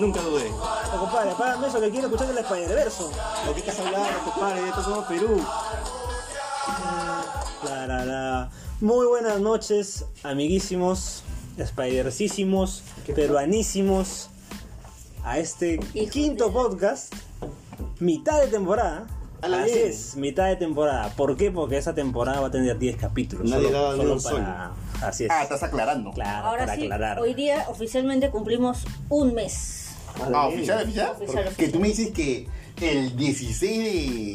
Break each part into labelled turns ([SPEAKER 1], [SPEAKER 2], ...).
[SPEAKER 1] nunca dudé.
[SPEAKER 2] Pero, compadre, párame eso que quiero escuchar el Spider-Verso.
[SPEAKER 1] Lo que estás hablando, compadre, de esto somos Perú.
[SPEAKER 2] La, la, la. Muy buenas noches, amiguísimos, spidercísimos, peruanísimos, a este
[SPEAKER 3] Hijo
[SPEAKER 2] quinto
[SPEAKER 3] de-
[SPEAKER 2] podcast, mitad de temporada.
[SPEAKER 1] A la
[SPEAKER 2] Así
[SPEAKER 1] bien.
[SPEAKER 2] es, mitad de temporada. ¿Por qué? Porque esa temporada va a tener 10 capítulos.
[SPEAKER 1] Nadie
[SPEAKER 2] solo-
[SPEAKER 1] daba ni
[SPEAKER 2] solo
[SPEAKER 1] un sol.
[SPEAKER 2] para- Así es.
[SPEAKER 1] Ah, estás aclarando.
[SPEAKER 2] Claro,
[SPEAKER 3] Ahora
[SPEAKER 2] para
[SPEAKER 3] sí,
[SPEAKER 2] aclarar.
[SPEAKER 3] hoy día oficialmente cumplimos un mes.
[SPEAKER 1] Ah, oficial, oficial.
[SPEAKER 3] Oficial,
[SPEAKER 1] Que
[SPEAKER 3] oficial.
[SPEAKER 1] tú me dices que el 16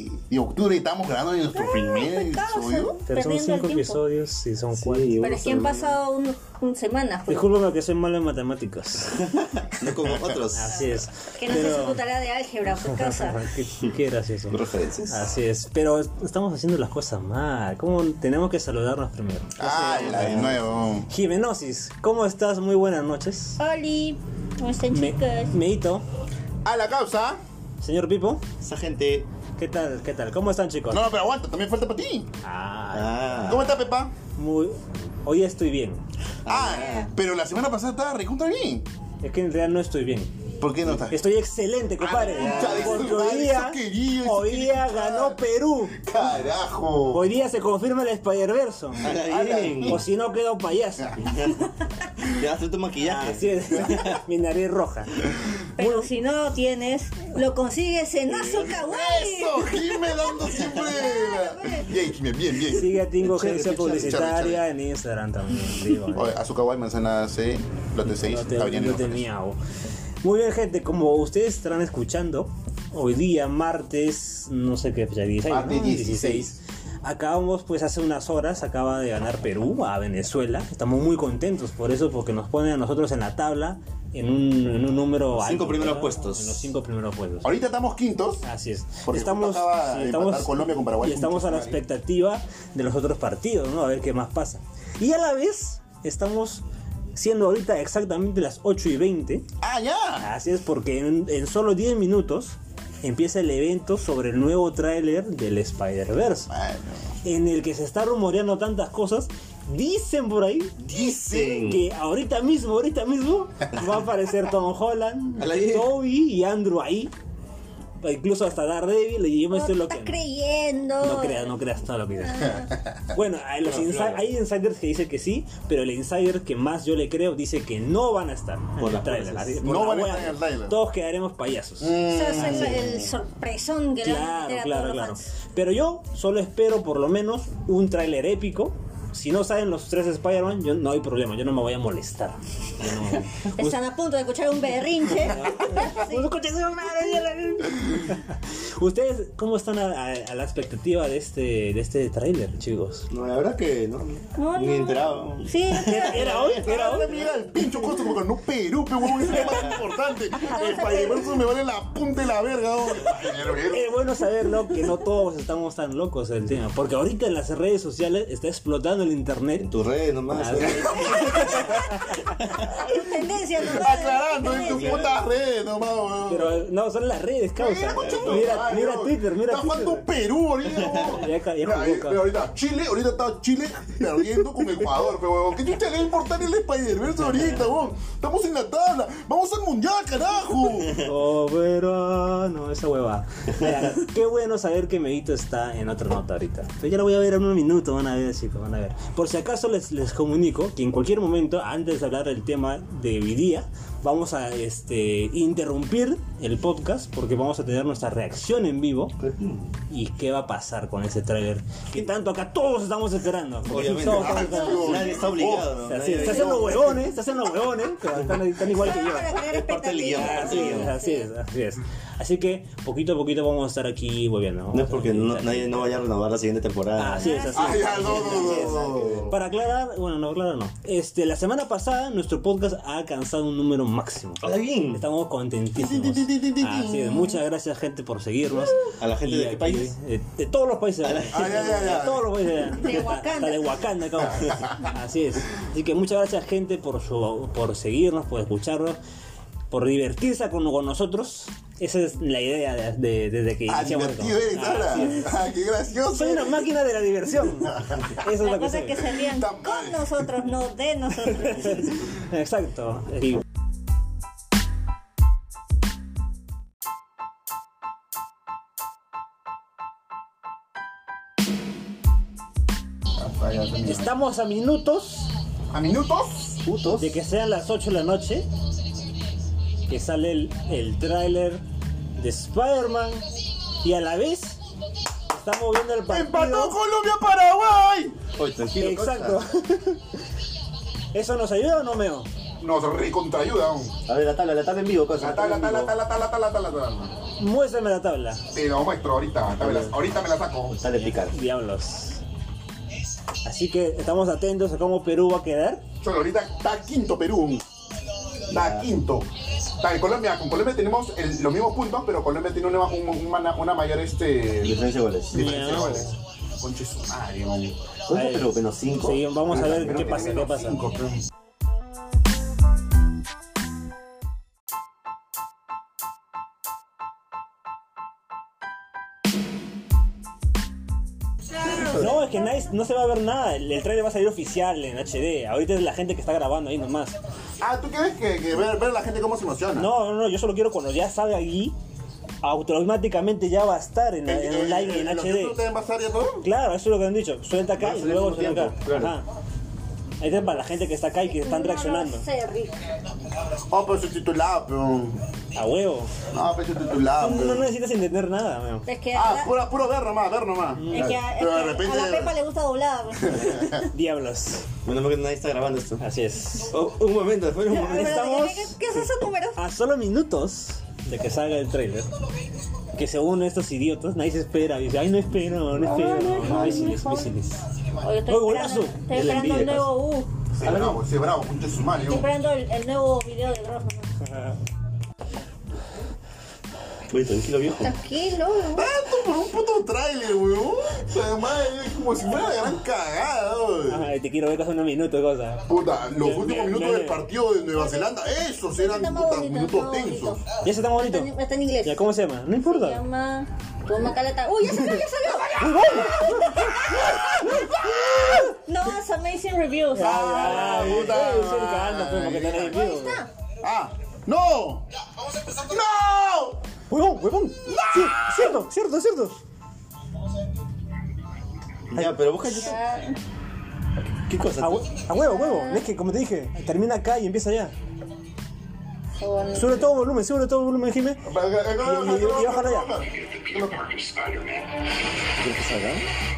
[SPEAKER 1] de, de octubre estamos grabando nuestro primer
[SPEAKER 3] pues, causa.
[SPEAKER 1] episodio.
[SPEAKER 2] Pero son
[SPEAKER 3] perdiendo el
[SPEAKER 2] 5
[SPEAKER 3] tiempo.
[SPEAKER 2] episodios y son 4.
[SPEAKER 4] Sí,
[SPEAKER 3] Pero es que han pasado un, un semana. pues.
[SPEAKER 2] Discúlpame que soy malo en matemáticas.
[SPEAKER 4] no como otros.
[SPEAKER 2] Así es.
[SPEAKER 3] Que no
[SPEAKER 2] Pero-
[SPEAKER 3] se su tarea de álgebra, por casa.
[SPEAKER 2] qué, qué gracioso.
[SPEAKER 4] Referencias.
[SPEAKER 2] Así es, pero estamos haciendo las cosas mal. ¿Cómo tenemos que saludarnos primero?
[SPEAKER 1] Ah, la de nuevo.
[SPEAKER 2] Jimenosis, ¿cómo estás? Muy buenas noches.
[SPEAKER 3] Oli, ¿cómo están
[SPEAKER 2] Me-
[SPEAKER 3] chicas?
[SPEAKER 2] Meito,
[SPEAKER 1] A Ah, la causa.
[SPEAKER 2] señor Pipo,
[SPEAKER 4] Esa gente.
[SPEAKER 2] ¿qué tal? ¿Qué tal? ¿Cómo están chicos?
[SPEAKER 1] No, no, pero aguanta, también falta para ti.
[SPEAKER 2] Ah,
[SPEAKER 4] Ah.
[SPEAKER 1] ¿Cómo está, Pepa?
[SPEAKER 2] muy... Hoy estoy bien.
[SPEAKER 1] Ah, pero la semana pasada estaba recontra bien.
[SPEAKER 2] Es que en realidad no estoy bien.
[SPEAKER 1] ¿Por qué no está?
[SPEAKER 2] Estoy excelente, compadre.
[SPEAKER 1] Ah, ya,
[SPEAKER 2] Porque
[SPEAKER 1] eso,
[SPEAKER 2] hoy día,
[SPEAKER 1] eso quería, eso
[SPEAKER 2] hoy
[SPEAKER 1] quería.
[SPEAKER 2] día ganó Perú.
[SPEAKER 1] Carajo.
[SPEAKER 2] Hoy día se confirma el Spider-Verso.
[SPEAKER 4] Ah, bien.
[SPEAKER 2] O si no, quedo payaso.
[SPEAKER 4] Ya hacer tu maquillaje.
[SPEAKER 2] Así es, mi nariz roja.
[SPEAKER 3] Pero si no lo tienes, lo consigues en Azukawaii.
[SPEAKER 1] Eso, Jimé dando siempre. Bien, Jimé, bien, bien.
[SPEAKER 2] Sigue a Tingo
[SPEAKER 4] Chévere,
[SPEAKER 2] Agencia
[SPEAKER 4] chévere,
[SPEAKER 2] Publicitaria en Instagram también. Digo,
[SPEAKER 1] Oye, azúcar guay, manzana C, lote 6,
[SPEAKER 2] no te-
[SPEAKER 1] avenida
[SPEAKER 2] no
[SPEAKER 1] Los
[SPEAKER 2] te
[SPEAKER 1] Ángeles.
[SPEAKER 2] miau. Muy bien, gente, como ustedes estarán escuchando, hoy día, martes, no sé qué fecha, 16, ¿no?
[SPEAKER 1] Martes 16.
[SPEAKER 2] Acabamos, pues hace unas horas, acaba de ganar Perú a Venezuela. Estamos muy contentos por eso, porque nos ponen a nosotros en la tabla en un, en un número
[SPEAKER 4] Los cinco
[SPEAKER 2] alto,
[SPEAKER 4] primeros
[SPEAKER 2] ¿verdad?
[SPEAKER 4] puestos.
[SPEAKER 2] En los cinco primeros puestos.
[SPEAKER 1] Ahorita estamos quintos.
[SPEAKER 2] Así es.
[SPEAKER 1] Porque
[SPEAKER 2] estamos,
[SPEAKER 1] justo acaba de
[SPEAKER 2] estamos-
[SPEAKER 1] empatar Colombia con Paraguay.
[SPEAKER 2] y estamos a la expectativa de los otros partidos, ¿no? A ver qué más pasa. Y a la vez, estamos siendo ahorita exactamente las 8 y 20.
[SPEAKER 1] Ah, ya.
[SPEAKER 2] Así es, porque en, en solo 10 minutos empieza el evento sobre el nuevo tráiler del Spider-Verse.
[SPEAKER 1] Bueno,
[SPEAKER 2] En el que se está rumoreando tantas cosas. Dicen por ahí
[SPEAKER 1] Mm.
[SPEAKER 4] Dicen.
[SPEAKER 2] que ahorita mismo, ahorita mismo, va a aparecer Tom Holland,
[SPEAKER 4] A la idea.
[SPEAKER 2] Toby y Andrew ahí. Incluso hasta Daredevil. Y yo me
[SPEAKER 3] No
[SPEAKER 2] estoy
[SPEAKER 3] te
[SPEAKER 2] lo
[SPEAKER 3] estás creyendo.
[SPEAKER 2] no creas, no creas todo lo que
[SPEAKER 3] Ah.
[SPEAKER 2] digas. Bueno, hay, los insi- hay insiders que dicen que sí, pero el insider que más yo le creo dice que no van a estar en
[SPEAKER 4] Por
[SPEAKER 2] el
[SPEAKER 4] las
[SPEAKER 2] trailer.
[SPEAKER 4] fuerzas.
[SPEAKER 2] así, por
[SPEAKER 1] No
[SPEAKER 2] la
[SPEAKER 1] van a
[SPEAKER 2] wea.
[SPEAKER 1] estar en el Mm. trailer.
[SPEAKER 2] Todos quedaremos payasos.
[SPEAKER 3] Eso es el, el sorpresón que le van a
[SPEAKER 2] Claro,
[SPEAKER 3] meter a
[SPEAKER 2] claro,
[SPEAKER 3] todos
[SPEAKER 2] claro.
[SPEAKER 3] los fans.
[SPEAKER 2] Pero yo solo espero por lo menos un tráiler épico. Si no saben los tres Spider-Man, yo no hay problema, yo no me voy a molestar. Yo no-
[SPEAKER 3] Están a punto de escuchar un berrinche.
[SPEAKER 2] Uy, Pues, coche de su madre. ¿Ustedes cómo están a, a- a la expectativa de este, de este tráiler, chicos?
[SPEAKER 4] No, la verdad que no.
[SPEAKER 3] No,
[SPEAKER 4] Ni
[SPEAKER 3] no.
[SPEAKER 4] enterado.
[SPEAKER 3] Sí,
[SPEAKER 2] ¿Era, era hoy? ¿Era hoy?
[SPEAKER 1] Ahora mira el pincho costo como que no Perú, pero huevón, eso es lo más importante. El Spider-Verse me vale la punta de la verga, huevón.
[SPEAKER 2] Es bueno saberlo que no todos estamos tan locos del tema, porque ahorita en las redes sociales está explotando el
[SPEAKER 4] En
[SPEAKER 2] internet.
[SPEAKER 4] tus redes nomás.
[SPEAKER 2] Ah, sí.
[SPEAKER 3] tu tendencia. ¿no?
[SPEAKER 1] Aclarando en tus putas redes, nomás, huevón.
[SPEAKER 2] Pero no, son las redes, causa.
[SPEAKER 1] Mira, concha tu
[SPEAKER 2] Mira,
[SPEAKER 1] madre,
[SPEAKER 2] mira
[SPEAKER 1] huevón.
[SPEAKER 2] Twitter, mira
[SPEAKER 1] Está jugando
[SPEAKER 2] Twitter.
[SPEAKER 1] Perú ahorita, huevón.
[SPEAKER 2] Ya ca- ya
[SPEAKER 1] Mira,
[SPEAKER 2] jugó,
[SPEAKER 1] ahí-
[SPEAKER 2] ca-
[SPEAKER 1] mira, ahorita Chile, ahorita está Chile perdiendo con Ecuador, pero huevón. ¿Qué chucha le va a importar el Spider-Verse ahorita, huevón? Estamos en la tabla. Vamos al mundial, carajo.
[SPEAKER 2] Oh, pero no, esa hueva. Mira, qué bueno saber que Medito está en otra nota ahorita. Pero ya la voy a ver en un minuto, van a ver, chicos, van a ver. Por si acaso les, les comunico que en cualquier momento, antes de hablar del tema de hoy día, vamos a este, interrumpir el podcast porque vamos a tener nuestra reacción en vivo. ¿Y qué va a pasar con ese tráiler? Que tanto acá todos estamos esperando.
[SPEAKER 4] Obviamente. ah,
[SPEAKER 2] Todos estamos esperando.
[SPEAKER 1] no.
[SPEAKER 4] Nadie está obligado. ¿no?
[SPEAKER 2] O sea, sí,
[SPEAKER 4] Nadie-
[SPEAKER 2] se hacen los huevones, se hacen los huevones, pero están, están igual que yo.
[SPEAKER 3] Para crear
[SPEAKER 4] Parte del guión,
[SPEAKER 3] expectativas.
[SPEAKER 4] parte del guión.
[SPEAKER 2] Así es, así es. Así que poquito a poquito vamos a estar aquí volviendo.
[SPEAKER 4] No es porque no- nadie no vaya a renovar la siguiente temporada.
[SPEAKER 2] Así es, así
[SPEAKER 1] Ay,
[SPEAKER 2] es.
[SPEAKER 1] Ah, ya, no, no, no, no.
[SPEAKER 2] Para aclarar, bueno, no, aclarar no. Este, la semana pasada nuestro podcast ha alcanzado un número máximo.
[SPEAKER 4] Hola, bien.
[SPEAKER 2] Estamos contentísimos. Así es, muchas gracias gente por seguirnos.
[SPEAKER 4] ¿A la gente
[SPEAKER 2] Y
[SPEAKER 4] de qué
[SPEAKER 2] aquí,
[SPEAKER 4] país?
[SPEAKER 2] eh, De, todos los países.
[SPEAKER 1] Ah, ya, ya, ya.
[SPEAKER 2] De todos los países.
[SPEAKER 3] De Wakanda.
[SPEAKER 2] Hasta de Wakanda, cabrón. Así es. Así que muchas gracias gente por, su, por seguirnos, por escucharnos, por divertirse con, con nosotros. Esa es la idea de- de- desde que
[SPEAKER 1] Ah,
[SPEAKER 2] iniciamos. esto.
[SPEAKER 1] divertido eres,
[SPEAKER 2] Ah,
[SPEAKER 1] ala.
[SPEAKER 2] así es.
[SPEAKER 1] Ah, qué gracioso.
[SPEAKER 2] Soy una máquina de la diversión. Eso es
[SPEAKER 3] La
[SPEAKER 2] lo que soy.
[SPEAKER 3] cosa es que se rían
[SPEAKER 1] Tan mal.
[SPEAKER 3] con nosotros, no de nosotros.
[SPEAKER 2] Exacto. Y-
[SPEAKER 1] Vaya, también.
[SPEAKER 2] Estamos a minutos
[SPEAKER 1] A minutos. Putos.
[SPEAKER 2] de que sean las 8 de la noche que sale el, el tráiler de Spider-Man y a la vez estamos viendo el
[SPEAKER 1] Empató
[SPEAKER 2] partido.
[SPEAKER 1] Colombia-Paraguay.
[SPEAKER 4] Oye, tranquilo.
[SPEAKER 2] Exacto. ¿Eso nos ayuda o no, Meo?
[SPEAKER 1] Nos recontrayuda. aún.
[SPEAKER 4] cosa. A ver, la tabla, la tabla en vivo, cosa.
[SPEAKER 1] La tabla,
[SPEAKER 4] en
[SPEAKER 1] tabla,
[SPEAKER 4] vivo.
[SPEAKER 1] tabla, tabla, tabla, tabla, tabla.
[SPEAKER 2] Muéstrame la tabla.
[SPEAKER 1] Te lo muestro ahorita. tabla, las- Ahorita me la saco.
[SPEAKER 4] Sale picar.
[SPEAKER 2] Diablos. Así que estamos atentos a cómo Perú va a quedar.
[SPEAKER 1] Solo ahorita está quinto Perú. Está quinto. Está en Colombia. Con Colombia tenemos el- los mismos puntos, pero Colombia tiene una, un- un- una- una mayor este,
[SPEAKER 4] Diferencia de goles.
[SPEAKER 1] diferencia de
[SPEAKER 2] Ya.
[SPEAKER 1] goles. Conche su madre, man.
[SPEAKER 4] ¿Cuánto Perú? Menos 5.
[SPEAKER 2] Sí, vamos a ver
[SPEAKER 1] Creo
[SPEAKER 2] qué
[SPEAKER 1] que
[SPEAKER 2] pasa, qué
[SPEAKER 1] menos
[SPEAKER 2] pasa.
[SPEAKER 1] cinco, creo.
[SPEAKER 2] No, es que nadie- no se va a ver nada. El, el trailer va a salir oficial en HD. Ahorita es la gente que está grabando ahí nomás.
[SPEAKER 1] Ah, ¿tú crees que, que ver, ver a la gente cómo se emociona?
[SPEAKER 2] No, no, no, yo solo quiero cuando ya salga allí, automáticamente ya va a estar en,
[SPEAKER 1] ¿En,
[SPEAKER 2] en online y en
[SPEAKER 1] los YouTube
[SPEAKER 2] HD.
[SPEAKER 1] también va a estar ya todo?
[SPEAKER 2] Claro, eso es lo que han dicho. Suelta
[SPEAKER 4] Va
[SPEAKER 2] acá
[SPEAKER 4] a
[SPEAKER 2] y
[SPEAKER 4] salir
[SPEAKER 2] luego
[SPEAKER 4] al mismo
[SPEAKER 2] suelta acá.
[SPEAKER 4] tiempo, claro.
[SPEAKER 2] Ajá. Ahí está para la gente que está acá y que están reaccionando.
[SPEAKER 3] No sé, Rick.
[SPEAKER 1] Oh, pero su titular, pero.
[SPEAKER 2] A huevo.
[SPEAKER 1] Ah, pero su titular,
[SPEAKER 2] No, no
[SPEAKER 1] pero.
[SPEAKER 2] necesitas entender nada, meo.
[SPEAKER 3] Es que, a,
[SPEAKER 1] Ah,
[SPEAKER 3] la-
[SPEAKER 1] puro, puro ver nomás, ver nomás.
[SPEAKER 3] es que a- es
[SPEAKER 1] Pero de
[SPEAKER 3] que
[SPEAKER 1] repente.
[SPEAKER 3] a la Pepa le gusta doblar. pues.
[SPEAKER 2] Diablos.
[SPEAKER 4] Menos mal que nadie está grabando esto.
[SPEAKER 2] Así es.
[SPEAKER 4] Oh, un momento, después un
[SPEAKER 3] Pero,
[SPEAKER 4] momento.
[SPEAKER 2] Estamos-
[SPEAKER 3] ¿qué- ¿Qué es eso, número?
[SPEAKER 2] A solo minutos de que salga el trailer. Que según estos idiotas, nadie se espera. Dice, ay, no espero, no espero. Imbéciles, imbéciles. Oye,
[SPEAKER 3] Oye, estoy esperando,
[SPEAKER 2] golazo.
[SPEAKER 3] estoy
[SPEAKER 4] De la
[SPEAKER 3] esperando
[SPEAKER 4] envidia,
[SPEAKER 3] el nuevo U.
[SPEAKER 1] Sí, bravo, sí, bravo, conche su madre.
[SPEAKER 3] Estoy esperando el, el nuevo video de Grosso.
[SPEAKER 4] Oye, tranquilo, viejo.
[SPEAKER 3] Tranquilo.
[SPEAKER 1] Tanto por un puto trailer, weón. Además, es como si fuera la gran cagada, weón.
[SPEAKER 2] Ay, te quiero ver casi unos minutos, cosa.
[SPEAKER 1] Puta, los
[SPEAKER 2] Me-
[SPEAKER 1] últimos
[SPEAKER 2] me-
[SPEAKER 1] minutos
[SPEAKER 2] me-
[SPEAKER 1] del partido de Nueva Zelanda, esos eran
[SPEAKER 3] Está más
[SPEAKER 1] puta,
[SPEAKER 3] bonito,
[SPEAKER 1] minutos
[SPEAKER 3] está más
[SPEAKER 1] tensos.
[SPEAKER 3] bonito.
[SPEAKER 2] Ya se está bonito.
[SPEAKER 3] Está, está en inglés.
[SPEAKER 2] Ya, ¿cómo se llama? No
[SPEAKER 3] Se
[SPEAKER 2] importa.
[SPEAKER 3] llama... Toma caleta. ¡Uy, ya salió, ya salió! no, es Amazing Reviews.
[SPEAKER 2] Ah,
[SPEAKER 1] Ay,
[SPEAKER 2] puta,
[SPEAKER 1] ay,
[SPEAKER 2] es el que anda, pues, porque está en el
[SPEAKER 3] Ahí
[SPEAKER 2] vivo.
[SPEAKER 3] está.
[SPEAKER 1] Ah, no. ¡No!
[SPEAKER 2] ¡Huevón, huevón! Sí, cierto, cierto, cierto.
[SPEAKER 4] Ya, pero busca YouTube.
[SPEAKER 3] Ya.
[SPEAKER 4] ¿Qué cosa?
[SPEAKER 2] A, hue- a huevo, huevo. Es que, como te dije, termina acá y empieza allá.
[SPEAKER 3] Son-
[SPEAKER 2] Sube todo volumen, sube todo volumen, Jimé. y- y bájalo ya.
[SPEAKER 4] ¿Quieres que salga?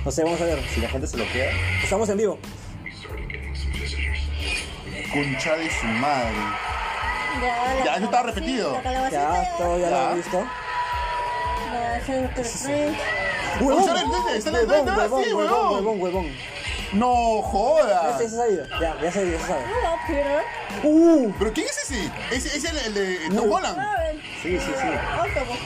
[SPEAKER 2] No sé, vamos a ver.
[SPEAKER 4] Si la gente se lo queda.
[SPEAKER 2] Estamos en vivo.
[SPEAKER 1] Concha de su madre.
[SPEAKER 3] Ya, la
[SPEAKER 1] Ya, eso está
[SPEAKER 3] calabacita,
[SPEAKER 1] repetido.
[SPEAKER 3] La calabacita.
[SPEAKER 2] Ya, todo ya lo
[SPEAKER 1] Ya.
[SPEAKER 2] he visto.
[SPEAKER 3] La Centrotrend.
[SPEAKER 2] ¡Huevón!
[SPEAKER 1] Sale el tete, sale el
[SPEAKER 2] ¡Huevón,
[SPEAKER 1] tete, ahora sí,
[SPEAKER 2] huevón,
[SPEAKER 1] huevón!
[SPEAKER 2] huevón, huevón!
[SPEAKER 1] No
[SPEAKER 2] Ya
[SPEAKER 4] Ah.
[SPEAKER 1] jodas.
[SPEAKER 2] se sabe, ya, ya se ya se sabe.
[SPEAKER 3] Hello, Peter.
[SPEAKER 2] ¡Uh!
[SPEAKER 1] ¿Pero quién es ese? ¿Ese es el, el de Tom Holland?
[SPEAKER 3] Ah, el-
[SPEAKER 4] Sí, sí, sí.
[SPEAKER 3] Autobús.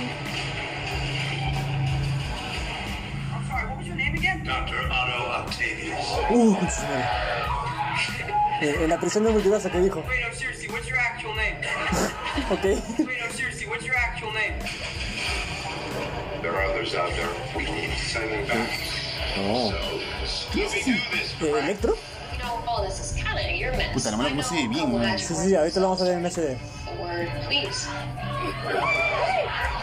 [SPEAKER 5] Dr. Otto Octavius.
[SPEAKER 2] ¡Uh! con su madre. Eh, En en la prisión de multiverso que dijo.
[SPEAKER 5] Wait, no, seriously, what's your actual name?
[SPEAKER 2] Ok. Eh,
[SPEAKER 5] Wait, no, seriously, what's your actual name? There are others out there. We need to send them back.
[SPEAKER 4] No.
[SPEAKER 2] Eh, ¿Electro?
[SPEAKER 6] No, oh, this is kind of your mess.
[SPEAKER 1] Puta, la mano cómo se ve bien, man.
[SPEAKER 2] Sí, sí, ahorita lo vamos a ver en HD.
[SPEAKER 6] Word, please.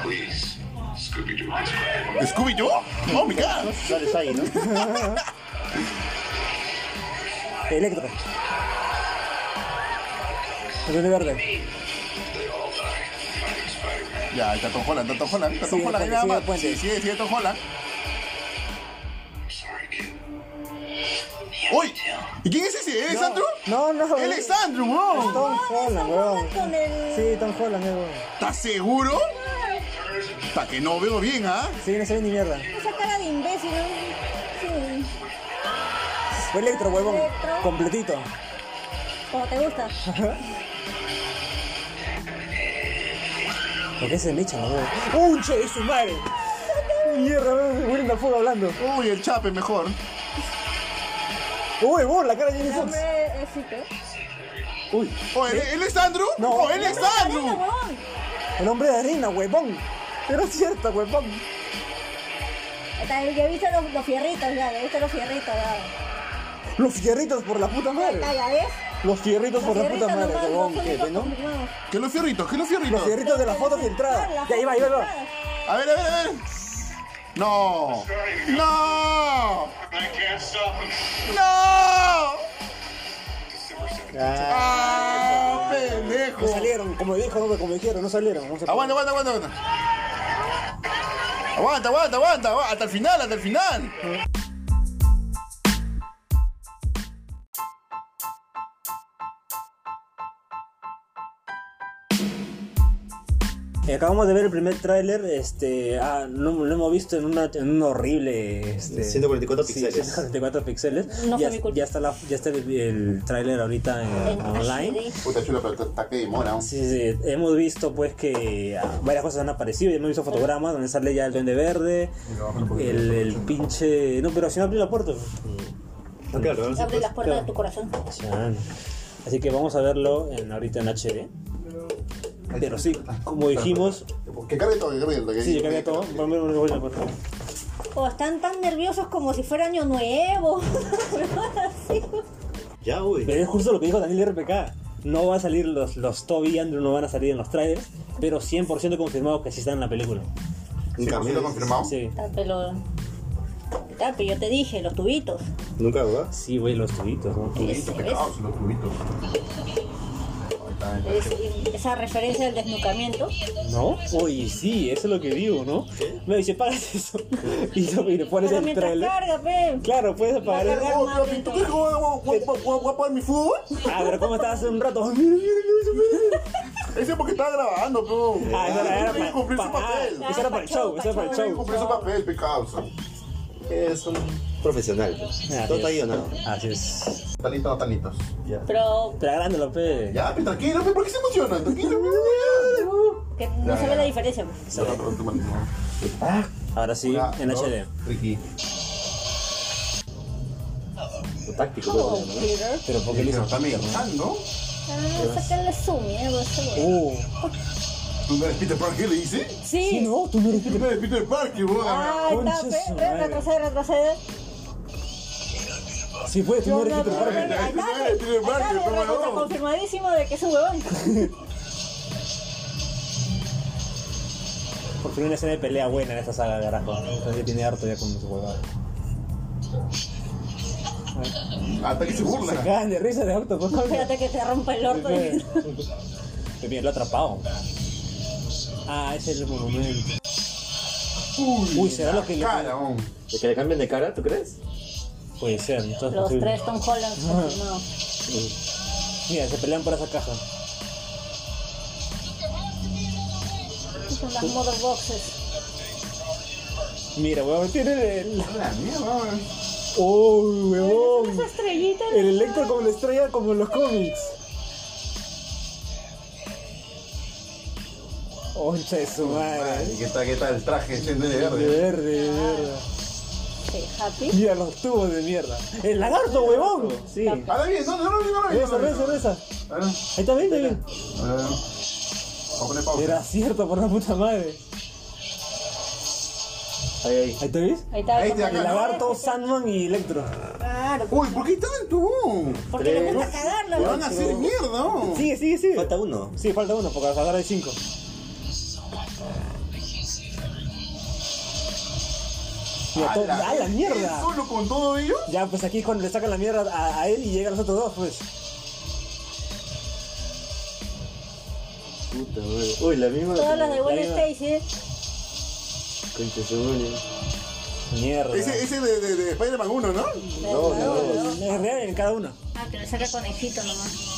[SPEAKER 5] Please, Scooby-Doo.
[SPEAKER 1] ¿Scooby yo? Oh my god.
[SPEAKER 4] Sales ahí, ¿no?
[SPEAKER 2] Electro. El de verde.
[SPEAKER 1] Ya, está Tom Holland, está Tom Holland, está Tom
[SPEAKER 2] Sigue
[SPEAKER 1] Holland, ahí
[SPEAKER 2] el
[SPEAKER 1] nada
[SPEAKER 2] puente,
[SPEAKER 1] más.
[SPEAKER 2] sigue
[SPEAKER 1] Sí,
[SPEAKER 2] el
[SPEAKER 1] sí, sí, Tom Holland.
[SPEAKER 5] I'm sorry, kid.
[SPEAKER 1] ¡Uy! ¿Y quién es ese? ¿Él es Andrew?
[SPEAKER 2] No, no.
[SPEAKER 1] ¡Él es Andrew,
[SPEAKER 2] Es
[SPEAKER 1] weón!
[SPEAKER 2] Tom Holland, weón.
[SPEAKER 3] Con el...
[SPEAKER 2] Sí, Tom Holland, weón.
[SPEAKER 1] ¿Estás seguro? Hasta que no veo bien, ¿ah?
[SPEAKER 2] Sí, no se ve ni mierda.
[SPEAKER 3] Esa cara de imbécil. ¿no? Sí.
[SPEAKER 2] Fue Electro, huevón.
[SPEAKER 3] Electro.
[SPEAKER 2] Completito.
[SPEAKER 3] Como te gusta.
[SPEAKER 2] ¿Por qué se me echa, weón? ¡Uh, che, es su madre! Mierda, weón. William Dafoe hablando.
[SPEAKER 1] Uy, el chape mejor.
[SPEAKER 2] ¡Uy, weón! La cara de Jenny
[SPEAKER 3] El
[SPEAKER 2] Fox.
[SPEAKER 3] hombre es chico.
[SPEAKER 2] ¡Uy!
[SPEAKER 1] Oh, ¿él, él es Andrew?
[SPEAKER 2] No.
[SPEAKER 1] Oh, él es
[SPEAKER 3] Mira,
[SPEAKER 1] Andrew.
[SPEAKER 3] huevón.
[SPEAKER 2] El hombre de arena, huevón. Era cierto, huevón.
[SPEAKER 3] Está- Ya viste los, los fierritos, ya. Ya viste los fierritos, ya.
[SPEAKER 2] Los fierritos por la puta madre.
[SPEAKER 3] Está, ya ves.
[SPEAKER 2] Los fierritos por la puta
[SPEAKER 3] fierritos
[SPEAKER 2] madre,
[SPEAKER 3] nomás,
[SPEAKER 2] huevón.
[SPEAKER 3] los
[SPEAKER 2] que
[SPEAKER 3] únicos
[SPEAKER 2] ¿no?
[SPEAKER 3] confirmados.
[SPEAKER 1] ¿Qué los fierritos? ¿Qué los fierritos?
[SPEAKER 2] Los fierritos de la foto
[SPEAKER 3] Claro,
[SPEAKER 2] filtrada.
[SPEAKER 3] las
[SPEAKER 2] Ya, ahí va, ahí va, ahí va.
[SPEAKER 3] fotos filtradas.
[SPEAKER 1] A ver, a ver, a ver. No. No.
[SPEAKER 5] I can't stop him.
[SPEAKER 1] No.
[SPEAKER 5] December 17th.
[SPEAKER 7] Ah,
[SPEAKER 1] Ah, pendejo.
[SPEAKER 7] no salieron, como dijo, no, como dijeron, no salieron. Vamos a-
[SPEAKER 1] Aguanta, aguanta, aguanta, aguanta. Aguanta, aguanta, aguanta, aguanta, hasta el final, hasta el final.
[SPEAKER 7] Eh, Acabamos de ver el primer tráiler, este, ah, lo, lo hemos visto en, una, en un horrible, este,
[SPEAKER 4] 144 píxeles.
[SPEAKER 7] 144 píxeles.
[SPEAKER 3] No fue
[SPEAKER 7] ya,
[SPEAKER 3] mi culpa.
[SPEAKER 7] ya está la, ya está el, el tráiler ahorita en-
[SPEAKER 3] En
[SPEAKER 7] online.
[SPEAKER 3] HD.
[SPEAKER 1] Puta chula, pero está que demora. ¿no?
[SPEAKER 7] Sí, sí, hemos visto pues que ah, varias cosas han aparecido, ya hemos visto fotogramas donde sale ya el duende verde, el, el pinche, no, pero si no abre la puerta.
[SPEAKER 4] Ah, claro, no sé,
[SPEAKER 3] Abre las puertas
[SPEAKER 7] claro.
[SPEAKER 3] de tu corazón.
[SPEAKER 7] Chan. Así que vamos a verlo en, ahorita en HD. Pero sí, como dijimos,
[SPEAKER 1] Que cargue todo, que cargue todo. que-
[SPEAKER 7] sí, yo cambié todo. Ponme una bolsa, por favor.
[SPEAKER 3] O están tan nerviosos como si fuera año nuevo. Así.
[SPEAKER 4] Ya, uy.
[SPEAKER 7] Pero es justo lo que dijo Daniel de RPK. No va a salir los, los Toby y Andrew, no van a salir en los trailers, pero 100% confirmado que sí están en la película.
[SPEAKER 4] Nunca
[SPEAKER 1] ¿100%
[SPEAKER 4] más.
[SPEAKER 1] confirmado?
[SPEAKER 7] Sí,
[SPEAKER 3] Está, pero... Está, pero yo te dije, los tubitos.
[SPEAKER 4] Nunca, ¿ah? ¿verdad?
[SPEAKER 7] sí, güey, los tubitos, ¿no?
[SPEAKER 3] Ese, ¿ves? Es- esa referencia al desnucamiento.
[SPEAKER 7] ¿No? Oye, sí, eso es lo que digo, ¿no? Me dice, pagas eso. Y, yo- y le pones
[SPEAKER 3] Pero
[SPEAKER 7] el
[SPEAKER 3] mientras
[SPEAKER 7] trailer.
[SPEAKER 3] carga, pe.
[SPEAKER 7] Claro, puedes apagar el.
[SPEAKER 1] Oh, papi, ¿tú crees que voy a- voy a- voy a- voy a- voy a parar mi fútbol?
[SPEAKER 7] Ah, pero ¿cómo estabas hace un rato? Mira, mira, mira, mira.
[SPEAKER 1] Ese es porque estaba grabando, pero.
[SPEAKER 7] Ah, eso era, era
[SPEAKER 1] Tiene que
[SPEAKER 7] para,
[SPEAKER 1] cumplir su
[SPEAKER 7] para- ah,
[SPEAKER 1] papel.
[SPEAKER 7] eso era para el show, eso era para el
[SPEAKER 1] Tiene que
[SPEAKER 7] show.
[SPEAKER 1] cumplir su papel, pe causa.
[SPEAKER 4] Es un profesional. Todo está guionado.
[SPEAKER 7] Así es.
[SPEAKER 1] ¿Están listos o no están listos?
[SPEAKER 3] Pero
[SPEAKER 7] Pero grande, López.
[SPEAKER 1] Ya, pe, tranquilo, pe, ¿por qué se emociona? Tranquilo, pues, pe.
[SPEAKER 3] que no se ve la diferencia. pe.
[SPEAKER 1] Ya, ya, pronto, mano.
[SPEAKER 7] Ahora sí,
[SPEAKER 1] Una,
[SPEAKER 7] en
[SPEAKER 1] dos,
[SPEAKER 7] HD.
[SPEAKER 1] Ricky.
[SPEAKER 4] Táctico,
[SPEAKER 3] Oh,
[SPEAKER 4] todo, ¿no?
[SPEAKER 3] Peter.
[SPEAKER 7] Pero porque lo
[SPEAKER 1] Pero
[SPEAKER 7] hizo.
[SPEAKER 1] está amenazando.
[SPEAKER 3] Ah, sácale su mierda. ese güey.
[SPEAKER 7] Uh.
[SPEAKER 1] ¿Tú no eres Peter Parker, le dice?
[SPEAKER 3] Sí.
[SPEAKER 7] Oh, No, tú no eres
[SPEAKER 1] Tú no eres Peter Parker, weón.
[SPEAKER 3] Ah, está,
[SPEAKER 7] Concha su
[SPEAKER 3] pe.
[SPEAKER 7] madre.
[SPEAKER 3] Retrocede, retrocede.
[SPEAKER 7] Sí, fue, tú no eres Peter Parker.
[SPEAKER 1] Parker.
[SPEAKER 3] Ahí está,
[SPEAKER 1] Ahí está, Peter Parker,
[SPEAKER 3] ahí está,
[SPEAKER 1] toma
[SPEAKER 3] recontra
[SPEAKER 1] dos.
[SPEAKER 3] confirmadísimo de que es un huevón.
[SPEAKER 7] Por fin una escena de pelea buena en esta saga de carajo. Entonces tiene harto ya con su huevada.
[SPEAKER 1] Hasta que se burla.
[SPEAKER 7] Cagan de risa de auto, por favor.
[SPEAKER 3] Fíjate que te rompa el orto.
[SPEAKER 7] Qué bien, lo ha atrapado. Ah, ese es el monumento. Uy, será lo que le-
[SPEAKER 1] Cara, weón.
[SPEAKER 4] ¿De que le cambien de cara, tú crees?
[SPEAKER 7] Puede ser, entonces
[SPEAKER 3] Los
[SPEAKER 7] posible.
[SPEAKER 3] tres Tom Hollands confirmados.
[SPEAKER 7] Mira, se pelean por esa caja.
[SPEAKER 3] Son las mother boxes.
[SPEAKER 7] Mira, huevón, tiene el.
[SPEAKER 1] La mierda, weón.
[SPEAKER 7] Uy, huevón.
[SPEAKER 3] Esa estrellita.
[SPEAKER 7] El Electro como la estrella, como en los cómics. Oncha de su madre.
[SPEAKER 1] Ay, ¿Qué tal, qué tal el traje? Ese de
[SPEAKER 7] De
[SPEAKER 1] verde.
[SPEAKER 7] verde, de mierda.
[SPEAKER 3] Sí, Happy.
[SPEAKER 7] Mira los tubos de mierda. El lagarto, huevón. Sí.
[SPEAKER 1] Ahora Ah, bien, no, no, no, no, no, no.
[SPEAKER 7] Reza, reza, reza.
[SPEAKER 1] Ahora,
[SPEAKER 7] Ahí está, bien, ahí está.
[SPEAKER 1] ahora, ahora. Vamos a poner pausa.
[SPEAKER 7] Era cierto, por la puta madre.
[SPEAKER 4] Ahí, ahí.
[SPEAKER 7] Ahí te ves.
[SPEAKER 3] Ahí está.
[SPEAKER 1] Ahí
[SPEAKER 3] como
[SPEAKER 1] está,
[SPEAKER 7] El
[SPEAKER 3] la-
[SPEAKER 7] lagarto, Sandman y Electro.
[SPEAKER 3] Claro,
[SPEAKER 1] Uy, ¿por qué tanto?
[SPEAKER 3] porque le gusta cagarla.
[SPEAKER 1] Le
[SPEAKER 3] güey.
[SPEAKER 1] van a hacer mierda, weón.
[SPEAKER 7] Sigue, sigue, sigue.
[SPEAKER 4] Falta uno.
[SPEAKER 7] Sí, falta uno, porque ahora hay cinco. Mira,
[SPEAKER 1] A
[SPEAKER 7] todo- ¡Ah, la
[SPEAKER 1] ¿es
[SPEAKER 7] mierda!
[SPEAKER 1] solo con todo ello?
[SPEAKER 7] Ya, pues aquí es cuando le sacan la mierda a, a él y llegan los otros dos, pues.
[SPEAKER 4] Puta, güey. Uy, la misma.
[SPEAKER 3] Todas las de Gwen
[SPEAKER 7] Ahí va.
[SPEAKER 3] Stacy. ¿eh?
[SPEAKER 4] Concha su madre.
[SPEAKER 7] Mierda.
[SPEAKER 1] Ese, ese de, de, de Spider-Man 1, ¿no?
[SPEAKER 4] No, no, no.
[SPEAKER 7] Es real en cada uno.
[SPEAKER 3] Ah, que le saca conejito nomás.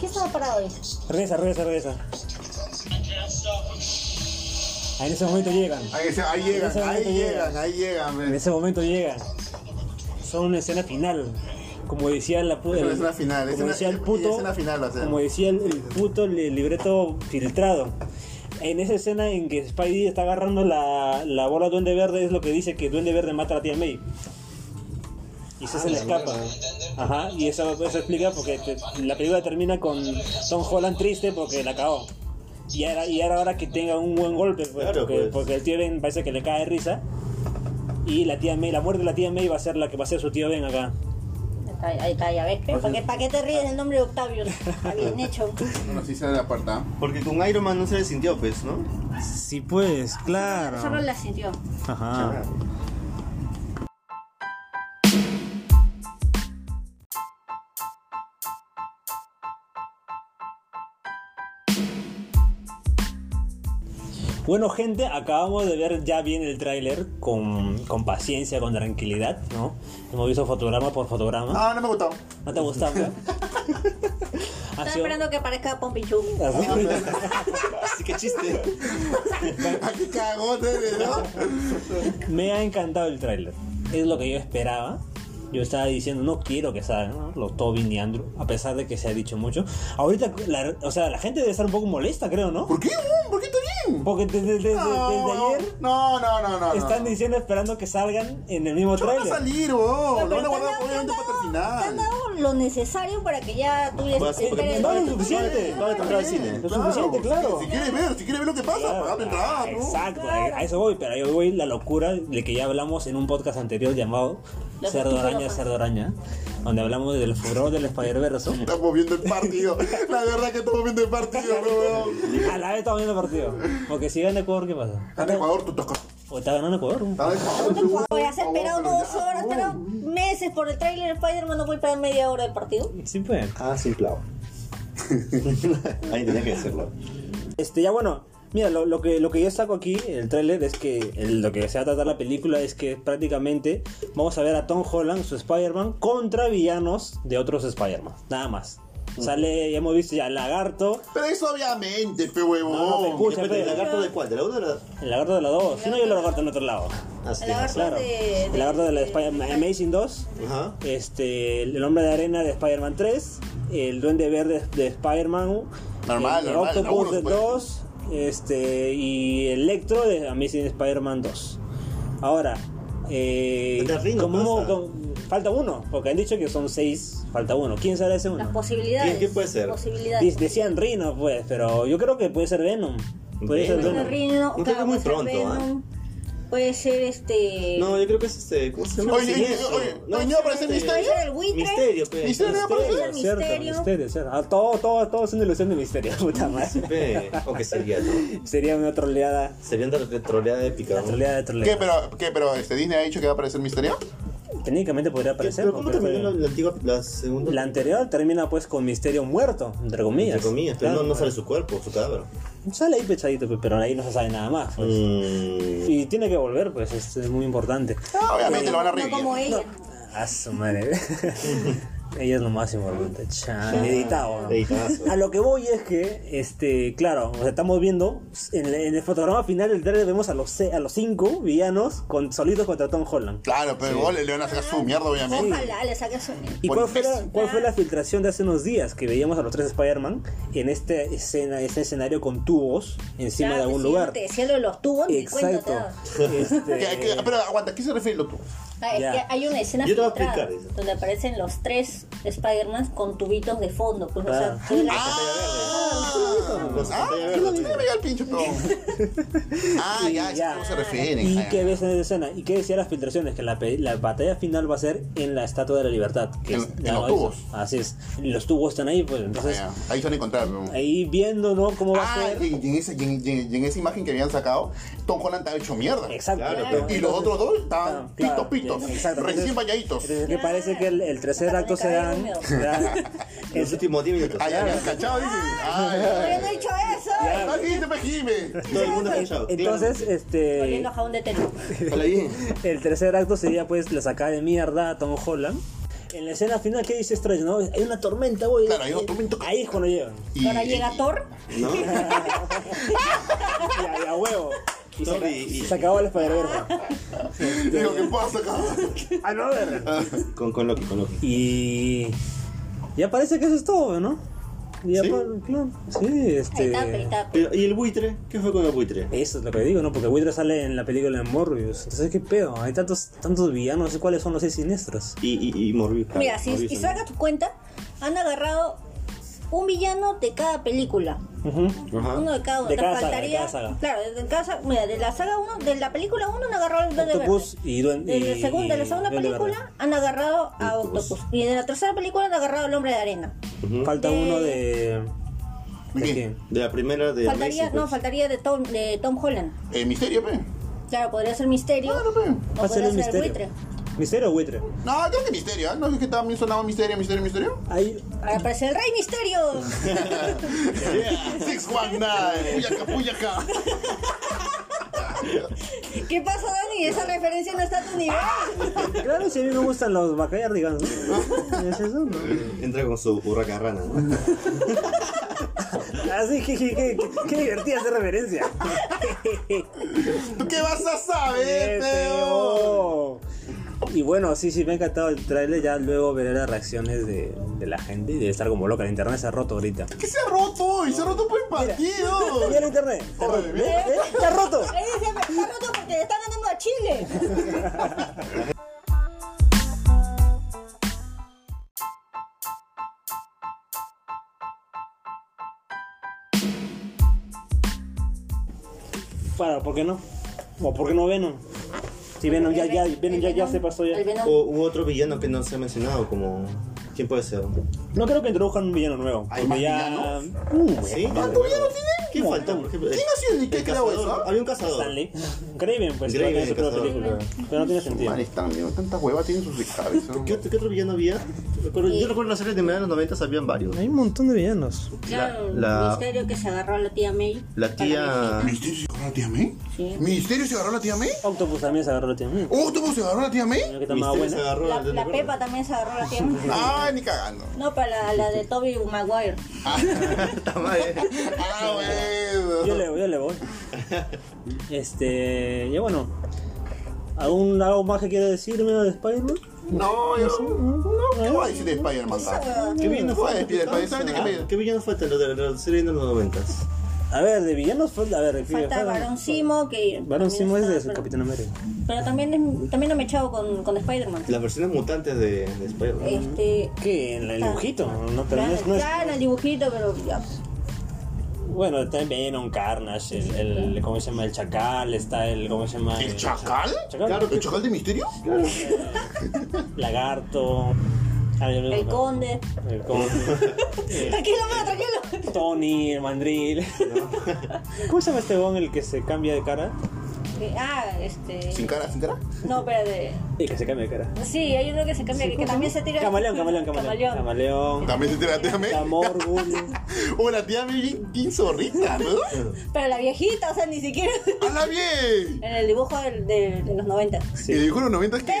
[SPEAKER 3] ¿Qué estaba parado ahí?
[SPEAKER 7] Reza, reza, reza. Ah, en ese momento llegan.
[SPEAKER 1] Ahí, se- ahí llegan,
[SPEAKER 7] Ese
[SPEAKER 1] ahí
[SPEAKER 7] momento
[SPEAKER 1] llegan, ahí llegan.
[SPEAKER 7] En
[SPEAKER 1] men.
[SPEAKER 7] ese momento llegan. Son una escena final. Como decía la puta.
[SPEAKER 1] Es una escena final,
[SPEAKER 7] Como
[SPEAKER 1] escena-
[SPEAKER 7] decía el
[SPEAKER 1] y
[SPEAKER 7] puto.
[SPEAKER 1] escena final, o sea.
[SPEAKER 7] Como decía el, el puto li- libreto filtrado. En esa escena en que Spidey está agarrando la, la bola Duende Verde, es lo que dice que Duende Verde mata a la tía May. Y eso
[SPEAKER 4] Ah,
[SPEAKER 7] se le escapa. Ajá, y eso, eso explica porque te- la película termina con Tom Holland triste porque la cagó. Y ahora, y ahora, ahora que tenga un buen golpe, pues,
[SPEAKER 4] Claro,
[SPEAKER 7] porque,
[SPEAKER 4] pues.
[SPEAKER 7] porque el tío Ben parece que le cae de risa. Y la tía May, la muerte de la tía May va a ser la que va a ser su tío Ben acá.
[SPEAKER 3] Ahí ahí está, ya ves. ¿qué? ¿Para qué, para qué te ríes del nombre de Octavio? Está bien hecho.
[SPEAKER 1] Bueno, así sale apartado.
[SPEAKER 4] Porque con Iron Man no se le sintió, pues, ¿no?
[SPEAKER 7] Sí, pues,
[SPEAKER 3] Solo
[SPEAKER 7] claro.
[SPEAKER 3] la sintió.
[SPEAKER 7] Ajá. Bueno, gente, acabamos de ver ya bien el tráiler con, con paciencia, con tranquilidad, ¿no? Hemos visto fotograma por fotograma.
[SPEAKER 1] Ah, no me ha gustado.
[SPEAKER 7] ¿No te gusta? Blanca? Ha
[SPEAKER 3] Estaba
[SPEAKER 7] sido-
[SPEAKER 3] esperando que parezca Pompichu.
[SPEAKER 7] Así.
[SPEAKER 4] Así que chiste.
[SPEAKER 1] Ah, qué cagón eres, ¿no?
[SPEAKER 7] Me ha encantado el tráiler. Es lo que yo esperaba. Yo estaba diciendo, no quiero que salgan ¿no? los Tobin y Andrew, a pesar de que se ha dicho mucho. Ahorita, la, o sea, la gente debe estar un poco molesta, creo, ¿no?
[SPEAKER 1] ¿Por qué, huevón? ¿Por qué está bien?
[SPEAKER 7] Porque desde, desde- desde
[SPEAKER 1] No,
[SPEAKER 7] ayer
[SPEAKER 1] no, no, no, no.
[SPEAKER 7] están
[SPEAKER 1] no.
[SPEAKER 7] diciendo esperando que salgan en el mismo
[SPEAKER 1] No van a
[SPEAKER 7] tráiler.
[SPEAKER 1] salir, huevón.
[SPEAKER 3] Pero
[SPEAKER 1] Lo van a
[SPEAKER 3] te han
[SPEAKER 1] guardar
[SPEAKER 3] dado-
[SPEAKER 1] obviamente para el
[SPEAKER 3] te han
[SPEAKER 1] final.
[SPEAKER 3] dado lo necesario para que ya tú
[SPEAKER 4] Vas a
[SPEAKER 3] esperes-
[SPEAKER 4] poner-
[SPEAKER 7] No, lo suficiente.
[SPEAKER 4] Vale, te al cine.
[SPEAKER 7] Lo suficiente, claro.
[SPEAKER 1] Si quieres ver, si quieres ver lo que pasa,
[SPEAKER 7] Claro, Ah,
[SPEAKER 1] pagame entrada, ¿no?
[SPEAKER 7] Exacto, a eso voy, pero yo voy la locura de que ya hablamos en un podcast anterior llamado
[SPEAKER 3] Los
[SPEAKER 7] Cerdo Araña,
[SPEAKER 3] antífragas.
[SPEAKER 7] Cerdo Araña, donde hablamos del furor del Spider-Verse.
[SPEAKER 1] Estamos viendo el partido. La verdad que estamos viendo el partido, huevón.
[SPEAKER 7] A la vez estamos viendo el partido. Porque si gana Ecuador, ¿qué pasa?
[SPEAKER 1] Gana Ecuador, tú tocas.
[SPEAKER 7] O está ganando Ecuador.
[SPEAKER 1] Gana Ecuador,
[SPEAKER 3] Por
[SPEAKER 1] huevón,
[SPEAKER 3] favor, has
[SPEAKER 1] por favor,
[SPEAKER 3] esperado
[SPEAKER 1] pero
[SPEAKER 3] dos
[SPEAKER 1] ya,
[SPEAKER 3] horas,
[SPEAKER 1] huevón.
[SPEAKER 3] esperado meses por el tráiler de Spider-Man, no voy a esperar media hora del partido.
[SPEAKER 7] Sí, pues.
[SPEAKER 4] Ah, sin plavo. Ahí tenía que decirlo.
[SPEAKER 7] Este, ya bueno, mira, lo, lo que, lo que yo saco aquí, el tráiler, es que el- lo que se va a tratar la película es que prácticamente vamos a ver a Tom Holland, su Spider-Man, contra villanos de otros Spider-Man. Nada más.
[SPEAKER 3] Mm.
[SPEAKER 7] Sale, ya hemos visto ya, el lagarto,
[SPEAKER 1] Pero eso obviamente, pe
[SPEAKER 7] No, no, me
[SPEAKER 1] huevón.
[SPEAKER 7] escucha,
[SPEAKER 4] Espérate, ¿El
[SPEAKER 7] pe.
[SPEAKER 4] lagarto de cuál? ¿De la 1 o de la 2?
[SPEAKER 7] el lagarto de la 2. Si no, yo el lagarto en otro lado.
[SPEAKER 4] Ah,
[SPEAKER 3] El
[SPEAKER 4] sí,
[SPEAKER 3] lagarto
[SPEAKER 7] Claro.
[SPEAKER 3] de-
[SPEAKER 7] El lagarto de la Spider-Man Amazing 2.
[SPEAKER 4] Ajá.
[SPEAKER 7] Este, el hombre de arena de Spider-Man 3, el duende verde de Spider-Man,
[SPEAKER 1] Normal,
[SPEAKER 7] el
[SPEAKER 1] normal,
[SPEAKER 7] Octopus
[SPEAKER 1] no,
[SPEAKER 7] de
[SPEAKER 1] pues.
[SPEAKER 7] 2 este, y Electro de Amazing Spider-Man 2. Ahora, eh,
[SPEAKER 4] Falta Ringo,
[SPEAKER 7] ¿cómo-
[SPEAKER 4] pasa.
[SPEAKER 7] cómo- falta uno, porque han dicho que son 6, falta uno. ¿Quién será ese
[SPEAKER 3] Las
[SPEAKER 7] uno?
[SPEAKER 3] posibilidades.
[SPEAKER 4] ¿Quién- quién puede ser?
[SPEAKER 7] Dic-
[SPEAKER 3] Posibilidades.
[SPEAKER 7] Decían Rino, pues, pero yo creo que puede ser Venom. Puede ser
[SPEAKER 4] Venom.
[SPEAKER 3] Puede
[SPEAKER 7] Venom.
[SPEAKER 3] ser Rino,
[SPEAKER 4] No creo
[SPEAKER 3] claro,
[SPEAKER 4] que muy
[SPEAKER 3] puede ser
[SPEAKER 4] pronto, ¿ah?
[SPEAKER 3] Venom, Puede ser este.
[SPEAKER 4] No, yo creo que es este. ¿Cómo se llama?
[SPEAKER 1] Oye, oye,
[SPEAKER 4] Siniestro.
[SPEAKER 1] oye, oye, ¿no aparece
[SPEAKER 4] este,
[SPEAKER 3] Puede
[SPEAKER 1] Misterio?
[SPEAKER 3] ser el buitre.
[SPEAKER 4] Misterio, pe.
[SPEAKER 1] Misterio.
[SPEAKER 4] Misterio.
[SPEAKER 7] Misterio, cierto,
[SPEAKER 3] Misterio.
[SPEAKER 7] misterio, cierto. Ah, todo, todo, todo es una ilusión de misterio, puta madre.
[SPEAKER 4] Pe. O que sería, ¿no?
[SPEAKER 7] Sería una troleada.
[SPEAKER 4] Sería una tro- troleada épica.
[SPEAKER 7] La
[SPEAKER 4] ¿no?
[SPEAKER 7] troleada de troleada.
[SPEAKER 1] ¿Qué, pero, qué, pero este, Disney ha dicho que va a aparecer Misterio?
[SPEAKER 7] Técnicamente podría aparecer.
[SPEAKER 4] ¿Pero cómo
[SPEAKER 7] porque
[SPEAKER 4] terminó la,
[SPEAKER 7] fue-
[SPEAKER 4] la antigua, la segunda?
[SPEAKER 7] La anterior termina pues con Misterio muerto, entre comillas.
[SPEAKER 4] Entre comillas, pero
[SPEAKER 7] Claro,
[SPEAKER 4] no, no sale su cuerpo, su cadáver.
[SPEAKER 7] Sale ahí pechadito, pe- pero ahí no se sabe nada más. pues.
[SPEAKER 4] Mm.
[SPEAKER 7] Y tiene que volver, pues es es muy importante.
[SPEAKER 1] Ah, obviamente lo van a
[SPEAKER 3] No
[SPEAKER 1] revivir.
[SPEAKER 3] como ella.
[SPEAKER 7] A su madre. Ella es lo más importante. Chan, editado. ¿no?
[SPEAKER 4] Editazo.
[SPEAKER 7] A lo que voy es que, este, claro, o sea, estamos viendo, en, el- en el fotograma final del trailer vemos a los, se- a los cinco villanos con, solitos contra Tom Holland.
[SPEAKER 1] Claro, pero igual le van a sacar su mierda, obviamente.
[SPEAKER 3] Ojalá le saque su.
[SPEAKER 7] ¿Y cuál fue, la,
[SPEAKER 1] Buenísimo.
[SPEAKER 7] cuál fue la filtración de hace unos días que veíamos a los tres Spider-Man en esta escena, este escenario con tubos encima de
[SPEAKER 3] Claro,
[SPEAKER 7] algún
[SPEAKER 3] sí,
[SPEAKER 7] lugar?
[SPEAKER 3] no Te decía lo de los tubos, ni cuento
[SPEAKER 7] Exacto.
[SPEAKER 3] nada.
[SPEAKER 7] Este,
[SPEAKER 1] ¿Qué- qué- pero aguanta, ¿a qué se refiere lo tú?
[SPEAKER 3] Ah, es
[SPEAKER 7] Ya.
[SPEAKER 3] que hay una escena
[SPEAKER 4] Yo te voy a
[SPEAKER 3] filtrada
[SPEAKER 4] explicar eso.
[SPEAKER 3] donde aparecen los tres Spider-Man con tubitos de fondo. Pues, o sea,
[SPEAKER 7] Ah.
[SPEAKER 3] tú la-
[SPEAKER 4] Con su
[SPEAKER 1] Ah,
[SPEAKER 4] pantalla
[SPEAKER 1] sí,
[SPEAKER 4] verde,
[SPEAKER 1] no me llega el pinche peón. Ah, ya, es
[SPEAKER 7] ya.
[SPEAKER 1] a cómo se refieren.
[SPEAKER 7] ¿Y
[SPEAKER 1] ah,
[SPEAKER 7] qué
[SPEAKER 1] ya.
[SPEAKER 7] ves en esa escena? ¿Y qué decían las filtraciones? Que la, pe- la batalla final va a ser en la Estatua de la Libertad. Que
[SPEAKER 1] En-
[SPEAKER 7] es-
[SPEAKER 1] en
[SPEAKER 7] ya
[SPEAKER 1] los
[SPEAKER 7] lo hizo.
[SPEAKER 1] tubos.
[SPEAKER 7] Así es. Los tubos están ahí, pues
[SPEAKER 1] Ah,
[SPEAKER 7] entonces
[SPEAKER 1] ya. Ahí se van a encontrar, peón.
[SPEAKER 7] ahí viendo, ¿no? Cómo va
[SPEAKER 1] Ah,
[SPEAKER 7] a ser.
[SPEAKER 1] y, y en esa, y en- y en- y en esa imagen que habían sacado, Tom Holland estaba hecho mierda.
[SPEAKER 7] Exacto.
[SPEAKER 4] Claro,
[SPEAKER 7] ¿no?
[SPEAKER 4] pero-
[SPEAKER 1] Y los
[SPEAKER 7] Entonces-
[SPEAKER 1] otros dos estaban
[SPEAKER 7] Ah, claro,
[SPEAKER 1] pitos,
[SPEAKER 7] bien,
[SPEAKER 1] pitos,
[SPEAKER 7] exacto.
[SPEAKER 1] recién
[SPEAKER 7] Entonces-
[SPEAKER 1] bañaditos.
[SPEAKER 7] Entonces que
[SPEAKER 3] Claro.
[SPEAKER 7] parece que el, el tercer
[SPEAKER 3] Sacarle
[SPEAKER 7] acto se
[SPEAKER 3] cabello
[SPEAKER 7] dan.
[SPEAKER 3] húmedo.
[SPEAKER 4] En los últimos 10 minutos.
[SPEAKER 1] Ay, ay, ay, cachado, dicen. Ay, ay,
[SPEAKER 3] Yo no he dicho eso.
[SPEAKER 1] ay. Ah, sí, te me gime.
[SPEAKER 4] Todo el mundo ha escuchado.
[SPEAKER 7] Entonces, este.
[SPEAKER 3] Oliendo a jabón de telo.
[SPEAKER 4] Hola, bien.
[SPEAKER 7] El tercer acto sería pues la sacada de mierda a Tom Holland. En la escena final, ¿qué dice Strange? No? Hay una tormenta, güey.
[SPEAKER 1] Claro, hay una tormenta.
[SPEAKER 7] Ahí es cuando llegan.
[SPEAKER 1] Y-
[SPEAKER 3] Ahora
[SPEAKER 1] y-
[SPEAKER 3] llega Thor.
[SPEAKER 4] ¿No?
[SPEAKER 7] eh, Y a, y a huevo. Y se,
[SPEAKER 4] Thor
[SPEAKER 7] ca-
[SPEAKER 4] y- y-
[SPEAKER 7] se acabó el Spider-Verse.
[SPEAKER 1] Digo, ¿qué pasa, cabrón?
[SPEAKER 7] Ah, no, verga.
[SPEAKER 4] Con, con Loki, con Loki.
[SPEAKER 7] Y. Ya parece que eso es todo, ¿no? Ya
[SPEAKER 1] Sí.
[SPEAKER 7] pa- claro. Sí,
[SPEAKER 3] Ahí
[SPEAKER 7] este.
[SPEAKER 3] está, ahí está.
[SPEAKER 4] Pero, ¿Y el buitre? ¿Qué fue con el buitre?
[SPEAKER 7] Eso es lo que digo, ¿no? Porque Widra sale en la película de Morbius. Entonces, ¿qué pedo? Hay tantos, tantos villanos, no sé cuáles son los seis siniestros.
[SPEAKER 4] Y, y, y Morbius. claro,
[SPEAKER 3] Mira, si
[SPEAKER 4] Morbius
[SPEAKER 3] y
[SPEAKER 4] también.
[SPEAKER 3] saca tu cuenta, han agarrado un villano de cada película.
[SPEAKER 7] Ujú.
[SPEAKER 3] Uno de cada uno.
[SPEAKER 7] De
[SPEAKER 3] Te
[SPEAKER 7] cada saga, de
[SPEAKER 3] faltaría.
[SPEAKER 7] cada saga.
[SPEAKER 3] Claro, de, de cada saga- mira, de la saga 1, de la película 1 han agarrado el verde
[SPEAKER 7] Octopus
[SPEAKER 3] verde.
[SPEAKER 7] y duen-
[SPEAKER 3] De la
[SPEAKER 7] y-
[SPEAKER 3] segunda, de la
[SPEAKER 7] y
[SPEAKER 3] segunda
[SPEAKER 7] Duende
[SPEAKER 3] película
[SPEAKER 7] Verde.
[SPEAKER 3] han agarrado a
[SPEAKER 4] Octopus.
[SPEAKER 3] Octopus. Y de la tercera película han agarrado al hombre de arena.
[SPEAKER 7] Falta
[SPEAKER 3] De-
[SPEAKER 7] uno de.
[SPEAKER 1] ¿De
[SPEAKER 7] ¿de
[SPEAKER 1] qué?
[SPEAKER 7] quién?
[SPEAKER 4] De la primera de
[SPEAKER 3] Faltaría,
[SPEAKER 4] Amazing,
[SPEAKER 3] no,
[SPEAKER 4] pues.
[SPEAKER 3] faltaría de Tom, de Tom Holland.
[SPEAKER 1] Eh, misterio, pe.
[SPEAKER 3] Claro, podría ser Misterio.
[SPEAKER 1] Claro, pe.
[SPEAKER 3] o
[SPEAKER 7] pues. Va a
[SPEAKER 3] podría
[SPEAKER 7] ser el
[SPEAKER 3] ser el
[SPEAKER 7] misterio.
[SPEAKER 3] buitre.
[SPEAKER 7] ¿Misterio o buitre?
[SPEAKER 1] No, creo que misterio, ¿eh? ¿no? Es que también sonaba misterio, misterio, misterio.
[SPEAKER 7] Ahí.
[SPEAKER 3] Aparece el Rey Misterio.
[SPEAKER 1] 619. Puyaca, puyaca.
[SPEAKER 3] ¿Qué pasa, Dani? Esa referencia no está a tu nivel.
[SPEAKER 7] Claro, si a mí me gustan los bacallar, digamos. ¿no? Es eso, ¿no?
[SPEAKER 4] Entra con su huracán rana, ¿no?
[SPEAKER 7] Así que, que, que, que divertida esa referencia.
[SPEAKER 1] ¿Tú qué vas a saber, Teo?
[SPEAKER 7] Teo. Y bueno, sí, sí, me ha encantado el trailer. Ya luego veré las reacciones de, de la gente y de estar como loca. El internet se ha roto ahorita.
[SPEAKER 1] ¿Qué se ha roto? Y se ha roto por el partido.
[SPEAKER 7] Mira el internet. Está roto. ¿Eh?
[SPEAKER 1] Oye,
[SPEAKER 7] ¿Ve? ¿Ve? Está roto.
[SPEAKER 3] Ahí dice, está roto porque le están ganando a Chile.
[SPEAKER 7] Para, ¿por qué no? ¿O por qué no Venom? Si Venom ya, ya, Venom ya, ya se pasó ya.
[SPEAKER 3] El Venom.
[SPEAKER 4] O u otro villano que no se ha mencionado, como. ¿Quién puede ser?
[SPEAKER 7] No creo que introduzcan un villano nuevo.
[SPEAKER 1] ¿Hay
[SPEAKER 7] Porque
[SPEAKER 1] más
[SPEAKER 7] ya. Uh,
[SPEAKER 4] ¿Sí? ah,
[SPEAKER 1] ¿Tanto villano tiene?
[SPEAKER 4] ¿Quién falta, por ejemplo?
[SPEAKER 1] ¿Quién ha sido? ¿Y qué
[SPEAKER 4] El
[SPEAKER 1] creó
[SPEAKER 4] cazador.
[SPEAKER 1] eso?
[SPEAKER 4] Había un cazador.
[SPEAKER 7] Stanley. Craven, pues.
[SPEAKER 4] Craven,
[SPEAKER 7] creo que es
[SPEAKER 4] el
[SPEAKER 7] otra
[SPEAKER 4] cazador.
[SPEAKER 7] película. Pero no tiene sentido.
[SPEAKER 1] Vale, están, mira, tantas huevas tienen sus cabezas.
[SPEAKER 4] ¿Qué, otro- qué otro villano había? Recuerdo- yo recuerdo en la serie de mediados de los 90 habían varios.
[SPEAKER 7] Hay un montón de villanos.
[SPEAKER 3] Claro,
[SPEAKER 4] la-
[SPEAKER 3] Misterio que se agarró a la tía May.
[SPEAKER 4] La tía.
[SPEAKER 1] ¿Misterio se agarró a la tía May?
[SPEAKER 3] Sí.
[SPEAKER 1] ¿Misterio se agarró a la tía May?
[SPEAKER 7] Octopus también se agarró el tiempo.
[SPEAKER 1] ¿Octopus se agarró a la tía May?
[SPEAKER 7] que está más
[SPEAKER 4] Misterio se
[SPEAKER 7] buena.
[SPEAKER 4] agarró
[SPEAKER 3] La,
[SPEAKER 4] al Duende
[SPEAKER 3] la
[SPEAKER 4] Verde.
[SPEAKER 3] Pepa también se agarró a la tía May.
[SPEAKER 1] Ah, ni cagando.
[SPEAKER 3] No, para la, la de Toby Maguire.
[SPEAKER 4] Puta madre.
[SPEAKER 1] Ah,
[SPEAKER 7] Yo
[SPEAKER 1] bueno.
[SPEAKER 7] le voy, yo le voy. Este, ya bueno. ¿Algún algo más que quiera decirme de Spider-Man?
[SPEAKER 1] No, yo. No, ¿qué voy a decir de Spider-Man?
[SPEAKER 3] Esa huevada.
[SPEAKER 4] ¿Qué villano
[SPEAKER 1] Fue
[SPEAKER 4] falta?
[SPEAKER 1] de Peter Pan, ¿saben de qué
[SPEAKER 4] ¿Qué villano falta en lo de la serie de los 90?
[SPEAKER 7] A ver, de villanos fue. A ver, el
[SPEAKER 3] Falta Barón Simo, que...
[SPEAKER 7] Barón
[SPEAKER 3] también
[SPEAKER 7] Simo es
[SPEAKER 3] está,
[SPEAKER 7] de su
[SPEAKER 3] pero-
[SPEAKER 7] Capitán América.
[SPEAKER 3] Pero también, es- también no me he echado con, con Spider-Man.
[SPEAKER 4] Las versiones mutantes de, de Spider-Man.
[SPEAKER 3] Este...
[SPEAKER 7] ¿Qué? En la- el
[SPEAKER 3] Claro.
[SPEAKER 7] dibujito. No, pero no
[SPEAKER 3] Claro,
[SPEAKER 7] es, no es-
[SPEAKER 3] claro, el dibujito, pero ya.
[SPEAKER 7] Bueno, también Venom, Carnage, el, el- ¿Cómo se llama? El Chacal, está el. ¿Cómo se llama?
[SPEAKER 1] ¿El chacal?
[SPEAKER 7] Chacal.
[SPEAKER 1] ¿El chacal de misterio?
[SPEAKER 7] Lagarto. Ah, ya
[SPEAKER 3] El
[SPEAKER 7] veo.
[SPEAKER 3] conde.
[SPEAKER 7] El Conde. Eh.
[SPEAKER 3] Tranquilo, mano, tranquilo.
[SPEAKER 7] Tony, el mandril. ¿Cómo se llama este bon el que se cambia de cara?
[SPEAKER 3] Eh, Ah, este...
[SPEAKER 1] ¿Sin cara, sin cara?
[SPEAKER 3] No, pero de...
[SPEAKER 7] El que se cambia de cara.
[SPEAKER 3] Sí, hay uno que se cambia, que, que también se tira...
[SPEAKER 7] Camaleón, camaleón, camaleón. Camaleón.
[SPEAKER 1] También se te la tía May.
[SPEAKER 7] Morgul.
[SPEAKER 1] O la tía May bien- bien zorrita, ¿no?
[SPEAKER 3] Pero la viejita, o sea, ni siquiera...
[SPEAKER 1] ¡Hala bien!
[SPEAKER 3] En el dibujo del- de, de los 90.
[SPEAKER 1] Y le dijo en los 90 que,
[SPEAKER 3] Pero-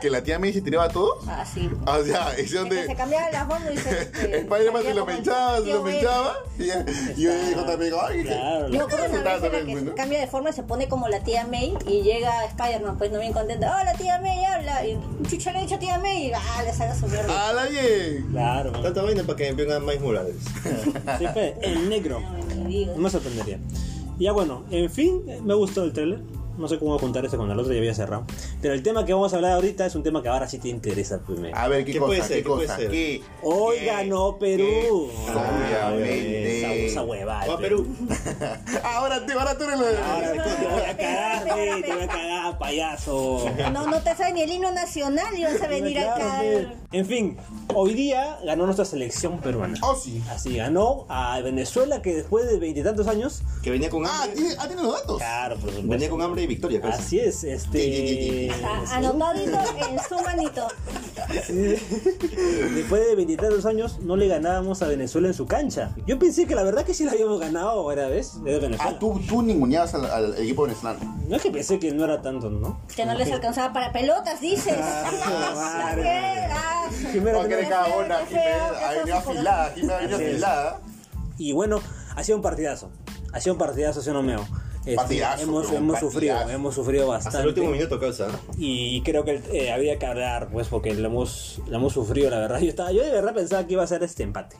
[SPEAKER 1] que la tía May se tiraba a todos.
[SPEAKER 3] Ah, sí.
[SPEAKER 1] O sea, es
[SPEAKER 3] Que se
[SPEAKER 1] donde
[SPEAKER 3] cambiaba la forma y se. este, se-
[SPEAKER 1] Spider-Man se
[SPEAKER 3] salía
[SPEAKER 1] lo
[SPEAKER 3] como el
[SPEAKER 1] mechaba, se
[SPEAKER 3] tío
[SPEAKER 1] lo
[SPEAKER 3] Ben.
[SPEAKER 1] mechaba. Y y yo dijo también, ay,
[SPEAKER 7] Claro.
[SPEAKER 3] Yo me acuerdo
[SPEAKER 1] se
[SPEAKER 3] una
[SPEAKER 1] trata
[SPEAKER 3] vez en la
[SPEAKER 1] del
[SPEAKER 3] que
[SPEAKER 1] mundo.
[SPEAKER 3] se cambia de forma y se pone como la tía May y llega Spider-Man, pues no bien contento. ¡Hola, tía May! Habla. Y chucha le ha dicho tía May y ah, le saca su mierda.
[SPEAKER 1] ¡Hala bien!
[SPEAKER 7] Claro, man.
[SPEAKER 4] Tanta vaina para que me pongan Miles Morales.
[SPEAKER 7] Siempre el negro.
[SPEAKER 3] No me digas.
[SPEAKER 7] No me sorprendería. Ya bueno, en fin, me gustó el trailer. No sé cómo juntar ese con el otro, ya había cerrado. Pero el tema que vamos a hablar ahorita es un tema que ahora sí te interesa, primero.
[SPEAKER 1] A ver, ¿qué,
[SPEAKER 4] ¿Qué
[SPEAKER 1] cosa?
[SPEAKER 4] puede ser?
[SPEAKER 1] ¿Qué
[SPEAKER 4] ¿Qué puede
[SPEAKER 1] cosa?
[SPEAKER 4] ser?
[SPEAKER 1] ¿Qué?
[SPEAKER 7] Hoy
[SPEAKER 1] ¿Qué?
[SPEAKER 7] ganó
[SPEAKER 1] ¿Qué?
[SPEAKER 7] Perú.
[SPEAKER 4] Ah,
[SPEAKER 1] Obviamente.
[SPEAKER 7] Esa, esa huevada.
[SPEAKER 4] Va a
[SPEAKER 7] pe.
[SPEAKER 4] Perú.
[SPEAKER 1] Ahora tú, ahora tú eres la
[SPEAKER 7] Ahora te voy a cagar, pe, te voy a cagar, payaso.
[SPEAKER 3] No, no te sabe ni el himno nacional y vas a venir
[SPEAKER 7] Claro,
[SPEAKER 3] acá.
[SPEAKER 7] pe. En fin, hoy día ganó nuestra selección peruana.
[SPEAKER 1] Oh, sí.
[SPEAKER 7] Así ganó a Venezuela que después de veintitantos años.
[SPEAKER 4] Que venía con
[SPEAKER 1] Ah,
[SPEAKER 4] hambre.
[SPEAKER 1] ¿tiene, ah, tiene los datos.
[SPEAKER 7] Claro, por supuesto.
[SPEAKER 4] Venía con hambre y victoria, pues. casi.
[SPEAKER 7] Así es, este.
[SPEAKER 1] Sí, sí, sí,
[SPEAKER 3] A- Anotadito en su manito.
[SPEAKER 7] Después de veintitantos años no le ganábamos a Venezuela en su cancha. Yo pensé que la verdad que sí la habíamos ganado ahora, ¿ves? De Venezuela.
[SPEAKER 1] Ah, tú, tú ninguneabas al, al equipo venezolano.
[SPEAKER 7] No es que pensé que no era tanto, ¿no?
[SPEAKER 3] Que no les alcanzaba para pelotas, dices.
[SPEAKER 7] Ah,
[SPEAKER 3] ¡Qué asco!
[SPEAKER 7] Primero
[SPEAKER 1] No, que
[SPEAKER 7] tenemos-
[SPEAKER 1] eres cagona,
[SPEAKER 3] Qué feo, qué
[SPEAKER 1] Jiménez.
[SPEAKER 3] feo,
[SPEAKER 1] Ha
[SPEAKER 3] qué
[SPEAKER 1] venido
[SPEAKER 3] feo.
[SPEAKER 1] afilada, Jiménez ha venido
[SPEAKER 7] Así es.
[SPEAKER 1] afilada.
[SPEAKER 7] Y bueno, ha sido un partidazo. Ha sido un partidazo, se no meo. Este,
[SPEAKER 1] Partidazo,
[SPEAKER 7] hemos,
[SPEAKER 1] pero un
[SPEAKER 7] hemos sufrido,
[SPEAKER 1] partidazo.
[SPEAKER 7] hemos sufrido
[SPEAKER 4] Hasta el último
[SPEAKER 7] bastante.
[SPEAKER 4] minuto, pues, ¿ah? causa.
[SPEAKER 7] Y creo que eh, había que hablar, pues, porque lo hemos, lo hemos sufrido, la verdad. Yo, estaba, yo de verdad pensaba que iba a ser este empate.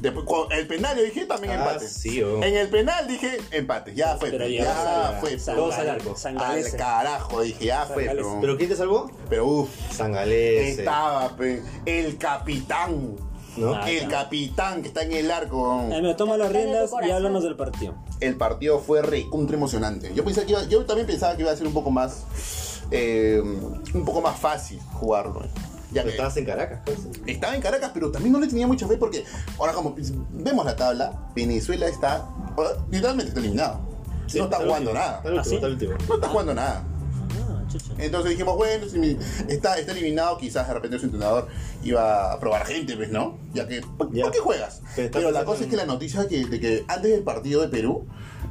[SPEAKER 1] Después, cuando- el penal yo dije también
[SPEAKER 4] Ah,
[SPEAKER 1] empate.
[SPEAKER 4] sí, oh.
[SPEAKER 1] En el penal dije empate. Ya fue.
[SPEAKER 7] Pero
[SPEAKER 1] ya
[SPEAKER 7] ya, sal-
[SPEAKER 1] fue.
[SPEAKER 7] sal-
[SPEAKER 1] pero-
[SPEAKER 4] Dos al arco.
[SPEAKER 7] sangalese.
[SPEAKER 1] Al carajo, dije, ya fue,
[SPEAKER 7] Sangalese.
[SPEAKER 1] pero.
[SPEAKER 4] ¿Pero quién te salvó?
[SPEAKER 1] Pero uff,
[SPEAKER 4] Sangalés.
[SPEAKER 1] estaba, pe, el capitán.
[SPEAKER 4] ¿no?
[SPEAKER 7] Ah,
[SPEAKER 1] El
[SPEAKER 7] ya. Ah,
[SPEAKER 1] capitán que está en el arco.
[SPEAKER 7] Ay, mira, toma las
[SPEAKER 3] Dale tu
[SPEAKER 7] riendas y
[SPEAKER 3] corazón.
[SPEAKER 7] háblanos del partido.
[SPEAKER 1] El partido fue recontra emocionante. Yo pensé que iba- yo también pensaba que iba a ser un poco más eh, un poco más fácil jugarlo. eh. Ya
[SPEAKER 4] Pero
[SPEAKER 1] que-
[SPEAKER 4] estabas en Caracas, pues.
[SPEAKER 1] estaba en Caracas, pero también no le tenía mucha fe porque ahora como vemos la tabla, Venezuela está ah, literalmente está eliminado. no está
[SPEAKER 4] el
[SPEAKER 1] jugando
[SPEAKER 4] último,
[SPEAKER 1] nada.
[SPEAKER 4] Está el último,
[SPEAKER 7] ¿Ah, sí?
[SPEAKER 4] está el último.
[SPEAKER 1] No está jugando nada.
[SPEAKER 7] Ah, chucha.
[SPEAKER 1] Entonces dijimos, bueno, si mi- está, está eliminado, quizás de repente su entrenador iba a probar gente, pues, ¿no? Ya que, ¿por,
[SPEAKER 4] Ya.
[SPEAKER 1] por qué juegas?
[SPEAKER 4] Pero está
[SPEAKER 1] Pero la
[SPEAKER 4] pensando
[SPEAKER 1] cosa es
[SPEAKER 4] en-
[SPEAKER 1] que la noticia que, de que antes del partido de Perú,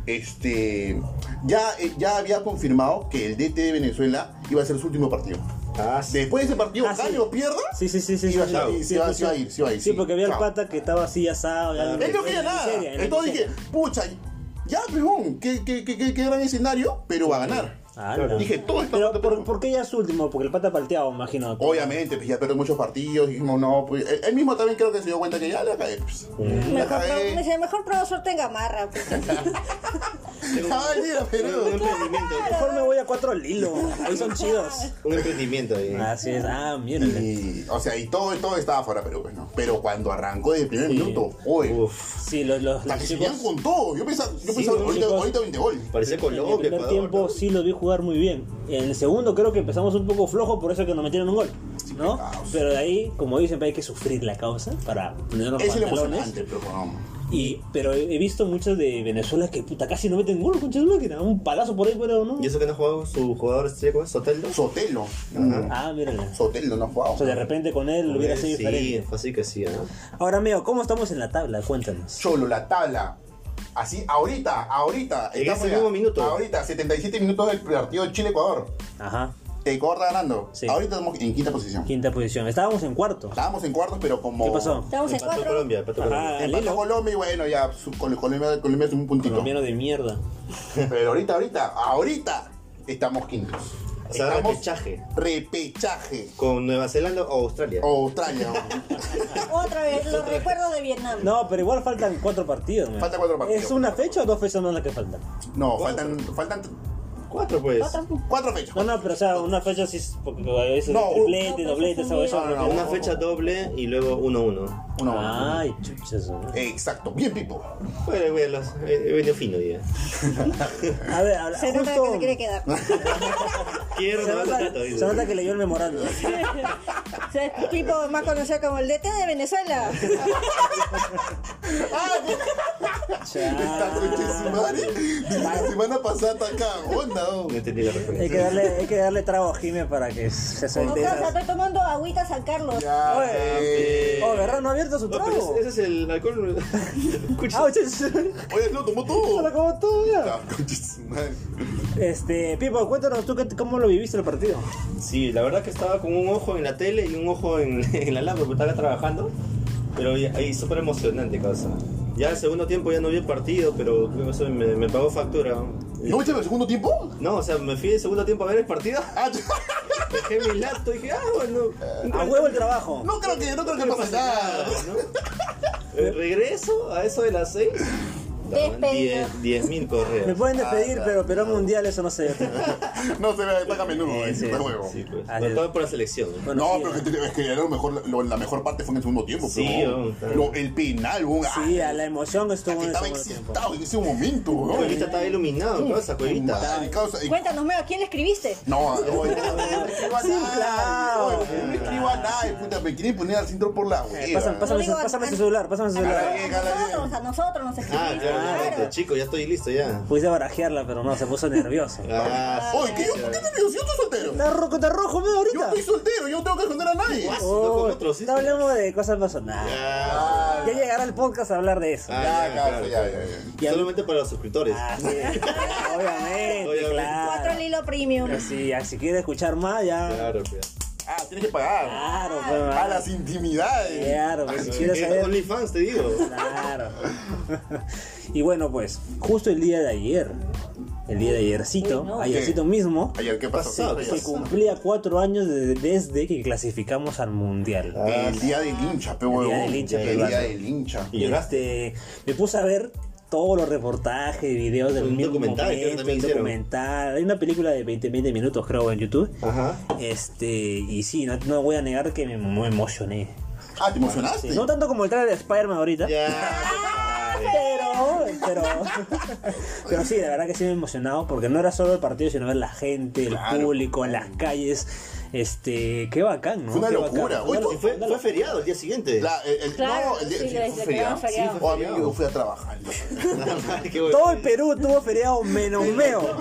[SPEAKER 1] este, ya, eh, ya había confirmado que el DT de Venezuela iba a ser su último partido.
[SPEAKER 4] Ah, sí.
[SPEAKER 1] Después de ese partido,
[SPEAKER 7] Ah, sí.
[SPEAKER 1] gane o pierda,
[SPEAKER 7] Sí, sí, sí, sí.
[SPEAKER 1] Iba
[SPEAKER 7] sí,
[SPEAKER 1] a-
[SPEAKER 7] sí,
[SPEAKER 1] y se va-
[SPEAKER 7] sí,
[SPEAKER 1] se va a ir, se va a ir,
[SPEAKER 7] Sí,
[SPEAKER 1] sí.
[SPEAKER 7] porque había el
[SPEAKER 1] Chao. Ah,
[SPEAKER 7] pata que estaba así asado. ya-
[SPEAKER 1] Él no
[SPEAKER 7] en-
[SPEAKER 1] quería
[SPEAKER 7] en
[SPEAKER 1] nada.
[SPEAKER 7] miseria, en
[SPEAKER 1] Entonces
[SPEAKER 7] miseria.
[SPEAKER 1] dije, pucha, ya, pejón, qué, qué, qué, qué- qué gran escenario, pero va a ganar.
[SPEAKER 7] Ala.
[SPEAKER 1] Dije, todo está
[SPEAKER 7] Ah, Pero,
[SPEAKER 1] contra
[SPEAKER 7] ¿por,
[SPEAKER 1] Perú.
[SPEAKER 7] ¿por qué ya es último? Porque el pata palteaba, imagino.
[SPEAKER 1] Obviamente, pues ya perdió muchos partidos, dijimos, no, pues él, él mismo también creo que se dio cuenta que ya le cagué. Pues. La
[SPEAKER 3] Mejor, pro- me
[SPEAKER 1] cagué.
[SPEAKER 3] dice, mejor prueba suerte en Gamarra. pues.
[SPEAKER 1] Ay, mira,
[SPEAKER 4] Un
[SPEAKER 1] Perú.
[SPEAKER 4] emprendimiento.
[SPEAKER 7] Mejor me voy a cuatro al hilo. Ahí son chidos.
[SPEAKER 4] Un emprendimiento ahí.
[SPEAKER 7] Así es. Ah, miren.
[SPEAKER 1] Y, o sea, y todo, todo estaba fuera de Perú, pues, ¿no? Pero cuando arrancó desde el primer
[SPEAKER 7] Sí.
[SPEAKER 1] minuto, oye,
[SPEAKER 4] Uf.
[SPEAKER 7] Sí, los, los,
[SPEAKER 1] la
[SPEAKER 7] los
[SPEAKER 1] que se
[SPEAKER 7] chicos.
[SPEAKER 1] veían con todo. Yo pensaba, yo
[SPEAKER 7] Sí,
[SPEAKER 1] pensaba
[SPEAKER 7] los
[SPEAKER 1] ahorita,
[SPEAKER 7] chicos-
[SPEAKER 1] ahorita 20 gol.
[SPEAKER 4] Parecía
[SPEAKER 7] En el
[SPEAKER 4] Colombia,
[SPEAKER 7] primer
[SPEAKER 4] Ecuador.
[SPEAKER 7] tiempo
[SPEAKER 4] ¿no?
[SPEAKER 7] sí los vi jugar muy bien. En el segundo creo que empezamos un poco flojo, por eso que nos metieron un gol. ¿no?
[SPEAKER 1] pecados.
[SPEAKER 7] Pero de ahí, como dicen, hay que sufrir la causa para poner los
[SPEAKER 1] Es el
[SPEAKER 7] pantalones.
[SPEAKER 1] emocionante, pero no.
[SPEAKER 7] Y, pero he he visto muchos de Venezuela que puta casi no meten gol, concha de su máquina. Un palazo por ahí, pero no.
[SPEAKER 4] ¿Y eso que no ha jugado su jugador estrella, ¿cómo es? Soteldo?
[SPEAKER 1] Sotelo. mm,
[SPEAKER 7] Ah, mírenlo.
[SPEAKER 1] Sotelo no ha jugado.
[SPEAKER 7] O sea, de repente con él hubiera
[SPEAKER 4] Sí,
[SPEAKER 7] sido diferente.
[SPEAKER 4] fácil que sí, ¿ah? ¿no?
[SPEAKER 7] Ahora, amigo, ¿cómo estamos en la tabla? Cuéntanos.
[SPEAKER 1] Cholo, la tabla. Así, ahorita, ahorita.
[SPEAKER 4] En
[SPEAKER 1] estamos
[SPEAKER 4] ese
[SPEAKER 1] ya-
[SPEAKER 4] mismo minuto.
[SPEAKER 1] Ahorita, 77 minutos del partido Chile-Ecuador.
[SPEAKER 7] Ajá.
[SPEAKER 1] Ecuador está ganando.
[SPEAKER 7] Sí.
[SPEAKER 1] Ahorita estamos en quinta posición.
[SPEAKER 7] Quinta posición. Estábamos en cuarto.
[SPEAKER 1] Estábamos en cuartos, pero como.
[SPEAKER 7] ¿Qué pasó?
[SPEAKER 3] Estamos en
[SPEAKER 4] Empató
[SPEAKER 3] cuatro.
[SPEAKER 4] Colombia, empató
[SPEAKER 7] Ajá.
[SPEAKER 4] Colombia.
[SPEAKER 1] Empató
[SPEAKER 7] Lilo.
[SPEAKER 1] Colombia y bueno, ya su- con el Colombia, Colombia es un puntito.
[SPEAKER 7] Colombiano de mierda.
[SPEAKER 1] Pero ahorita, ahorita, ahorita estamos quintos.
[SPEAKER 4] O sea,
[SPEAKER 1] estamos
[SPEAKER 4] repechaje.
[SPEAKER 1] Repechaje.
[SPEAKER 4] Con Nueva Zelanda o Australia.
[SPEAKER 1] O
[SPEAKER 7] Oh.
[SPEAKER 1] Australia.
[SPEAKER 3] Otra vez, los recuerdos de Vietnam.
[SPEAKER 7] No, pero igual faltan cuatro partidos. man.
[SPEAKER 1] Faltan cuatro partidos.
[SPEAKER 7] ¿Es una fecha o dos fechas más las que faltan?
[SPEAKER 1] no, faltan, faltan
[SPEAKER 4] Cuatro, pues.
[SPEAKER 3] Otra.
[SPEAKER 1] cuatro fechas.
[SPEAKER 7] No, no, pero o sea, una fecha sí es porque a veces
[SPEAKER 1] No,
[SPEAKER 7] triplete,
[SPEAKER 3] no,
[SPEAKER 7] doblete,
[SPEAKER 3] no,
[SPEAKER 7] eso, eso.
[SPEAKER 1] no, no, no.
[SPEAKER 4] Una fecha doble y luego uno uno.
[SPEAKER 1] Uno, uno.
[SPEAKER 7] Ay, chuchas. man.
[SPEAKER 1] Exacto. Bien, Pipo.
[SPEAKER 4] Bueno, güey, los- he, he venido fino hoy día.
[SPEAKER 7] A ver, a-
[SPEAKER 3] Se nota
[SPEAKER 7] justo-
[SPEAKER 3] que se quiere quedar.
[SPEAKER 4] Quiero
[SPEAKER 7] se
[SPEAKER 4] dar
[SPEAKER 7] nota-
[SPEAKER 4] contrato, dice.
[SPEAKER 7] se nota que leyó el memorándum.
[SPEAKER 3] Se- tipo más conocido como el DT de Venezuela.
[SPEAKER 1] ¡Ah!
[SPEAKER 7] Ah.
[SPEAKER 1] Esta conchesimare. Desde La semana pasada está cagona. ¿no?
[SPEAKER 4] No entendí la
[SPEAKER 7] Hay
[SPEAKER 4] referencia.
[SPEAKER 7] que darle, hay que darle trago a Jime para que se
[SPEAKER 3] No,
[SPEAKER 7] suelte.
[SPEAKER 3] o sea,
[SPEAKER 7] esas-
[SPEAKER 3] estoy tomando agüita San Carlos.
[SPEAKER 1] Ya,
[SPEAKER 7] Oye.
[SPEAKER 1] eh.
[SPEAKER 7] Oh, ¿verdad? ¿No ha abierto su
[SPEAKER 4] No, Ah, pero
[SPEAKER 7] trago?
[SPEAKER 4] ese- ese es el alcohol. Escucha.
[SPEAKER 7] Ah, chuchas.
[SPEAKER 1] Oye, lo tomó todo.
[SPEAKER 7] Hola, ¿cómo tú, ya?
[SPEAKER 1] Ah, conchesimare.
[SPEAKER 7] Este, Pipo, cuéntanos tú qué- cómo lo viviste el partido.
[SPEAKER 4] Sí, la verdad que estaba con un ojo en la tele y un ojo en, en la lámpara porque estaba trabajando. Pero ya- ahí súper emocionante, cosa. Ya el segundo tiempo ya no vi el partido, pero creo que eso me, me pagó factura.
[SPEAKER 1] ¿No viste el segundo tiempo?
[SPEAKER 4] No, o sea, me fui el segundo tiempo a ver el partido.
[SPEAKER 1] Ah,
[SPEAKER 4] Dejé mi laptop y dije, ah, bueno.
[SPEAKER 7] A huevo el trabajo.
[SPEAKER 1] no creo que, no creo que
[SPEAKER 4] no
[SPEAKER 1] pase
[SPEAKER 4] pasa
[SPEAKER 1] nada.
[SPEAKER 4] nada, ¿no? Eh, Regreso a eso de las 6.
[SPEAKER 3] Despedido.
[SPEAKER 4] 10.000
[SPEAKER 7] Me
[SPEAKER 4] correos.
[SPEAKER 7] pueden
[SPEAKER 1] Ah,
[SPEAKER 7] despedir, pero Perón Mundial eso no se
[SPEAKER 1] No se ve, paga menudo,
[SPEAKER 7] Sí,
[SPEAKER 1] eh,
[SPEAKER 7] sí,
[SPEAKER 1] está huevo.
[SPEAKER 4] Sí, pues.
[SPEAKER 7] Ah,
[SPEAKER 4] Pero
[SPEAKER 7] sí.
[SPEAKER 4] todo por la selección. ¿no?
[SPEAKER 7] Bueno,
[SPEAKER 1] no,
[SPEAKER 7] sí,
[SPEAKER 1] pero que, te- es que ya lo mejor, lo- la mejor parte fue en el segundo tiempo.
[SPEAKER 4] Sí,
[SPEAKER 1] pero,
[SPEAKER 4] oh, claro.
[SPEAKER 1] lo- el penal, weón.
[SPEAKER 7] Sí,
[SPEAKER 1] ah,
[SPEAKER 7] a la emoción estuvo en el
[SPEAKER 1] estaba
[SPEAKER 7] segundo tiempo.
[SPEAKER 1] excitado en ese momento, weón.
[SPEAKER 4] Cuevita estaba iluminado, cosa, Cuevita.
[SPEAKER 1] Madre, causa- y-
[SPEAKER 3] Cuéntanos, Meo, ¿a quién le escribiste?
[SPEAKER 1] No, no, no, no, no me escribo a
[SPEAKER 7] Sí, claro.
[SPEAKER 1] nadie. oye, No me escribo a nadie, puta. Me quieren poner al síndrome por la
[SPEAKER 7] Eh,
[SPEAKER 1] hueva.
[SPEAKER 7] pásame, pásame,
[SPEAKER 3] Rodrigo,
[SPEAKER 7] su- pásame su
[SPEAKER 3] an-
[SPEAKER 7] celular, pásame su
[SPEAKER 3] A
[SPEAKER 7] celular.
[SPEAKER 1] Gala bien, gala
[SPEAKER 3] nosotros,
[SPEAKER 1] bien.
[SPEAKER 3] a nosotros nos
[SPEAKER 4] Ah, claro,
[SPEAKER 3] escribiste. claro.
[SPEAKER 4] chico, ya estoy listo ya.
[SPEAKER 7] Pudiste barajearla, pero no, se puso nervioso.
[SPEAKER 4] Ah,
[SPEAKER 1] Oye, ¿qué, yo, ¿por qué te digo? Si yo estoy soltero.
[SPEAKER 7] Está rojo, está rojo, veo
[SPEAKER 1] Yo
[SPEAKER 7] ahorita.
[SPEAKER 1] estoy soltero, yo no tengo que esconder a nadie.
[SPEAKER 4] no con
[SPEAKER 7] Oh,
[SPEAKER 4] otros, ¿sí?
[SPEAKER 7] no hablemos de cosas personales.
[SPEAKER 4] Ah,
[SPEAKER 1] Ah,
[SPEAKER 7] Ya llegará el podcast a hablar de eso.
[SPEAKER 4] ah,
[SPEAKER 1] Ya,
[SPEAKER 4] ya,
[SPEAKER 1] causa,
[SPEAKER 4] claro,
[SPEAKER 1] ya,
[SPEAKER 4] claro.
[SPEAKER 1] ya, ya.
[SPEAKER 7] Y a-
[SPEAKER 4] Solamente para los suscriptores.
[SPEAKER 7] Ah, sí. Obviamente,
[SPEAKER 4] Obviamente.
[SPEAKER 3] Cuatro
[SPEAKER 7] claro.
[SPEAKER 3] Lilo Premium.
[SPEAKER 7] Pero si, ya, si quiere escuchar más, ya.
[SPEAKER 4] Claro, pues.
[SPEAKER 1] Ah, tienes que pagar.
[SPEAKER 7] Claro,
[SPEAKER 1] A
[SPEAKER 7] pues,
[SPEAKER 1] las intimidades.
[SPEAKER 7] claro, pues, si quieres
[SPEAKER 4] Eh,
[SPEAKER 7] saber.
[SPEAKER 4] OnlyFans, te digo.
[SPEAKER 7] Claro. y bueno, pues, justo el día de ayer, el día de ayercito, ayercito mismo,
[SPEAKER 1] Ayer, ¿qué pasó?
[SPEAKER 4] Pasado,
[SPEAKER 1] ¿Qué
[SPEAKER 4] ¿qué
[SPEAKER 7] se
[SPEAKER 1] pasó?
[SPEAKER 7] cumplía cuatro años de- desde que clasificamos al mundial.
[SPEAKER 4] Ah,
[SPEAKER 1] El día del hincha, pe
[SPEAKER 7] El
[SPEAKER 1] huevón.
[SPEAKER 7] día del hincha
[SPEAKER 1] El
[SPEAKER 7] peruano.
[SPEAKER 1] día del hincha.
[SPEAKER 4] ¿Y lloraste?
[SPEAKER 7] Este, me puse a ver todos los reportajes, videos del
[SPEAKER 4] Un
[SPEAKER 7] mismo
[SPEAKER 4] documental, creo que
[SPEAKER 7] momento,
[SPEAKER 4] también
[SPEAKER 7] el
[SPEAKER 4] hicieron.
[SPEAKER 7] documental. Hay una película de 20, 20 minutos,
[SPEAKER 4] Ah.
[SPEAKER 7] creo, en YouTube.
[SPEAKER 4] Ajá.
[SPEAKER 7] Este, y sí, no, no voy a negar que me, me emocioné.
[SPEAKER 1] Ah, te emocionaste.
[SPEAKER 7] No tanto como el trailer de Spider-Man ahorita.
[SPEAKER 4] Ya.
[SPEAKER 7] Pero, pero, pero sí, la verdad que sí me he emocionado porque no era solo el partido, sino ver la gente, el
[SPEAKER 1] Claro.
[SPEAKER 7] público, en las calles. Este, qué bacán, ¿no?
[SPEAKER 1] Fue una
[SPEAKER 7] Qué bacán.
[SPEAKER 1] locura. Oye,
[SPEAKER 4] Y fue, fue feriado el día siguiente.
[SPEAKER 1] La- el, el-
[SPEAKER 3] Claro,
[SPEAKER 1] no, el día-
[SPEAKER 3] sí,
[SPEAKER 1] sí,
[SPEAKER 3] lo-
[SPEAKER 1] fue
[SPEAKER 3] lo
[SPEAKER 1] feriado.
[SPEAKER 3] quedaron feriado.
[SPEAKER 4] Sí, fue
[SPEAKER 1] Oh, amigo,
[SPEAKER 4] feriado.
[SPEAKER 1] yo fui a trabajar.
[SPEAKER 4] Qué bueno.
[SPEAKER 7] Todo el Perú tuvo feriado menos Meo.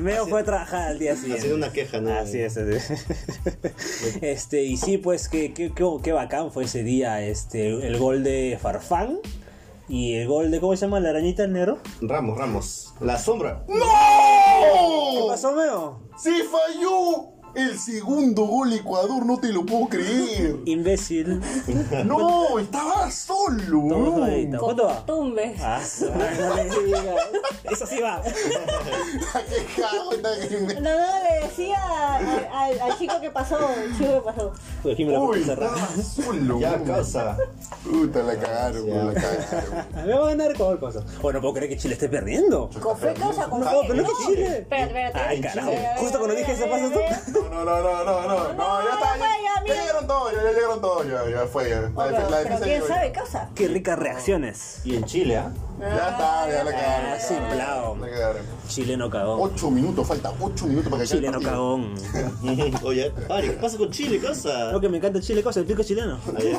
[SPEAKER 7] Meo fue a trabajar al día siguiente.
[SPEAKER 4] Haciendo una queja, ¿no?
[SPEAKER 7] Así es, así es. Este, y sí, pues, qué, qué, qué, qué bacán fue ese día. Este, el gol de Farfán y el gol de, ¿cómo se llama? La arañita del negro.
[SPEAKER 4] Ramos, Ramos. La sombra.
[SPEAKER 7] ¿Qué
[SPEAKER 1] ¡No!
[SPEAKER 7] pasó, Meo?
[SPEAKER 1] ¡Sí falló! El segundo gol Ecuador, no te lo puedo creer.
[SPEAKER 7] Imbécil.
[SPEAKER 1] No, estaba solo.
[SPEAKER 7] Todo
[SPEAKER 1] weón.
[SPEAKER 7] ahí, todo. ¿Cuánto va?
[SPEAKER 3] Tumbe.
[SPEAKER 7] Ah, su madre, no le digas. Eso sí va.
[SPEAKER 1] Qué cago en la-
[SPEAKER 3] No, no, le decía al, al- al chico que pasó, el chico que pasó.
[SPEAKER 7] Pues aquí me la
[SPEAKER 1] Uy,
[SPEAKER 7] puse cerrada.
[SPEAKER 1] estaba solo.
[SPEAKER 4] Ya,
[SPEAKER 1] weón.
[SPEAKER 4] causa.
[SPEAKER 1] Puta, la cagaron,
[SPEAKER 4] Ya.
[SPEAKER 1] weón, la cagaron.
[SPEAKER 7] Me va a ganar cualquier cosa. Bueno, Oh, puedo creer que Chile esté perdiendo.
[SPEAKER 3] Cofé cosa, cofé.
[SPEAKER 7] No, pero no que Chile.
[SPEAKER 3] Espérate, espérate.
[SPEAKER 7] Ay, carajo. Justo cuando dije eso, pasas tú.
[SPEAKER 1] No, no, no, no, no, no, no, ya
[SPEAKER 3] ya
[SPEAKER 1] está,
[SPEAKER 3] fue, ya,
[SPEAKER 1] ya,
[SPEAKER 3] mira.
[SPEAKER 1] ya llegaron todos, ya, ya llegaron todos, ya, ya fue, ya. La
[SPEAKER 3] Pero,
[SPEAKER 1] defensa- la
[SPEAKER 3] pero
[SPEAKER 1] defensa
[SPEAKER 3] quién
[SPEAKER 1] llegó ya.
[SPEAKER 3] sabe, cosa.
[SPEAKER 7] Qué ricas reacciones.
[SPEAKER 4] Y en Chile, ¿ah?
[SPEAKER 1] Ya está, ya la
[SPEAKER 7] Ah,
[SPEAKER 1] cagaron.
[SPEAKER 7] simplao.
[SPEAKER 1] La cagaron.
[SPEAKER 7] Chileno cagón.
[SPEAKER 1] Ocho minutos, falta ocho minutos para que acabe el
[SPEAKER 7] Chileno
[SPEAKER 1] partido.
[SPEAKER 7] cagón.
[SPEAKER 4] Oye, Ari, ¿qué pasa con Chile, causa?
[SPEAKER 7] Lo que me encanta de Chile, cosa, el pico chileno.
[SPEAKER 4] Ahí,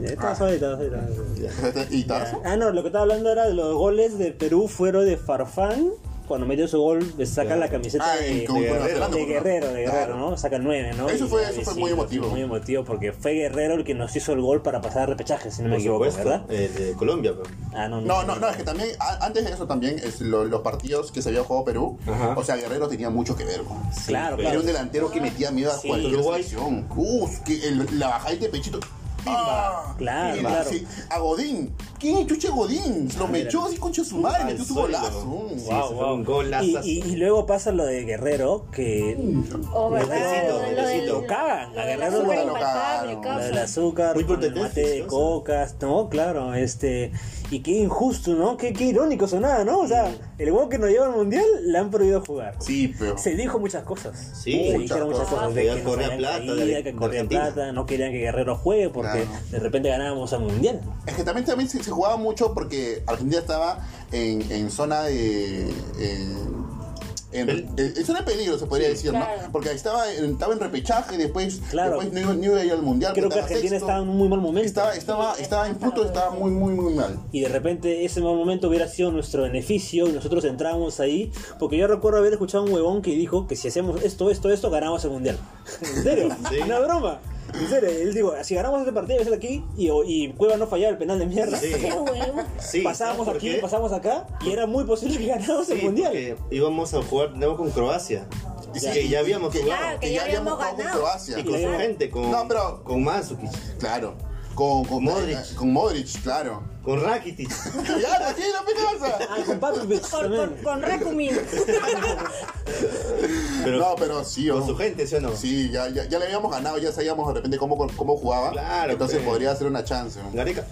[SPEAKER 7] Ya, Está
[SPEAKER 1] Ah.
[SPEAKER 7] suavecito, está suavecito.
[SPEAKER 1] ¿Y Tarso?
[SPEAKER 7] Ah, no, lo que estaba hablando era de los goles de Perú fueron de Farfán. Cuando metió su gol, le saca la camiseta
[SPEAKER 1] Ah,
[SPEAKER 7] de,
[SPEAKER 1] en- con-
[SPEAKER 7] de-
[SPEAKER 1] con Nueva Zelanda,
[SPEAKER 7] de
[SPEAKER 1] con-
[SPEAKER 7] Guerrero, de Guerrero,
[SPEAKER 1] Claro.
[SPEAKER 7] ¿no? Saca nueve, ¿no?
[SPEAKER 1] Eso
[SPEAKER 7] Y-
[SPEAKER 1] fue- eso
[SPEAKER 7] y
[SPEAKER 1] fue
[SPEAKER 7] sí,
[SPEAKER 1] muy emotivo.
[SPEAKER 7] Muy emotivo porque fue Guerrero el que nos hizo el gol para pasar a repechaje, si no me
[SPEAKER 4] Por
[SPEAKER 7] equivoco, ¿verdad?
[SPEAKER 4] supuesto. eh, de Colombia, pero.
[SPEAKER 7] Ah, no,
[SPEAKER 1] No, no, no, es que también, a- antes de eso también, es lo- los partidos que se había jugado Perú,
[SPEAKER 4] Ajá.
[SPEAKER 1] o sea, Guerrero tenía mucho que ver. weón.
[SPEAKER 7] Claro,
[SPEAKER 1] Era
[SPEAKER 7] claro.
[SPEAKER 1] un delantero que metía miedo a
[SPEAKER 7] Sí,
[SPEAKER 1] cualquier
[SPEAKER 4] Uruguay.
[SPEAKER 1] selección. Uf, que el- la bajada de pechito. ¡Ah!
[SPEAKER 7] Claro,
[SPEAKER 1] Pimba,
[SPEAKER 7] claro. Ah,
[SPEAKER 1] sí. A Godín. ¿Quién es Chuche Godín? Lo metió así concha su madre,
[SPEAKER 4] Al
[SPEAKER 1] metió su
[SPEAKER 4] suelo.
[SPEAKER 1] golazo.
[SPEAKER 4] Ah, Sí, se
[SPEAKER 7] Wow,
[SPEAKER 4] fue
[SPEAKER 7] wow.
[SPEAKER 4] un golazo.
[SPEAKER 7] Y, y- y luego pasa lo de Guerrero, que
[SPEAKER 1] Mm.
[SPEAKER 3] Oh, verdad,
[SPEAKER 4] Necesito,
[SPEAKER 3] lo del-
[SPEAKER 4] necesito.
[SPEAKER 3] del-
[SPEAKER 7] Cagan,
[SPEAKER 3] lo del
[SPEAKER 7] agarraron
[SPEAKER 3] azúcar
[SPEAKER 1] lo-
[SPEAKER 3] impalpable,
[SPEAKER 1] lo-
[SPEAKER 7] lo
[SPEAKER 3] cosa.
[SPEAKER 7] del azúcar,
[SPEAKER 4] Muy
[SPEAKER 7] con el
[SPEAKER 4] protestante,
[SPEAKER 7] mate de
[SPEAKER 4] ¿no?
[SPEAKER 7] cocas, no, claro, este, y qué injusto, ¿no? Qué, qué irónico sonaba, ¿no? O sea, el huevo que nos lleva al mundial le han prohibido jugar.
[SPEAKER 1] Sí, pero.
[SPEAKER 7] Se dijo muchas cosas.
[SPEAKER 4] Sí,
[SPEAKER 7] se
[SPEAKER 4] muchas
[SPEAKER 7] dijeron muchas
[SPEAKER 1] cosas.
[SPEAKER 7] cosas. De
[SPEAKER 4] Que
[SPEAKER 7] que
[SPEAKER 4] corría plata,
[SPEAKER 7] no plata,
[SPEAKER 4] de-
[SPEAKER 7] que
[SPEAKER 4] de
[SPEAKER 7] corría
[SPEAKER 4] Argentina.
[SPEAKER 7] plata, no querían que Guerrero juegue porque
[SPEAKER 1] Claro.
[SPEAKER 7] de repente ganábamos al mundial.
[SPEAKER 1] Es que también, también se, se jugaba mucho porque Argentina estaba en, en zona de. en- en,
[SPEAKER 4] Pel-
[SPEAKER 1] en- en zona de peligro, se podría decir,
[SPEAKER 3] claro.
[SPEAKER 1] ¿no? Porque estaba, en- estaba en repechaje, después,
[SPEAKER 7] Claro.
[SPEAKER 1] después no, iba, no iba a ir al mundial.
[SPEAKER 7] Creo
[SPEAKER 1] porque
[SPEAKER 7] que Argentina
[SPEAKER 1] sexto.
[SPEAKER 7] estaba en un muy mal momento.
[SPEAKER 1] Estaba, estaba, estaba en punto, estaba muy, muy, muy mal.
[SPEAKER 7] y de repente ese mal momento hubiera sido nuestro beneficio y nosotros entrábamos ahí porque yo recuerdo haber escuchado a un huevón que dijo que si hacemos esto, esto, esto, ganamos el mundial. ¿En serio?
[SPEAKER 4] Sí.
[SPEAKER 7] Una broma. En serio, él dijo, si ganamos este partido, es aquí y, y Cueva no fallaba el penal de mierda.
[SPEAKER 4] Sí.
[SPEAKER 3] Qué huevo.
[SPEAKER 4] Sí,
[SPEAKER 7] pasábamos
[SPEAKER 4] ¿sabes por
[SPEAKER 7] aquí,
[SPEAKER 4] qué?
[SPEAKER 7] pasábamos acá y era muy posible que ganáramos el
[SPEAKER 4] Sí,
[SPEAKER 7] mundial.
[SPEAKER 4] porque íbamos a jugar de nuevo con Croacia. Y
[SPEAKER 1] Ya.
[SPEAKER 4] que ya habíamos
[SPEAKER 1] Que-
[SPEAKER 4] jugado.
[SPEAKER 3] Claro, que
[SPEAKER 1] que
[SPEAKER 3] ya
[SPEAKER 1] ya
[SPEAKER 3] habíamos
[SPEAKER 1] habíamos jugado con
[SPEAKER 3] ganado.
[SPEAKER 1] Croacia.
[SPEAKER 4] Y con su
[SPEAKER 7] Claro.
[SPEAKER 4] gente, con,
[SPEAKER 1] No, pero-
[SPEAKER 4] con Mandzukic,
[SPEAKER 1] Claro. Con, con
[SPEAKER 4] Modric.
[SPEAKER 1] Con Modric, claro.
[SPEAKER 4] con Rakitic.
[SPEAKER 1] ya, tranquilo, ¿qué
[SPEAKER 7] Ah,
[SPEAKER 1] pasa?
[SPEAKER 7] con Papovic
[SPEAKER 3] Con,
[SPEAKER 7] también.
[SPEAKER 3] con, con Rakumin.
[SPEAKER 4] Pero
[SPEAKER 1] no, pero sí,
[SPEAKER 4] con
[SPEAKER 1] oh.
[SPEAKER 4] su gente, ¿sí o no?
[SPEAKER 1] Sí, ya, ya, ya le habíamos ganado, ya sabíamos de repente cómo, cómo jugaba.
[SPEAKER 4] Claro,
[SPEAKER 1] Entonces
[SPEAKER 4] pues.
[SPEAKER 1] podría ser una chance. ¿no?
[SPEAKER 4] Gareca.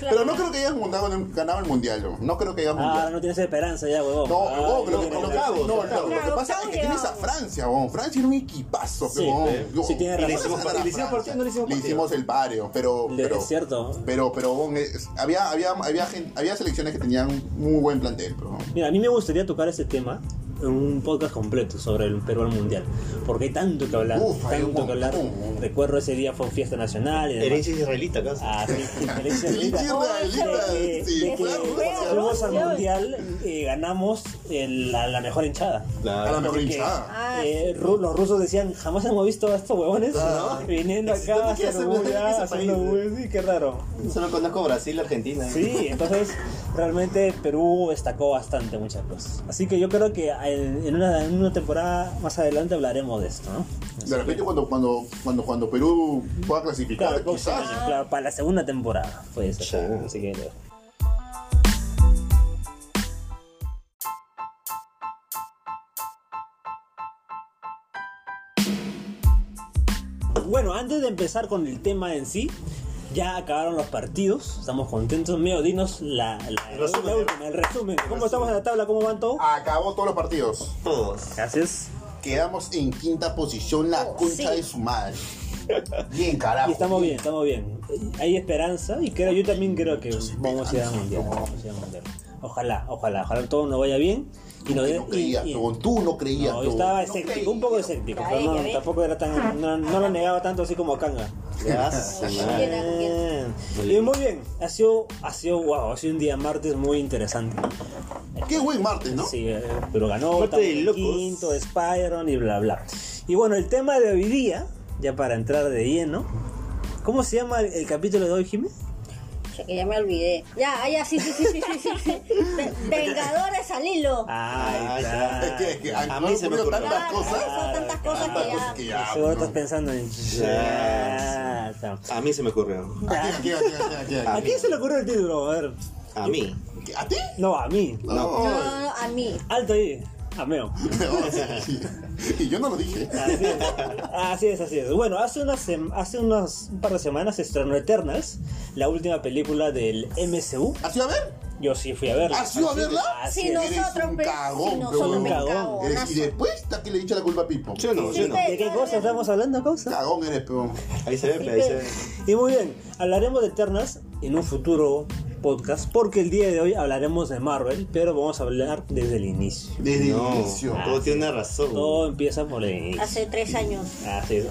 [SPEAKER 1] Pero no creo que hayas ganado, el- ganado el mundial, ¿no? No creo que hayas
[SPEAKER 7] Ah,
[SPEAKER 1] mundial.
[SPEAKER 7] no tienes esperanza ya, huevón.
[SPEAKER 1] No,
[SPEAKER 7] Ah,
[SPEAKER 1] no,
[SPEAKER 7] no
[SPEAKER 1] lo,
[SPEAKER 7] tienes
[SPEAKER 1] lo-
[SPEAKER 7] esperanza.
[SPEAKER 4] octavos,
[SPEAKER 1] no, lo- lo que
[SPEAKER 3] octavos.
[SPEAKER 1] pasa es que tienes a Francia, bon. Francia era un equipazo,
[SPEAKER 7] Sí, eh,
[SPEAKER 1] bon.
[SPEAKER 7] sí, tiene razón.
[SPEAKER 1] ¿cómo vas a ganar a
[SPEAKER 4] ¿Le hicimos
[SPEAKER 1] Francia?
[SPEAKER 4] partido o no le hicimos partido?
[SPEAKER 1] hicimos el barrio, pero.
[SPEAKER 7] Le-
[SPEAKER 1] pero
[SPEAKER 7] es cierto.
[SPEAKER 1] Pero, pero, bon, es- había, había, había, gen- había selecciones que tenían muy buen plantel, pero.
[SPEAKER 7] Mira, a mí me gustaría tocar ese tema en un podcast completo sobre el Perú al Mundial. Porque hay tanto que hablar,
[SPEAKER 1] Uf, hay un
[SPEAKER 7] tanto que hablar.
[SPEAKER 1] montón.
[SPEAKER 7] Recuerdo ese día fue fiesta nacional y demás.
[SPEAKER 4] Herencia israelita, casi.
[SPEAKER 7] Ah, sí, herencia
[SPEAKER 1] El hincha
[SPEAKER 7] israelita.
[SPEAKER 1] israelita,
[SPEAKER 7] De que-
[SPEAKER 1] sí,
[SPEAKER 7] de que
[SPEAKER 1] fue a Rusia.
[SPEAKER 7] fuimos al
[SPEAKER 3] Rusia.
[SPEAKER 7] mundial eh, ganamos el- la, la mejor hinchada.
[SPEAKER 1] A la mejor
[SPEAKER 7] Porque,
[SPEAKER 1] hinchada.
[SPEAKER 3] Ah,
[SPEAKER 7] eh, ru- los rusos decían, jamás hemos visto a estos huevones
[SPEAKER 1] Ah.
[SPEAKER 7] viniendo
[SPEAKER 4] Existe
[SPEAKER 7] acá a
[SPEAKER 4] que
[SPEAKER 7] hacer
[SPEAKER 4] hacer una tele que
[SPEAKER 7] bulla,
[SPEAKER 4] se
[SPEAKER 7] haciendo
[SPEAKER 4] parece.
[SPEAKER 7] bulla, sí, qué raro.
[SPEAKER 4] Solo conozco Brasil, Argentina.
[SPEAKER 7] Sí, entonces realmente Perú destacó bastante muchas cosas. Así que yo creo que en en una, en una temporada más adelante hablaremos de esto, ¿no?
[SPEAKER 1] De repente cuando, cuando, cuando, cuando Perú pueda clasificar,
[SPEAKER 7] Claro, próximo
[SPEAKER 1] quizás.
[SPEAKER 7] año, claro, para la segunda temporada puede ser.
[SPEAKER 4] Ya.
[SPEAKER 7] Así que Bueno, antes de empezar con el tema en sí, ya acabaron los partidos, estamos contentos. Medio dinos la, la-
[SPEAKER 4] El resumen. ¿eh?
[SPEAKER 7] la última, el resumen. ¿Cómo estamos en la tabla? ¿Cómo van todos?
[SPEAKER 1] Acabó todos los partidos.
[SPEAKER 4] Todos.
[SPEAKER 7] Gracias.
[SPEAKER 1] Quedamos en quinta posición, la
[SPEAKER 3] Oh,
[SPEAKER 1] concha
[SPEAKER 3] sí.
[SPEAKER 1] de su madre. Bien, carajo.
[SPEAKER 7] Y estamos bien, estamos bien. Hay esperanza y creo, yo también creo que vamos a ir al mundial. vamos a ir al mundial. Ojalá, ojalá, ojalá todo nos vaya bien. Y nos
[SPEAKER 1] Que
[SPEAKER 7] dé-
[SPEAKER 1] no
[SPEAKER 7] y-
[SPEAKER 1] creías,
[SPEAKER 7] ¿eh? y-
[SPEAKER 1] huevón, tú no creías.
[SPEAKER 7] No, yo
[SPEAKER 1] huevón.
[SPEAKER 7] estaba
[SPEAKER 1] No
[SPEAKER 7] escéptico, un poco
[SPEAKER 1] creías.
[SPEAKER 7] escéptico,
[SPEAKER 3] Ya
[SPEAKER 7] pero
[SPEAKER 3] ves,
[SPEAKER 7] no,
[SPEAKER 3] ya ves.
[SPEAKER 7] tampoco era tan, no, no lo negaba tanto así como Kanga.
[SPEAKER 4] Ya, su madre.
[SPEAKER 3] Bien, bien.
[SPEAKER 7] Bien. Y muy bien, ha sido, ha sido, wow, ha sido un día martes muy interesante.
[SPEAKER 1] Qué buen martes, ¿no?
[SPEAKER 7] Sí, eh, pero ganó
[SPEAKER 4] Aparte de
[SPEAKER 7] estamos en
[SPEAKER 4] locos.
[SPEAKER 7] quinto, Spider-Man y bla bla. Y bueno, el tema de hoy día, ya para entrar de lleno, ¿cómo se llama el, el capítulo de hoy, Jiménez?
[SPEAKER 3] O sea, que ya me olvidé. Ya, ah, ya, sí, sí, sí, sí, sí, sí, sí. Ve- Vengadores al hilo.
[SPEAKER 4] Ah,
[SPEAKER 7] Ahí
[SPEAKER 4] ya.
[SPEAKER 7] está.
[SPEAKER 1] Es que, es que
[SPEAKER 4] A
[SPEAKER 1] han
[SPEAKER 4] mí se me
[SPEAKER 1] ocurrido
[SPEAKER 4] ocurrió.
[SPEAKER 1] tantas
[SPEAKER 3] Claro,
[SPEAKER 1] cosas.
[SPEAKER 3] son tantas cosas
[SPEAKER 1] tantas
[SPEAKER 3] que
[SPEAKER 1] cosas
[SPEAKER 3] ya.
[SPEAKER 1] que ya.
[SPEAKER 7] Seguro
[SPEAKER 1] no.
[SPEAKER 7] estás pensando en.
[SPEAKER 4] Ya.
[SPEAKER 7] Ya, está.
[SPEAKER 4] A mí se me ocurrió.
[SPEAKER 1] Aquí, aquí, aquí, aquí, aquí.
[SPEAKER 7] ¿A quién se le ocurrió el título? A ver.
[SPEAKER 4] A mí.
[SPEAKER 1] ¿A ti?
[SPEAKER 7] No, a mí.
[SPEAKER 3] No,
[SPEAKER 1] pues.
[SPEAKER 3] no, no, a mí.
[SPEAKER 7] Alto ahí. A Meo.
[SPEAKER 1] No, sí, sí. Y yo no lo dije.
[SPEAKER 7] Así es, así es, así es. Bueno, hace, unas, sem- hace unas, un par de semanas se estrenó Eternals, la última película del MCU.
[SPEAKER 1] ¿Has ido a ver?
[SPEAKER 7] Yo ¿Ah, sí fui a verla.
[SPEAKER 1] ¿Has ido a verla?
[SPEAKER 7] Así
[SPEAKER 3] Sí,
[SPEAKER 7] es.
[SPEAKER 3] no.
[SPEAKER 1] Eres
[SPEAKER 3] Nosotros,
[SPEAKER 1] un
[SPEAKER 3] pe-
[SPEAKER 1] cagón,
[SPEAKER 3] sí,
[SPEAKER 1] pe,
[SPEAKER 3] nosotros,
[SPEAKER 1] huevón.
[SPEAKER 7] un cagón.
[SPEAKER 1] Eres- Eh, Y después, ¿a quién le he dicho la culpa a Pipo?
[SPEAKER 4] Yo no, yo no.
[SPEAKER 7] ¿De qué cosa estamos hablando, cosa?
[SPEAKER 1] Cagón eres, peón.
[SPEAKER 4] Ahí se ve, ahí se ve.
[SPEAKER 7] Y muy bien, hablaremos de Eternals en un futuro podcast, porque el día de hoy hablaremos de Marvel, pero vamos a hablar desde el inicio.
[SPEAKER 1] Desde
[SPEAKER 4] No,
[SPEAKER 1] el inicio.
[SPEAKER 7] Ah.
[SPEAKER 4] todo tiene una razón.
[SPEAKER 7] Todo empieza por el inicio.
[SPEAKER 3] Hace tres años.
[SPEAKER 7] Así es.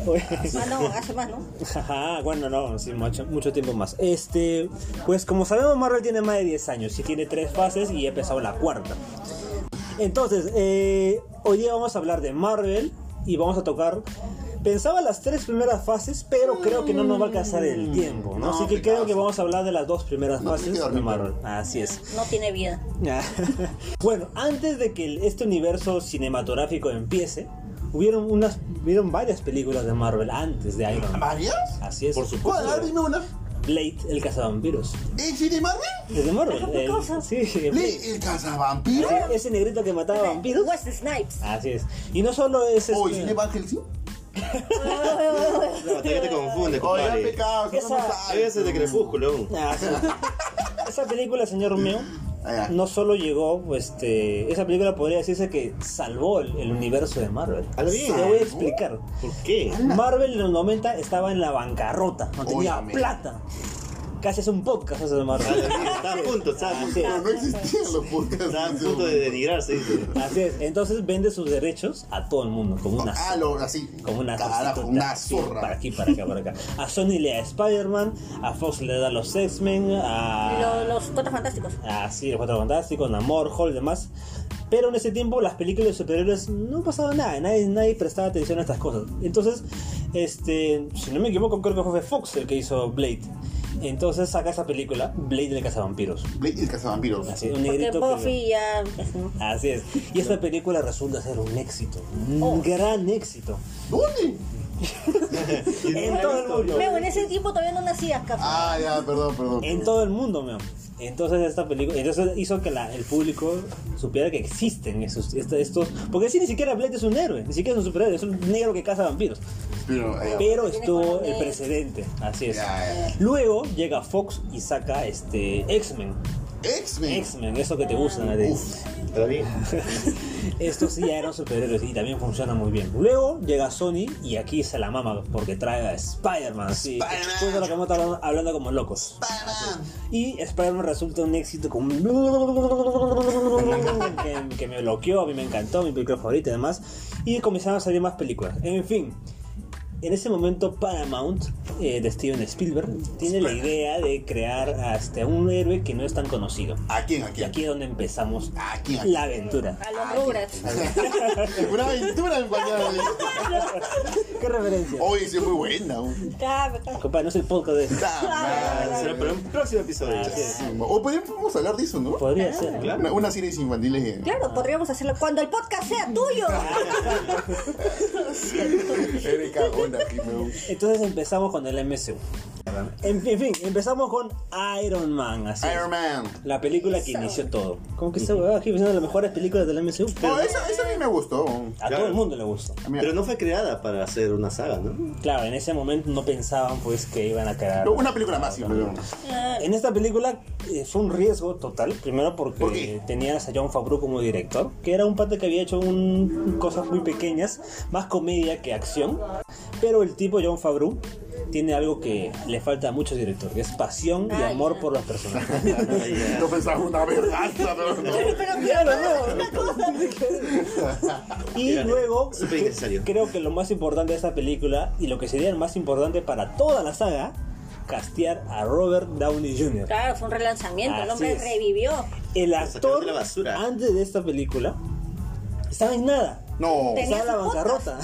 [SPEAKER 3] Ah, no, hace más, ¿no?
[SPEAKER 7] Ajá, bueno, no, sí, mucho, mucho tiempo más. Este, pues como sabemos, Marvel tiene más de 10 años y tiene tres fases y he empezado la cuarta. Entonces, eh, hoy día vamos a hablar de Marvel y vamos a tocar. Pensaba las tres primeras fases, pero creo que no nos va a alcanzar el tiempo, ¿no?
[SPEAKER 1] Mm, No,
[SPEAKER 7] Así que
[SPEAKER 1] te
[SPEAKER 7] creo
[SPEAKER 1] caso.
[SPEAKER 7] que vamos a hablar de las dos primeras
[SPEAKER 1] No,
[SPEAKER 7] fases
[SPEAKER 1] tienes que
[SPEAKER 7] de
[SPEAKER 1] dormir,
[SPEAKER 7] Marvel. Así es.
[SPEAKER 3] No tiene vida.
[SPEAKER 7] Ah. bueno, antes de que el- este universo cinematográfico empiece, hubieron unas, hubieron varias películas de Marvel antes de Iron Man.
[SPEAKER 1] ¿Varias?
[SPEAKER 7] Así es.
[SPEAKER 4] Por supuesto.
[SPEAKER 1] ¿Cuál? A ver, dime una.
[SPEAKER 7] Blade, el cazavampiros.
[SPEAKER 1] ¿En Cine Marvel?
[SPEAKER 7] Desde Marvel. el- Ah, sí, Blade.
[SPEAKER 1] Lee el cazavampiro.
[SPEAKER 7] Ese- Ese negrito que mataba vampiros.
[SPEAKER 3] West Snipes.
[SPEAKER 7] Así es. Y no solo es.
[SPEAKER 1] ¿O el
[SPEAKER 7] este-
[SPEAKER 1] Cine Van Helsing?
[SPEAKER 4] No, hasta que te confunde,
[SPEAKER 1] Oigan,
[SPEAKER 4] compadre.
[SPEAKER 1] pecados, que no
[SPEAKER 7] Esa-
[SPEAKER 1] me
[SPEAKER 4] Ahí
[SPEAKER 1] sale.
[SPEAKER 4] es el de Crepúsculo.
[SPEAKER 7] Ah, sí. Esa película, señor mío,
[SPEAKER 1] Ah, ya.
[SPEAKER 7] no solo llegó, pues, este, esa película podría decirse que salvó el, el universo de Marvel.
[SPEAKER 4] Ah, bien.
[SPEAKER 7] Te voy a explicar.
[SPEAKER 4] ¿Por qué?
[SPEAKER 7] Marvel en los 90 estaba en la bancarrota, no tenía
[SPEAKER 1] Óyeme.
[SPEAKER 7] plata. Casi hace un podcast hace de
[SPEAKER 4] Ah,
[SPEAKER 7] Marvel.
[SPEAKER 4] bien, Está a punto, está a punto.
[SPEAKER 7] Sí.
[SPEAKER 1] Pero no existían los podcasts.
[SPEAKER 4] Está a
[SPEAKER 1] ese
[SPEAKER 4] punto de
[SPEAKER 1] momento.
[SPEAKER 4] denigrarse, dice.
[SPEAKER 7] Así es. Entonces vende sus derechos a todo el mundo, como una
[SPEAKER 1] Ah, lo, así.
[SPEAKER 7] como una
[SPEAKER 1] Carajo,
[SPEAKER 7] prostituta.
[SPEAKER 1] una
[SPEAKER 7] Sí, Para
[SPEAKER 1] zorra.
[SPEAKER 7] aquí, para acá, para acá. A Sony le da Spider-Man, a Fox le da los X-Men,
[SPEAKER 3] Lo-
[SPEAKER 7] a.
[SPEAKER 3] los cuatro fantásticos.
[SPEAKER 7] a- sí, los Cuatro Fantásticos, Namor, Hall, demás. Pero en ese tiempo las películas de superhéroes no pasaba nada, nadie, nadie prestaba atención a estas cosas. Entonces, este, si no me equivoco, creo que fue Fox el que hizo Blade. Entonces saca esa película, Blade del Cazavampiros.
[SPEAKER 1] Blade el cazavampiros.
[SPEAKER 7] Así, un
[SPEAKER 3] Porque
[SPEAKER 7] negrito que-
[SPEAKER 3] Buffy ya. pues, ¿no?
[SPEAKER 7] Así es. Y esta película resulta ser un éxito, un
[SPEAKER 3] Oh.
[SPEAKER 7] gran éxito.
[SPEAKER 1] ¿Dónde?
[SPEAKER 7] En todo el mundo.
[SPEAKER 3] Meo, en ese tiempo todavía no nacías, café.
[SPEAKER 1] Ah, ya, perdón, perdón.
[SPEAKER 7] En todo el mundo, meo. Entonces esta película, entonces hizo que la- el público supiera que existen esos, est- estos, porque si ni siquiera Blade es un héroe, ni siquiera es un superhéroe, es un negro que caza vampiros.
[SPEAKER 1] Pero, eh,
[SPEAKER 7] Pero
[SPEAKER 3] Tiene
[SPEAKER 7] estuvo
[SPEAKER 3] colores.
[SPEAKER 7] el precedente, así es.
[SPEAKER 1] Ya,
[SPEAKER 7] Luego llega Fox y saca este X-Men,
[SPEAKER 1] X-Men.
[SPEAKER 7] X-Men, eso que te gusta. de-
[SPEAKER 1] Uf.
[SPEAKER 4] Está bien.
[SPEAKER 7] Estos sí ya eran superhéroes y también funciona muy bien. Luego llega Sony y aquí se la mama porque trae a Spider-Man, sí.
[SPEAKER 1] Spider-Man.
[SPEAKER 7] Justo lo que hemos estado hablando- hablando como locos. Y Spider-Man resulta un éxito con... que, que me bloqueó, a mí me encantó, mi película favorita y demás. Y comenzaron a salir más películas. En fin, en ese momento Paramount eh, de Steven Spielberg tiene la idea de crear hasta un héroe que no es tan conocido.
[SPEAKER 1] ¿A quién? ¿A
[SPEAKER 7] Y
[SPEAKER 1] quién?
[SPEAKER 7] aquí es donde empezamos
[SPEAKER 1] ¿A quién? ¿A quién?
[SPEAKER 7] la aventura.
[SPEAKER 3] A los Rugrats.
[SPEAKER 1] Una aventura en pañales.
[SPEAKER 7] ¿Qué referencia?
[SPEAKER 1] Oye, sí, es muy buena. un-
[SPEAKER 3] Ya, me cago.
[SPEAKER 7] Compadre, no es el podcast de...
[SPEAKER 3] Ah,
[SPEAKER 1] Ta madre.
[SPEAKER 4] Será para un próximo episodio.
[SPEAKER 7] Así es.
[SPEAKER 1] O podríamos hablar de eso, ¿no?
[SPEAKER 7] Podría ser. ¿no?
[SPEAKER 1] Una, una serie sin infantiles. eh.
[SPEAKER 3] Claro, podríamos hacerlo cuando el podcast sea tuyo.
[SPEAKER 1] Eres cagona, Jimeo.
[SPEAKER 7] Entonces empezamos con el MCU. mierda. En, en fin, empezamos con Iron Man. Así es.
[SPEAKER 1] Iron Man.
[SPEAKER 7] La película que inició todo. Como que esa huevada aquí es una de las mejores películas del MCU.
[SPEAKER 1] No, esa, esa a mí me gustó.
[SPEAKER 7] A
[SPEAKER 4] Claro.
[SPEAKER 7] todo el mundo le gustó.
[SPEAKER 1] A mí-
[SPEAKER 4] Pero no fue creada para hacer una saga, ¿no?
[SPEAKER 7] Claro, en ese momento no pensaban pues que iban a quedar.
[SPEAKER 1] No, una película más, sí, pero-
[SPEAKER 7] En esta película eh, fue un riesgo total, primero porque
[SPEAKER 1] ¿Por qué?
[SPEAKER 7] tenías a John Favreau como director, que era un pata que había hecho un- cosas muy pequeñas, más comedia que acción, pero el tipo John Favreau tiene algo que le falta a muchos directores, que es pasión y
[SPEAKER 3] Ah,
[SPEAKER 7] amor
[SPEAKER 3] ya.
[SPEAKER 7] por las personas.
[SPEAKER 1] No pensaba una vergüenza, pero no.
[SPEAKER 7] Y
[SPEAKER 4] Mira,
[SPEAKER 7] luego,
[SPEAKER 4] súper innecesario.
[SPEAKER 7] creo que lo más importante de esta película, y lo que sería el más importante para toda la saga, castear a Robert Downey Jr.
[SPEAKER 3] Claro, fue un relanzamiento, el
[SPEAKER 7] Así
[SPEAKER 3] hombre
[SPEAKER 7] es.
[SPEAKER 3] revivió.
[SPEAKER 7] El
[SPEAKER 4] sacaron
[SPEAKER 7] actor,
[SPEAKER 4] de la basura.
[SPEAKER 7] antes de esta película, estaba en nada.
[SPEAKER 1] No.
[SPEAKER 3] Tenía
[SPEAKER 7] Estaba en la
[SPEAKER 3] sus
[SPEAKER 7] bancarrota.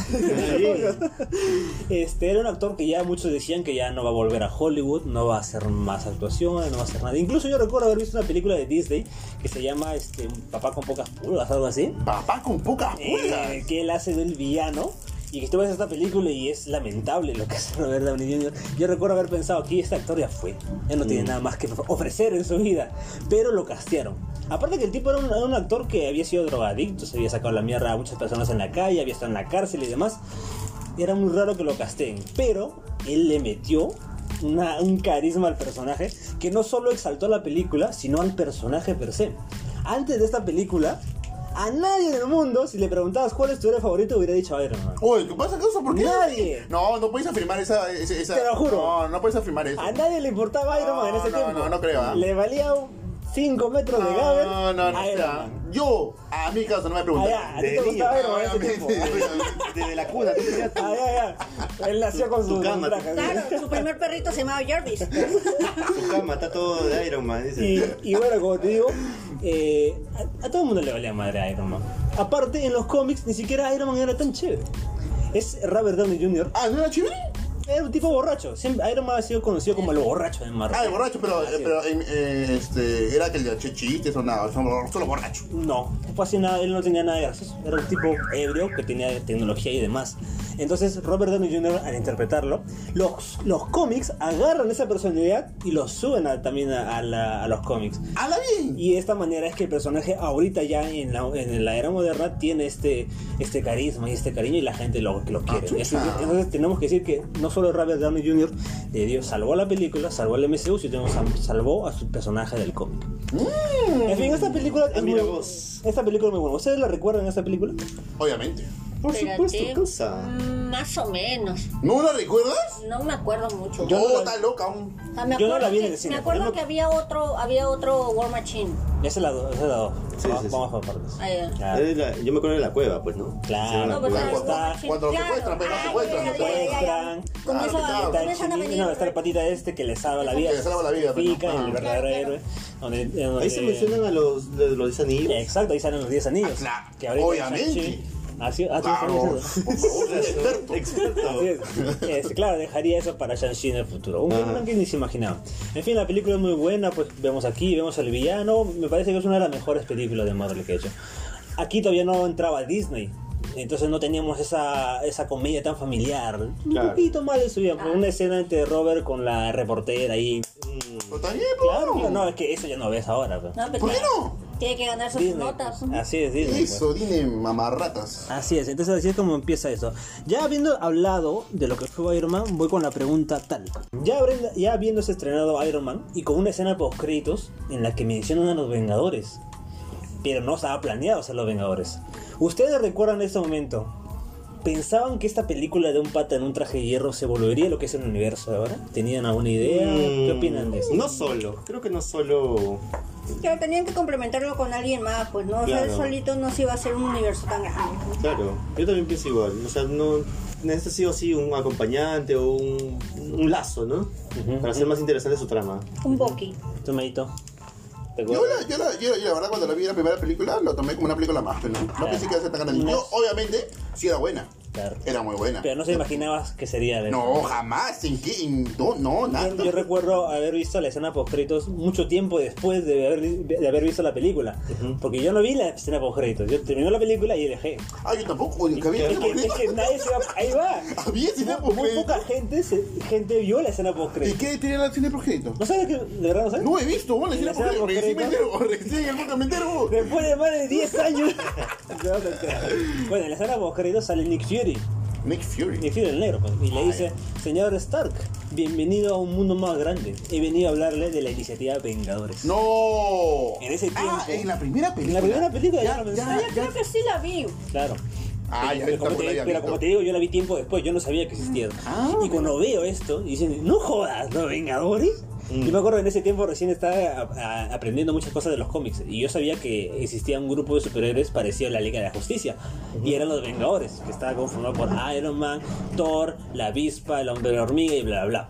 [SPEAKER 7] este era un actor que ya muchos decían que ya no va a volver a Hollywood, no va a hacer más actuaciones, no va a hacer nada. Incluso yo recuerdo haber visto una película de Disney que se llama este, Un Papá con pocas pulgas, algo así.
[SPEAKER 1] Papá con pocas
[SPEAKER 7] Eh,
[SPEAKER 1] pulgas.
[SPEAKER 7] que él hace del villano. Y que tú ves esta película y es lamentable lo que hace Robert Downey Jr. Yo recuerdo haber pensado, aquí este actor ya fue. Ya no tiene nada más que ofrecer en su vida. Pero lo castearon. Aparte que el tipo era un, era un actor que había sido drogadicto, se había sacado la mierda a muchas personas en la calle, había estado en la cárcel y demás. Era muy raro que lo casteen. Pero él le metió una- un carisma al personaje que no solo exaltó la película, sino al personaje per se. Antes de esta película, a nadie del mundo, si le preguntabas cuál es tu héroe favorito, hubiera dicho Iron Man.
[SPEAKER 1] Oye, ¿qué pasa, cosa? ¿Por qué?
[SPEAKER 7] Nadie.
[SPEAKER 1] No, no puedes afirmar esa, esa, esa-
[SPEAKER 7] Te lo juro.
[SPEAKER 1] No, no puedes afirmar eso.
[SPEAKER 7] A nadie le importaba Iron Man en ese
[SPEAKER 1] No, no,
[SPEAKER 7] tiempo.
[SPEAKER 1] no, no creo, ¿ah?
[SPEAKER 7] Le valía 5 metros de Gaber.
[SPEAKER 1] No, no, no.
[SPEAKER 7] Iron
[SPEAKER 1] mira,
[SPEAKER 7] Man.
[SPEAKER 1] Yo, a mi caso, no me preguntan. Ah,
[SPEAKER 7] Allá, a ti te gustaba Iron Man en ese tiempo.
[SPEAKER 4] Desde la cuna, tú tenías tu-
[SPEAKER 7] Allá, allá. Él nació con
[SPEAKER 4] Tu
[SPEAKER 7] su
[SPEAKER 4] cama, tu-
[SPEAKER 3] Claro, su primer perrito se llamaba Jarvis.
[SPEAKER 4] tu cama, está todo de Iron Man. dice.
[SPEAKER 7] Y, y bueno, como te digo, eh, a, a todo el mundo le valía madre a Iron Man. Aparte, en los cómics ni siquiera Iron Man era tan chévere. Es Robert Downey Jr.
[SPEAKER 1] Ah, ¿no era chévere?
[SPEAKER 7] Era un tipo borracho. Siempre, Iron Man ha sido conocido como el borracho de Marvel.
[SPEAKER 1] Ah, el borracho, pero, eh, pero eh, este, era que le eché chistes o nada, solo, solo borracho.
[SPEAKER 7] No, fue así nada, él no tenía nada de gracioso. Era el tipo ebrio que tenía tecnología y demás. Entonces, Robert Downey Jr., al interpretarlo, los, los cómics agarran esa personalidad y los suben a- también a, a la- a los cómics.
[SPEAKER 1] ¡Hala bien!
[SPEAKER 7] Y de esta manera es que el personaje ahorita ya en la, en la era moderna tiene este, este carisma y este cariño y la gente lo,
[SPEAKER 4] Ah,
[SPEAKER 7] lo quiere.
[SPEAKER 1] chucha.
[SPEAKER 7] Es- entonces tenemos que decir que no solo Robert Downey Jr. le dio, salvó a la película, salvó al MCU, sino sal- salvó a su personaje del cómic. En fin, esta película
[SPEAKER 4] Mm. Ah,
[SPEAKER 7] es muy,
[SPEAKER 4] mira vos.
[SPEAKER 7] esta película es muy buena. ¿Ustedes la recuerdan esta película?
[SPEAKER 1] Obviamente.
[SPEAKER 4] Por
[SPEAKER 3] Espérate.
[SPEAKER 4] supuesto, cosa.
[SPEAKER 3] Mm, Más o menos.
[SPEAKER 1] ¿No la recuerdas?
[SPEAKER 3] No me acuerdo mucho.
[SPEAKER 1] Yo
[SPEAKER 7] no la-
[SPEAKER 1] está loca aún.
[SPEAKER 3] O sea, me
[SPEAKER 7] yo no
[SPEAKER 3] acuerdo
[SPEAKER 7] la vi en
[SPEAKER 3] que-
[SPEAKER 7] el cine,
[SPEAKER 3] Me acuerdo
[SPEAKER 7] pero no-
[SPEAKER 3] que había otro, había otro War Machine.
[SPEAKER 7] Ya se la do- ya se la do-
[SPEAKER 4] Sí,
[SPEAKER 7] vamos,
[SPEAKER 4] sí, Eh, sí.
[SPEAKER 7] vamos por partes.
[SPEAKER 3] Ah, ya.
[SPEAKER 7] Ya.
[SPEAKER 4] Es la- yo me acuerdo de la cueva, pues, ¿no?
[SPEAKER 7] Ah, Claro.
[SPEAKER 4] Sí, era
[SPEAKER 7] No,
[SPEAKER 4] la
[SPEAKER 3] pero
[SPEAKER 4] cueva.
[SPEAKER 3] era War
[SPEAKER 7] está-
[SPEAKER 3] Machine,
[SPEAKER 1] cuando
[SPEAKER 3] claro.
[SPEAKER 1] secuestran, pero no
[SPEAKER 3] Ah,
[SPEAKER 1] secuestran,
[SPEAKER 3] ya, ya, ya, ya, ya.
[SPEAKER 7] secuestran. Ah,
[SPEAKER 3] Con
[SPEAKER 1] Claro,
[SPEAKER 3] eso,
[SPEAKER 1] claro.
[SPEAKER 3] con
[SPEAKER 7] Está el
[SPEAKER 3] eso han
[SPEAKER 7] chileno,
[SPEAKER 3] venido.
[SPEAKER 7] está el patita este que le salva la vida.
[SPEAKER 1] Que le salva la vida, pero no.
[SPEAKER 7] Pica, el
[SPEAKER 1] Ah.
[SPEAKER 3] Claro,
[SPEAKER 7] verdadero héroe. Donde- eh, donde-
[SPEAKER 4] Ahí se mencionan a los de los anillos.
[SPEAKER 7] Exacto, ahí salen los 10 anillos.
[SPEAKER 1] Ah, claro.
[SPEAKER 7] Que ahorita
[SPEAKER 1] Obviamente.
[SPEAKER 7] Shang-Chi- Ah, sí, ah, sí,
[SPEAKER 1] Claro.
[SPEAKER 7] sí, sí, sí.
[SPEAKER 1] Por favor, soy experto.
[SPEAKER 4] Experto. Mm,
[SPEAKER 7] Así es. Este, claro, dejaría eso para Shang-Chi en el futuro. Un
[SPEAKER 4] Ajá.
[SPEAKER 7] man que ni se imaginaba. En fin, la película es muy buena, pues vemos aquí, vemos al villano. Me parece que es una de las mejores películas de Marvel que he hecho. Aquí todavía no entraba Disney. Entonces no teníamos esa, esa comedia tan familiar. Un
[SPEAKER 4] Claro.
[SPEAKER 7] poquito mal de subida. por Una escena entre Robert con la reportera ahí.
[SPEAKER 1] Pero está bien,
[SPEAKER 7] Claro,
[SPEAKER 1] pero-
[SPEAKER 7] no, es que eso ya no ves ahora. pues.
[SPEAKER 3] No, pues,
[SPEAKER 1] ¿Por qué
[SPEAKER 3] claro,
[SPEAKER 1] no?
[SPEAKER 3] Tiene que ganar sus
[SPEAKER 7] Disney,
[SPEAKER 3] notas.
[SPEAKER 7] pues. Así es, Disney. pues.
[SPEAKER 1] Eso, dime, mamarratas.
[SPEAKER 7] Así es, entonces así es como empieza eso. Ya habiendo hablado de lo que fue Iron Man, voy con la pregunta tal. Ya, habré- ya habiéndose estrenado Iron Man y con una escena post créditos en la que mencionan a los Vengadores, pero no estaba planeado ser los Vengadores. ¿Ustedes recuerdan este momento? ¿Pensaban que esta película de un pata en un traje de hierro se volvería lo que es el universo de ahora? ¿Tenían alguna idea? ¿Qué opinan de eso?
[SPEAKER 4] No solo, creo que no solo.
[SPEAKER 3] Claro, tenían que complementarlo con alguien más, pues, ¿no? O sea, él
[SPEAKER 4] Claro.
[SPEAKER 3] solito no se iba a hacer un universo tan grande.
[SPEAKER 4] Claro, yo también pienso igual. O sea, no necesita sí o sí un acompañante o un, un lazo, ¿no?
[SPEAKER 7] Ujú.
[SPEAKER 4] Para hacer más interesante su trama.
[SPEAKER 3] Un Boki.
[SPEAKER 7] ¿Tú, Mayito? ¿Te
[SPEAKER 1] Yo
[SPEAKER 7] acuerdas?
[SPEAKER 1] la, yo, la, yo, yo la verdad cuando la vi en la primera película lo tomé como una película más, pero no, no pensé que iba a ser tan grande. Yo, obviamente, sí era buena.
[SPEAKER 7] Claro.
[SPEAKER 1] Era muy buena.
[SPEAKER 7] Pero no se imaginabas que sería de
[SPEAKER 1] No, jamás. ¿En qué? En- no, no, nada.
[SPEAKER 7] Yo, yo recuerdo haber visto la escena post créditos mucho tiempo después de haber, de haber visto la película. Porque yo no vi la escena post créditos. Yo terminé la película y dejé.
[SPEAKER 1] Ah, yo tampoco. oye, que había
[SPEAKER 7] Es que, es que nadie se va. Ahí va.
[SPEAKER 1] Había escena
[SPEAKER 7] Muy- Muy
[SPEAKER 1] postcrédito.
[SPEAKER 7] poca gente, se- gente vio la escena post
[SPEAKER 1] ¿Y
[SPEAKER 7] créditos.
[SPEAKER 1] qué tiene la escena postcrédito?
[SPEAKER 7] ¿No sabes que de verdad no sabes?
[SPEAKER 1] No he visto, bueno,
[SPEAKER 7] ¿Y
[SPEAKER 1] escena
[SPEAKER 7] la escena
[SPEAKER 1] postcrédito. Recién me entero,
[SPEAKER 7] postcrédito?
[SPEAKER 1] recién algún comentario.
[SPEAKER 7] Después de más de 10 años. Te vas a enterar. bueno, en la escena post créditos sale Nick Fury.
[SPEAKER 1] Nick Fury.
[SPEAKER 7] Nick Fury el negro. pues, y le dice, señor Stark, bienvenido a un mundo más grande. He venido a hablarle de la iniciativa Vengadores.
[SPEAKER 1] No.
[SPEAKER 7] En ese tiempo.
[SPEAKER 1] Ah, en la primera película.
[SPEAKER 7] la primera película ya lo
[SPEAKER 3] Ah,
[SPEAKER 7] mencioné.
[SPEAKER 3] yo creo que sí la vi.
[SPEAKER 7] Claro.
[SPEAKER 1] Ah, ya, Mm. Ah,
[SPEAKER 7] pero,
[SPEAKER 1] esta
[SPEAKER 7] como
[SPEAKER 1] por
[SPEAKER 7] te,
[SPEAKER 1] la había
[SPEAKER 7] pero
[SPEAKER 1] visto.
[SPEAKER 7] como te digo, yo la vi tiempo después, yo no sabía que existía. y cuando veo esto, dicen, no jodas, los Vengadores.
[SPEAKER 1] Mm.
[SPEAKER 7] Yo me acuerdo en ese tiempo recién estaba a- a- aprendiendo muchas cosas de los cómics y yo sabía que existía un grupo de superhéroes parecido a la Liga de la Justicia y eran los Vengadores, que estaba conformado por Iron Man, Thor, la avispa, el hombre de la hormiga y bla bla. bla.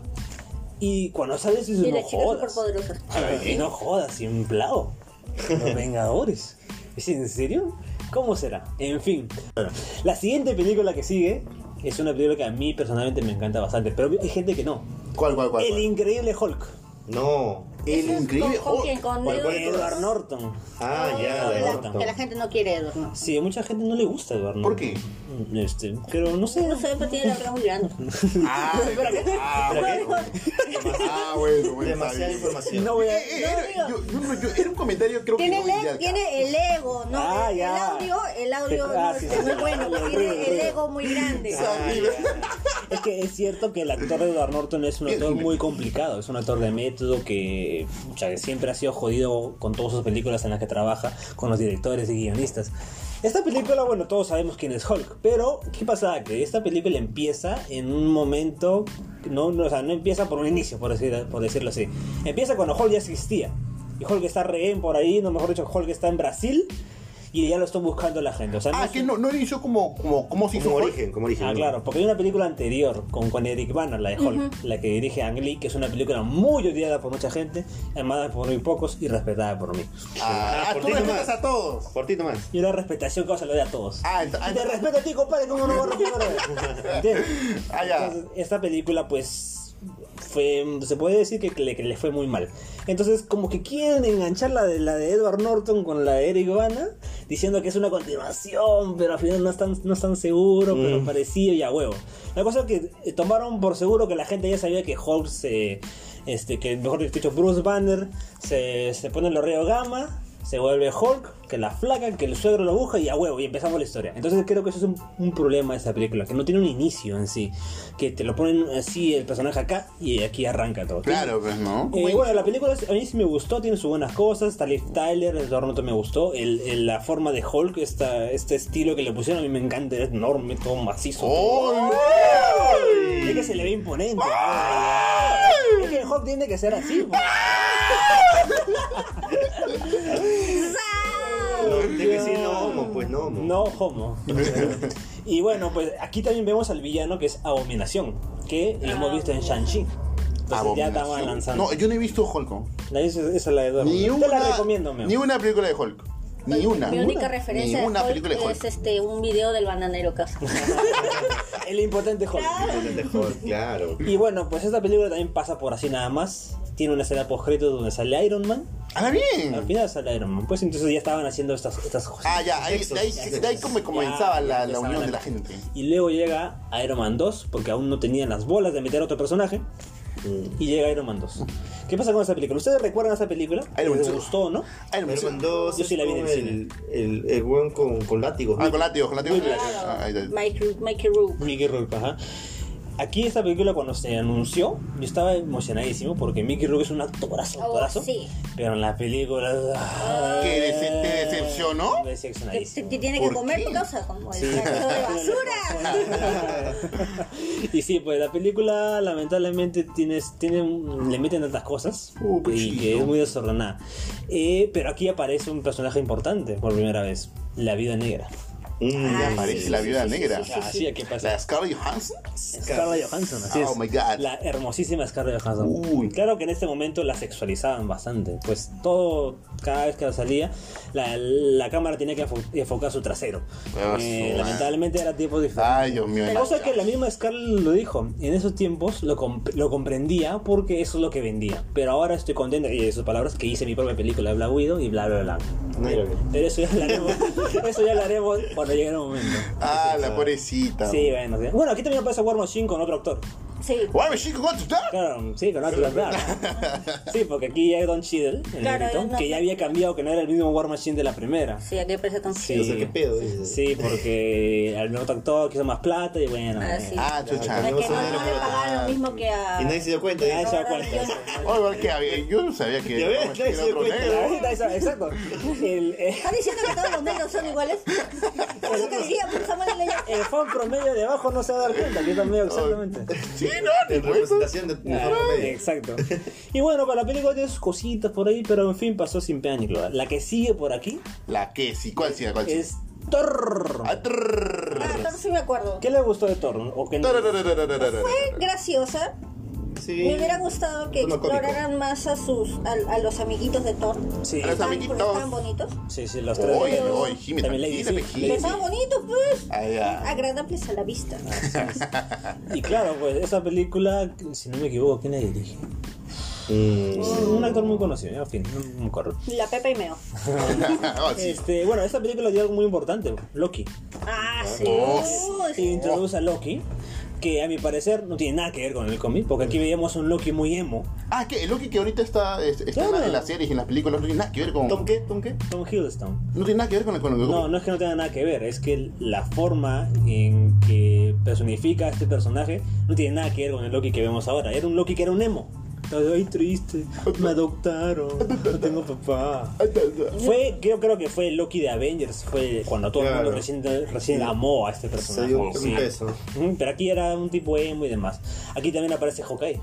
[SPEAKER 7] Y cuando sales dices,
[SPEAKER 3] Y
[SPEAKER 7] no
[SPEAKER 3] la chica
[SPEAKER 7] jodas.
[SPEAKER 3] superpoderosa.
[SPEAKER 7] Y
[SPEAKER 1] ¿eh?
[SPEAKER 7] no jodas, simplao. Los Vengadores. ¿Es en serio? ¿Cómo será? En fin. Bueno, la siguiente película que sigue es una película que a mí personalmente me encanta bastante, pero hay gente que no.
[SPEAKER 1] ¿Cuál, cuál, cuál?
[SPEAKER 7] El
[SPEAKER 1] cuál?
[SPEAKER 7] increíble Hulk.
[SPEAKER 4] No.
[SPEAKER 1] El increíble
[SPEAKER 3] Con- con quien,
[SPEAKER 1] Hulk.
[SPEAKER 3] con
[SPEAKER 4] ¿Cuál, cuál?
[SPEAKER 3] Edward
[SPEAKER 7] Edward Norton.
[SPEAKER 4] Ah, ya, de
[SPEAKER 3] Norton.
[SPEAKER 4] Norton.
[SPEAKER 3] Que la gente no quiere Edward Norton.
[SPEAKER 7] Sí, a mucha gente no le gusta Edward Norton.
[SPEAKER 1] ¿Por qué?
[SPEAKER 7] Este, pero no sé.
[SPEAKER 3] No sé, pero tiene la cara muy grande.
[SPEAKER 1] Ah, ah, bueno. Ah, bueno, bueno. está
[SPEAKER 4] Demasiada
[SPEAKER 1] bien.
[SPEAKER 4] información.
[SPEAKER 7] No voy a.
[SPEAKER 1] Eh, eh,
[SPEAKER 3] No,
[SPEAKER 1] era, yo- yo no- yo- era un comentario, creo
[SPEAKER 3] Tiene
[SPEAKER 1] que. muy
[SPEAKER 3] el, e-
[SPEAKER 1] yarca.
[SPEAKER 3] tiene el ego, ¿no?
[SPEAKER 7] Ah,
[SPEAKER 3] el,
[SPEAKER 7] ya.
[SPEAKER 3] el audio, el audio
[SPEAKER 7] Ah,
[SPEAKER 3] no
[SPEAKER 7] sí,
[SPEAKER 3] es
[SPEAKER 7] sí,
[SPEAKER 3] muy
[SPEAKER 7] sí.
[SPEAKER 3] bueno,
[SPEAKER 7] El ruido,
[SPEAKER 3] tiene
[SPEAKER 7] el
[SPEAKER 3] el
[SPEAKER 7] ruido.
[SPEAKER 3] ego muy grande.
[SPEAKER 7] Es que es cierto que el actor de Edward Norton es un actor muy complicado, es un actor de método que, pucha, que siempre ha sido jodido con todas sus películas en las que trabaja, con los directores y guionistas. Esta película, bueno, todos sabemos quién es Hulk, pero ¿qué pasa? Que esta película empieza en un momento, no, no, o sea, no empieza por un inicio, por, decir- por decirlo así. Empieza cuando Hulk ya existía. Y Hulk está rehén por ahí, no mejor dicho, Hulk está en Brasil y ya lo están buscando la gente. O sea, no
[SPEAKER 1] Ah,
[SPEAKER 7] es
[SPEAKER 1] que
[SPEAKER 7] un-
[SPEAKER 1] no, no inició como, como, como se hizo.
[SPEAKER 4] Como
[SPEAKER 1] Hulk.
[SPEAKER 4] origen, como origen.
[SPEAKER 7] Ah, claro, porque hay una película anterior con, con Eric Banner, la de Hulk, la que dirige Ang Lee, que es una película muy odiada por mucha gente, amada por muy pocos y respetada por mí.
[SPEAKER 1] Ah,
[SPEAKER 4] Ah,
[SPEAKER 1] tú
[SPEAKER 4] por ti
[SPEAKER 1] respetas
[SPEAKER 4] nomás.
[SPEAKER 1] a todos.
[SPEAKER 4] Cortito más.
[SPEAKER 7] Y la respetación que se lo doy a todos.
[SPEAKER 1] Ah, ent- ah,
[SPEAKER 7] y te
[SPEAKER 1] ent-
[SPEAKER 7] respeto a ti, compadre, ¿cómo no voy a respetar a ¿Entiendes?
[SPEAKER 1] Ah, ya.
[SPEAKER 7] Entonces, esta película, pues, fue, se puede decir que, le, que le fue muy mal. Entonces, como que quieren enganchar la de, la de Edward Norton con la de Eric Bana, diciendo que es una continuación, pero al final no están, no están seguros, pero
[SPEAKER 1] Mm.
[SPEAKER 7] parecido y a huevo. La cosa es que eh, tomaron por seguro que la gente ya sabía que Hulk se... Este, que mejor dicho, Bruce Banner se, se pone en los rayos gamma, se vuelve Hulk, que la flaca, que el suegro lo busca y a huevo, y empezamos la historia. Entonces creo que eso es un, un problema de esta película, que no tiene un inicio en sí, que te lo ponen así el personaje acá y aquí arranca todo.
[SPEAKER 1] Claro, pues no.
[SPEAKER 7] Eh, bueno, la película a mí sí me gustó, tiene sus buenas cosas. Tal Tyler, el Dornoto me gustó. El, el- la forma de Hulk, esta, este estilo que le pusieron, a mí me encanta. Es enorme, todo macizo.
[SPEAKER 1] ¡Oh!
[SPEAKER 7] Es que se le ve imponente. Es que el Hulk tiene que ser así. pues.
[SPEAKER 4] No, tiene que decir no homo, pues no homo.
[SPEAKER 7] No homo. y bueno, pues aquí también vemos al villano que es Abominación, que lo hemos visto en Shang-Chi. Entonces ya estaban
[SPEAKER 1] Abominación.
[SPEAKER 7] lanzando.
[SPEAKER 1] No, yo no he visto Hulk.
[SPEAKER 7] La- esa, esa es la de Eduardo.
[SPEAKER 1] Ni
[SPEAKER 7] Te
[SPEAKER 1] una,
[SPEAKER 7] la recomiendo, meo.
[SPEAKER 1] Ni una película de Hulk. Ni una.
[SPEAKER 3] Mi única referencia
[SPEAKER 1] Ni una
[SPEAKER 3] de
[SPEAKER 1] película de
[SPEAKER 3] Hulk es
[SPEAKER 1] Hulk.
[SPEAKER 3] este, un video del bananero casa.
[SPEAKER 7] El impotente Hulk.
[SPEAKER 4] El de Hulk, claro.
[SPEAKER 7] Y bueno, pues esta película también pasa por así nada más. Tiene una escena post donde sale Iron Man.
[SPEAKER 1] Ah,
[SPEAKER 7] Al
[SPEAKER 1] bien.
[SPEAKER 7] final sale Iron Man. Pues entonces ya estaban haciendo estas, estas cosas.
[SPEAKER 1] Ah, ya, ahí, de ahí, de ahí como comenzaba la,
[SPEAKER 7] Ya, ya
[SPEAKER 1] la
[SPEAKER 7] empezaba
[SPEAKER 1] unión de la gente.
[SPEAKER 7] Y luego llega Iron Man 2, porque aún no tenían las bolas de meter a otro personaje. Y llega Iron Man 2. ¿Qué pasa con esta película? ¿Ustedes recuerdan esta película?
[SPEAKER 1] Iron Man
[SPEAKER 7] ¿Les
[SPEAKER 1] 2.
[SPEAKER 7] gustó o no?
[SPEAKER 1] Iron Man
[SPEAKER 4] Iron Man
[SPEAKER 1] 2.
[SPEAKER 4] 2
[SPEAKER 7] Yo sí la vi en
[SPEAKER 4] es
[SPEAKER 7] el
[SPEAKER 4] con el, el, el buen con, con látigo.
[SPEAKER 1] Ah, con látigo, con látigo. Ah, ahí, ahí.
[SPEAKER 3] Mike, Mike Rook.
[SPEAKER 7] Mickey Rourke, ajá. Aquí esta película cuando se anunció, yo estaba emocionadísimo porque Mickey Rourke es un actorazo,
[SPEAKER 3] Oh,
[SPEAKER 7] actorazo.
[SPEAKER 3] sí.
[SPEAKER 7] Pero en la película... ah,
[SPEAKER 1] ¿Que dece- te decepcionó?
[SPEAKER 3] Que,
[SPEAKER 7] Decepcionadísimo.
[SPEAKER 3] que tiene que
[SPEAKER 1] ¿Por
[SPEAKER 3] comer
[SPEAKER 1] qué?
[SPEAKER 3] tu casa, como el saco de basura.
[SPEAKER 7] y sí, pues la película lamentablemente tienes, tiene, un- le meten tantas cosas
[SPEAKER 1] Uh, qué
[SPEAKER 7] y que
[SPEAKER 1] chido.
[SPEAKER 7] es muy desordenada. Eh, pero aquí aparece un personaje importante por primera vez, la vida negra.
[SPEAKER 4] Mm,
[SPEAKER 1] Ya
[SPEAKER 3] Ah,
[SPEAKER 1] parece
[SPEAKER 3] sí,
[SPEAKER 1] la
[SPEAKER 3] sí,
[SPEAKER 1] viuda
[SPEAKER 3] sí, sí,
[SPEAKER 1] negra.
[SPEAKER 3] sí, sí, sí.
[SPEAKER 7] Así es que pasa.
[SPEAKER 1] ¿La Scarlett Johansson?
[SPEAKER 7] Scarlett Johansson, así
[SPEAKER 1] Oh
[SPEAKER 7] es.
[SPEAKER 1] my God.
[SPEAKER 7] La hermosísima Scarlett Johansson.
[SPEAKER 1] Uy.
[SPEAKER 7] Claro que en este momento la sexualizaban bastante. Pues todo, cada vez que salía, la, la cámara tenía que enfo- enfocar su trasero.
[SPEAKER 1] Ah,
[SPEAKER 7] Eh,
[SPEAKER 1] su madre.
[SPEAKER 7] lamentablemente era tipo diferente.
[SPEAKER 1] Ay, Dios mío.
[SPEAKER 7] La cosa es que la misma Scarlett lo dijo, en esos tiempos lo, comp- lo comprendía porque eso es lo que vendía. Pero ahora estoy contento, y de sus palabras, que hice mi propia película de Black Widow y bla bla bla.
[SPEAKER 4] Mira que-
[SPEAKER 7] Pero eso ya lo haremos, eso ya lo haremos cuando llegue el momento.
[SPEAKER 1] Ah, la pobrecita.
[SPEAKER 7] Sí, bueno, sí. Bueno, aquí también aparece War Machine con otro actor.
[SPEAKER 3] Sí.
[SPEAKER 1] Why was she going to die?
[SPEAKER 7] Claro, sí, con otro actor. Sí, porque aquí ya es Don Cheadle, el
[SPEAKER 3] Claro,
[SPEAKER 7] negrito,
[SPEAKER 3] es una-
[SPEAKER 7] que ya había cambiado, que no era el mismo War Machine de la primera.
[SPEAKER 3] Sí, aquí aparece Tom
[SPEAKER 7] Sí.
[SPEAKER 4] O sea, ¿qué pedo? Dice.
[SPEAKER 7] Sí, porque al otro actor quiso más plata y bueno.
[SPEAKER 3] Ah,
[SPEAKER 7] eh.
[SPEAKER 3] sí.
[SPEAKER 1] Ah,
[SPEAKER 4] Ah,
[SPEAKER 3] Es
[SPEAKER 1] chucha.
[SPEAKER 3] que
[SPEAKER 1] Oye,
[SPEAKER 4] no sé,
[SPEAKER 3] no, no le
[SPEAKER 4] no,
[SPEAKER 3] pagaban lo mismo que a...
[SPEAKER 4] Y nadie se dio cuenta. ¿eh?
[SPEAKER 7] Nadie se
[SPEAKER 4] dice.
[SPEAKER 7] da cuenta.
[SPEAKER 3] Robert
[SPEAKER 1] ¿por qué había? Yo no sabía que
[SPEAKER 4] Ya ves,
[SPEAKER 1] era
[SPEAKER 4] nadie se dio
[SPEAKER 1] otro
[SPEAKER 4] cuenta.
[SPEAKER 1] negro.
[SPEAKER 7] Ahí está, Exacto. El, eh,
[SPEAKER 3] ¿Estás diciendo que todos los negros son iguales? Eso te diría, porque somos de leyenda.
[SPEAKER 7] el fan promedio de abajo no se va a dar cuenta, que también exactamente.
[SPEAKER 1] Sí, no, ni
[SPEAKER 4] En
[SPEAKER 1] cuenta.
[SPEAKER 4] representación de
[SPEAKER 7] Ah, Exacto. Y bueno, para la película tiene sus cositas por ahí, pero en fin, pasó sin pena ni gloria. La que sigue por aquí
[SPEAKER 1] La que sí, ¿cuál Ah, sí? ¿Cuál sí?
[SPEAKER 7] es Thor.
[SPEAKER 1] Ah, trrr.
[SPEAKER 3] Ah, entonces sí me acuerdo.
[SPEAKER 7] ¿Qué le gustó de Thor? ¿O que no?
[SPEAKER 1] Tararararararara.
[SPEAKER 3] Fue graciosa.
[SPEAKER 4] Sí.
[SPEAKER 3] Me hubiera gustado que
[SPEAKER 4] Tono cómico.
[SPEAKER 3] exploraran más a sus a, a los amiguitos de Thor.
[SPEAKER 7] Sí,
[SPEAKER 1] Los
[SPEAKER 3] Estaban-
[SPEAKER 1] amiguitos.
[SPEAKER 3] porque Estaban bonitos.
[SPEAKER 7] sí, sí, los tres.
[SPEAKER 1] Oye, oye, Jimmy,
[SPEAKER 7] También Lady
[SPEAKER 1] tranquila,
[SPEAKER 7] Sif.
[SPEAKER 1] Jimmy.
[SPEAKER 7] Sí,
[SPEAKER 3] Que
[SPEAKER 7] sí.
[SPEAKER 3] Estaban bonitos, pues.
[SPEAKER 1] Ah, ya.
[SPEAKER 3] Agradables a la vista.
[SPEAKER 7] Y claro, pues esa película, si no me equivoco, ¿quién la dirige?
[SPEAKER 4] Mm.
[SPEAKER 7] Un actor muy conocido, ya, en fin, no me acuerdo.
[SPEAKER 3] La Pepa y Meo.
[SPEAKER 1] Oh, sí.
[SPEAKER 7] Este, bueno, esta película tiene algo muy importante, Loki.
[SPEAKER 3] Ah, sí.
[SPEAKER 1] Oh,
[SPEAKER 3] Uy,
[SPEAKER 7] E introduce a Loki, que a mi parecer no tiene nada que ver con el cómic, porque aquí veíamos un Loki muy emo.
[SPEAKER 1] Ah, que el Loki que ahorita está, es- está en,
[SPEAKER 7] Claro.
[SPEAKER 1] la- en las series y en las películas no tiene nada que ver con.
[SPEAKER 4] ¿Tom qué? ¿Tom qué?
[SPEAKER 7] Tom Hiddleston.
[SPEAKER 1] No tiene nada que ver con el con el-
[SPEAKER 7] No, no es que no tenga nada que ver, es que la forma en que personifica a este personaje no tiene nada que ver con el Loki que vemos ahora. Era un Loki que era un emo. Ay, triste, me adoptaron, no tengo papá. Fue, yo creo que fue el Loki de Avengers, fue cuando todo el
[SPEAKER 4] Claro.
[SPEAKER 7] mundo recién, recién amó a este
[SPEAKER 4] Se
[SPEAKER 7] personaje.
[SPEAKER 4] dio un
[SPEAKER 7] Sí.
[SPEAKER 4] peso.
[SPEAKER 7] Ujú, Pero aquí era un tipo emo y demás. Aquí también aparece Hawkeye.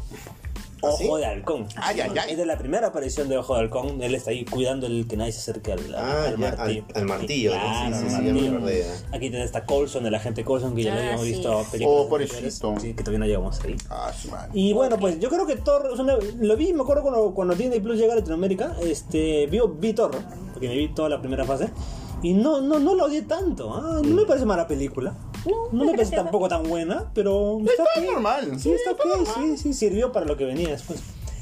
[SPEAKER 4] ¿Ah,
[SPEAKER 7] Ojo de halcón.
[SPEAKER 1] Ay, ay, ay.
[SPEAKER 7] Esta es la primera aparición de Ojo de halcón. Él está ahí cuidando el que nadie se acerque al,
[SPEAKER 4] Ah,
[SPEAKER 7] al
[SPEAKER 4] ya,
[SPEAKER 7] martillo.
[SPEAKER 4] al- al martillo, ¿no?
[SPEAKER 7] Claro,
[SPEAKER 4] Sí, sí,
[SPEAKER 7] al
[SPEAKER 4] sí, ya me
[SPEAKER 7] martillo.
[SPEAKER 4] acordé, ¿eh? ya.
[SPEAKER 7] Aquí tenés está Colson, el agente Colson, que ya lo
[SPEAKER 3] Ah,
[SPEAKER 7] habíamos
[SPEAKER 3] sí.
[SPEAKER 7] visto en
[SPEAKER 1] Oh,
[SPEAKER 7] anteriores.
[SPEAKER 1] pobrecito.
[SPEAKER 7] Sí, que todavía no llegamos ahí.
[SPEAKER 1] Ah, su madre.
[SPEAKER 7] Y bueno, pues yo creo que Thor, o sea, lo vi, me acuerdo cuando, cuando Disney Plus llega a Latinoamérica, este, vi, vi Thor, porque me vi toda la primera fase, y no, no, no lo odié tanto, ah, no me parece mala película, no, me parece tampoco tan buena, pero está,
[SPEAKER 1] Está
[SPEAKER 7] ok.
[SPEAKER 1] normal.
[SPEAKER 7] Sí, está ok, sí, sí, sirvió para lo que venía después.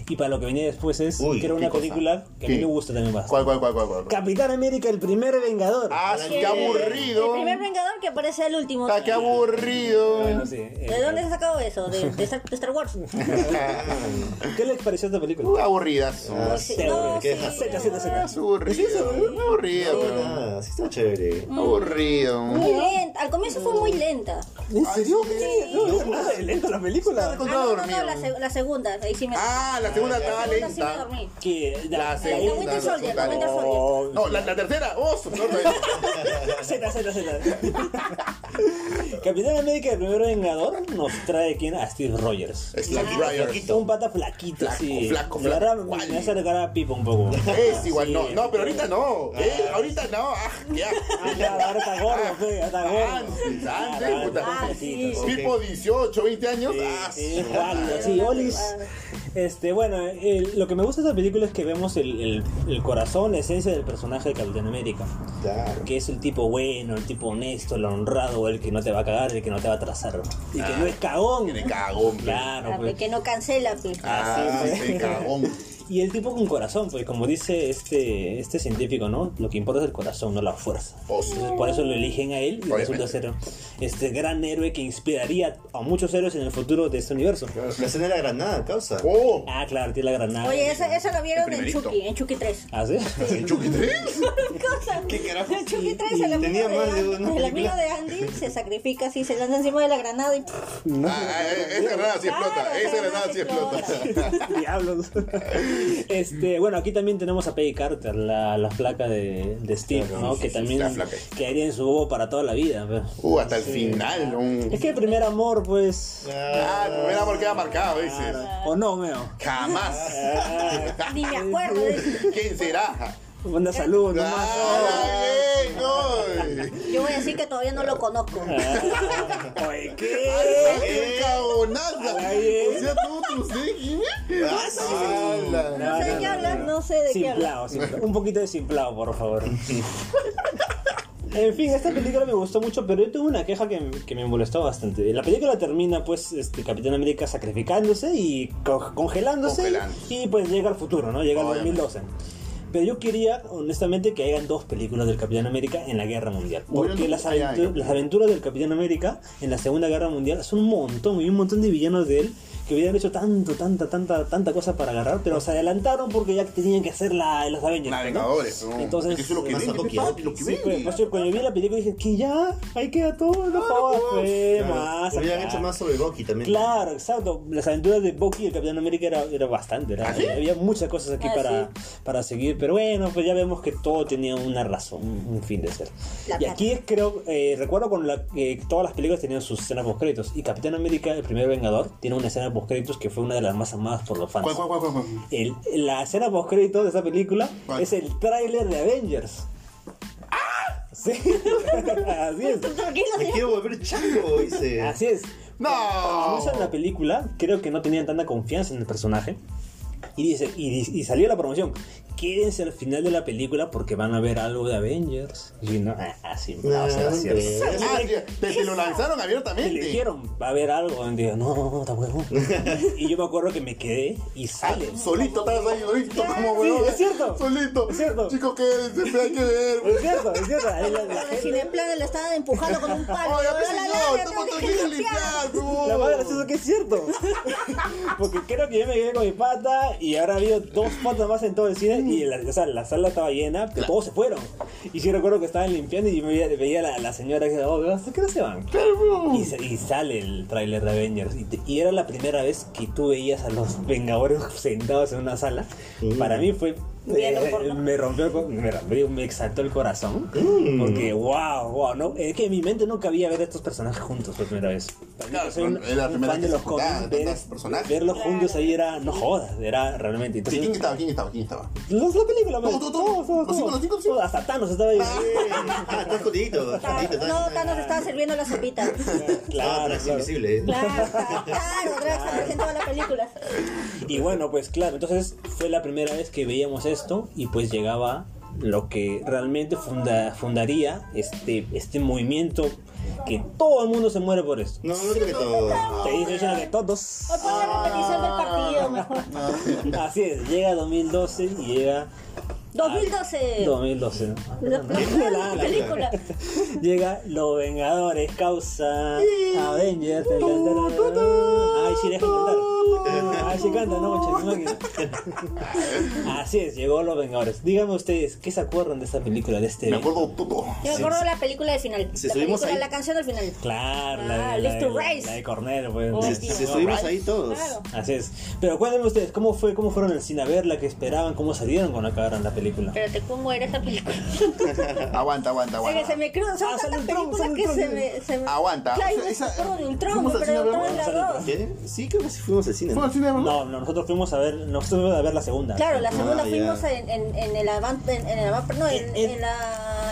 [SPEAKER 7] Y para lo que venía después es,
[SPEAKER 4] Uy,
[SPEAKER 7] que era una
[SPEAKER 1] ¿qué cosa?
[SPEAKER 7] película que a mí
[SPEAKER 1] ¿Qué?
[SPEAKER 7] me gusta también bastante.
[SPEAKER 1] ¿Cuál, cuál, cuál, cuál? cuál?
[SPEAKER 7] Capitán América, el primer Vengador.
[SPEAKER 1] Ah, sí, qué
[SPEAKER 3] El
[SPEAKER 1] aburrido.
[SPEAKER 3] primer vengador que aparece el último.
[SPEAKER 1] Ah, qué aburrido.
[SPEAKER 7] Bueno, sí, eh,
[SPEAKER 3] ¿De dónde has sacado eso? ¿De, de Star de Star Wars?
[SPEAKER 7] ¿Qué les pareció esta película?
[SPEAKER 1] Aburridas.
[SPEAKER 4] Ah,
[SPEAKER 3] sí.
[SPEAKER 7] Chévere,
[SPEAKER 3] No,
[SPEAKER 7] que-
[SPEAKER 3] sí.
[SPEAKER 7] seca, seca, seca.
[SPEAKER 1] Es aburrido. Aburrido, pero.
[SPEAKER 4] Ah, sí está chévere.
[SPEAKER 1] Aburrido.
[SPEAKER 3] Muy lenta. Al comienzo fue muy lenta.
[SPEAKER 7] ¿En serio? ¿Qué? No, es nada de lento la película.
[SPEAKER 1] Pues
[SPEAKER 3] Ah, no, no, no, la, seg- la segunda. Ahí sí me
[SPEAKER 1] Ah, la segunda estaba
[SPEAKER 3] La segunda sí me
[SPEAKER 1] lenta.
[SPEAKER 3] dormí.
[SPEAKER 7] Que
[SPEAKER 1] La
[SPEAKER 3] La
[SPEAKER 1] segunda.
[SPEAKER 3] Winter
[SPEAKER 1] no,
[SPEAKER 3] Soldier,
[SPEAKER 1] está
[SPEAKER 3] la Winter
[SPEAKER 1] lenta.
[SPEAKER 3] Soldier.
[SPEAKER 1] No, la, la tercera. Oh, su- no, no,
[SPEAKER 7] Zeta, zeta, zeta. Capitán América, el primer vengador, nos trae quién? A Steve Rogers.
[SPEAKER 1] Es la
[SPEAKER 7] Un pata flaquito,
[SPEAKER 1] Flaco,
[SPEAKER 7] sí.
[SPEAKER 1] flaco,
[SPEAKER 7] La verdad,
[SPEAKER 1] flaco.
[SPEAKER 7] me hace regar a Pipo un poco.
[SPEAKER 1] Es igual,
[SPEAKER 7] Sí.
[SPEAKER 1] no. No, pero ahorita no. Eh, ahorita no. Ah, ya.
[SPEAKER 7] Ah, claro, ahora está gordo, fe, ya está gordo.
[SPEAKER 1] Antes, Ah, antes,
[SPEAKER 7] Claro,
[SPEAKER 1] puta.
[SPEAKER 7] está
[SPEAKER 3] Ah,
[SPEAKER 7] flaquito,
[SPEAKER 3] sí.
[SPEAKER 7] sí.
[SPEAKER 1] Tipo 18, 20 años. Ah,
[SPEAKER 7] Sí,
[SPEAKER 1] su-
[SPEAKER 7] igual, sí, Olis. Este, bueno, el- lo que me gusta de esta película es que vemos el, el- el corazón, la esencia del personaje de Capitán América.
[SPEAKER 4] Claro.
[SPEAKER 7] Que es el tipo bueno, el tipo honesto, el honrado, el que no te va a cagar, el que no te va a atrasar. Y que
[SPEAKER 1] Ah,
[SPEAKER 7] no es cagón.
[SPEAKER 1] Tiene cagón. pe.
[SPEAKER 7] Claro,
[SPEAKER 3] Ah,
[SPEAKER 7] pues.
[SPEAKER 3] Que no cancela, pues.
[SPEAKER 1] Ah, sí, cagón.
[SPEAKER 7] Y el tipo con corazón, pues como dice este, este científico, ¿no? Lo que importa es el corazón, no la fuerza.
[SPEAKER 1] Oh, sí.
[SPEAKER 7] Entonces, por eso lo eligen a él y
[SPEAKER 1] Obviamente.
[SPEAKER 7] resulta ser este gran héroe que inspiraría a muchos héroes en el futuro de este universo.
[SPEAKER 4] La escena de la granada, causa.
[SPEAKER 1] Oh,
[SPEAKER 7] Ah, claro, tiene la granada.
[SPEAKER 3] Oye, esa, esa la vieron
[SPEAKER 1] El
[SPEAKER 3] en
[SPEAKER 1] primerito.
[SPEAKER 3] Chucky, en Chucky 3.
[SPEAKER 7] ¿Ah, sí?
[SPEAKER 1] ¿en Chucky 3?
[SPEAKER 4] ¿Qué carajo?
[SPEAKER 3] En Chucky 3, el amigo,
[SPEAKER 4] Tenía
[SPEAKER 3] de
[SPEAKER 4] más de
[SPEAKER 3] Andy,
[SPEAKER 4] una
[SPEAKER 3] el amigo
[SPEAKER 4] película.
[SPEAKER 3] de Andy se sacrifica así, se lanza encima de la granada y.
[SPEAKER 1] Ah, eh, esa granada sí
[SPEAKER 3] Claro,
[SPEAKER 1] explota. Esa
[SPEAKER 3] esa
[SPEAKER 1] granada sí
[SPEAKER 3] granada
[SPEAKER 1] explota.
[SPEAKER 7] Diablos. este, bueno, aquí también tenemos a Peggy Carter, la, la flaca de, de Steve,
[SPEAKER 4] Claro,
[SPEAKER 7] ¿no?
[SPEAKER 4] sí,
[SPEAKER 7] que
[SPEAKER 1] sí,
[SPEAKER 7] también
[SPEAKER 1] la flaca.
[SPEAKER 7] quedaría en su bobo para toda la vida. pues.
[SPEAKER 1] Uh, hasta el final. un-
[SPEAKER 7] Es que el primer amor, pues.
[SPEAKER 1] Ah, el primer amor queda marcado, dices.
[SPEAKER 7] O no, meo.
[SPEAKER 1] Jamás.
[SPEAKER 3] Ah. Ni me acuerdo de eso.
[SPEAKER 1] ¿Quién será?
[SPEAKER 7] Manda saludos nomás.
[SPEAKER 1] Ah, ¡Ay!
[SPEAKER 3] Yo voy a decir que todavía no lo conozco.
[SPEAKER 7] Oye, ¿qué?
[SPEAKER 1] ¡Qué cagonaza! O sea, tú, tú, sí, Jimmy. Ah, ¡Hala!
[SPEAKER 3] No sé de qué hablas, no sé de qué hablas.
[SPEAKER 7] Simplao, simplao. Un poquito de simplao, por favor. En fin, esta película me gustó mucho, pero yo tuve una queja que, que me molestó bastante. La película termina, pues, este, Capitán América sacrificándose y co- congelándose.
[SPEAKER 1] Congelándose.
[SPEAKER 7] Y pues llega al futuro, ¿no? Llega al
[SPEAKER 1] Obviamente.
[SPEAKER 7] 2012. Pero yo quería, honestamente, que hagan dos películas del Capitán América en la Guerra Mundial. Porque
[SPEAKER 1] Hubieran-
[SPEAKER 7] las,
[SPEAKER 1] Ay, ay.
[SPEAKER 7] aventu- las aventuras del Capitán América en la Segunda Guerra Mundial son un montón. Y un montón de villanos de él que hubieran hecho tanto, tanta, tanta, tanta cosa para agarrar. Pero se adelantaron porque ya tenían que hacer la, los Avengers.
[SPEAKER 1] La
[SPEAKER 7] ¿no?
[SPEAKER 1] Vengadores. ¿no?
[SPEAKER 7] Entonces,
[SPEAKER 1] Eso es lo que
[SPEAKER 7] eh,
[SPEAKER 1] vende,
[SPEAKER 7] Masato
[SPEAKER 1] mi
[SPEAKER 7] Kiyo.
[SPEAKER 1] papi, lo que
[SPEAKER 7] Sí,
[SPEAKER 1] vende. Ah,
[SPEAKER 7] pues, pues, yo cuando vi la película dije que ya, ahí queda todo, no jodas, pues, más
[SPEAKER 4] Hubieran
[SPEAKER 7] acá.
[SPEAKER 4] hecho más sobre Bucky también.
[SPEAKER 7] Claro, exacto. Las aventuras de Bucky y el Capitán América era, era bastante.
[SPEAKER 1] ¿Ah,
[SPEAKER 7] era- Había muchas cosas aquí
[SPEAKER 3] Ah,
[SPEAKER 7] para, para seguir. Pero bueno, pues ya vemos que todo tenía una razón, un- un fin de ser.
[SPEAKER 3] La
[SPEAKER 7] y aquí creo, eh, recuerdo con la, que todas las películas tenían sus escenas post créditos. Y Capitán América, el primer Vengador, tiene una escena post créditos que fue una de las más amadas por los fans.
[SPEAKER 1] ¿Cuál, cuál, cuál, cuál, cuál?
[SPEAKER 7] El- la escena post crédito de esa película
[SPEAKER 1] ¿Cuál?
[SPEAKER 7] es el tráiler de Avengers.
[SPEAKER 1] ¡Ah!
[SPEAKER 7] Sí, así es.
[SPEAKER 3] Tranquilo,
[SPEAKER 4] Me quiero volver chango, dice.
[SPEAKER 3] Ah,
[SPEAKER 7] Así es.
[SPEAKER 1] ¡No!
[SPEAKER 7] Incluso en la película, creo que no tenían tanta confianza en el personaje. Y, dice, y, di- y salió la promoción. Quédense al final de la película porque van a ver algo de Avengers. Y no, ah, así no,
[SPEAKER 4] Ah,
[SPEAKER 7] será cierto.
[SPEAKER 4] hombre.
[SPEAKER 1] Ah, te, te- te lo lanzaron
[SPEAKER 7] Y
[SPEAKER 1] abiertamente.
[SPEAKER 7] le dijeron, va a haber algo. Y digo, no, no, está huevón. Y yo me acuerdo que me quedé y
[SPEAKER 1] Ah,
[SPEAKER 7] sale.
[SPEAKER 1] solito estás ahí, solito como
[SPEAKER 7] Sí,
[SPEAKER 1] huevón.
[SPEAKER 7] es cierto.
[SPEAKER 1] Solito.
[SPEAKER 7] Es cierto.
[SPEAKER 1] Chicos, quédense, me hay que ver.
[SPEAKER 7] Es cierto, es cierto. Ahí la- la
[SPEAKER 3] La
[SPEAKER 7] gente-
[SPEAKER 3] Cineplanet la estaban empujando con un palo.
[SPEAKER 1] Oye,
[SPEAKER 3] La, la, la,
[SPEAKER 1] señor,
[SPEAKER 3] la, tengo
[SPEAKER 1] estamos
[SPEAKER 3] que
[SPEAKER 1] aquí que
[SPEAKER 3] limpiar.
[SPEAKER 1] limpiar,
[SPEAKER 7] La
[SPEAKER 1] huevón.
[SPEAKER 7] madre gracioso que es cierto. Porque creo que yo me quedé con mi pata y ahora ha habido dos patas más en todo el cine y la, o sea, la sala estaba llena, pero todos se fueron. Y sí recuerdo que estaban limpiando y yo veía, veía a la, la señora que oh, ¿hasta qué hora se van? Y, sa- y sale el tráiler de Avengers. Y, te- y era la primera vez que tú veías a los Vengadores sentados en una sala. Para mí fue...
[SPEAKER 3] Viendo
[SPEAKER 7] eh,
[SPEAKER 3] porno.
[SPEAKER 7] me rompió el co- me rompió, me exaltó el corazón porque wow wow no es que en mi mente no cabía ver a estos personajes juntos por primera vez
[SPEAKER 1] Claro,
[SPEAKER 7] soy un,
[SPEAKER 1] era la
[SPEAKER 7] un
[SPEAKER 1] primera
[SPEAKER 7] fan
[SPEAKER 1] que
[SPEAKER 7] de los
[SPEAKER 1] se juntaba,
[SPEAKER 7] cómics.
[SPEAKER 1] de
[SPEAKER 7] Ver,
[SPEAKER 1] tantos personajes.
[SPEAKER 7] verlos juntos ahí era, no jodas, era realmente.
[SPEAKER 1] Sí, ¿Quién
[SPEAKER 7] Entonces,
[SPEAKER 1] estaba? ¿Quién estaba? ¿Quién estaba?
[SPEAKER 7] los, la película,
[SPEAKER 1] Todos,
[SPEAKER 7] man.
[SPEAKER 1] todos, todos. Los cinco, los cinco, los cinco.
[SPEAKER 7] Todos, Hasta Thanos estaba ahí.
[SPEAKER 4] Ah, estás jodidito, jodidito, estás-
[SPEAKER 3] No, Thanos estaba sirviendo la sopita.
[SPEAKER 4] Ah,
[SPEAKER 7] Claro,
[SPEAKER 4] atrás,
[SPEAKER 7] claro.
[SPEAKER 4] invisible. eh.
[SPEAKER 3] Claro, claro, Drax está presente en la película.
[SPEAKER 7] Y bueno, pues claro, entonces fue la primera vez que veíamos esto y pues llegaba lo que realmente funda- fundaría este, este movimiento que todo el mundo se muere por esto.
[SPEAKER 4] No, no creo que todo.
[SPEAKER 7] Te dice diciendo que todos.
[SPEAKER 3] O pon la repetición del partido mejor.
[SPEAKER 7] Así es, llega 2012 y llega Ah.
[SPEAKER 3] 2012.
[SPEAKER 7] 2012. ¿no? Ah,
[SPEAKER 3] La, la- la película.
[SPEAKER 7] Llega Los Vengadores, causa Avengers. tan, tan, tan, tan, tan. Ay, sí, deja cantar. Ay, sí canta, no, Che, no, que- Así es, llegó Los Vengadores. Díganme ustedes, ¿qué se acuerdan de esta película, de este
[SPEAKER 1] Me
[SPEAKER 7] evento?
[SPEAKER 1] acuerdo todo.
[SPEAKER 3] Yo me acuerdo de la película del final.
[SPEAKER 4] Si
[SPEAKER 3] la
[SPEAKER 4] subimos
[SPEAKER 3] película,
[SPEAKER 4] ahí-
[SPEAKER 3] la canción del final.
[SPEAKER 7] Claro, la,
[SPEAKER 3] Ah,
[SPEAKER 7] de, la,
[SPEAKER 3] Live to
[SPEAKER 7] de,
[SPEAKER 3] Rise.
[SPEAKER 7] la de Cornell, pues.
[SPEAKER 3] Oh,
[SPEAKER 4] Si,
[SPEAKER 7] la-
[SPEAKER 3] Dios.
[SPEAKER 4] si estuvimos ahí todos.
[SPEAKER 3] Claro.
[SPEAKER 7] Así es. Pero cuéntenme ustedes, ¿cómo fue, cómo fueron al cine a verla, qué esperaban, cómo salieron cuando acabaron la película?
[SPEAKER 3] Espérate, ¿cómo era esa película?
[SPEAKER 1] Aguanta, aguanta,
[SPEAKER 3] Oye, se
[SPEAKER 1] aguanta.
[SPEAKER 3] me cruzan
[SPEAKER 7] Ah,
[SPEAKER 3] son
[SPEAKER 7] sale
[SPEAKER 3] tantas
[SPEAKER 7] un
[SPEAKER 3] películas
[SPEAKER 7] tronco, sale un
[SPEAKER 3] que se
[SPEAKER 7] tronco.
[SPEAKER 3] me, se me...
[SPEAKER 1] Aguanta.
[SPEAKER 3] Claro, yo me
[SPEAKER 1] Esa-
[SPEAKER 3] acuerdo de un
[SPEAKER 1] ¿Fuimos
[SPEAKER 3] tronco,
[SPEAKER 1] al
[SPEAKER 3] pero
[SPEAKER 1] cine a
[SPEAKER 3] de
[SPEAKER 1] verlo?
[SPEAKER 3] Ultron es la dos.
[SPEAKER 4] ¿Qué? Sí, creo que sí fuimos al cine.
[SPEAKER 1] ¿Fuimos al cine a verlo?
[SPEAKER 7] No, no, nosotros fuimos a ver, nosotros fuimos a ver la segunda.
[SPEAKER 3] Claro, la segunda
[SPEAKER 4] Ah,
[SPEAKER 3] fuimos
[SPEAKER 4] ya.
[SPEAKER 3] en, en, en el avant, en, en el avant, no, en,
[SPEAKER 7] En-
[SPEAKER 3] en la...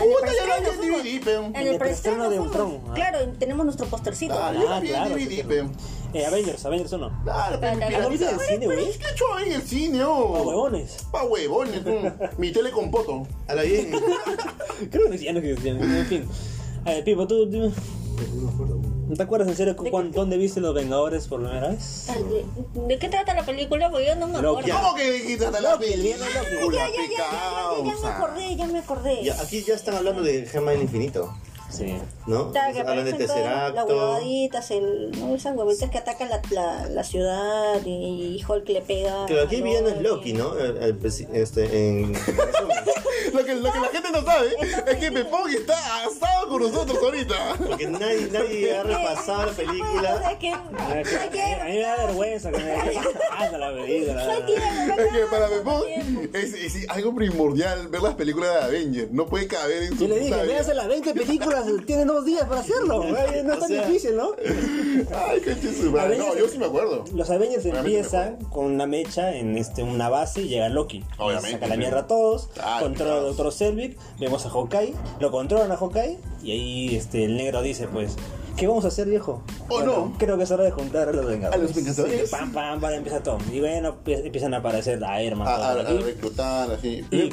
[SPEAKER 1] Puta,
[SPEAKER 3] en el
[SPEAKER 1] ya lo
[SPEAKER 3] preestreno
[SPEAKER 1] vi en
[SPEAKER 3] fuimos.
[SPEAKER 1] DVD, pe.
[SPEAKER 3] En
[SPEAKER 7] En
[SPEAKER 3] el preestreno
[SPEAKER 7] el preestreno de
[SPEAKER 3] fuimos.
[SPEAKER 7] Ultron, ah.
[SPEAKER 3] Claro, y tenemos nuestro postercito.
[SPEAKER 1] Claro,
[SPEAKER 7] Ah,
[SPEAKER 1] yo la vi en
[SPEAKER 7] claro, sí,
[SPEAKER 1] DVD,
[SPEAKER 7] claro.
[SPEAKER 1] pe.
[SPEAKER 7] Eh, Avengers, Avengers 1.
[SPEAKER 1] Claro, pe, mi
[SPEAKER 3] Ah,
[SPEAKER 7] ¿No viste
[SPEAKER 1] piratita.
[SPEAKER 7] en el cine,
[SPEAKER 1] Pero
[SPEAKER 7] güey?
[SPEAKER 1] es que hecho ahí en el cine, oh.
[SPEAKER 7] Ah, huevones.
[SPEAKER 1] Pa' huevones, mm. Mi tele con poto.
[SPEAKER 4] A la bien.
[SPEAKER 7] Creo que ya no existían. En fin. A ver, Pipo, ¿tú, tú- no te acuerdas en serio cu- cuán- dónde viste los Vengadores por primera vez?
[SPEAKER 3] ¿De, de qué trata la película? Porque yo no me
[SPEAKER 7] Lo
[SPEAKER 3] acuerdo.
[SPEAKER 7] que-
[SPEAKER 1] ¿Cómo que dijiste hasta la película?
[SPEAKER 3] Ya, ya, ya, ya, ya, ya, ya me
[SPEAKER 1] pecausa?
[SPEAKER 3] acordé, ya me acordé.
[SPEAKER 4] Ya, aquí ya están hablando de Gema del Infinito,
[SPEAKER 7] Sí.
[SPEAKER 4] ¿no?
[SPEAKER 3] Claro, que
[SPEAKER 4] Hablan de
[SPEAKER 3] aparecen todas las
[SPEAKER 4] Tesseracto.
[SPEAKER 3] huevaditas, el, ¿no? esas huevitas que atacan la, la, la ciudad y Hulk le pega.
[SPEAKER 4] Pero aquí el
[SPEAKER 3] a Ah,
[SPEAKER 4] villano es Loki, ¿no? El- el presi- este, en.
[SPEAKER 1] Lo que, lo que la gente no sabe es que Pepón está asado con nosotros ahorita.
[SPEAKER 4] Porque nadie, nadie ha repasado la
[SPEAKER 3] pues,
[SPEAKER 4] película. Ah,
[SPEAKER 3] Es que.
[SPEAKER 7] A mí
[SPEAKER 3] Ay,
[SPEAKER 7] me da vergüenza que me digas, "Ah, la película.
[SPEAKER 3] Ay, tiempo,
[SPEAKER 1] Es que para
[SPEAKER 3] tanto
[SPEAKER 1] Pepón
[SPEAKER 3] tiempo.
[SPEAKER 1] es, es algo primordial ver las películas de Avengers. No puede caber en su
[SPEAKER 7] Yo le
[SPEAKER 1] puta
[SPEAKER 7] dije,
[SPEAKER 1] vida.
[SPEAKER 7] véase las 20 películas, tiene dos días para hacerlo. güey, No es
[SPEAKER 4] O
[SPEAKER 7] tan
[SPEAKER 4] sea,
[SPEAKER 7] difícil, ¿no?
[SPEAKER 1] Ay, coche su madre. No, yo sí me acuerdo.
[SPEAKER 7] Los Avengers
[SPEAKER 1] Realmente me
[SPEAKER 7] empiezan con una mecha en este, una base y llega Loki.
[SPEAKER 1] Obviamente,
[SPEAKER 7] Saca
[SPEAKER 1] sí.
[SPEAKER 7] la
[SPEAKER 1] Ah,
[SPEAKER 7] mierda a todos,
[SPEAKER 1] Claro,
[SPEAKER 7] controla al doctor Selvig, vemos a Hawkeye, lo controlan a Hawkeye y ahí este, el negro dice pues, ¿qué vamos a hacer viejo?
[SPEAKER 1] Oh, no.
[SPEAKER 7] Creo que es hora de juntar a los Vengadores.
[SPEAKER 1] A los Vengadores.
[SPEAKER 7] Sí, pam, pam, pam, empieza todo. Y bueno, pues, empiezan a aparecer a Iron Man.
[SPEAKER 1] A,
[SPEAKER 7] todo
[SPEAKER 1] a-
[SPEAKER 7] por
[SPEAKER 1] a
[SPEAKER 7] aquí.
[SPEAKER 1] reclutar, así.
[SPEAKER 7] Y, y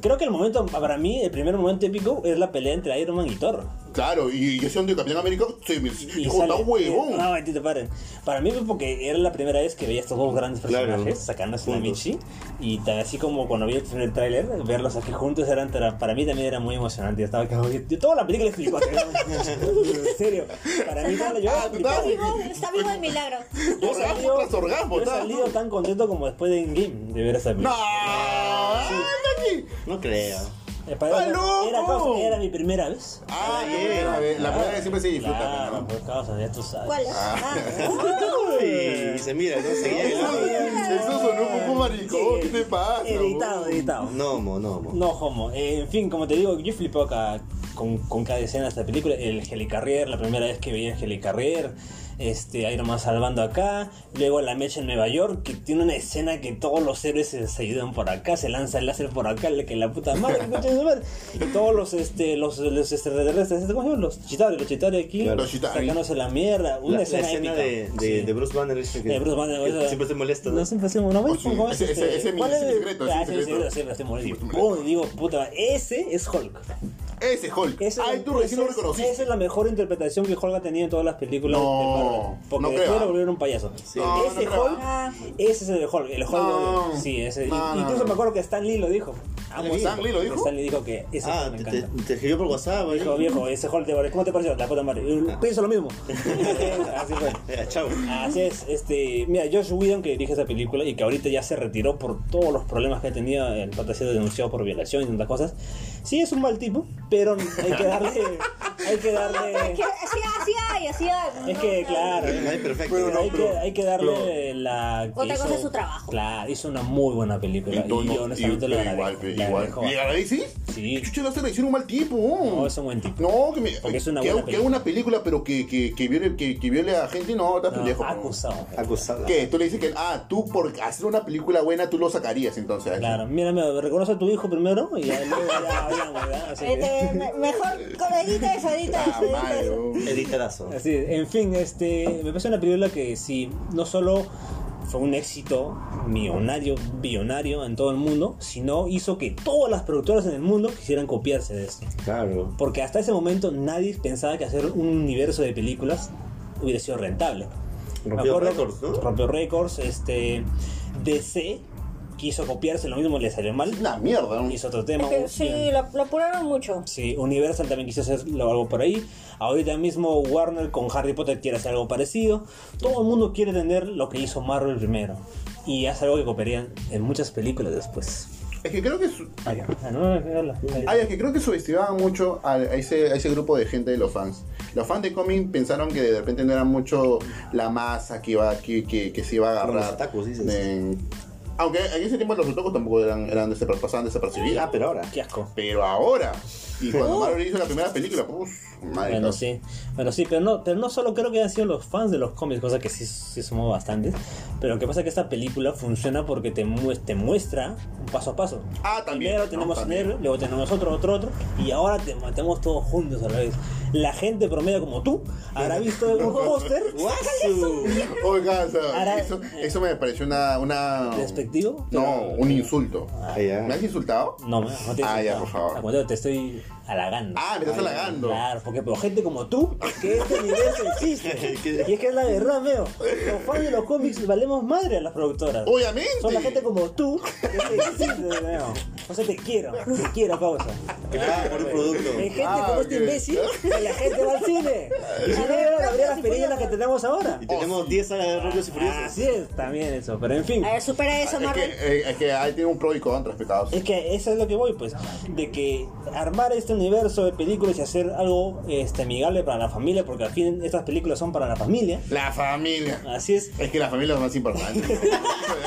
[SPEAKER 7] creo que el momento, para mí, el primer momento épico es la pelea entre Iron Man y Thor.
[SPEAKER 1] Claro, y yo soy un tío Capitán América, se me
[SPEAKER 7] Y ah,
[SPEAKER 1] hijo, está
[SPEAKER 7] sale-
[SPEAKER 1] huevón.
[SPEAKER 7] No, mentira, paren. Para mí fue porque era la primera vez que veía estos dos grandes
[SPEAKER 4] Claro.
[SPEAKER 7] personajes sacándose una
[SPEAKER 4] Juntos.
[SPEAKER 7] Michi. Y tan así como cuando vi el primer tráiler, verlos aquí juntos eran, era- para mí también era muy emocionante. Yo estaba cagado. Yo, yo toda la película explicó. en serio. Para mí toda la yo
[SPEAKER 1] Ah, tú
[SPEAKER 7] flipaba.
[SPEAKER 1] estabas-
[SPEAKER 3] vivo, está vivo de milagro.
[SPEAKER 7] Yo he
[SPEAKER 1] Orgasmo
[SPEAKER 7] salido-
[SPEAKER 1] tras orgasmo,
[SPEAKER 7] yo he
[SPEAKER 1] estaba,
[SPEAKER 7] salido
[SPEAKER 1] ¿no?
[SPEAKER 7] tan contento como después de Endgame de ver esa
[SPEAKER 1] No,
[SPEAKER 7] película.
[SPEAKER 1] Ah, Dani.
[SPEAKER 4] No creo.
[SPEAKER 7] Eh, para-
[SPEAKER 1] ¡Está loco!
[SPEAKER 7] era, cosa- era mi primera vez.
[SPEAKER 1] Ah, la primera vez, la primera vez siempre se disfruta.
[SPEAKER 7] Claro,
[SPEAKER 1] ¿no?
[SPEAKER 7] por causa de tú sabes.
[SPEAKER 3] ¿Cuál? Ah,
[SPEAKER 4] Y se mira, no se
[SPEAKER 1] Eso, eso sonó un poco maricón, ¿qué te pasa?
[SPEAKER 7] Editado,
[SPEAKER 1] huevón?
[SPEAKER 7] editado.
[SPEAKER 4] No, mo, no, mo.
[SPEAKER 7] No, homo. Eh, en fin, como te digo, yo flipé acá con, con cada escena de esta película. El Helicarrier, la primera vez que veía el Helicarrier. Este, Iron Man salvando acá. Luego la mecha en Nueva York, que tiene una escena que todos los héroes se, se ayudan por acá. Se lanza el láser por acá, que la puta madre, que concha de su madre. Y todos los, este, los, los extraterrestres, ¿cómo se llaman? Los chitari, los chitari aquí.
[SPEAKER 4] Claro.
[SPEAKER 1] Los Chitauri.
[SPEAKER 7] Sacándose la mierda. Una
[SPEAKER 4] La, la
[SPEAKER 7] escena,
[SPEAKER 4] escena
[SPEAKER 7] épica.
[SPEAKER 4] de, de,
[SPEAKER 7] Sí.
[SPEAKER 4] de Bruce Banner ese que,
[SPEAKER 7] Eh, Bruce Banner,
[SPEAKER 4] que
[SPEAKER 7] o sea,
[SPEAKER 4] siempre se molesta. ¿no?
[SPEAKER 7] No siempre se molesta. No,
[SPEAKER 1] Oh, sí.
[SPEAKER 7] ¿cómo es
[SPEAKER 1] Ese- ese-
[SPEAKER 7] este?
[SPEAKER 1] ese es mi-
[SPEAKER 7] ¿Cuál
[SPEAKER 1] ese es mi secreto, ese es
[SPEAKER 7] Ah,
[SPEAKER 1] mi
[SPEAKER 7] ese es mi
[SPEAKER 1] secreto.
[SPEAKER 7] secreto, siempre se molesta. Y pum, digo, puta, ese es Hulk.
[SPEAKER 1] Ese Hulk.
[SPEAKER 7] Ese
[SPEAKER 1] Ay, tú recién lo
[SPEAKER 7] ese es-
[SPEAKER 1] reconociste.
[SPEAKER 7] Esa es la mejor interpretación que Hulk ha tenido en todas las películas
[SPEAKER 1] No,
[SPEAKER 7] de Marvel. Porque
[SPEAKER 1] no
[SPEAKER 7] después
[SPEAKER 1] creo.
[SPEAKER 7] lo volvieron un payaso.
[SPEAKER 1] No, no
[SPEAKER 7] ese
[SPEAKER 1] creo.
[SPEAKER 7] Hulk,
[SPEAKER 3] ah,
[SPEAKER 7] ese es el Hulk. El Hulk
[SPEAKER 1] No.
[SPEAKER 7] sí, ese.
[SPEAKER 1] No, no,
[SPEAKER 7] incluso
[SPEAKER 1] no.
[SPEAKER 7] me acuerdo que Stan Lee lo dijo. Amo
[SPEAKER 1] ¿Stan
[SPEAKER 7] ese.
[SPEAKER 1] Lee lo dijo?
[SPEAKER 7] Stan Lee dijo que ese
[SPEAKER 4] Ah,
[SPEAKER 7] Hulk me
[SPEAKER 4] te,
[SPEAKER 7] encanta.
[SPEAKER 4] te, te escribió por WhatsApp, ¿eh?
[SPEAKER 7] Dijo, viejo, ese Hulk, de- ¿cómo te pareció? La puta madre.
[SPEAKER 1] Ah.
[SPEAKER 7] Eh, Pienso lo mismo. Así fue.
[SPEAKER 4] Eh, chao.
[SPEAKER 7] Así es, este, mira, Josh Whedon que dirige esta película y que ahorita ya se retiró por todos los problemas que tenía, el pata ha sido denunciado por violación y tantas cosas. Sí es un mal tipo, pero hay que darle, hay que
[SPEAKER 3] que-
[SPEAKER 7] darle,
[SPEAKER 3] así, así hay, así hay.
[SPEAKER 7] es que
[SPEAKER 3] No,
[SPEAKER 7] claro,
[SPEAKER 4] Ay, perfecto.
[SPEAKER 1] Pero no,
[SPEAKER 7] hay que, hay que darle la. que
[SPEAKER 3] Otra cosa es su trabajo.
[SPEAKER 7] Claro, hizo una muy buena película y,
[SPEAKER 1] Y tú no-
[SPEAKER 7] yo honestamente
[SPEAKER 1] y-
[SPEAKER 7] lo
[SPEAKER 1] pero Igual, pero
[SPEAKER 7] agradezco. la
[SPEAKER 1] igual.
[SPEAKER 7] agradezco
[SPEAKER 1] ¿Y
[SPEAKER 7] bastante.
[SPEAKER 1] ahí sí?
[SPEAKER 7] Sí.
[SPEAKER 1] Chucha, la selección un mal tipo. No,
[SPEAKER 7] es un buen tipo.
[SPEAKER 1] No, que me.
[SPEAKER 7] Porque es una
[SPEAKER 1] que,
[SPEAKER 7] buena
[SPEAKER 1] que una película, pero que, que, que, viole, que, que viole a gente, no, estás
[SPEAKER 7] No,
[SPEAKER 1] pendejo. ¿no?
[SPEAKER 7] acusado.
[SPEAKER 4] Acusada.
[SPEAKER 1] ¿Qué? Tú le dices que, ah, tú por hacer una película buena, tú lo sacarías entonces. ¿eh?
[SPEAKER 7] Claro, mira, mira, reconoce a tu hijo primero y ya luego ya hablamos, ¿verdad? Así que-
[SPEAKER 3] Este, me- mejor con edita eso, edita
[SPEAKER 1] Ah,
[SPEAKER 3] eso, edita
[SPEAKER 1] madre,
[SPEAKER 3] eso.
[SPEAKER 1] huevón.
[SPEAKER 4] Editadazo.
[SPEAKER 7] Así es. En fin, este, me parece una película que sí, no solo fue un éxito millonario, billonario en todo el mundo, sino hizo que todas las productoras en el mundo quisieran copiarse de esto.
[SPEAKER 4] Claro.
[SPEAKER 7] Porque hasta ese momento nadie pensaba que hacer un universo de películas hubiera sido rentable. Me
[SPEAKER 4] Rompió
[SPEAKER 7] acuerdo-
[SPEAKER 4] récords, ¿no?
[SPEAKER 7] Rompió récords, este, DC quiso copiarse, lo mismo le salió mal,
[SPEAKER 1] Es una mierda. ¿no?
[SPEAKER 7] hizo otro tema.
[SPEAKER 3] Es que
[SPEAKER 7] un-
[SPEAKER 3] sí, lo, lo apuraron mucho.
[SPEAKER 7] Sí, Universal también quiso hacer lo- algo por ahí. Ahorita mismo Warner con Harry Potter quiere hacer algo parecido. Todo el mundo quiere tener lo que hizo Marvel primero. Y hace algo que copiarían en muchas películas después.
[SPEAKER 1] Es que creo que su-
[SPEAKER 7] Ay, ah, no, no, no, no, no.
[SPEAKER 1] Ay, es que creo que subestimaban mucho a, a ese, a ese grupo de gente de los fans. Los fans de cómic pensaron que de repente no era mucho la masa que, iba, que, que, que se iba a agarrar.
[SPEAKER 4] Como los otakus, dices.
[SPEAKER 1] Eh, aunque en ese tiempo los otakus tampoco eran, eran desapar- pasaban desapercibidos.
[SPEAKER 4] Ah, pero ahora.
[SPEAKER 7] Qué asco.
[SPEAKER 1] Pero ahora, y cuando Marvel hizo la primera película, pues, madre
[SPEAKER 7] Bueno,
[SPEAKER 1] mía.
[SPEAKER 7] sí. Bueno, sí, pero no, pero no solo creo que han sido los fans de los cómics, cosa que sí, sí somos bastantes. Pero lo que pasa es que esta película funciona porque te, mues- te muestra un paso a paso.
[SPEAKER 1] Ah, también,
[SPEAKER 7] Primero
[SPEAKER 1] ¿no?
[SPEAKER 7] tenemos un
[SPEAKER 1] También.
[SPEAKER 7] héroe, luego tenemos otro, otro, otro. Y ahora te matamos todos juntos a la vez. La gente promedio como tú habrá visto un póster
[SPEAKER 1] Oiga, o sea,
[SPEAKER 7] Ahora- eh,
[SPEAKER 1] eso, eso me pareció una. una
[SPEAKER 7] ¿Despectivo?
[SPEAKER 1] No, un insulto.
[SPEAKER 4] Ah, ya.
[SPEAKER 1] ¿Me has insultado?
[SPEAKER 7] No, no te
[SPEAKER 1] Ah, ya,
[SPEAKER 7] no.
[SPEAKER 1] por favor.
[SPEAKER 7] Al contrario, te estoy halagando.
[SPEAKER 1] Ah, me estás
[SPEAKER 4] Ah, ya.
[SPEAKER 1] halagando.
[SPEAKER 7] Claro, porque por gente como tú, que este universo existe. Y es que es la verdad, meo. Los fans de los cómics valemos madre a las productoras.
[SPEAKER 1] Obviamente.
[SPEAKER 7] Son la gente como tú que se existe, meo. O sea, te quiero, te quiero, pausa.
[SPEAKER 4] Ah, por un producto.
[SPEAKER 7] Hay gente
[SPEAKER 1] Ah,
[SPEAKER 7] como este
[SPEAKER 1] ok.
[SPEAKER 7] imbécil que la gente va al cine. Y si no, no habría las películas que tenemos ahora.
[SPEAKER 4] Y tenemos 10 sagas de Rápidos y Furiosos.
[SPEAKER 7] Así es, también eso. Pero en fin.
[SPEAKER 3] A ver,
[SPEAKER 7] Ah,
[SPEAKER 3] supera eso,
[SPEAKER 1] Es que,
[SPEAKER 3] Marvel.
[SPEAKER 1] eh, es que ahí tiene un pro y contra, pecados.
[SPEAKER 7] Es que eso es lo que voy, pues, de que armar este universo de películas y hacer algo este, amigable para la familia, porque al fin estas películas son para la familia.
[SPEAKER 1] La familia.
[SPEAKER 7] Así es.
[SPEAKER 1] Es que la familia es lo más importante.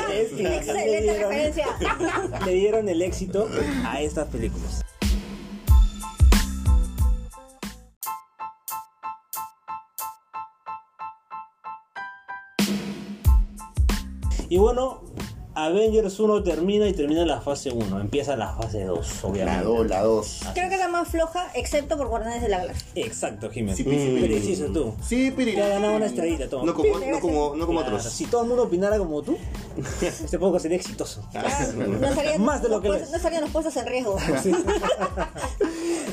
[SPEAKER 7] Es que
[SPEAKER 3] Excelente referencia.
[SPEAKER 7] le dieron el éxito a estas películas. Y bueno, Avengers 1 termina y termina la fase 1. Empieza la fase 2,
[SPEAKER 1] La
[SPEAKER 7] obviamente.
[SPEAKER 1] 2, la 2.
[SPEAKER 3] Creo que es la más floja, excepto por Guardianes de la Galaxia.
[SPEAKER 7] Exacto, Jiménez.
[SPEAKER 1] Sí,
[SPEAKER 7] Sí,
[SPEAKER 1] sí, sí.
[SPEAKER 7] Preciso tú.
[SPEAKER 1] Sí, Piri.
[SPEAKER 7] Te ha ganado una estrellita, toma.
[SPEAKER 4] No como, no como, no como
[SPEAKER 7] Claro,
[SPEAKER 4] otros.
[SPEAKER 7] Si todo el mundo opinara como tú, este poco sería exitoso.
[SPEAKER 3] No estarían-
[SPEAKER 7] Ah, Más de lo que
[SPEAKER 3] no
[SPEAKER 7] lo es.
[SPEAKER 3] no estarían los puestos en riesgo.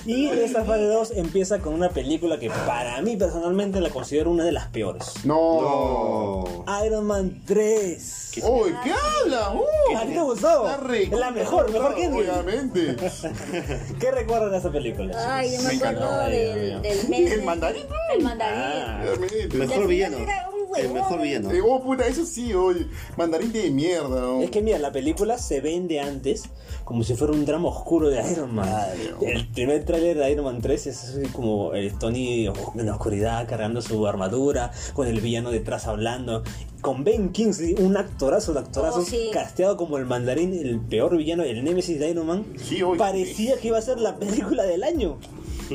[SPEAKER 7] Y esta fase 2 empieza con una película que para mí personalmente la considero una de las peores.
[SPEAKER 1] No.
[SPEAKER 4] No.
[SPEAKER 7] Iron Man 3.
[SPEAKER 1] Uy, ¿qué habla? Uh,
[SPEAKER 7] ¿A ti te gustó?
[SPEAKER 1] Está rico.
[SPEAKER 7] Es la mejor, mejor que Endgame.
[SPEAKER 1] Obviamente.
[SPEAKER 7] ¿Qué recuerdan de esa película?
[SPEAKER 3] Ay, yo me
[SPEAKER 1] Me
[SPEAKER 3] acuerdo
[SPEAKER 7] encantó.
[SPEAKER 3] del, del mes.
[SPEAKER 1] ¿El mandarín?
[SPEAKER 3] El mandarín.
[SPEAKER 7] Ah,
[SPEAKER 1] Obviamente.
[SPEAKER 4] Mejor
[SPEAKER 3] final
[SPEAKER 4] villano.
[SPEAKER 3] era un
[SPEAKER 4] El
[SPEAKER 3] huevón.
[SPEAKER 4] mejor villano.
[SPEAKER 1] Eh, oh, puta, eso sí, oye. Mandarín de mierda. ¿no?
[SPEAKER 7] es que mira, la película se vende antes como si fuera un drama oscuro de Iron Man. El primer tráiler de Iron Man 3 es así como el Tony en la oscuridad cargando su armadura, con el villano detrás hablando, con Ben Kingsley, un actorazo, un actorazo,
[SPEAKER 3] Oh, sí.
[SPEAKER 7] casteado como el mandarín, el peor villano, el némesis de Iron Man.
[SPEAKER 1] Sí, oye.
[SPEAKER 7] Parecía que iba a ser la película del año.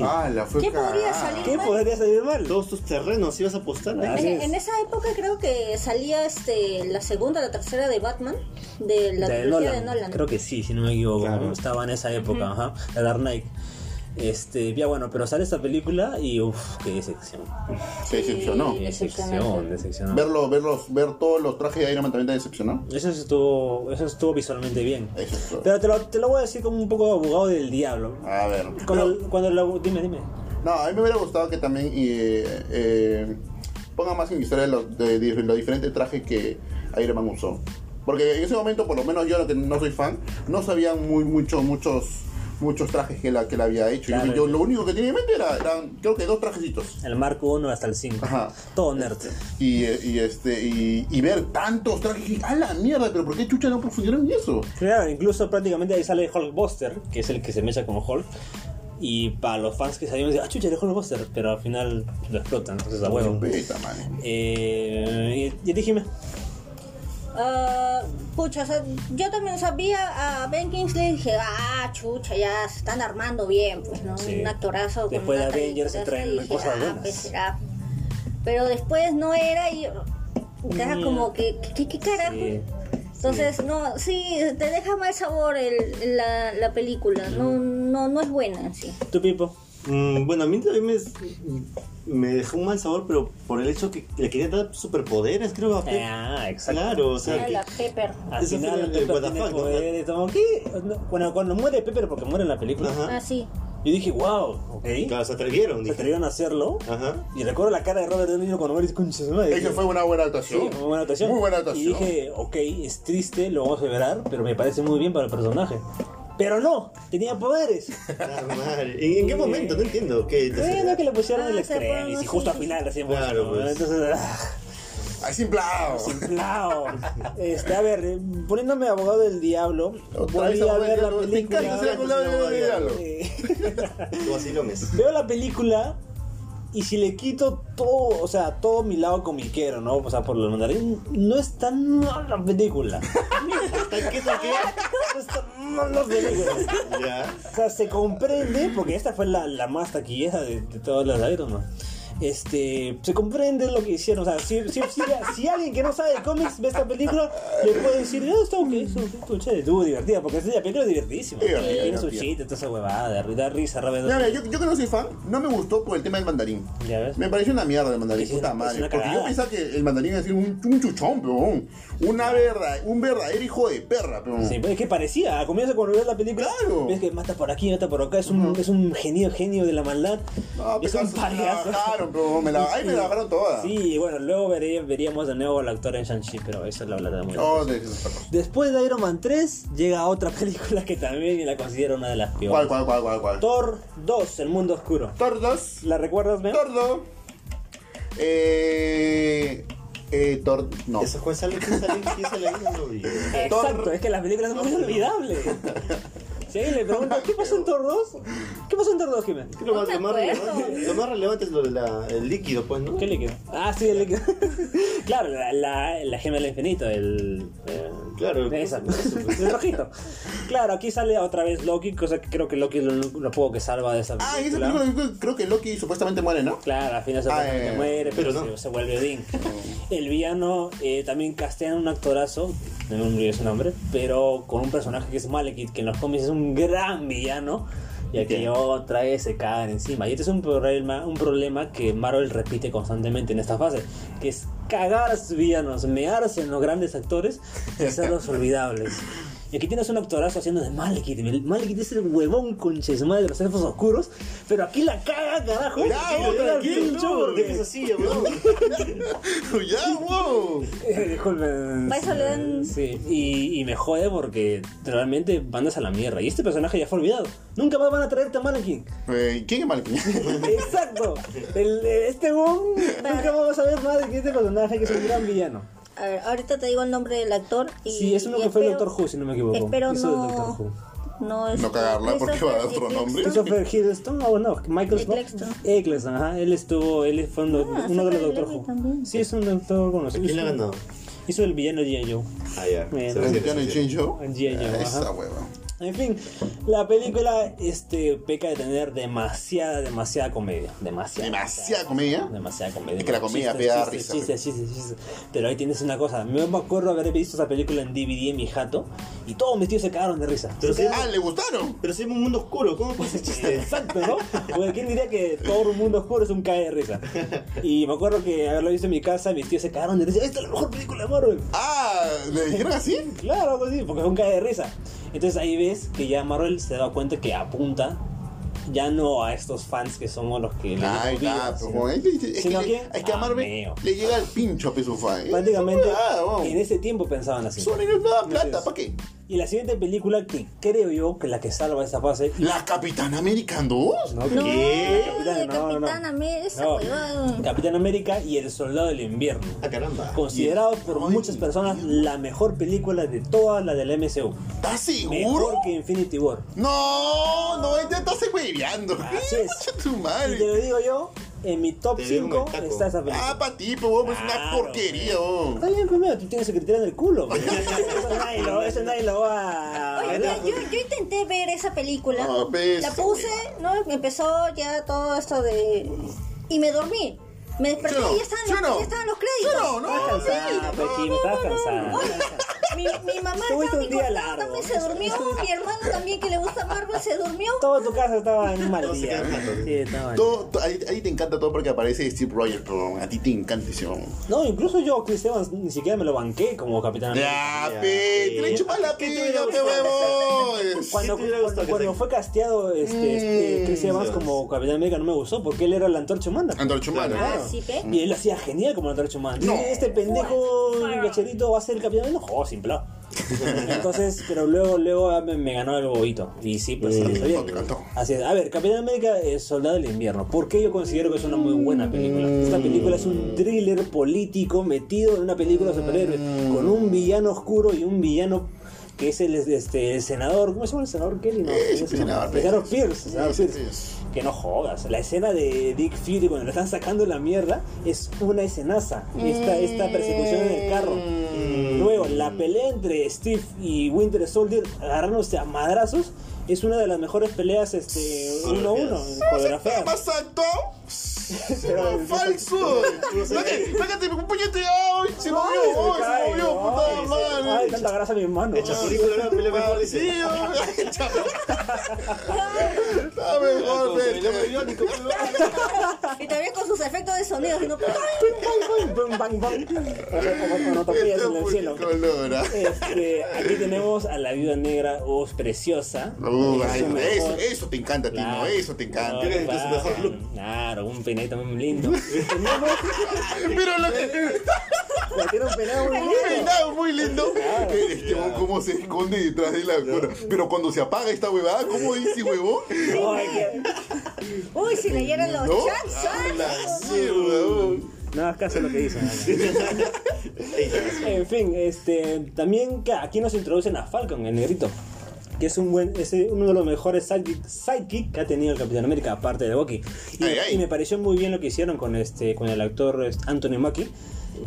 [SPEAKER 1] Ah, la fue
[SPEAKER 3] ¿Qué podría
[SPEAKER 1] cagada.
[SPEAKER 3] salir?
[SPEAKER 7] ¿Qué podría salir mal?
[SPEAKER 4] Todos tus terrenos ibas a apostar. ¿eh?
[SPEAKER 7] Así
[SPEAKER 3] En,
[SPEAKER 7] es.
[SPEAKER 3] en esa época creo que salía este la segunda, la tercera de Batman, de la
[SPEAKER 7] de
[SPEAKER 3] trilogía
[SPEAKER 7] Nolan.
[SPEAKER 3] de Nolan.
[SPEAKER 7] Creo que sí, si no me equivoco.
[SPEAKER 4] Claro.
[SPEAKER 7] ¿no? Estaba en esa época, ajá. La Dark Knight. Este, ya bueno, pero sale esta película y uff, qué decepción.
[SPEAKER 1] Te decepcionó.
[SPEAKER 3] Sí.
[SPEAKER 7] Qué decepción,
[SPEAKER 3] Decepcionante.
[SPEAKER 7] decepcionó.
[SPEAKER 1] Verlo, verlos, ver todos los trajes de Iron Man también te decepcionó.
[SPEAKER 7] Eso estuvo, eso estuvo visualmente bien.
[SPEAKER 1] Eso es todo.
[SPEAKER 7] Pero te lo, te lo voy a decir como un poco abogado del diablo.
[SPEAKER 1] A ver.
[SPEAKER 7] Cuando, cuando lo- dime, dime.
[SPEAKER 1] No, a mí me hubiera gustado que también eh, eh, ponga más en historia los, de, de los diferentes trajes que Iron Man usó. Porque en ese momento, por lo menos yo, que no soy fan, no sabían muy, mucho, muchos muchos trajes que la que la había hecho. Yo-
[SPEAKER 7] Claro.
[SPEAKER 1] Yo, lo único que tenía en mente era, eran, creo que dos trajecitos.
[SPEAKER 7] El marco 1 hasta el 5.
[SPEAKER 1] Ajá.
[SPEAKER 7] Todo nerd.
[SPEAKER 1] Y, eh, y este y, y ver tantos trajes, dije, a la mierda, pero ¿por qué chucha no profundieron en eso?
[SPEAKER 7] Claro, incluso prácticamente ahí sale Hulkbuster, que es el que se mecha con Hulk. Y para los fans que sabían, dicen, ah, chucha, el Hulkbuster. Pero al final lo explotan, entonces a huevo.
[SPEAKER 1] Vete, man.
[SPEAKER 7] Eh, y, y dije,
[SPEAKER 3] Ah, pucha, o sea, yo también sabía a Ben Kingsley y dije, ah, chucha, ya se están armando bien, pues, ¿no?
[SPEAKER 7] Sí.
[SPEAKER 3] Un actorazo. con
[SPEAKER 7] Después
[SPEAKER 3] una
[SPEAKER 7] de
[SPEAKER 3] trayectoria
[SPEAKER 7] Avengers se traen
[SPEAKER 3] así, dije,
[SPEAKER 7] cosas
[SPEAKER 3] ah,
[SPEAKER 7] buenas.
[SPEAKER 3] pues, será. Pero después no era y era
[SPEAKER 7] Mm.
[SPEAKER 3] como que, ¿qué, qué carajo?
[SPEAKER 7] Sí.
[SPEAKER 3] Entonces, no, sí, te deja mal sabor el- la, la película, no,
[SPEAKER 7] Mm.
[SPEAKER 3] no, no es buena en sí.
[SPEAKER 7] tu Pipo.
[SPEAKER 4] Mm, bueno, a mí también me, me dejó un mal sabor, pero por el hecho que le quería dar superpoderes, creo. a Pep.
[SPEAKER 7] Ah, exacto.
[SPEAKER 4] Claro, o sea.
[SPEAKER 3] Era
[SPEAKER 4] que-
[SPEAKER 3] la Pepper.
[SPEAKER 7] Al
[SPEAKER 4] Eso
[SPEAKER 7] final,
[SPEAKER 4] fue
[SPEAKER 7] el
[SPEAKER 4] el-
[SPEAKER 7] Pepper
[SPEAKER 4] what the
[SPEAKER 7] tiene
[SPEAKER 4] fuck, ¿no?
[SPEAKER 7] poderes, como, ¿qué? No, Bueno, cuando muere Pepper, porque muere en la película,
[SPEAKER 4] Ajá.
[SPEAKER 3] Ah, sí.
[SPEAKER 7] yo dije, wow, ok.
[SPEAKER 4] Claro, se atrevieron.
[SPEAKER 7] Se
[SPEAKER 4] dije.
[SPEAKER 7] atrevieron a hacerlo.
[SPEAKER 4] Ajá.
[SPEAKER 7] Y recuerdo la cara de Robert De Niro cuando muere, y concha su madre.
[SPEAKER 1] Esa fue una buena
[SPEAKER 7] Sí,
[SPEAKER 1] actuación.
[SPEAKER 7] muy buena actuación.
[SPEAKER 1] Muy buena actuación.
[SPEAKER 7] Y dije, ok, es triste, lo vamos a liberar, pero me parece muy bien para el personaje. Pero no, tenía poderes.
[SPEAKER 4] Ah, madre. ¿En, en qué momento? No entiendo. ¿Qué?
[SPEAKER 7] Bueno, que le pusieron
[SPEAKER 3] Ah,
[SPEAKER 7] el
[SPEAKER 3] se fueron
[SPEAKER 7] extremis y
[SPEAKER 3] así.
[SPEAKER 7] justo al final recién
[SPEAKER 4] Claro,
[SPEAKER 7] pusieron,
[SPEAKER 4] pues.
[SPEAKER 7] Entonces, ah.
[SPEAKER 1] Así en plan.
[SPEAKER 7] Claro. Este, a ver, eh, poniéndome abogado del diablo,
[SPEAKER 1] Otra vez
[SPEAKER 7] volví a
[SPEAKER 1] abogado
[SPEAKER 7] ver
[SPEAKER 1] del
[SPEAKER 7] la
[SPEAKER 1] diablo. Me
[SPEAKER 7] película.
[SPEAKER 1] encanta ser abogado del
[SPEAKER 4] Abogado del
[SPEAKER 1] diablo.
[SPEAKER 7] Eh,
[SPEAKER 4] Tu vacilones.
[SPEAKER 7] Veo la película y si le quito todo, o sea, todo mi lado comiquero, ¿no? O sea, por lo mandarín, no es tan mala la película.
[SPEAKER 4] ¿Tan qué? ¿Tan qué?
[SPEAKER 7] No es tan mala la película.
[SPEAKER 4] Ya.
[SPEAKER 7] O sea, se comprende, porque esta fue la, la más taquillera de, de todas las de Iron Man. Este, se comprende lo que hicieron. O sea, si, si, si, si alguien que no sabe de cómics ve esta película, le puede decir, no, está ok, está ok, está chévere, estuvo divertida, porque esta película es divertidísima.
[SPEAKER 1] Sí,
[SPEAKER 7] Tiene su
[SPEAKER 1] divertida.
[SPEAKER 7] chiste, toda esa huevada, da risa, rabia.
[SPEAKER 1] Mira, mira, yo, yo que no soy fan, no me gustó por el tema del mandarín.
[SPEAKER 7] Ya ves.
[SPEAKER 1] Me pareció una mierda el mandarín,
[SPEAKER 7] Es
[SPEAKER 1] puta
[SPEAKER 7] una- es
[SPEAKER 1] madre.
[SPEAKER 7] una
[SPEAKER 1] Porque yo
[SPEAKER 7] cagada.
[SPEAKER 1] pensaba que el mandarín era un, un chuchón, peón. Una verda, un verdadero hijo de perra, peón.
[SPEAKER 7] Sí, pues, es que parecía, al comienzo cuando ves la película,
[SPEAKER 1] Claro.
[SPEAKER 7] ves que mata por aquí, mata por acá, es un, es un genio, genio de la maldad,
[SPEAKER 1] No,
[SPEAKER 7] es un
[SPEAKER 1] pecados, me la
[SPEAKER 7] payaso.
[SPEAKER 1] bajaron, peón. Me la, ahí me la bajaron toda.
[SPEAKER 7] Sí, y bueno, luego veré- veríamos de nuevo al actor en Shang-Chi, pero eso es la verdad muy
[SPEAKER 1] No, Oh, de- de-
[SPEAKER 7] Después de Iron Man 3 llega otra película que también la considero una de las peores.
[SPEAKER 1] ¿Cuál, cuál, cuál, cuál, cuál?
[SPEAKER 7] Thor 2, El Mundo Oscuro.
[SPEAKER 1] Tordos.
[SPEAKER 7] ¿La recuerdas, Meo?
[SPEAKER 1] Tordo. Eh. Eh, tor. No.
[SPEAKER 4] ¿Eso fue sale? ¿Quién sale? ¿Quién sale? No lo vi.
[SPEAKER 7] Exacto,
[SPEAKER 1] Thor.
[SPEAKER 7] es que las películas son muy olvidables. Si alguien le pregunta, ¿qué pasó en Thor 2? ¿Qué pasó en Thor 2, Jiménez?
[SPEAKER 4] Creo
[SPEAKER 3] No
[SPEAKER 4] que lo
[SPEAKER 3] me
[SPEAKER 4] más
[SPEAKER 3] acuerdo.
[SPEAKER 4] relevante- lo más relevante es lo del líquido, pues, ¿no?
[SPEAKER 7] ¿Qué líquido? Ah, sí, el líquido. claro, la, la, la gema del infinito, el. eh,
[SPEAKER 4] Claro,
[SPEAKER 7] Esa,
[SPEAKER 1] pues.
[SPEAKER 7] el rojito. Claro, aquí sale otra vez Loki, cosa que creo que Loki es lo, lo poco que salva de esa película.
[SPEAKER 1] Ah, en esa película yo creo- creo que Loki supuestamente muere, ¿no?
[SPEAKER 7] Claro, al final se
[SPEAKER 1] Ah, eh, Oh.
[SPEAKER 7] muere, pero,
[SPEAKER 4] pero no.
[SPEAKER 7] se, se vuelve Odín. El villano eh, también castea un actorazo, no me olvidé su nombre, pero con un personaje que es Malekith, que en los cómics es un gran villano. Y aquí
[SPEAKER 4] Ya.
[SPEAKER 7] otra vez se cagan encima. Y este es un problema, un problema que Marvel repite constantemente en esta fase, que es cagar a sus villanos, mearse en los grandes actores y hacerlos olvidables. Y aquí tienes un actorazo haciendo de Malekith. El Malekith es el huevón conche su madre de los elfos oscuros, pero aquí la caga, carajo.
[SPEAKER 1] Ya,
[SPEAKER 7] Y
[SPEAKER 1] vos,
[SPEAKER 7] le da el
[SPEAKER 1] tranquilo,
[SPEAKER 7] pincho porque-
[SPEAKER 4] es así, bro?
[SPEAKER 1] ya, wow.
[SPEAKER 7] Eh, Disculpen.
[SPEAKER 3] Para eso le dan-
[SPEAKER 7] eh, Sí, y, y me jode porque realmente mandas a la mierda. Y este personaje ya fue olvidado. Nunca más van a traerte a Mannequin.
[SPEAKER 1] Eh, ¿Quién es Malkin?
[SPEAKER 7] Exacto. El- eh, este boom. Nunca vamos a ver más de este personaje que es un gran villano.
[SPEAKER 3] A ver, ahorita te digo el nombre del actor. Y,
[SPEAKER 7] Sí, es uno
[SPEAKER 3] y
[SPEAKER 7] que fue el
[SPEAKER 3] espero-
[SPEAKER 7] Doctor Who, si no me equivoco.
[SPEAKER 3] Espero
[SPEAKER 7] Hizo de Doctor Who.
[SPEAKER 3] no. No, este,
[SPEAKER 1] cagarla, porque
[SPEAKER 3] Christopher
[SPEAKER 1] va a dar otro nombre.
[SPEAKER 3] Eccleston.
[SPEAKER 7] Christopher Hiddleston, o no, Michael Scott.
[SPEAKER 3] Eccleston.
[SPEAKER 7] Eccleston, ajá. Él estuvo, él fue un doc-
[SPEAKER 3] Ah,
[SPEAKER 7] uno de los
[SPEAKER 3] Zachary
[SPEAKER 7] Doctor
[SPEAKER 3] Levi
[SPEAKER 7] Who.
[SPEAKER 3] también.
[SPEAKER 7] Sí, es un doctor conocido.
[SPEAKER 4] ¿Quién le ha
[SPEAKER 7] Hizo-
[SPEAKER 4] ganado?
[SPEAKER 7] Hizo el villano G.I. Joe.
[SPEAKER 4] Ah, ya.
[SPEAKER 7] Bueno.
[SPEAKER 4] Se
[SPEAKER 1] ¿El
[SPEAKER 4] refiere,
[SPEAKER 1] Johnny
[SPEAKER 4] se refiere.
[SPEAKER 1] Chin Show?
[SPEAKER 7] G.I. Joe, ajá.
[SPEAKER 1] Esa hueva.
[SPEAKER 7] En fin, la película este, peca de tener demasiada, demasiada comedia. Demasiada.
[SPEAKER 1] Demasiada comedia.
[SPEAKER 7] Demasiada comedia.
[SPEAKER 1] Es que la comedia
[SPEAKER 7] Chistes,
[SPEAKER 1] pega
[SPEAKER 7] chistes,
[SPEAKER 1] risa,
[SPEAKER 7] Chistes, chistes, chistes. Pero ahí tienes una cosa. Me me acuerdo haber visto esa película en DVD en mi jato y todos mis tíos se cagaron de risa.
[SPEAKER 4] Pero si,
[SPEAKER 1] Ah, ¿le gustaron?
[SPEAKER 4] pero si es un mundo oscuro, ¿cómo puede ser chiste?
[SPEAKER 7] este, Exacto, ¿no? Porque quién diría que todo el mundo oscuro es un cae de risa. Y me acuerdo que haberlo visto en mi casa, mis tíos se cagaron de risa. Esta es la mejor película de Marvel.
[SPEAKER 1] Ah, ¿le dijeron así?
[SPEAKER 7] Claro, pues sí, porque es un cae de risa. Entonces ahí ves que ya Marvel se da cuenta que apunta ya no a estos fans que somos los que les
[SPEAKER 1] Ay, está,
[SPEAKER 7] damos vida,
[SPEAKER 1] pues,
[SPEAKER 7] sino-
[SPEAKER 1] bueno, es, es- es
[SPEAKER 7] sino
[SPEAKER 1] que, es que a Marvel
[SPEAKER 7] ameo.
[SPEAKER 1] le llega el pincho a Ah, Pesufa.
[SPEAKER 7] Prácticamente en
[SPEAKER 1] en
[SPEAKER 7] ese tiempo pensaban así.
[SPEAKER 1] Sony no da plata, ¿para qué?
[SPEAKER 7] Y la siguiente película que creo yo que la que salva esta fase.
[SPEAKER 1] ¿La Capitana American 2?
[SPEAKER 7] ¿no?
[SPEAKER 3] No,
[SPEAKER 1] eh,
[SPEAKER 4] ¿Qué?
[SPEAKER 3] de Capitán América, esa
[SPEAKER 7] No.
[SPEAKER 3] huevada.
[SPEAKER 7] Capitán América y El Soldado del Invierno.
[SPEAKER 4] Ah, caramba.
[SPEAKER 7] Considerado por
[SPEAKER 1] Ay,
[SPEAKER 7] muchas personas la mejor película de toda la del MCU.
[SPEAKER 1] ¿Estás seguro?
[SPEAKER 7] Mejor que Infinity War.
[SPEAKER 1] No, no, este está se hueveando.
[SPEAKER 7] Así es.
[SPEAKER 1] Concha tu
[SPEAKER 7] Y te lo
[SPEAKER 1] madre.
[SPEAKER 7] digo yo, en mi top
[SPEAKER 4] Te digo
[SPEAKER 7] 5
[SPEAKER 4] un taco.
[SPEAKER 7] está esa película.
[SPEAKER 1] Ah, pa' ti, pues, es una
[SPEAKER 7] Claro,
[SPEAKER 1] porquería, oh.
[SPEAKER 7] Está
[SPEAKER 1] weón.
[SPEAKER 7] bien, primero, tú tienes secretaria en el culo. pues. güey. Eso nadie lo- Eso nadie lo va a.
[SPEAKER 3] Oye, mira, yo, yo intenté ver esa película.
[SPEAKER 1] No, ves,
[SPEAKER 3] la puse, ¿no? Empezó ya todo esto de. Y me dormí. Me desperté
[SPEAKER 1] ¿Sí o no?
[SPEAKER 3] y ya estaban,
[SPEAKER 1] ¿Sí o
[SPEAKER 3] los,
[SPEAKER 1] no?
[SPEAKER 3] ya estaban los
[SPEAKER 1] ¿Sí
[SPEAKER 3] créditos.
[SPEAKER 1] o no? No, sí.
[SPEAKER 7] Cansada, pues, Kim, estás cansada.
[SPEAKER 3] Mi, mi mamá
[SPEAKER 7] Tuviste
[SPEAKER 3] estaba,
[SPEAKER 7] un
[SPEAKER 3] mi
[SPEAKER 7] día
[SPEAKER 3] papá
[SPEAKER 7] largo.
[SPEAKER 3] también pues, se durmió, mi hermano también que le gusta Marvel se durmió.
[SPEAKER 7] Toda tu casa estaba en un mal
[SPEAKER 4] Todos se
[SPEAKER 7] día.
[SPEAKER 4] quedan
[SPEAKER 7] Sí, estaba en-
[SPEAKER 1] Todo- to- ahí, ahí te encanta todo porque aparece Steve Rogers, pero a ti te encanta ese weón.
[SPEAKER 7] No, incluso yo, Chris Evans, ni siquiera me lo banqué como capitán.
[SPEAKER 1] Ya,
[SPEAKER 4] Ya,
[SPEAKER 1] pe,
[SPEAKER 4] sí.
[SPEAKER 1] te le chupas la
[SPEAKER 4] ¿Qué te hubiera
[SPEAKER 1] pinga, pe,
[SPEAKER 4] gustado?
[SPEAKER 1] huevón.
[SPEAKER 7] Cuando,
[SPEAKER 4] Sí, te hubiera gustado
[SPEAKER 7] cuando,
[SPEAKER 4] que
[SPEAKER 7] cuando
[SPEAKER 4] te-
[SPEAKER 7] fue casteado este, este, Chris Evans
[SPEAKER 4] Evans.
[SPEAKER 7] como Capitán América no me gustó porque él era la antorcha humana.
[SPEAKER 1] Antorcha humana.
[SPEAKER 3] Ah, sí, ¿qué?
[SPEAKER 7] Y él lo hacía genial como la antorcha humana.
[SPEAKER 1] No.
[SPEAKER 7] Dice, Este pendejo gacherito va a ser el capitán. No, joder, sin plan. Entonces, pero luego, luego ah, me, me ganó el bobito. Y sí, pues sí, está bien.
[SPEAKER 1] Te cantó.
[SPEAKER 7] Así es. A ver, Capitán América es Soldado del Invierno. ¿Por qué yo considero que es una muy buena película? Esta película es un thriller político metido en una película de superhéroes
[SPEAKER 1] Mm.
[SPEAKER 7] con un villano oscuro y un villano que es el, este, el senador. ¿Cómo se llama el senador Kelly? No,
[SPEAKER 1] Eh,
[SPEAKER 7] ¿cómo se
[SPEAKER 1] sí,
[SPEAKER 7] llama?
[SPEAKER 1] senador
[SPEAKER 7] El senador
[SPEAKER 1] Pierce.
[SPEAKER 7] Pierce. el senador
[SPEAKER 1] Sí, sí,
[SPEAKER 7] Pierce.
[SPEAKER 1] Pierce.
[SPEAKER 7] Que no jodas. La escena de Dick Fury cuando le están sacando la mierda es una escenaza. Esta, esta persecución en el carro.
[SPEAKER 1] Mm.
[SPEAKER 7] Luego, la pelea entre Steve y Winter Soldier agarrándose a madrazos es una de las mejores peleas este, uno a uno,
[SPEAKER 1] ¿Qué
[SPEAKER 7] coreografiadas.
[SPEAKER 1] pasa, acto?
[SPEAKER 7] Pero-
[SPEAKER 1] Falso. Sácate, sácate, un puñete. Ay, se movió, ay, se
[SPEAKER 7] Ay,
[SPEAKER 1] movió,
[SPEAKER 7] ay,
[SPEAKER 1] puta
[SPEAKER 7] Ay,
[SPEAKER 1] madre.
[SPEAKER 7] tanta grasa en mi mano.
[SPEAKER 4] Hecha película, una película mejor, dice.
[SPEAKER 1] Sí, ay, chaval. Está mejor,
[SPEAKER 4] Con
[SPEAKER 1] pe.
[SPEAKER 4] el hombre biónico, pe.
[SPEAKER 3] Y también con sus efectos de sonido. pues, sino-
[SPEAKER 7] Bum, bang, bang. O sea, como con
[SPEAKER 1] Este
[SPEAKER 7] onomatopeyas en el cielo.
[SPEAKER 1] Colora.
[SPEAKER 7] Este, aquí tenemos a la viuda negra, oh, es preciosa.
[SPEAKER 1] Uh,
[SPEAKER 7] Es
[SPEAKER 1] ay,
[SPEAKER 7] su
[SPEAKER 1] eso,
[SPEAKER 7] mejor-
[SPEAKER 1] eso te encanta, Tino,
[SPEAKER 7] Claro.
[SPEAKER 1] eso te encanta.
[SPEAKER 4] Tiene
[SPEAKER 7] Claro,
[SPEAKER 4] su mejor look.
[SPEAKER 7] Ah, Claro, un peinadito muy lindo. Tenemos-
[SPEAKER 1] Pero lo que.
[SPEAKER 7] la tiene un peinado muy lindo.
[SPEAKER 1] Peinado muy lindo. Este huevón cómo se esconde detrás de la cura. Pero cuando se apaga esta huevada, ¿cómo dice huevón?
[SPEAKER 7] Ay, qué-
[SPEAKER 3] Uy, si leyeran los
[SPEAKER 1] ¿No?
[SPEAKER 3] chats.
[SPEAKER 1] Ah, la
[SPEAKER 3] ¿sabes?
[SPEAKER 1] mierda, huevón.
[SPEAKER 7] No hagas caso a lo que dicen.
[SPEAKER 4] Ey,
[SPEAKER 7] En fin, este, también que aquí nos introducen a Falcon, el negrito. Que es, un buen, es eh, uno de los mejores sidekick, sidekick que ha tenido el Capitán América, aparte de Bucky. Y,
[SPEAKER 1] Ay, ay.
[SPEAKER 7] y me pareció muy bien lo que hicieron con, este, con el actor este, Anthony Mackie.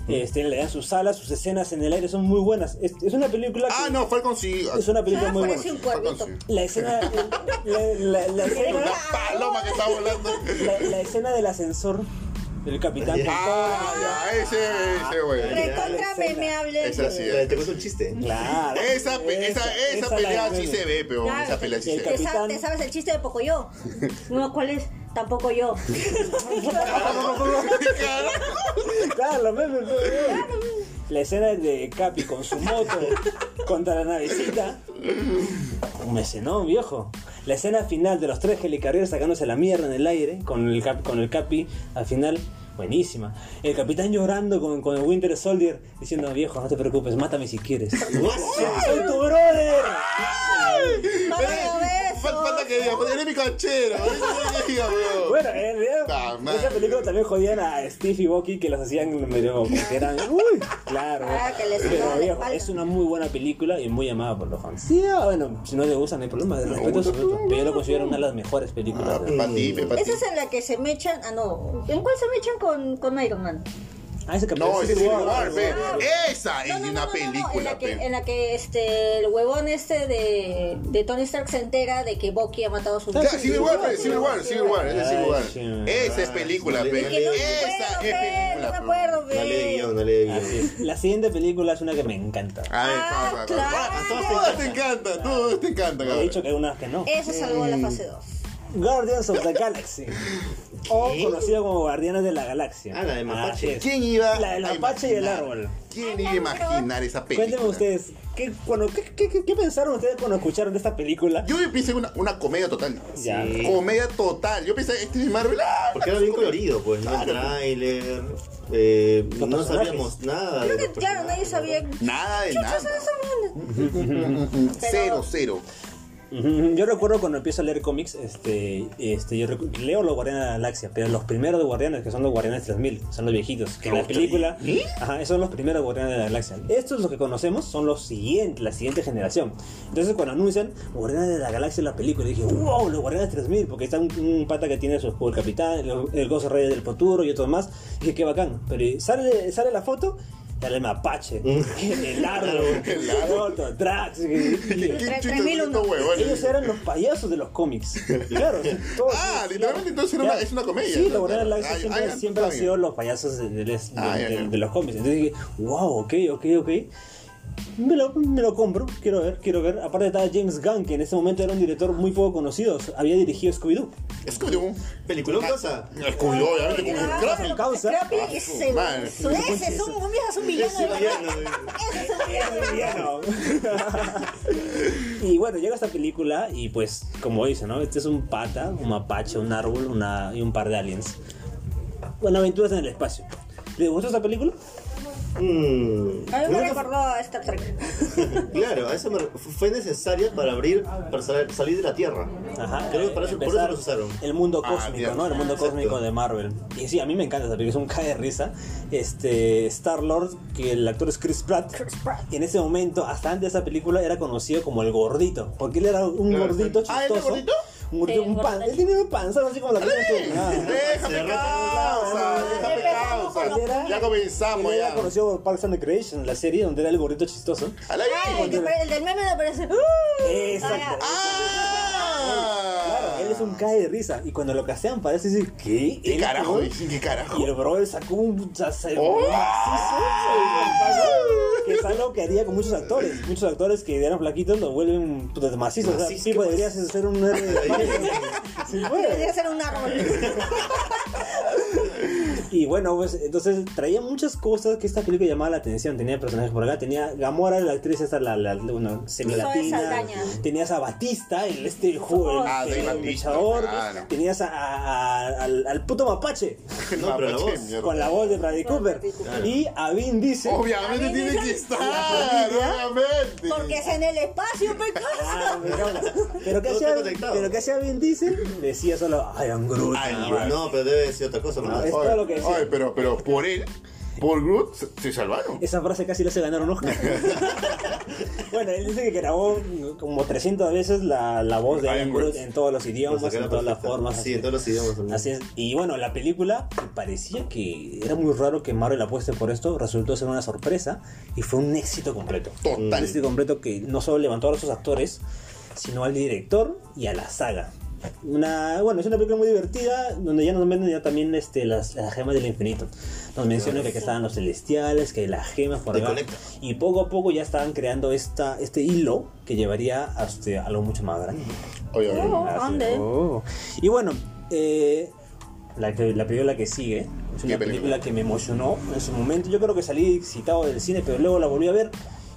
[SPEAKER 7] Este, le dan sus alas, sus escenas en el aire son muy buenas. Es, es una película que-
[SPEAKER 1] Ah, no, Falcon sí.
[SPEAKER 7] es una película muy buena.
[SPEAKER 3] parece un cuervito.
[SPEAKER 1] Falcon sí.
[SPEAKER 7] La escena, la, la- la escena,
[SPEAKER 1] Una paloma que está volando.
[SPEAKER 7] la- la escena del ascensor del capitán con todo-
[SPEAKER 1] Ah, ya, ese, ese, güey.
[SPEAKER 3] Recontra
[SPEAKER 7] escena.
[SPEAKER 3] memeable.
[SPEAKER 1] Es así,
[SPEAKER 4] Te te cuento un chiste.
[SPEAKER 7] Claro.
[SPEAKER 1] Esa, pe- esa, esa,
[SPEAKER 7] la
[SPEAKER 1] pelea
[SPEAKER 7] de
[SPEAKER 1] sí
[SPEAKER 7] meme.
[SPEAKER 1] se ve, peón.
[SPEAKER 3] Claro,
[SPEAKER 1] Esa pelea sí
[SPEAKER 7] el
[SPEAKER 1] se
[SPEAKER 3] ¿Te,
[SPEAKER 1] ve.
[SPEAKER 7] capitán-
[SPEAKER 3] sa- te sabes el chiste de Pocoyo? No, ¿cuál es? Tampoco yo.
[SPEAKER 1] Claro.
[SPEAKER 7] Claro, la meme, pero- La escena de Capi con su moto contra la navecita. Un escenón, viejo. La escena final de los tres helicarriers sacándose la mierda en el aire con el, cap- con el Capi al final. Buenísima. El capitán llorando con, con el Winter Soldier diciendo, viejo, no te preocupes, mátame si quieres. ¡Soy tu brother!
[SPEAKER 3] Vamos a ver
[SPEAKER 1] Fal-
[SPEAKER 3] eso.
[SPEAKER 1] Falta que diga, pues eres mi canchero. Eso que diga, peón.
[SPEAKER 7] Bueno, eh, en realidad,
[SPEAKER 1] Ah,
[SPEAKER 7] en
[SPEAKER 1] madre.
[SPEAKER 7] esa película también jodían a Steve y Bucky que los hacían medio que eran. Uy, claro.
[SPEAKER 3] Ah, que les iba
[SPEAKER 7] Pero
[SPEAKER 3] de
[SPEAKER 7] viejo,
[SPEAKER 3] espalda.
[SPEAKER 7] es una muy buena película y muy amada por los fans. Sí, ah, bueno, si no te gusta, no hay problema. De respeto, es otro, pero yo lo considero una de las mejores películas.
[SPEAKER 1] Ah,
[SPEAKER 7] de-
[SPEAKER 1] pa' ti, pe, pa' ti.
[SPEAKER 3] Esa es en la que se mechan. Ah, no. ¿En cuál se mechan con, con Iron Man?
[SPEAKER 7] Ah, ese capítulo
[SPEAKER 1] No,
[SPEAKER 7] sí
[SPEAKER 1] ese es
[SPEAKER 7] sí,
[SPEAKER 1] Civil
[SPEAKER 7] guau,
[SPEAKER 1] War,
[SPEAKER 7] guau.
[SPEAKER 1] pe. Esa es
[SPEAKER 3] No, no, no,
[SPEAKER 1] una
[SPEAKER 3] no, no, no, en
[SPEAKER 1] película,
[SPEAKER 3] la que,
[SPEAKER 1] pe.
[SPEAKER 3] en la que este, el huevón este de, de Tony Stark se entera de que Bucky ha matado a su
[SPEAKER 1] Ya, Civil War, pe, Civil War, Civil War, ese es Civil War.
[SPEAKER 7] Ay, sí.
[SPEAKER 1] Esa es película, pe.
[SPEAKER 4] Es
[SPEAKER 3] Que no me acuerdo, pe, no me
[SPEAKER 1] Esa es película, pe.
[SPEAKER 3] acuerdo, pe.
[SPEAKER 4] No le guión, no le guión.
[SPEAKER 7] Ah, La siguiente película es una que me encanta.
[SPEAKER 1] A ver,
[SPEAKER 3] Ah,
[SPEAKER 1] pa, pa, pa.
[SPEAKER 3] claro.
[SPEAKER 1] Ah, Todas te encantan, todas te encantan,
[SPEAKER 7] He
[SPEAKER 1] cabrón.
[SPEAKER 7] dicho que hay unas que no.
[SPEAKER 3] Eso salvó la fase 2.
[SPEAKER 7] Guardians of the Galaxy. O conocida como Guardianes de la Galaxia.
[SPEAKER 4] Ah, la de Mapache.
[SPEAKER 7] Así es.
[SPEAKER 1] ¿Quién iba
[SPEAKER 7] La del
[SPEAKER 1] a
[SPEAKER 7] mapache y el
[SPEAKER 1] imaginar?
[SPEAKER 7] árbol.
[SPEAKER 1] ¿Quién iba a imaginar esa película?
[SPEAKER 7] Cuéntenme ustedes, ¿qué, cuando, qué, qué- qué- qué pensaron ustedes cuando escucharon de esta película?
[SPEAKER 1] Yo pensé en una, una comedia total.
[SPEAKER 7] Ya.
[SPEAKER 1] Comedia total. Yo pensé, este es Marvel. ah,
[SPEAKER 4] Porque era bien colorido, pues, ¿no? El
[SPEAKER 1] Claro.
[SPEAKER 4] tráiler, eh,
[SPEAKER 7] Los
[SPEAKER 4] no
[SPEAKER 7] personajes.
[SPEAKER 4] sabíamos nada. de
[SPEAKER 3] Creo
[SPEAKER 4] los
[SPEAKER 3] que, claro, nadie
[SPEAKER 4] personajes,
[SPEAKER 3] sabía.
[SPEAKER 1] Nada de
[SPEAKER 3] Chucha,
[SPEAKER 1] nada. Mm,
[SPEAKER 3] ¿sabes esa mierda?
[SPEAKER 1] Cero, cero.
[SPEAKER 7] Ujú, Yo recuerdo cuando empiezo a leer cómics, este, este, yo recu- leo los Guardianes de la Galaxia, pero los primeros de Guardianes, que son los Guardianes 3000, son los viejitos, que en la
[SPEAKER 1] Oye,
[SPEAKER 7] película, ajá, esos son los primeros Guardianes de la Galaxia. Estos los que conocemos son los siguientes, la siguiente generación. Entonces cuando anuncian Guardianes de la Galaxia en la película, dije, wow, los Guardianes 3000, porque está un, un pata que tiene su escudo el capitán, el, el Gozo Rey del futuro y otros más, dije, qué bacán. Pero sale, sale la foto. Sale el mapache, el árbol, Mm. el árbol, Drax. y-
[SPEAKER 1] ¿Qué
[SPEAKER 3] Tres-
[SPEAKER 1] chucha
[SPEAKER 3] tres mil
[SPEAKER 1] son estos
[SPEAKER 3] uno.
[SPEAKER 1] huevones?
[SPEAKER 7] ellos eran los payasos de los cómics. Claro. sí, todo-
[SPEAKER 1] Ah,
[SPEAKER 7] sí,
[SPEAKER 1] literalmente
[SPEAKER 7] claro.
[SPEAKER 1] entonces era una- es una comedia, ¿no?
[SPEAKER 7] Sí, la verdad
[SPEAKER 1] Claro.
[SPEAKER 7] la Galaxia
[SPEAKER 1] Ah,
[SPEAKER 7] siempre,
[SPEAKER 1] ah,
[SPEAKER 7] siempre
[SPEAKER 1] ah,
[SPEAKER 7] han
[SPEAKER 1] ah,
[SPEAKER 7] sido los payasos de, de- de-
[SPEAKER 1] Ah, ya,
[SPEAKER 7] de-
[SPEAKER 1] ya.
[SPEAKER 7] de los cómics. Entonces dije, wow, ok, ok, ok. Me lo, me lo compro, quiero ver, quiero ver. Aparte estaba James Gunn, que en ese momento era un director muy poco conocido. Había dirigido Scooby-Doo.
[SPEAKER 1] Es como de un.
[SPEAKER 4] ¿no? Peliculón cosa.
[SPEAKER 1] Scooby-Doo, obviamente, como
[SPEAKER 3] Ah.
[SPEAKER 1] un
[SPEAKER 7] el
[SPEAKER 1] crappy.
[SPEAKER 7] causa.
[SPEAKER 3] Scrappy
[SPEAKER 1] Ah,
[SPEAKER 3] es
[SPEAKER 1] su
[SPEAKER 3] el-
[SPEAKER 1] madre.
[SPEAKER 3] su- Ese es un viejo, es un villano de verdad. Ese es un villano de verdad.
[SPEAKER 7] y bueno, llega esta película y pues, como dice, ¿no? Este es un pata, un mapache, un árbol una, y un par de aliens. Bueno, aventuras en el espacio. ¿Les gustó esta película?
[SPEAKER 4] Mm,
[SPEAKER 3] A mí me
[SPEAKER 4] nunca-
[SPEAKER 3] recordó a Star Trek.
[SPEAKER 4] claro, a eso me re- fue necesaria para abrir, para sal- salir de la Tierra. Creo que para eso, por eso
[SPEAKER 7] empezar
[SPEAKER 4] los usaron.
[SPEAKER 7] El mundo
[SPEAKER 1] Ah,
[SPEAKER 7] cósmico,
[SPEAKER 1] bien.
[SPEAKER 7] ¿no? El mundo
[SPEAKER 4] Exacto.
[SPEAKER 7] cósmico de Marvel. Y sí, a mí me encanta esa película, es un cae de risa. Este, Star-Lord, que el actor es Chris Pratt. Y en ese momento, hasta antes de esa película, era conocido como el gordito. Porque él era un
[SPEAKER 4] Claro,
[SPEAKER 7] gordito chistoso.
[SPEAKER 1] ¿Ah, él era gordito?
[SPEAKER 7] Un gordito,
[SPEAKER 3] Sí,
[SPEAKER 7] un pan.
[SPEAKER 3] gordito.
[SPEAKER 7] Él tenía un panzón así como la tienes tú. Ah.
[SPEAKER 1] Déjame causa, déjame
[SPEAKER 7] Él era-
[SPEAKER 1] causa. Ya comenzamos
[SPEAKER 7] él Era
[SPEAKER 1] ya.
[SPEAKER 7] conocido por Parks and Recreation, la serie donde era el gordito chistoso.
[SPEAKER 1] A la
[SPEAKER 3] Ah, el, que
[SPEAKER 1] vida.
[SPEAKER 3] pare- el del meme me parece. ¡Uh!
[SPEAKER 7] Exacto.
[SPEAKER 3] Ah,
[SPEAKER 1] Ah.
[SPEAKER 7] Claro, él es un cae de risa. Y cuando lo casean, parece decir, ¿qué?
[SPEAKER 1] ¿Qué
[SPEAKER 7] ¿Él
[SPEAKER 1] carajo?
[SPEAKER 7] fue?
[SPEAKER 1] ¿Qué
[SPEAKER 7] Y
[SPEAKER 1] carajo?
[SPEAKER 7] el brother sacó un sacerdote
[SPEAKER 1] ¡Oh!
[SPEAKER 7] que es algo que haría con muchos actores. Muchos actores que eran flaquitos lo vuelven puta, macizos. O sea,
[SPEAKER 4] Macizo,
[SPEAKER 7] tipo debería ser un héroe de Sí, bueno.
[SPEAKER 3] Debería ser un árbol.
[SPEAKER 7] Y bueno, pues entonces traía muchas cosas que esta película llamaba la atención. Tenía personajes por acá, tenía Gamora, la actriz esa, la, la, bueno, semilatina.
[SPEAKER 3] Saldaña.
[SPEAKER 7] Tenías a Batista, el este juego,
[SPEAKER 1] Ah,
[SPEAKER 7] el,
[SPEAKER 1] Dave
[SPEAKER 7] el
[SPEAKER 1] Bautista,
[SPEAKER 7] luchador.
[SPEAKER 1] claro.
[SPEAKER 7] Tenías a- a- a- al, al puto mapache
[SPEAKER 4] No, pero la
[SPEAKER 1] Mapache,
[SPEAKER 4] voz.
[SPEAKER 1] mierda.
[SPEAKER 7] con la voz de Bradley Cooper.
[SPEAKER 4] Claro.
[SPEAKER 7] Y a Vin Diesel.
[SPEAKER 1] Obviamente tiene que estar, obviamente.
[SPEAKER 3] Porque es en el espacio, pecado.
[SPEAKER 7] Ah, me cago. Pero que
[SPEAKER 4] Todo
[SPEAKER 7] hacía,
[SPEAKER 4] está conectado.
[SPEAKER 7] pero que hacía Vin Diesel decía solo I am Groot.
[SPEAKER 1] Ay,
[SPEAKER 4] Ah, no, pero debe decir otra cosa más.
[SPEAKER 7] es todo lo que decía.
[SPEAKER 1] Ay, pero, pero por él Por Groot se, se salvaron.
[SPEAKER 7] Esa frase casi le hace ganar un Oscar. bueno, él dice que grabó como 300 veces la, la voz de
[SPEAKER 1] Ian
[SPEAKER 7] Ian Groot
[SPEAKER 1] Woods.
[SPEAKER 7] en todos los idiomas,
[SPEAKER 4] Lo saqué
[SPEAKER 7] en
[SPEAKER 4] la
[SPEAKER 7] todas las
[SPEAKER 4] perfecta.
[SPEAKER 7] formas.
[SPEAKER 4] Sí, en todos los idiomas también.
[SPEAKER 7] Así es. Y bueno, la película que parecía que era muy raro que Marvel apueste por esto, resultó ser una sorpresa y fue un éxito completo.
[SPEAKER 1] Total.
[SPEAKER 7] Un éxito completo que no solo levantó a sus actores, sino al director y a la saga. Una, bueno, es una película muy divertida donde ya nos venden ya también este, las, las gemas del infinito. Nos mencionan que estaban los celestiales, que las gemas por
[SPEAKER 4] Te
[SPEAKER 7] acá.
[SPEAKER 4] conecta.
[SPEAKER 7] Y poco a poco ya estaban creando esta, este hilo que llevaría a, este, algo mucho más grande.
[SPEAKER 1] Oye, oye.
[SPEAKER 3] No, ¿dónde?
[SPEAKER 7] Oh. Y bueno, eh, la, que- la película que sigue es una
[SPEAKER 1] ¿Qué película?
[SPEAKER 7] película? que me emocionó en su momento. Yo creo que salí excitado del cine, pero luego la volví a ver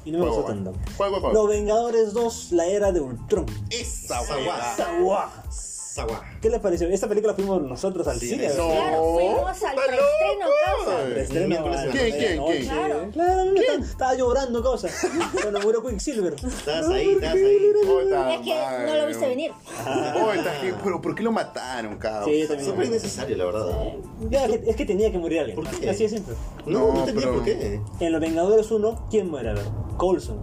[SPEAKER 7] y no me
[SPEAKER 1] ¿Cuál,
[SPEAKER 7] gustó
[SPEAKER 1] cuál?
[SPEAKER 7] tanto.
[SPEAKER 1] ¿Cuál, cuál, cuál?
[SPEAKER 7] Los Vengadores 2, la era de Ultron.
[SPEAKER 1] Esa
[SPEAKER 4] Sawa.
[SPEAKER 1] huevada.
[SPEAKER 7] ¡Guau!
[SPEAKER 4] Sawa.
[SPEAKER 7] ¿Qué les pareció? Esta película fuimos nosotros al
[SPEAKER 4] Sí,
[SPEAKER 7] cine.
[SPEAKER 4] eso.
[SPEAKER 7] ¿verdad?
[SPEAKER 3] Claro, fuimos al
[SPEAKER 1] está
[SPEAKER 3] preestreno,
[SPEAKER 1] loco.
[SPEAKER 3] causa.
[SPEAKER 7] Preestreno
[SPEAKER 4] Miércoles
[SPEAKER 7] a
[SPEAKER 4] en
[SPEAKER 7] las
[SPEAKER 4] la
[SPEAKER 1] ¿Quién, quién,
[SPEAKER 7] medianoche.
[SPEAKER 1] quién?
[SPEAKER 3] Claro.
[SPEAKER 7] Claro, estaba llorando cosas. Cuando murió Quicksilver.
[SPEAKER 4] Estás ahí, estás ahí.
[SPEAKER 1] Puta
[SPEAKER 3] Es que no
[SPEAKER 1] madre,
[SPEAKER 3] lo viste
[SPEAKER 1] weón.
[SPEAKER 3] venir.
[SPEAKER 1] Puta, que- pero ¿por qué lo mataron, cabrón?
[SPEAKER 7] Sí, yo también.
[SPEAKER 4] Súper innecesario, la verdad.
[SPEAKER 7] Ya, es, que, es que tenía que morir alguien.
[SPEAKER 4] ¿Por qué?
[SPEAKER 7] Así de simple.
[SPEAKER 4] No, no
[SPEAKER 1] No,
[SPEAKER 4] tenía
[SPEAKER 1] pero-
[SPEAKER 4] por qué.
[SPEAKER 7] En Los Vengadores 1, ¿quién muere? A ver, Coulson.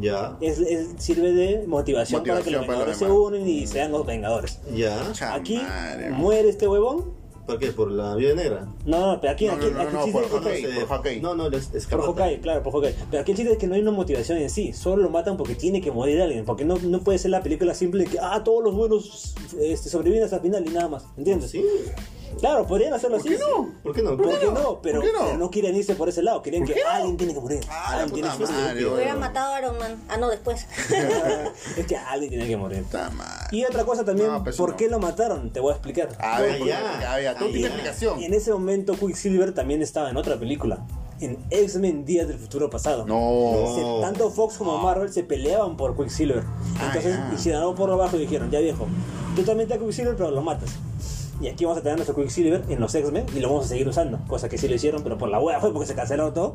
[SPEAKER 4] Ya,
[SPEAKER 7] es, es- sirve de motivación, para que los
[SPEAKER 1] Motivación para
[SPEAKER 7] Vengadores
[SPEAKER 1] los
[SPEAKER 7] se
[SPEAKER 1] demás.
[SPEAKER 7] unen y sean los Vengadores.
[SPEAKER 4] ya.
[SPEAKER 1] Cha
[SPEAKER 7] aquí
[SPEAKER 1] madre, weón.
[SPEAKER 7] muere este huevón.
[SPEAKER 4] ¿Por qué? ¿Por la vida negra?
[SPEAKER 7] No, no, pero aquí,
[SPEAKER 1] No,
[SPEAKER 7] aquí,
[SPEAKER 1] no, no,
[SPEAKER 7] aquí
[SPEAKER 1] no,
[SPEAKER 7] el chiste
[SPEAKER 1] por
[SPEAKER 7] es que no-
[SPEAKER 1] Hawkeye. por Hawkeye.
[SPEAKER 4] No, no, es
[SPEAKER 7] por Hawkeye, claro, por Hawkeye. Pero aquí el chiste es que no hay una motivación en sí, solo lo matan porque tiene que morir alguien, porque no, no puede ser la película simple que, ah, todos los buenos este, sobreviven hasta el final y nada más, ¿entiendes?
[SPEAKER 4] ¿Sí?
[SPEAKER 7] Claro, podrían hacerlo así.
[SPEAKER 1] qué no?
[SPEAKER 4] ¿Por qué no?
[SPEAKER 7] ¿Por qué no? Pero
[SPEAKER 1] ¿Por qué no?
[SPEAKER 7] no? quieren irse por ese lado, querían
[SPEAKER 1] ¿Por
[SPEAKER 7] que
[SPEAKER 1] qué no?
[SPEAKER 7] alguien tiene que morir.
[SPEAKER 1] Ah, la
[SPEAKER 7] alguien tiene
[SPEAKER 1] puta
[SPEAKER 7] que morir.
[SPEAKER 1] madre,
[SPEAKER 3] Hubiera
[SPEAKER 1] weón.
[SPEAKER 3] matado a Iron Man. Ah, no, después.
[SPEAKER 7] Es que alguien tiene que morir.
[SPEAKER 1] Puta madre.
[SPEAKER 7] Y otra cosa también,
[SPEAKER 1] No, pues
[SPEAKER 7] ¿por
[SPEAKER 1] no.
[SPEAKER 7] qué lo mataron? Te voy a explicar.
[SPEAKER 1] A ver,
[SPEAKER 4] Ah,
[SPEAKER 1] ¿por qué?
[SPEAKER 4] ya.
[SPEAKER 1] A ver, todo
[SPEAKER 4] Ah,
[SPEAKER 1] tiene
[SPEAKER 4] ya.
[SPEAKER 1] explicación.
[SPEAKER 7] Y en ese momento Quicksilver también estaba en otra película, en X-Men Días del Futuro Pasado.
[SPEAKER 1] No.
[SPEAKER 7] Se- tanto Fox como Marvel se peleaban por Quicksilver. Entonces
[SPEAKER 1] Ah, ya.
[SPEAKER 7] hicieron algo por abajo y dijeron, ya viejo, tú también te das Quicksilver pero lo matas. Y aquí vamos a tener nuestro Quicksilver en los X-Men y lo vamos a seguir usando. Cosa que sí lo hicieron, pero por la hueá fue porque se cancelaron todo.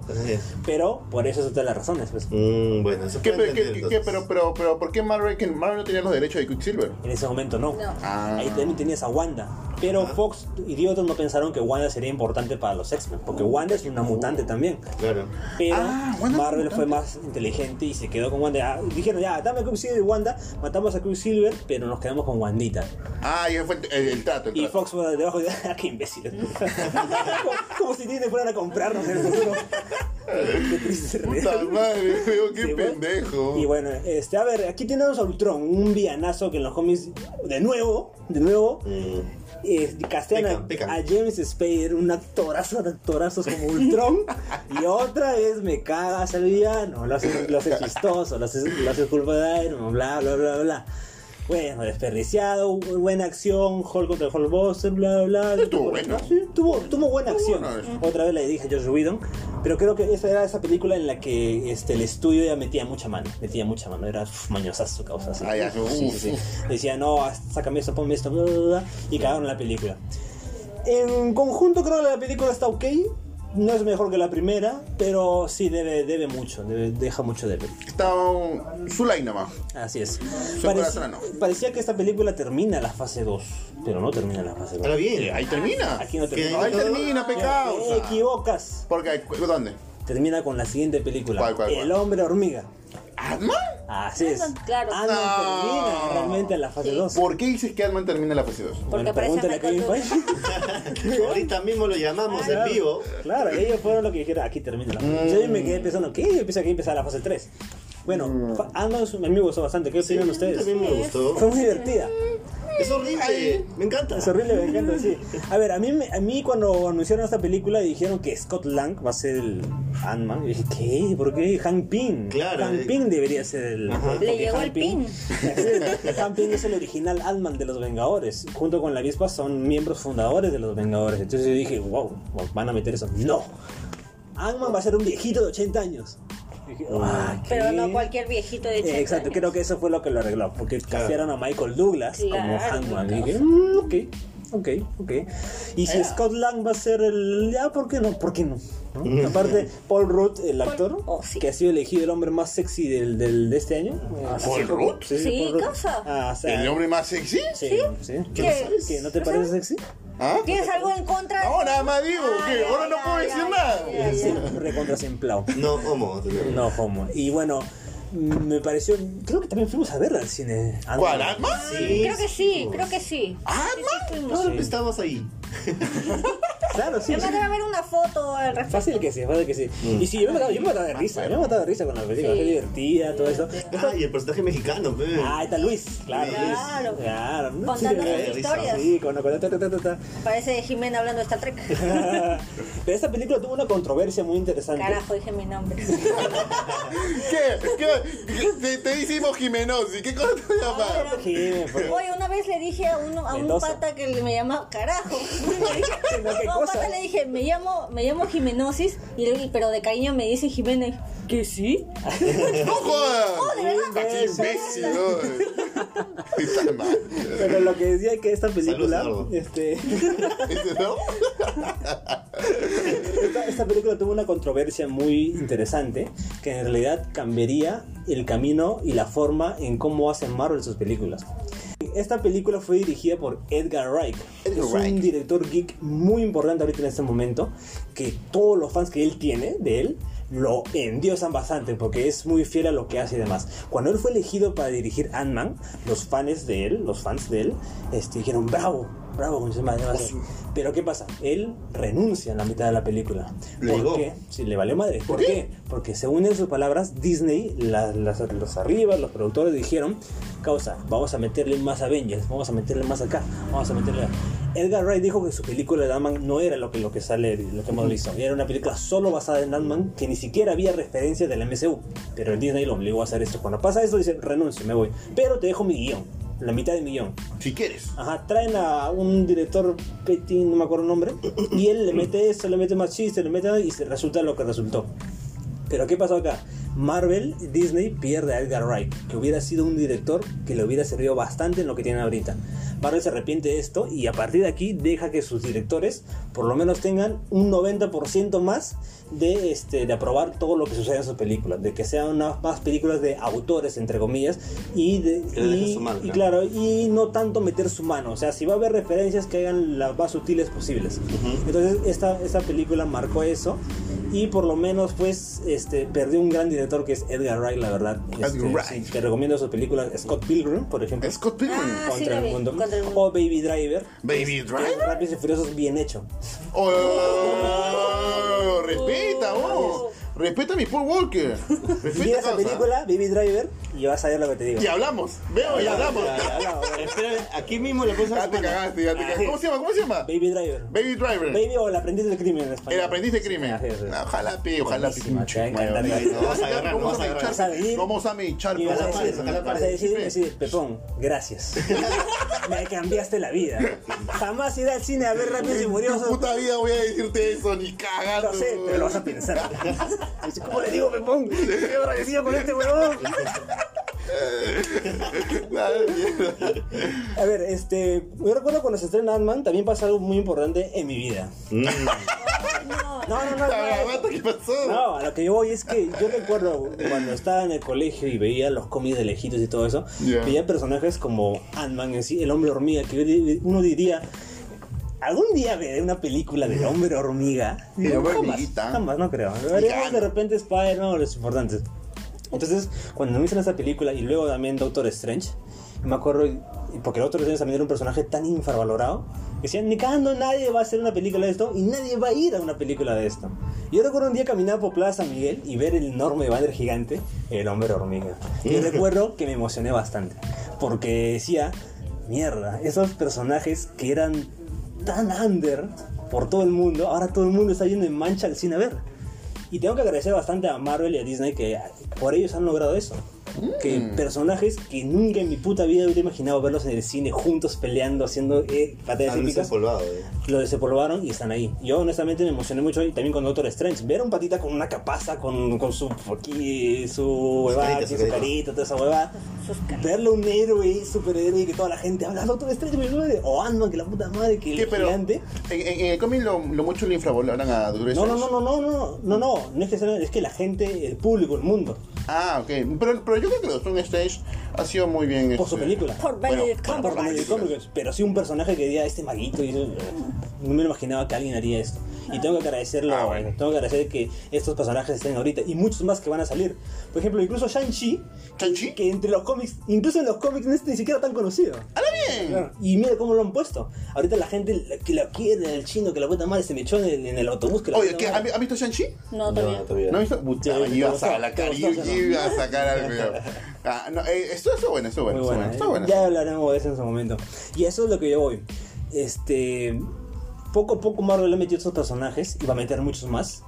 [SPEAKER 7] Pero por eso es otra de las razones. Pues.
[SPEAKER 4] Mmm, bueno, eso
[SPEAKER 1] ¿Qué,
[SPEAKER 4] puede
[SPEAKER 1] pero, qué-
[SPEAKER 4] entender,
[SPEAKER 1] qué-
[SPEAKER 4] entonces.
[SPEAKER 1] pero, pero, pero, ¿por qué Marvel, que Marvel no tenía los derechos de Quicksilver?
[SPEAKER 7] En ese momento no.
[SPEAKER 1] Ah.
[SPEAKER 7] Ahí también tenías a Wanda. Pero Fox idiotas no pensaron que Wanda sería importante para los X-Men. Porque Wanda es una mutante también.
[SPEAKER 4] Claro.
[SPEAKER 7] Pero
[SPEAKER 1] Oh. Ah, Wanda
[SPEAKER 7] Marvel
[SPEAKER 1] es
[SPEAKER 7] fue más inteligente y se quedó con Wanda. Ah, Dijeron, ya, dame a Quicksilver y Wanda, matamos a Quicksilver, pero nos quedamos con Wandita.
[SPEAKER 1] Ah, ya fue el, el- el trato, el
[SPEAKER 7] Y
[SPEAKER 1] trato.
[SPEAKER 7] Fox fue debajo de... ¡Ah, qué imbéciles! como, como si Disney fueran a comprarnos en el futuro. qué triste
[SPEAKER 1] Puta
[SPEAKER 7] realidad.
[SPEAKER 1] madre, weón, qué
[SPEAKER 7] Sí, bueno.
[SPEAKER 1] pendejo.
[SPEAKER 7] Y bueno, este, a ver, aquí tenemos a Ultron, un villanazo que en los cómics, de nuevo, de nuevo,
[SPEAKER 4] Mm,
[SPEAKER 7] eh, castean a-
[SPEAKER 4] Pecan, pecan.
[SPEAKER 7] a James Spader, un actorazo de actorazos como Ultron, y otra vez me cagas al villano, lo haces, lo haces chistoso, lo haces, lo haces culpa de Iron Man, bla, bla, bla, bla. Bueno, desperdiciado, bu- buena acción, Hulk contra Hulkbuster, bla, bla, bla.
[SPEAKER 1] Estuvo bueno.
[SPEAKER 7] Sí, tuvo, tuvo buena acción.
[SPEAKER 1] bueno.
[SPEAKER 7] Otra vez le dije a Josh Whedon, pero creo que esa era esa película en la que este, el estudio ya metía mucha mano, metía mucha mano, era uf, mañosazo, causa así.
[SPEAKER 1] Ah, ya,
[SPEAKER 7] Uf, sí,
[SPEAKER 1] uf,
[SPEAKER 7] sí,
[SPEAKER 1] uf.
[SPEAKER 7] sí. Decía, no, sácame esto, ponme esto, bla, bla, bla, y cagaron la película. En conjunto creo que la película está ok. No es mejor que la primera, pero sí debe, debe mucho, debe- deja mucho de ver.
[SPEAKER 1] Estaba un- su line nomás.
[SPEAKER 7] Así es.
[SPEAKER 1] corazón, ¿no?
[SPEAKER 7] parecía que esta película termina la fase 2, pero no termina la fase 2.
[SPEAKER 4] Está
[SPEAKER 1] Eh,
[SPEAKER 4] bien.
[SPEAKER 1] Ahí termina.
[SPEAKER 7] Aquí no
[SPEAKER 4] termina.
[SPEAKER 1] Ahí termina, pecado.
[SPEAKER 7] Te equivocas.
[SPEAKER 1] Porque, ahí- ¿dónde?
[SPEAKER 7] Termina con la siguiente película.
[SPEAKER 1] ¿Cuál, cuál, cuál?
[SPEAKER 7] El hombre hormiga.
[SPEAKER 1] ¿Ant-Man?
[SPEAKER 7] Así es.
[SPEAKER 3] Ant-Man, Ah, claro.
[SPEAKER 7] Ant-Man
[SPEAKER 1] No.
[SPEAKER 7] termina realmente en la fase 2.
[SPEAKER 1] ¿Por qué dices que Ant-Man termina en la fase 2?
[SPEAKER 3] Porque
[SPEAKER 7] Bueno,
[SPEAKER 3] aparece
[SPEAKER 7] pregúntale a Kevin
[SPEAKER 3] Michael
[SPEAKER 7] Feige.
[SPEAKER 4] Ahorita mismo lo llamamos en vivo.
[SPEAKER 7] Claro, ellos fueron los que dijeron, "Ah, aquí termina la fase. Yo ahí me quedé pensando, ¿qué? Yo pensé que empezaba la fase 3. Bueno,
[SPEAKER 4] Mm.
[SPEAKER 7] fa- ah, no, eso a mí me gustó bastante. ¿Qué opinan ustedes?
[SPEAKER 4] También me gustó.
[SPEAKER 7] Fue muy divertida.
[SPEAKER 4] Es horrible. Me encanta.
[SPEAKER 7] Es horrible, me encanta, sí. A ver, a mí, me- a mí cuando anunciaron esta película y dijeron que Scott Lang va a ser el Ant-Man, yo dije, ¿qué? ¿Por qué? Hank Pym.
[SPEAKER 4] Claro,
[SPEAKER 7] Hank
[SPEAKER 4] eh.
[SPEAKER 7] Pym debería ser el... porque
[SPEAKER 3] Le llegó
[SPEAKER 7] Hank
[SPEAKER 3] el pin.
[SPEAKER 7] Sí, Hank Pym es el original Ant-Man de los Vengadores. Junto con la avispa son miembros fundadores de los Vengadores. Entonces yo dije, wow, van a meter eso. No. Ant-Man va a ser un viejito de 80 años. Dije, ah,
[SPEAKER 3] Pero
[SPEAKER 7] ¿qué?
[SPEAKER 3] no cualquier viejito de
[SPEAKER 7] Eh,
[SPEAKER 3] hecho.
[SPEAKER 7] Exacto, creo que eso fue lo que lo arregló, porque castearon a Michael Douglas como
[SPEAKER 3] Claro,
[SPEAKER 7] Ant-Man. Y
[SPEAKER 3] claro.
[SPEAKER 7] dije, "Mm, ok, ok, ok. Y si Scott Lang va a ser el. Ya, ¿por qué no? ¿Por qué no? ¿No? Aparte, Paul Rudd, el actor,
[SPEAKER 3] oh, sí.
[SPEAKER 7] que ha sido elegido el hombre más sexy del, del- de este año. eh, hace
[SPEAKER 1] ¿Paul
[SPEAKER 7] poco.
[SPEAKER 1] Rudd?
[SPEAKER 3] Sí,
[SPEAKER 7] Paul Rudd.
[SPEAKER 3] cosa.
[SPEAKER 7] Ah, o sea,
[SPEAKER 1] ¿El hombre más sexy?
[SPEAKER 7] Sí, sí.
[SPEAKER 3] ¿Qué?
[SPEAKER 7] ¿Qué? ¿No te parece sexy?
[SPEAKER 1] ¿Ah?
[SPEAKER 3] ¿Tienes algo en contra?
[SPEAKER 1] No, nada más digo,
[SPEAKER 3] Ah,
[SPEAKER 1] que
[SPEAKER 3] ya,
[SPEAKER 1] ahora no
[SPEAKER 3] ya,
[SPEAKER 1] puedo
[SPEAKER 3] ya,
[SPEAKER 1] decir
[SPEAKER 3] ya,
[SPEAKER 1] nada.
[SPEAKER 3] Ah, ya, ya.
[SPEAKER 7] Recontra semplao.
[SPEAKER 4] No, homo.
[SPEAKER 7] No homo. Y bueno, me pareció. Creo que también fuimos a verla al cine.
[SPEAKER 1] ¿Cuál? ¿Atman?
[SPEAKER 4] Sí,
[SPEAKER 3] Creo que sí, creo que sí.
[SPEAKER 7] Ah,
[SPEAKER 1] ¿Atman?
[SPEAKER 4] No, estamos ahí.
[SPEAKER 7] Claro, sí.
[SPEAKER 3] Me
[SPEAKER 7] sí.
[SPEAKER 3] mandaron a ver una foto al respecto.
[SPEAKER 7] Fácil que sí, fácil que sí. Y sí, yo me mataba, yo me mataba de risa, yo me mataba de risa con la película,
[SPEAKER 3] Sí.
[SPEAKER 7] fue divertida, todo eso.
[SPEAKER 4] Ah, y el personaje mexicano, pues. pe.
[SPEAKER 7] Ah, ahí está Luis, claro. Luis.
[SPEAKER 3] Claro.
[SPEAKER 7] Claro. No,
[SPEAKER 3] Contando
[SPEAKER 7] sí,
[SPEAKER 3] sus
[SPEAKER 7] sí,
[SPEAKER 3] historias.
[SPEAKER 7] Sí, con con- ta, ta, ta, ta, ta.
[SPEAKER 3] Parece Jimena hablando de Star Trek.
[SPEAKER 7] Pero esta película tuvo una controversia muy interesante.
[SPEAKER 3] Carajo, dije mi nombre.
[SPEAKER 1] ¿Qué? ¿Qué? ¿Qué? Te, te hicimos Jimenosi, ¿qué cosa te llamas?
[SPEAKER 7] Sí, por-
[SPEAKER 3] Oye, una vez le dije a, uno, a un
[SPEAKER 7] Mendoza.
[SPEAKER 3] pata que le- me llamaba carajo.
[SPEAKER 7] No, ¿qué
[SPEAKER 3] a un
[SPEAKER 7] cosa?
[SPEAKER 3] pata le dije, me llamo, me llamo Jimenosis, y le- pero de cariño me dice Jiménez. ¿Que sí?
[SPEAKER 1] ¡No jodas!
[SPEAKER 3] de verdad.
[SPEAKER 1] ¡Qué imbécil! ¿no? Está mal.
[SPEAKER 7] Pero lo que decía es que esta película,
[SPEAKER 4] Saludos, Eduardo.
[SPEAKER 7] este,
[SPEAKER 1] ¿No?
[SPEAKER 7] esta, esta película tuvo una controversia muy interesante que en realidad cambiaría el camino y la forma en cómo hacen Marvel sus películas. Esta película fue dirigida por Edgar Wright.
[SPEAKER 1] Edgar
[SPEAKER 7] es
[SPEAKER 1] Wright.
[SPEAKER 7] un director geek muy importante ahorita en este momento, que todos los fans que él tiene de él lo endiosan bastante porque es muy fiel a lo que hace y demás. Cuando él fue elegido para dirigir Ant-Man, los fans de él, los fans de él, este, dijeron bravo, bravo, con su madre, va a ser". Pero ¿qué pasa? Él renuncia en la mitad de la película.
[SPEAKER 4] Le
[SPEAKER 7] ¿Por
[SPEAKER 4] llegó.
[SPEAKER 7] qué? Sí, le valió madre. ¿Por qué? Porque según en sus palabras, Disney, las, las- los arriba, los productores dijeron, causa, vamos a meterle más Avengers, vamos a meterle más acá, vamos a meterle... a-". Edgar Wright dijo que su película de Ant-Man no era lo que, lo que sale, lo que Marvel hizo. Era una película solo basada en Ant-Man que ni siquiera había referencia del MCU. Pero el Disney lo obligó a hacer esto. Cuando pasa esto dice, renuncio, me voy. Pero te dejo mi guión, la mitad de mi guión.
[SPEAKER 1] Si quieres.
[SPEAKER 7] Ajá, traen a un director Petit, no me acuerdo el nombre, y él le mete eso, le mete más chiste, le mete y se resulta lo que resultó. Pero ¿qué pasó acá? Marvel, Disney pierde a Edgar Wright, que hubiera sido un director que le hubiera servido bastante en lo que tiene ahorita. Marvel se arrepiente de esto y a partir de aquí deja que sus directores por lo menos tengan un 90% más de, este, de aprobar todo lo que sucede en sus películas, de que sean unas más películas de autores, entre comillas, y, de,
[SPEAKER 4] Que le deje
[SPEAKER 7] y-
[SPEAKER 4] su marca.
[SPEAKER 7] y claro, y no tanto meter su mano, o sea, si va a haber referencias que hagan las más sutiles posibles. Entonces, esta, esta película marcó eso. Y por lo menos, pues, este, perdió un gran director que es Edgar Wright, la verdad.
[SPEAKER 1] Edgar
[SPEAKER 7] Este,
[SPEAKER 1] Wright.
[SPEAKER 7] sí, te recomiendo sus películas, Scott Pilgrim, por ejemplo.
[SPEAKER 1] Scott Pilgrim.
[SPEAKER 3] Ah, sí,
[SPEAKER 7] Contra
[SPEAKER 3] la
[SPEAKER 7] el
[SPEAKER 3] vi,
[SPEAKER 7] mundo.
[SPEAKER 3] Contra el mundo.
[SPEAKER 7] O Baby Driver.
[SPEAKER 1] Baby
[SPEAKER 7] que
[SPEAKER 1] Driver.
[SPEAKER 7] Rápidos y Furiosos bien hecho.
[SPEAKER 1] Oh, respeta, vos. Respeta a mi Paul Walker.
[SPEAKER 7] Y
[SPEAKER 1] Respeta
[SPEAKER 7] esa
[SPEAKER 1] causa.
[SPEAKER 7] película, Baby Driver, y vas a ver lo que te digo.
[SPEAKER 1] Y hablamos. Veo y hablamos.
[SPEAKER 7] Ya, ya, ya.
[SPEAKER 4] Espera, aquí mismo la próxima
[SPEAKER 1] Ya te
[SPEAKER 4] semana.
[SPEAKER 1] cagaste, ya te cagaste. ¿Cómo se llama? ¿Cómo se llama?
[SPEAKER 7] Baby Driver.
[SPEAKER 1] Baby Driver.
[SPEAKER 7] Baby o el aprendiz del crimen en español.
[SPEAKER 1] El aprendiz de crimen.
[SPEAKER 7] Sí, sí, sí.
[SPEAKER 1] Ojalá, pi, ojalá, pi.
[SPEAKER 7] Buenísima, te va a encantar.
[SPEAKER 4] Vas a agarrar,
[SPEAKER 1] Vamos
[SPEAKER 4] vas a
[SPEAKER 1] a
[SPEAKER 4] agarrar.
[SPEAKER 7] Vas a venir.
[SPEAKER 1] mechar. Vamos a mechar.
[SPEAKER 7] Y vas a
[SPEAKER 1] Ojalá,
[SPEAKER 7] decir,
[SPEAKER 1] ojalá,
[SPEAKER 7] vas a
[SPEAKER 1] ojalá.
[SPEAKER 7] decir, decir, Pepón, gracias. Me cambiaste la vida. Jamás iré al cine a ver Rápidos y
[SPEAKER 1] En tu
[SPEAKER 7] Furiosos.
[SPEAKER 1] puta vida voy a decirte eso, ni
[SPEAKER 7] Lo
[SPEAKER 1] cagando.
[SPEAKER 7] sé, pero lo vas a pensar. Dice, ¿Cómo le digo, Pepón? Estoy agradecido con este huevón. A ver, este. Yo recuerdo cuando se estrena Ant-Man, también pasa algo muy importante en mi vida. No, no, no.
[SPEAKER 1] La
[SPEAKER 7] no.
[SPEAKER 1] verdad, ¿qué pasó?
[SPEAKER 7] No, a lo que yo voy es que yo recuerdo cuando estaba en el colegio y veía los cómics de lejitos y todo eso,
[SPEAKER 1] Ya.
[SPEAKER 7] veía personajes como Ant-Man en sí, el hombre hormiga, que yo di- uno diría, algún día veré una película del hombre hormiga.
[SPEAKER 1] El
[SPEAKER 7] Digo,
[SPEAKER 1] hombre
[SPEAKER 7] jamás,
[SPEAKER 1] hormiguita.
[SPEAKER 7] jamás, no creo. Veremos de repente Spider-Man o los importantes. Entonces, cuando me hicieron esta película y luego también Doctor Strange, me acuerdo, y- porque Doctor Strange también era un personaje tan infravalorado, que decían, ni cagando nadie va a hacer una película de esto y nadie va a ir a una película de esto. Y yo recuerdo un día caminar por Plaza San Miguel y ver el enorme banner gigante, el hombre hormiga. Y recuerdo que me emocioné bastante, porque decía, mierda, esos personajes que eran tan under por todo el mundo, ahora todo el mundo está yendo en mancha al cine a ver. Y tengo que agradecer bastante a Marvel y a Disney que por ellos han logrado eso. Que
[SPEAKER 4] Mm.
[SPEAKER 7] personajes que nunca en mi puta vida hubiera imaginado verlos en el cine juntos peleando, haciendo eh, batallas
[SPEAKER 4] Han
[SPEAKER 7] épicas,
[SPEAKER 4] desempolvado, eh.
[SPEAKER 7] lo desempolvaron y están ahí. Yo honestamente me emocioné mucho y también con Doctor Strange. Ver a un patita con una capaza, con, con su aquí, su huevada,
[SPEAKER 4] caritas,
[SPEAKER 7] su
[SPEAKER 4] sus
[SPEAKER 7] carita, toda esa huevada. Verle un héroe, superhéroe y que toda la gente habla Doctor Strange, mi madre", o Ant-Man, que la puta madre, que el
[SPEAKER 1] ¿Qué, pero en,
[SPEAKER 7] gigante.
[SPEAKER 1] en- en el cómic lo, lo mucho
[SPEAKER 4] pues
[SPEAKER 1] le infravaloran a Doctor
[SPEAKER 7] No, no, no, no, no, no, no, no, no es que sea- es que la gente, el público, el mundo.
[SPEAKER 1] Ah, ok. Pero, pero yo creo que los Stone Stage ha sido muy bien.
[SPEAKER 7] Por su
[SPEAKER 1] este,
[SPEAKER 7] película.
[SPEAKER 3] Por
[SPEAKER 1] Bueno,
[SPEAKER 3] Benedict
[SPEAKER 1] bueno,
[SPEAKER 7] Por Benedict
[SPEAKER 3] Cumberbatch.
[SPEAKER 7] Cumberbatch, Pero sí un personaje que diga este maguito. y- no me lo imaginaba que alguien haría esto. Y tengo que agradecerlo.
[SPEAKER 1] Ah, bueno.
[SPEAKER 7] Tengo que agradecer que estos personajes estén ahorita. Y muchos más que van a salir. Por ejemplo, incluso Shang-Chi.
[SPEAKER 1] ¿Shang-Chi?
[SPEAKER 7] Que entre los cómics, incluso en los cómics no es ni siquiera tan conocido.
[SPEAKER 1] ¡Hala bien!
[SPEAKER 7] Claro, Y mira cómo lo han puesto. Ahorita la gente la- que lo quiere, el chino que la puta madre se me echó en el, en el autobús. Que la
[SPEAKER 1] Oye,
[SPEAKER 7] puta
[SPEAKER 1] ¿qué, ¿has
[SPEAKER 7] madre.
[SPEAKER 1] vi- has visto Shang-Chi?
[SPEAKER 3] No,
[SPEAKER 4] No,
[SPEAKER 3] todavía.
[SPEAKER 4] todavía.
[SPEAKER 1] ¿No has visto? Puta,
[SPEAKER 7] Sí,
[SPEAKER 1] ibas
[SPEAKER 7] te gustó,
[SPEAKER 1] a la
[SPEAKER 7] te
[SPEAKER 1] cara,
[SPEAKER 7] gustó, ¿no?
[SPEAKER 1] ibas a sacar al video. Ah, no, eh, esto está bueno, esto
[SPEAKER 7] Muy
[SPEAKER 1] bueno,
[SPEAKER 7] buena,
[SPEAKER 1] está
[SPEAKER 7] ¿eh?
[SPEAKER 1] bueno.
[SPEAKER 7] Ya hablaremos de eso en su momento. Y eso es lo que yo voy. Este. Poco a poco Marvel ha metido estos personajes y va a meter muchos más.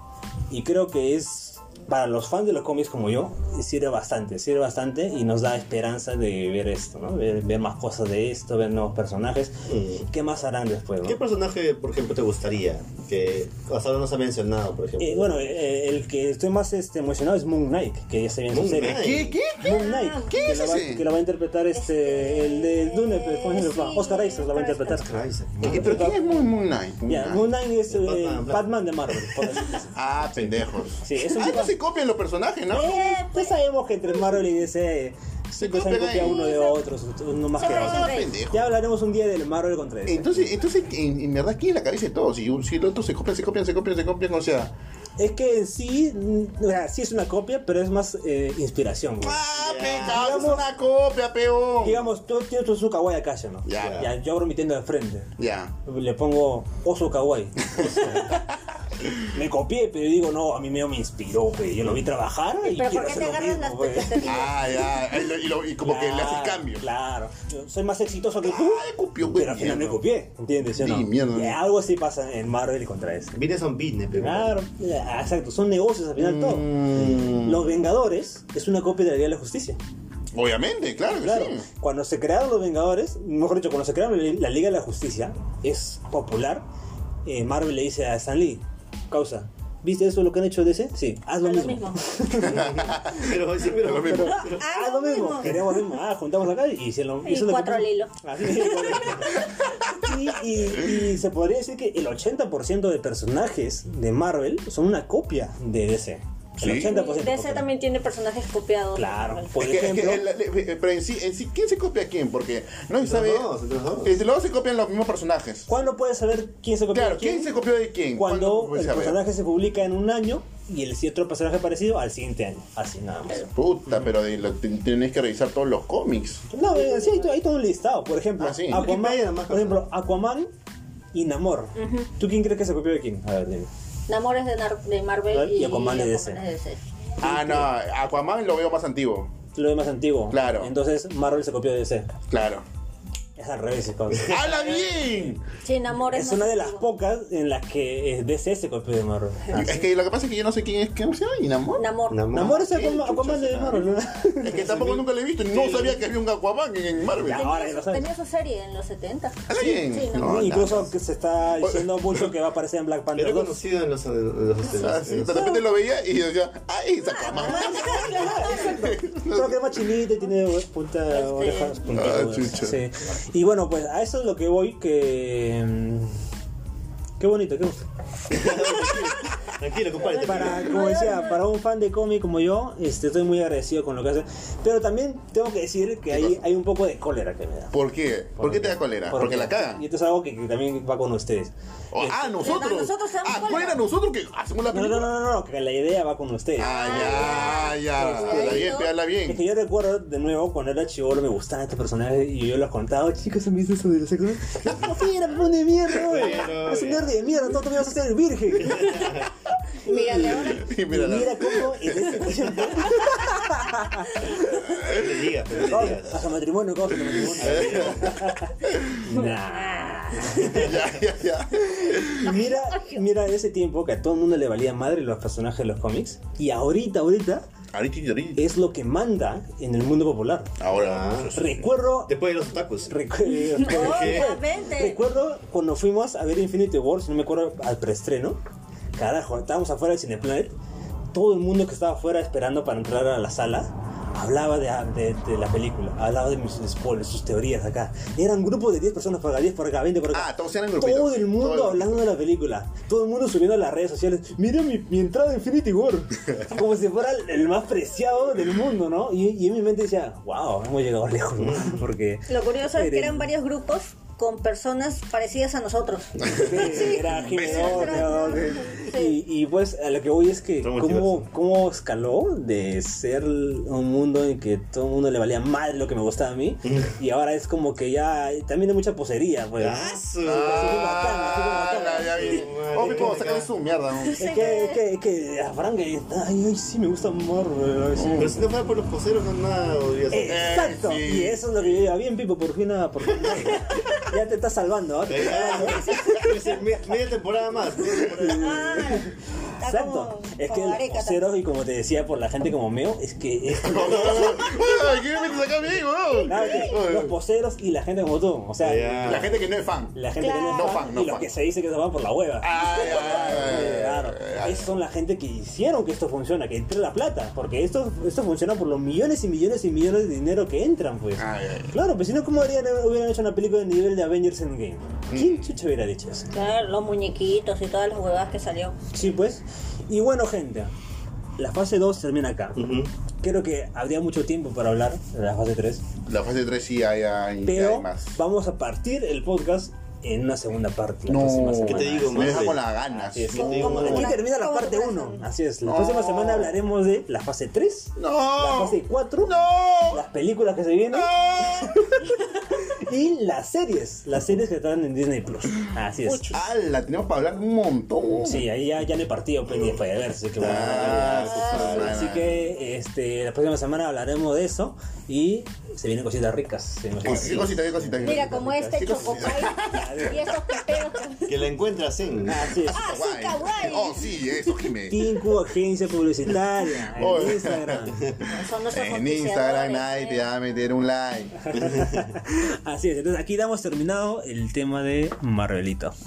[SPEAKER 7] Y creo que es. Para los fans de los cómics como yo, sirve bastante, sirve bastante y nos da esperanza de ver esto, ¿no? Ver, ver más cosas de esto, ver nuevos personajes.
[SPEAKER 4] Mm.
[SPEAKER 7] ¿Qué más harán después? no?
[SPEAKER 4] ¿Qué personaje, por ejemplo, te gustaría? Que hasta ahora no se ha mencionado, por ejemplo.
[SPEAKER 7] Eh, bueno, eh, el que estoy más este, emocionado es Moon Knight, que ya se viene en su
[SPEAKER 4] Moon
[SPEAKER 7] serie.
[SPEAKER 4] Knight.
[SPEAKER 1] ¿Qué? ¿Qué? ¿Qué?
[SPEAKER 7] eh, Moon Knight,
[SPEAKER 1] ¿Qué
[SPEAKER 7] que,
[SPEAKER 1] es
[SPEAKER 7] la va,
[SPEAKER 1] ese?
[SPEAKER 7] que la va a interpretar este, el de Dune, pues, ¿cómo se llama?
[SPEAKER 3] Sí,
[SPEAKER 7] Oscar Isaac la va a
[SPEAKER 3] Oscar
[SPEAKER 7] interpretar.
[SPEAKER 4] Christ,
[SPEAKER 1] ¿Qué-
[SPEAKER 4] madre.
[SPEAKER 1] qué- ¿Pero quién es Moon, Moon Knight? Moon
[SPEAKER 7] Ya,
[SPEAKER 1] Knight.
[SPEAKER 7] Moon Knight es eh,
[SPEAKER 4] Batman,
[SPEAKER 7] Batman,
[SPEAKER 4] Black-
[SPEAKER 7] de Marvel. por decirlo así.
[SPEAKER 1] Ah, pendejos.
[SPEAKER 7] Sí, es un
[SPEAKER 1] ah,
[SPEAKER 7] tipo-
[SPEAKER 1] no se copian los personajes, ¿no?
[SPEAKER 7] Eh, pues sabemos que entre Marvel y DC siempre se han
[SPEAKER 1] copian ahí.
[SPEAKER 7] copiado uno de otro, uno más que
[SPEAKER 1] Ah,
[SPEAKER 7] otro.
[SPEAKER 1] pendejo.
[SPEAKER 7] Ya hablaremos un día del Marvel contra DC.
[SPEAKER 1] Entonces, entonces en, en verdad, ¿quién es la cabeza de todos? Si, un- si el otro se copian, se copian, se copian, se copian, o sea...
[SPEAKER 7] Es que en sí, mm, o sea, sí es una copia, pero es más eh, inspiración. güey.
[SPEAKER 1] ¡Ah,
[SPEAKER 7] Ya.
[SPEAKER 1] pecado! ¡Es una copia, peón!
[SPEAKER 7] Digamos, tú tienes tu kawaii acá, ¿no?
[SPEAKER 1] Ya.
[SPEAKER 7] ya. Yo abro mi tienda de frente.
[SPEAKER 1] Ya.
[SPEAKER 7] Le pongo oso kawaii. me copié, pero digo, no, a mí medio me inspiró, güey. Yo lo vi trabajar y
[SPEAKER 3] Pero ¿por
[SPEAKER 7] quiero
[SPEAKER 3] qué
[SPEAKER 7] hacer
[SPEAKER 3] te
[SPEAKER 7] lo
[SPEAKER 3] agarran las
[SPEAKER 7] mismo, güey.
[SPEAKER 3] expectativas?
[SPEAKER 1] Ah, ya. Y, lo- y lo- y como que le haces cambios.
[SPEAKER 7] Claro. Yo soy más exitoso que tú.
[SPEAKER 1] ¡Ay, copió, güey!
[SPEAKER 7] Pero al final me
[SPEAKER 1] mierda.
[SPEAKER 7] copié, ¿entiendes? ¿Sí o
[SPEAKER 1] Sí,
[SPEAKER 7] no?
[SPEAKER 1] mierda.
[SPEAKER 7] Eh, algo así pasa en Marvel contra eso.
[SPEAKER 4] Business on business, pero.
[SPEAKER 7] Claro, ah, exacto, son negocios al final
[SPEAKER 1] Mm.
[SPEAKER 7] todo. Los Vengadores es una copia de la Liga de la Justicia.
[SPEAKER 1] Obviamente, claro que
[SPEAKER 7] Claro,
[SPEAKER 1] sí.
[SPEAKER 7] cuando se crearon los Vengadores, mejor dicho, cuando se crearon la la Liga de la Justicia, es popular. eh, Marvel le dice a Stan Lee, causa, ¿viste eso lo que han hecho DC? Sí, haz lo
[SPEAKER 3] Lo
[SPEAKER 7] mismo.
[SPEAKER 3] mismo.
[SPEAKER 4] Pero sí, pero.
[SPEAKER 1] Lo mismo.
[SPEAKER 3] No,
[SPEAKER 7] Haz lo mismo, queríamos lo mismo. Ah, juntamos acá y hicieron
[SPEAKER 3] Y
[SPEAKER 7] hicieron lo
[SPEAKER 3] cuatro
[SPEAKER 7] que- Ah,
[SPEAKER 3] al hilo.
[SPEAKER 7] Así es, cuatro al hilo. Y, y- y se podría decir que el 80% de personajes de Marvel son una copia de DC. El
[SPEAKER 1] Sí.
[SPEAKER 7] 80%.
[SPEAKER 3] DC también tiene personajes copiados.
[SPEAKER 7] pues, Claro, por
[SPEAKER 1] Es que- es que
[SPEAKER 7] ejemplo.
[SPEAKER 1] el- el- el- pero en sí, en sí, ¿quién se copia a quién? Porque no se sabe.
[SPEAKER 4] dos, entre los dos.
[SPEAKER 1] Desde luego se copian los mismos personajes.
[SPEAKER 7] ¿Cuándo puedes saber quién se copió
[SPEAKER 1] Claro,
[SPEAKER 7] de
[SPEAKER 1] ¿quién se copió de quién?
[SPEAKER 7] Cuando
[SPEAKER 1] ¿Cuándo se
[SPEAKER 7] el
[SPEAKER 1] sabe?
[SPEAKER 7] personaje se publica en un año y el si otro personaje parecido al siguiente año. Así nada más.
[SPEAKER 1] Puta, pero de- lo- ten- tenés que revisar todos los cómics.
[SPEAKER 7] No, eh, sí, hay, to- hay todo un listado. Por ejemplo,
[SPEAKER 1] Ah, sí.
[SPEAKER 4] Wikipedia nada
[SPEAKER 7] Aquaman,
[SPEAKER 4] más.
[SPEAKER 7] por ejemplo, Aquaman y Namor. ¿Tú quién crees que se copió de quién? A ver, dime.
[SPEAKER 3] Namor es de, Nar- de Marvel
[SPEAKER 7] Y
[SPEAKER 3] y
[SPEAKER 7] Aquaman es de
[SPEAKER 3] Aquaman es de DC.
[SPEAKER 1] Ah, no, Aquaman lo veo más antiguo.
[SPEAKER 7] Lo más antiguo.
[SPEAKER 1] Claro.
[SPEAKER 7] Entonces Marvel se copió de DC.
[SPEAKER 1] Claro.
[SPEAKER 7] Es al revés, cabrón.
[SPEAKER 1] ¡Hala bien!
[SPEAKER 3] Sí, Namor es
[SPEAKER 7] Es una
[SPEAKER 3] más
[SPEAKER 7] de las
[SPEAKER 3] antiguo.
[SPEAKER 7] pocas en las que eh, DC se copió de Marvel.
[SPEAKER 1] Es que lo que pasa es que yo no sé quién es quién se llama Inamor.
[SPEAKER 3] Namor.
[SPEAKER 7] Namor es
[SPEAKER 1] ¿Qué
[SPEAKER 7] Aquaman,
[SPEAKER 1] chucha
[SPEAKER 7] Aquaman de
[SPEAKER 1] será?
[SPEAKER 7] Marvel. ¿no?
[SPEAKER 1] Es que tampoco nunca lo he visto. No sabía que había un Aquaman en Marvel.
[SPEAKER 7] Ya.
[SPEAKER 1] ¡Hala
[SPEAKER 7] Ahora
[SPEAKER 3] Tenía
[SPEAKER 7] ya lo
[SPEAKER 3] su,
[SPEAKER 7] sabes.
[SPEAKER 3] tenía su serie en los 70.
[SPEAKER 1] bien!
[SPEAKER 3] Ah, Sí, no.
[SPEAKER 1] No,
[SPEAKER 7] Incluso que se está diciendo mucho que va a aparecer en Black
[SPEAKER 4] Era
[SPEAKER 7] Panther 2.
[SPEAKER 4] conocido en los. En los
[SPEAKER 1] nada. Ah, sí, de repente lo veía y decía, ¡ay, es Aquaman!
[SPEAKER 7] Creo que es más chinito y tiene punta
[SPEAKER 3] Este.
[SPEAKER 7] orejas
[SPEAKER 1] Ah,
[SPEAKER 7] puntiagudas.
[SPEAKER 1] chucha.
[SPEAKER 7] Sí. Y bueno, pues a eso es lo que voy que mm, qué bonito, qué bonito.
[SPEAKER 4] Tranquilo, compadre.
[SPEAKER 7] para, como decía, para un fan de cómic como yo, este, estoy muy agradecido con lo que hace. Pero también tengo que decir que hay, hay un poco de cólera que me da.
[SPEAKER 1] ¿Por qué? ¿Por qué te da cólera? Porque la cagan.
[SPEAKER 7] Y esto es algo que, que también va con ustedes. Este,
[SPEAKER 1] O, ah, nosotros.
[SPEAKER 3] A nosotros se dan
[SPEAKER 1] ah,
[SPEAKER 3] cuenta.
[SPEAKER 1] ¿cuál era nosotros que hacemos la
[SPEAKER 7] No, no, no,
[SPEAKER 1] película?
[SPEAKER 7] no, no, que la idea va con ustedes.
[SPEAKER 1] Ah, ya,
[SPEAKER 3] pues
[SPEAKER 1] ya.
[SPEAKER 7] Este,
[SPEAKER 1] Habla bien,
[SPEAKER 3] yo-
[SPEAKER 1] pe, habla
[SPEAKER 7] Es que
[SPEAKER 1] bien.
[SPEAKER 7] yo recuerdo de nuevo cuando era chivolo me gustaban estos personajes y yo los contaba, chicos, ¿han visto eso de los sexos? No, mira, pepón de mierda, güey.
[SPEAKER 4] Pero,
[SPEAKER 7] Es un nerd de mierda, todo tú me vas a hacer el virgen. Este,
[SPEAKER 3] Mírale ahora.
[SPEAKER 1] Y
[SPEAKER 7] Y
[SPEAKER 1] mira,
[SPEAKER 7] mira cómo en ese tiempo.
[SPEAKER 4] te digas, te
[SPEAKER 7] Vamos,
[SPEAKER 4] digas.
[SPEAKER 7] Hasta matrimonio, vamos, hasta matrimonio. Nah.
[SPEAKER 1] ya, ya, ya.
[SPEAKER 7] Y mira, mira ese tiempo que a todo el mundo le valía madre los personajes de los cómics. Y ahorita, ahorita,
[SPEAKER 1] Ahorita, ahorita.
[SPEAKER 7] es lo que manda en el mundo popular.
[SPEAKER 1] Ahora.
[SPEAKER 4] Ah.
[SPEAKER 7] Recuerdo
[SPEAKER 4] Después de los otakus.
[SPEAKER 7] Recu- eh,
[SPEAKER 3] Obviamente.
[SPEAKER 7] Recuerdo cuando fuimos a ver Infinity War, si no me acuerdo, al preestreno. Carajo, estábamos afuera del Cineplanet. Todo el mundo que estaba afuera esperando para entrar a la sala hablaba de, ah, de- de la película, hablaba de mis spoilers, sus teorías acá. Era un grupo de 10 personas para acá, 10 para acá, 20 para acá.
[SPEAKER 1] Ah, todos eran grupitos.
[SPEAKER 7] Todo el mundo
[SPEAKER 1] Todo el-
[SPEAKER 7] hablando de la película. Todo el mundo subiendo a las redes sociales. Mira mi, mi entrada a Infinity War. Como si fuera el- el más preciado del mundo, ¿no? Y, y en mi mente decía, wow, hemos llegado lejos, ¿no? Porque.
[SPEAKER 3] Lo curioso es que
[SPEAKER 7] Eres-
[SPEAKER 3] eran varios grupos con personas parecidas a nosotros.
[SPEAKER 7] Sí, era gemedor,
[SPEAKER 3] Sí.
[SPEAKER 7] gemedor.
[SPEAKER 3] Sí.
[SPEAKER 7] Y, y pues a lo que voy es que
[SPEAKER 4] Son
[SPEAKER 7] cómo, cómo escaló de ser un mundo en que todo el mundo le valía mal lo que me gustaba a mí y ahora es como que ya también hay mucha posería pues.
[SPEAKER 4] ¡Asu!
[SPEAKER 1] Ah,
[SPEAKER 7] Así como acá, así como acá.
[SPEAKER 1] ya, ya vi.
[SPEAKER 4] Madre,
[SPEAKER 1] Oh, Pipo,
[SPEAKER 4] qué
[SPEAKER 1] saca de su mierda. ¿no?
[SPEAKER 3] Ah,
[SPEAKER 7] Es que, es que, es que a Frank, ay, ay, sí me gusta eh, Marvel. ay, sí.
[SPEAKER 4] Pero si no fuera por los poseros, no nada, podría ser.
[SPEAKER 7] Exacto,
[SPEAKER 1] Eh, sí.
[SPEAKER 7] y eso es lo que yo digo. Bien, Pipo, por fin, ah, por fin. ya te estás salvando. ¿ah?
[SPEAKER 4] Dice, "Me- Media temporada más. media temporada más".
[SPEAKER 3] Ah, está
[SPEAKER 7] Exacto.
[SPEAKER 3] como-
[SPEAKER 7] Es que
[SPEAKER 3] como
[SPEAKER 7] los
[SPEAKER 3] Areca
[SPEAKER 7] poseros, y como te decía por la gente como Meo, es que es-
[SPEAKER 1] Ay, ¿Qué me metes acá a mí, weón?
[SPEAKER 7] Nada, que los poseros y la gente como tú. O sea,
[SPEAKER 4] Ya.
[SPEAKER 1] La gente que no es fan.
[SPEAKER 7] la gente que no
[SPEAKER 1] Claro.
[SPEAKER 7] es
[SPEAKER 1] No
[SPEAKER 7] fan
[SPEAKER 1] fan, no
[SPEAKER 7] y los
[SPEAKER 1] fan.
[SPEAKER 7] que se dice que se van por la hueva.
[SPEAKER 1] Ay, ay, ay,
[SPEAKER 7] Claro,
[SPEAKER 1] eh, ay.
[SPEAKER 7] esos son la gente que hicieron que esto funcione, que entre la plata, porque esto, esto funciona por los millones y millones y millones de dinero que entran, pues.
[SPEAKER 1] Ay, ay.
[SPEAKER 7] Claro, pues si no, ¿cómo harían- hubieran hecho una película de nivel de Avengers Endgame?
[SPEAKER 1] Mm.
[SPEAKER 7] ¿Quién chucha hubiera dicho eso?
[SPEAKER 3] Claro, los muñequitos y todas las huevadas que salió.
[SPEAKER 7] Sí, pues. Y bueno, gente, la fase 2 termina acá. Creo que habría mucho tiempo para hablar de la fase 3.
[SPEAKER 1] La fase 3 sí hay, hay, hay
[SPEAKER 7] Pero
[SPEAKER 1] más.
[SPEAKER 7] vamos a partir el podcast en una segunda parte. la
[SPEAKER 1] No,
[SPEAKER 7] próxima semana.
[SPEAKER 1] ¿qué
[SPEAKER 4] te digo,
[SPEAKER 1] Me deja
[SPEAKER 4] madre?
[SPEAKER 1] con las ganas.
[SPEAKER 7] Así es.
[SPEAKER 4] ¿Qué te digo?
[SPEAKER 3] Como-
[SPEAKER 7] Aquí
[SPEAKER 3] como-
[SPEAKER 7] termina la
[SPEAKER 3] como
[SPEAKER 7] parte
[SPEAKER 3] tu corazón.
[SPEAKER 7] 1. Así es. La
[SPEAKER 1] No.
[SPEAKER 7] próxima semana hablaremos de la fase 3, la
[SPEAKER 1] No.
[SPEAKER 7] fase 4,
[SPEAKER 1] No.
[SPEAKER 7] las películas que se vienen
[SPEAKER 1] No.
[SPEAKER 7] y las series. Las series que están en Disney Plus. Así es.
[SPEAKER 3] Pucha.
[SPEAKER 1] ¡Hala! Tenemos para hablar un montón.
[SPEAKER 7] Sí, ahí ya, ya me he partido pendiente para ver, así que bueno.
[SPEAKER 1] Ah, su madre.
[SPEAKER 7] Así que este, la próxima semana hablaremos de eso y se vienen cositas ricas. se vienen cositas
[SPEAKER 1] ¿Qué cosita, qué cosita? qué
[SPEAKER 3] Mira,
[SPEAKER 1] cosita?
[SPEAKER 3] como este
[SPEAKER 1] ¿Qué cosita?
[SPEAKER 3] chocopay y esos peperos.
[SPEAKER 4] Que la encuentras en.
[SPEAKER 7] ricas. Así es.
[SPEAKER 3] Ah, sí,
[SPEAKER 1] Guay.
[SPEAKER 3] kawaii.
[SPEAKER 1] Oh, sí, eso, Jimé.
[SPEAKER 7] Tinku, agencia publicitaria, en
[SPEAKER 1] Oye.
[SPEAKER 7] Instagram.
[SPEAKER 3] Son nuestros
[SPEAKER 1] En
[SPEAKER 3] auspiciadores,
[SPEAKER 1] Instagram nadie te
[SPEAKER 3] eh.
[SPEAKER 1] va a meter un like.
[SPEAKER 7] Así es, entonces aquí damos terminado el tema de Marvelito.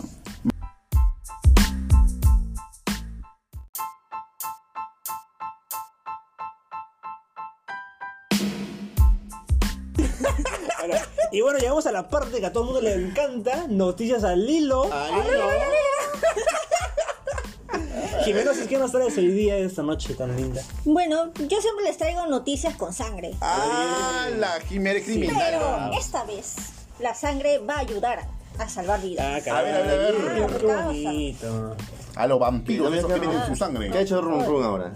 [SPEAKER 7] Bueno, Y bueno, llegamos a la parte que a todo el mundo le encanta, noticias al hilo. Jimena, ¿sí ¿qué nos traes hoy día, esta noche tan linda?
[SPEAKER 3] Bueno, yo siempre les traigo noticias con sangre.
[SPEAKER 1] Ah, ¡Hala! Jimé eres criminal.
[SPEAKER 3] Pero esta vez la sangre va a ayudar a salvar vidas. Ah,
[SPEAKER 1] A ver, a ver, a ver.
[SPEAKER 7] Ah, caray, qué bonito.
[SPEAKER 1] A los vampiros, esos que tienen su
[SPEAKER 4] ¿Qué ha
[SPEAKER 1] sangre.
[SPEAKER 4] hecho Run Run ahora?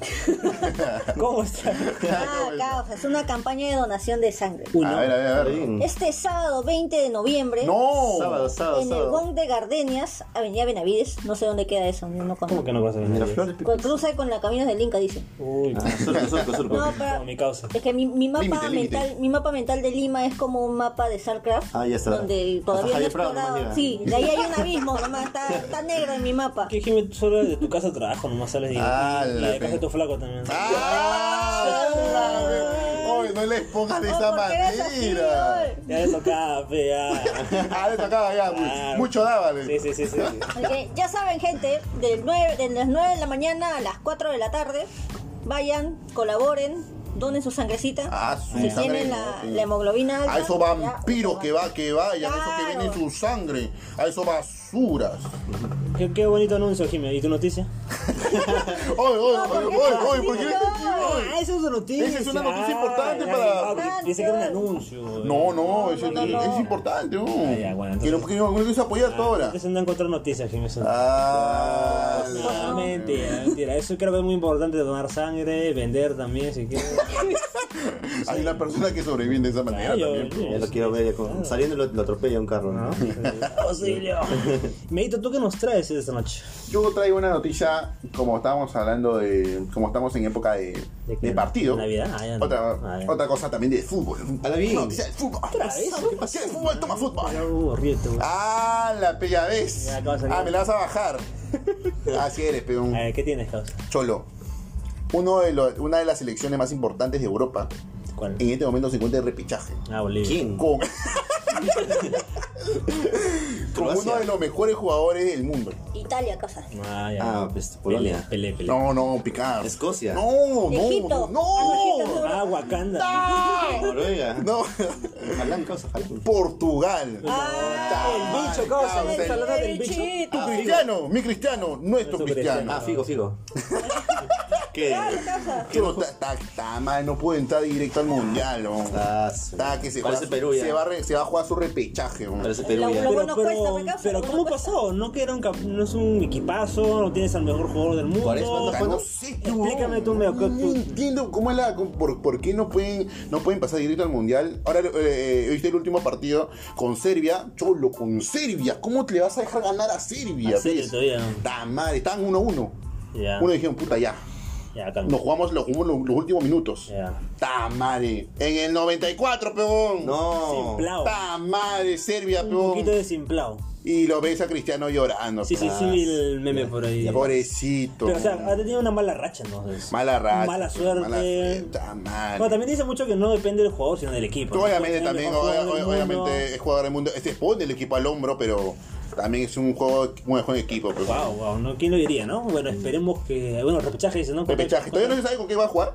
[SPEAKER 7] ¿Cómo está?
[SPEAKER 3] Ah, causa, es una campaña de donación de sangre.
[SPEAKER 7] Ah.
[SPEAKER 1] A ver, a ver, a ver.
[SPEAKER 4] Bien.
[SPEAKER 3] Este sábado 20 de noviembre,
[SPEAKER 1] ¡No!
[SPEAKER 4] Sábado, sábado,
[SPEAKER 3] en el
[SPEAKER 4] sábado.
[SPEAKER 3] Gong de Gardenias, Avenida Benavides, no sé dónde queda eso, no
[SPEAKER 7] ¿Cómo
[SPEAKER 3] conozco.
[SPEAKER 7] que no vas a venir?
[SPEAKER 4] Miraflores,
[SPEAKER 3] Cu- Cruza con la Caminos del Inca, dice.
[SPEAKER 7] Uy,
[SPEAKER 4] Ah, surco, surco, surco.
[SPEAKER 3] No, pero-
[SPEAKER 7] como mi causa.
[SPEAKER 3] Es que mi, mi mapa
[SPEAKER 1] Límite, límite.
[SPEAKER 3] mental, mi mapa mental de Lima es como un mapa de StarCraft.
[SPEAKER 4] Ah, ya está.
[SPEAKER 3] Donde todavía
[SPEAKER 4] Hasta
[SPEAKER 3] no he
[SPEAKER 4] Javier Prado nomás llega.
[SPEAKER 3] explorado. Sí, de ahí hay un abismo, nomás está, está negro en mi mapa.
[SPEAKER 7] Que Jimmy, tú solo de tu casa al trabajo, nomás sales y,
[SPEAKER 1] Ah,
[SPEAKER 7] y
[SPEAKER 1] la
[SPEAKER 7] de casa
[SPEAKER 1] pe-
[SPEAKER 7] tu flaco también.
[SPEAKER 1] ¡Ah! Oye, no les pongas de esa
[SPEAKER 3] Oh, ¿por qué eres así,
[SPEAKER 1] manera.
[SPEAKER 3] oye?
[SPEAKER 7] Ya le tocaba, pe, ya.
[SPEAKER 1] Ah, le tocaba ya.
[SPEAKER 7] Claro.
[SPEAKER 1] Mucho daba.
[SPEAKER 7] Sí, sí, sí, sí. sí.
[SPEAKER 3] Ok, ya saben, gente, de, nueve- de las 9 de la mañana a las 4 de la tarde, vayan, colaboren, donen su sangrecita.
[SPEAKER 1] Ah, su
[SPEAKER 3] si
[SPEAKER 1] sangre,
[SPEAKER 3] tienen la,
[SPEAKER 1] sí.
[SPEAKER 3] la hemoglobina alta,
[SPEAKER 1] A esos
[SPEAKER 3] ya,
[SPEAKER 1] vampiros que, va, que vayan, a esos que
[SPEAKER 3] Claro.
[SPEAKER 1] venden su sangre, a esos basuras.
[SPEAKER 7] Qué, qué bonito anuncio, Jimmy. ¿Y tu noticia?
[SPEAKER 1] ¡Oye, oye,
[SPEAKER 3] No, ¿por
[SPEAKER 1] oye,
[SPEAKER 3] qué
[SPEAKER 1] oye!
[SPEAKER 3] estás
[SPEAKER 1] oye ¿Por qué
[SPEAKER 3] así,
[SPEAKER 1] eres así, oye?
[SPEAKER 7] Ah, esa es una noticia.
[SPEAKER 1] Esa pues, es una noticia importante para-
[SPEAKER 7] Ah, Dice que era un anuncio. eh.
[SPEAKER 1] No, no, es,
[SPEAKER 3] no, no,
[SPEAKER 1] es-
[SPEAKER 3] no.
[SPEAKER 1] es importante, ¿no?
[SPEAKER 7] ya, bueno, entonces-
[SPEAKER 1] que no, que no, que no se apoya hasta ahora.
[SPEAKER 7] Entonces no encontrar noticias, Jimmy. eso-
[SPEAKER 1] Ah,
[SPEAKER 7] Ah, mentira, mentira. Eso creo que es muy importante donar sangre, vender también si quieres.
[SPEAKER 1] hay una persona que sobrevive de esa manera
[SPEAKER 7] Ah, yo-
[SPEAKER 1] también.
[SPEAKER 7] yo-
[SPEAKER 4] Ya Eh, lo quiero ver. ya con- Saliendo lo, lo atropella un carro. ¿no?
[SPEAKER 7] Auxilio. Medito, ¿tú qué nos traes esta noche?
[SPEAKER 1] Yo traigo una noticia, como estábamos hablando de. Como estamos en época de,
[SPEAKER 7] ¿De
[SPEAKER 1] de,
[SPEAKER 7] qué?
[SPEAKER 1] partido.
[SPEAKER 7] Navidad, ah, ya no.
[SPEAKER 1] otra,
[SPEAKER 7] Ah, ya.
[SPEAKER 1] otra cosa también de fútbol.
[SPEAKER 4] Habla bien.
[SPEAKER 1] Noticia de fútbol. ¿Qué pasa? ¿Quieres fútbol? Toma fútbol.
[SPEAKER 7] Uh, ríete, güey.
[SPEAKER 1] Ah, la pella ves.
[SPEAKER 7] Ya, acaba de salir.
[SPEAKER 1] Ah, me la vas a bajar. Ah, Así eres, peón.
[SPEAKER 7] A ver, Ah, eh, ¿qué tienes, causa?
[SPEAKER 1] Cholo. Uno de los- una de las selecciones más importantes de Europa
[SPEAKER 7] ¿Cuál?
[SPEAKER 1] en este momento se encuentra en repechaje.
[SPEAKER 7] Ah, Bolivia.
[SPEAKER 4] ¿Quién?
[SPEAKER 1] con, con
[SPEAKER 4] Croacia.
[SPEAKER 1] uno de los mejores jugadores del mundo.
[SPEAKER 3] Italia, cosas.
[SPEAKER 7] Ah, ya.
[SPEAKER 4] Ah, pues, Polonia.
[SPEAKER 7] Pelé, Pelé. Pelé.
[SPEAKER 1] No, no, picar.
[SPEAKER 4] Escocia.
[SPEAKER 1] No, no,
[SPEAKER 3] Egipto.
[SPEAKER 1] no.
[SPEAKER 7] Ah, Wakanda.
[SPEAKER 4] Ah. Noruega.
[SPEAKER 1] No.
[SPEAKER 4] Ojalá, causa, ojalá.
[SPEAKER 1] Portugal.
[SPEAKER 7] Ah, el bicho, cosa.
[SPEAKER 1] Ah,
[SPEAKER 7] ¿Estás
[SPEAKER 1] el-
[SPEAKER 7] hablando del
[SPEAKER 3] el
[SPEAKER 7] bicho?
[SPEAKER 3] chip.
[SPEAKER 1] Tu cristiano, mi cristiano, nuestro
[SPEAKER 7] Nuestro
[SPEAKER 1] cristiano.
[SPEAKER 4] Ah,
[SPEAKER 7] cristiano.
[SPEAKER 4] Figo, Figo. ¿Qué?
[SPEAKER 1] Pero ta, ta, ta, madre, no puede entrar directo al mundial, ¿no?
[SPEAKER 4] Ah, su-
[SPEAKER 1] Ta, que se,
[SPEAKER 4] Parece
[SPEAKER 1] juega-
[SPEAKER 4] Perú ya.
[SPEAKER 1] se va, a re- se va a jugar su repechaje, ¿no?
[SPEAKER 4] Parece Perú ya.
[SPEAKER 3] Lo bueno cuesta, me causa,
[SPEAKER 7] pero
[SPEAKER 3] lo
[SPEAKER 7] ¿cómo
[SPEAKER 3] bueno cuesta.
[SPEAKER 7] pasó? ¿No que era un, cap- no es un equipazo? ¿No tienes al mejor jugador del mundo?
[SPEAKER 4] Cuaresma, ¿no?
[SPEAKER 1] Puta,
[SPEAKER 4] ¿Cuándo?
[SPEAKER 1] no sé, tú,
[SPEAKER 7] Explícame tú,
[SPEAKER 1] no,
[SPEAKER 7] Meo, que
[SPEAKER 1] no
[SPEAKER 7] tú-
[SPEAKER 1] entiendo cómo es la. Por, por qué no pueden, no pueden pasar directo al mundial. Ahora, eh, viste el último partido con Serbia. Cholo, con Serbia. ¿Cómo te le vas a dejar ganar a Serbia?
[SPEAKER 7] A Serbia
[SPEAKER 1] ves?
[SPEAKER 7] todavía.
[SPEAKER 1] Ta madre, estaban 1-1.
[SPEAKER 7] Ya.
[SPEAKER 1] Uno dijeron, puta, ya.
[SPEAKER 7] Ya, cambio.
[SPEAKER 1] Nos jugamos, los, jugamos los, los últimos minutos.
[SPEAKER 7] Ya.
[SPEAKER 1] Ta madre. En el 94, peón.
[SPEAKER 4] No.
[SPEAKER 7] Simplao.
[SPEAKER 1] Ta madre, Serbia,
[SPEAKER 7] Un poquito
[SPEAKER 1] peón.
[SPEAKER 7] de simplao.
[SPEAKER 1] Y lo ves a Cristiano llorando.
[SPEAKER 7] Sí, sí,
[SPEAKER 1] peón.
[SPEAKER 7] sí, vi el meme por ahí.
[SPEAKER 1] Pobrecito.
[SPEAKER 7] Pero, o sea,
[SPEAKER 1] peón.
[SPEAKER 7] ha tenido una mala racha, entonces.
[SPEAKER 1] Mala racha.
[SPEAKER 7] Mala suerte.
[SPEAKER 1] Mala suerte. ta madre.
[SPEAKER 7] Bueno, también dice mucho que no depende del jugador, sino del equipo.
[SPEAKER 1] Tú
[SPEAKER 7] ¿no?
[SPEAKER 1] obviamente
[SPEAKER 7] Puede tener
[SPEAKER 1] también,
[SPEAKER 7] el mejor
[SPEAKER 1] obvia-
[SPEAKER 7] jugador del mundo.
[SPEAKER 1] obviamente es jugador del mundo. Este pone el equipo al hombro, pero también es un juego, un buen equipo. pues.
[SPEAKER 7] Wow, wow, ¿no? ¿quién lo diría, no? Bueno, esperemos que. Bueno, repechaje dice, ¿no?
[SPEAKER 1] Repechaje.
[SPEAKER 7] Contra-
[SPEAKER 1] Todavía no se sabe con qué va a jugar,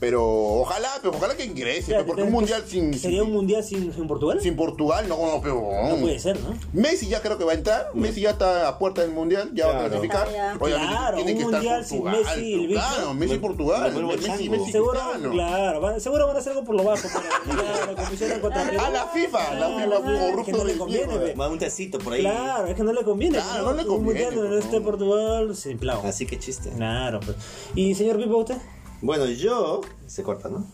[SPEAKER 1] pero ojalá, pero ojalá que ingrese,
[SPEAKER 7] Espérate,
[SPEAKER 1] pero porque un
[SPEAKER 7] espérate,
[SPEAKER 1] mundial sin,
[SPEAKER 7] ¿Sería un
[SPEAKER 1] sin,
[SPEAKER 7] mundial sin, sin Portugal?
[SPEAKER 1] sin Portugal, no, no, pero
[SPEAKER 7] No puede ser, Mm. ¿no?
[SPEAKER 1] Messi ya creo que va a entrar, Messi ya está a puerta del mundial, ya va a
[SPEAKER 4] Claro.
[SPEAKER 1] clasificar.
[SPEAKER 3] Está ya.
[SPEAKER 1] Obviamente
[SPEAKER 7] Claro,
[SPEAKER 1] tiene
[SPEAKER 7] un
[SPEAKER 1] que estar
[SPEAKER 7] mundial sin
[SPEAKER 1] Portugal,
[SPEAKER 7] Messi y el bicho.
[SPEAKER 1] Claro, Messi y
[SPEAKER 4] me
[SPEAKER 1] Portugal,
[SPEAKER 4] vuelvo
[SPEAKER 1] Messi,
[SPEAKER 4] chango.
[SPEAKER 1] Messi,
[SPEAKER 7] Seguro,
[SPEAKER 1] Cristiano.
[SPEAKER 7] claro, van- seguro van a hacer algo por lo bajo. Pero, claro, como hicieron contra Perú.
[SPEAKER 1] A la FIFA, la
[SPEAKER 7] Claro,
[SPEAKER 1] FIFA
[SPEAKER 7] claro, que
[SPEAKER 1] corrupto
[SPEAKER 7] no le
[SPEAKER 1] del
[SPEAKER 7] conviene,
[SPEAKER 1] mierda.
[SPEAKER 7] ve.
[SPEAKER 4] Va un tecito por ahí.
[SPEAKER 7] Claro, es que no le conviene.
[SPEAKER 1] Claro, no le
[SPEAKER 7] Un
[SPEAKER 1] conviene,
[SPEAKER 7] mundial donde
[SPEAKER 1] pues,
[SPEAKER 7] no esté
[SPEAKER 1] no.
[SPEAKER 7] Portugal sin plavo.
[SPEAKER 4] Así que chiste.
[SPEAKER 7] Claro, pues. ¿Y señor Pipo, usted?
[SPEAKER 4] Bueno, yo. Se corta, ¿no?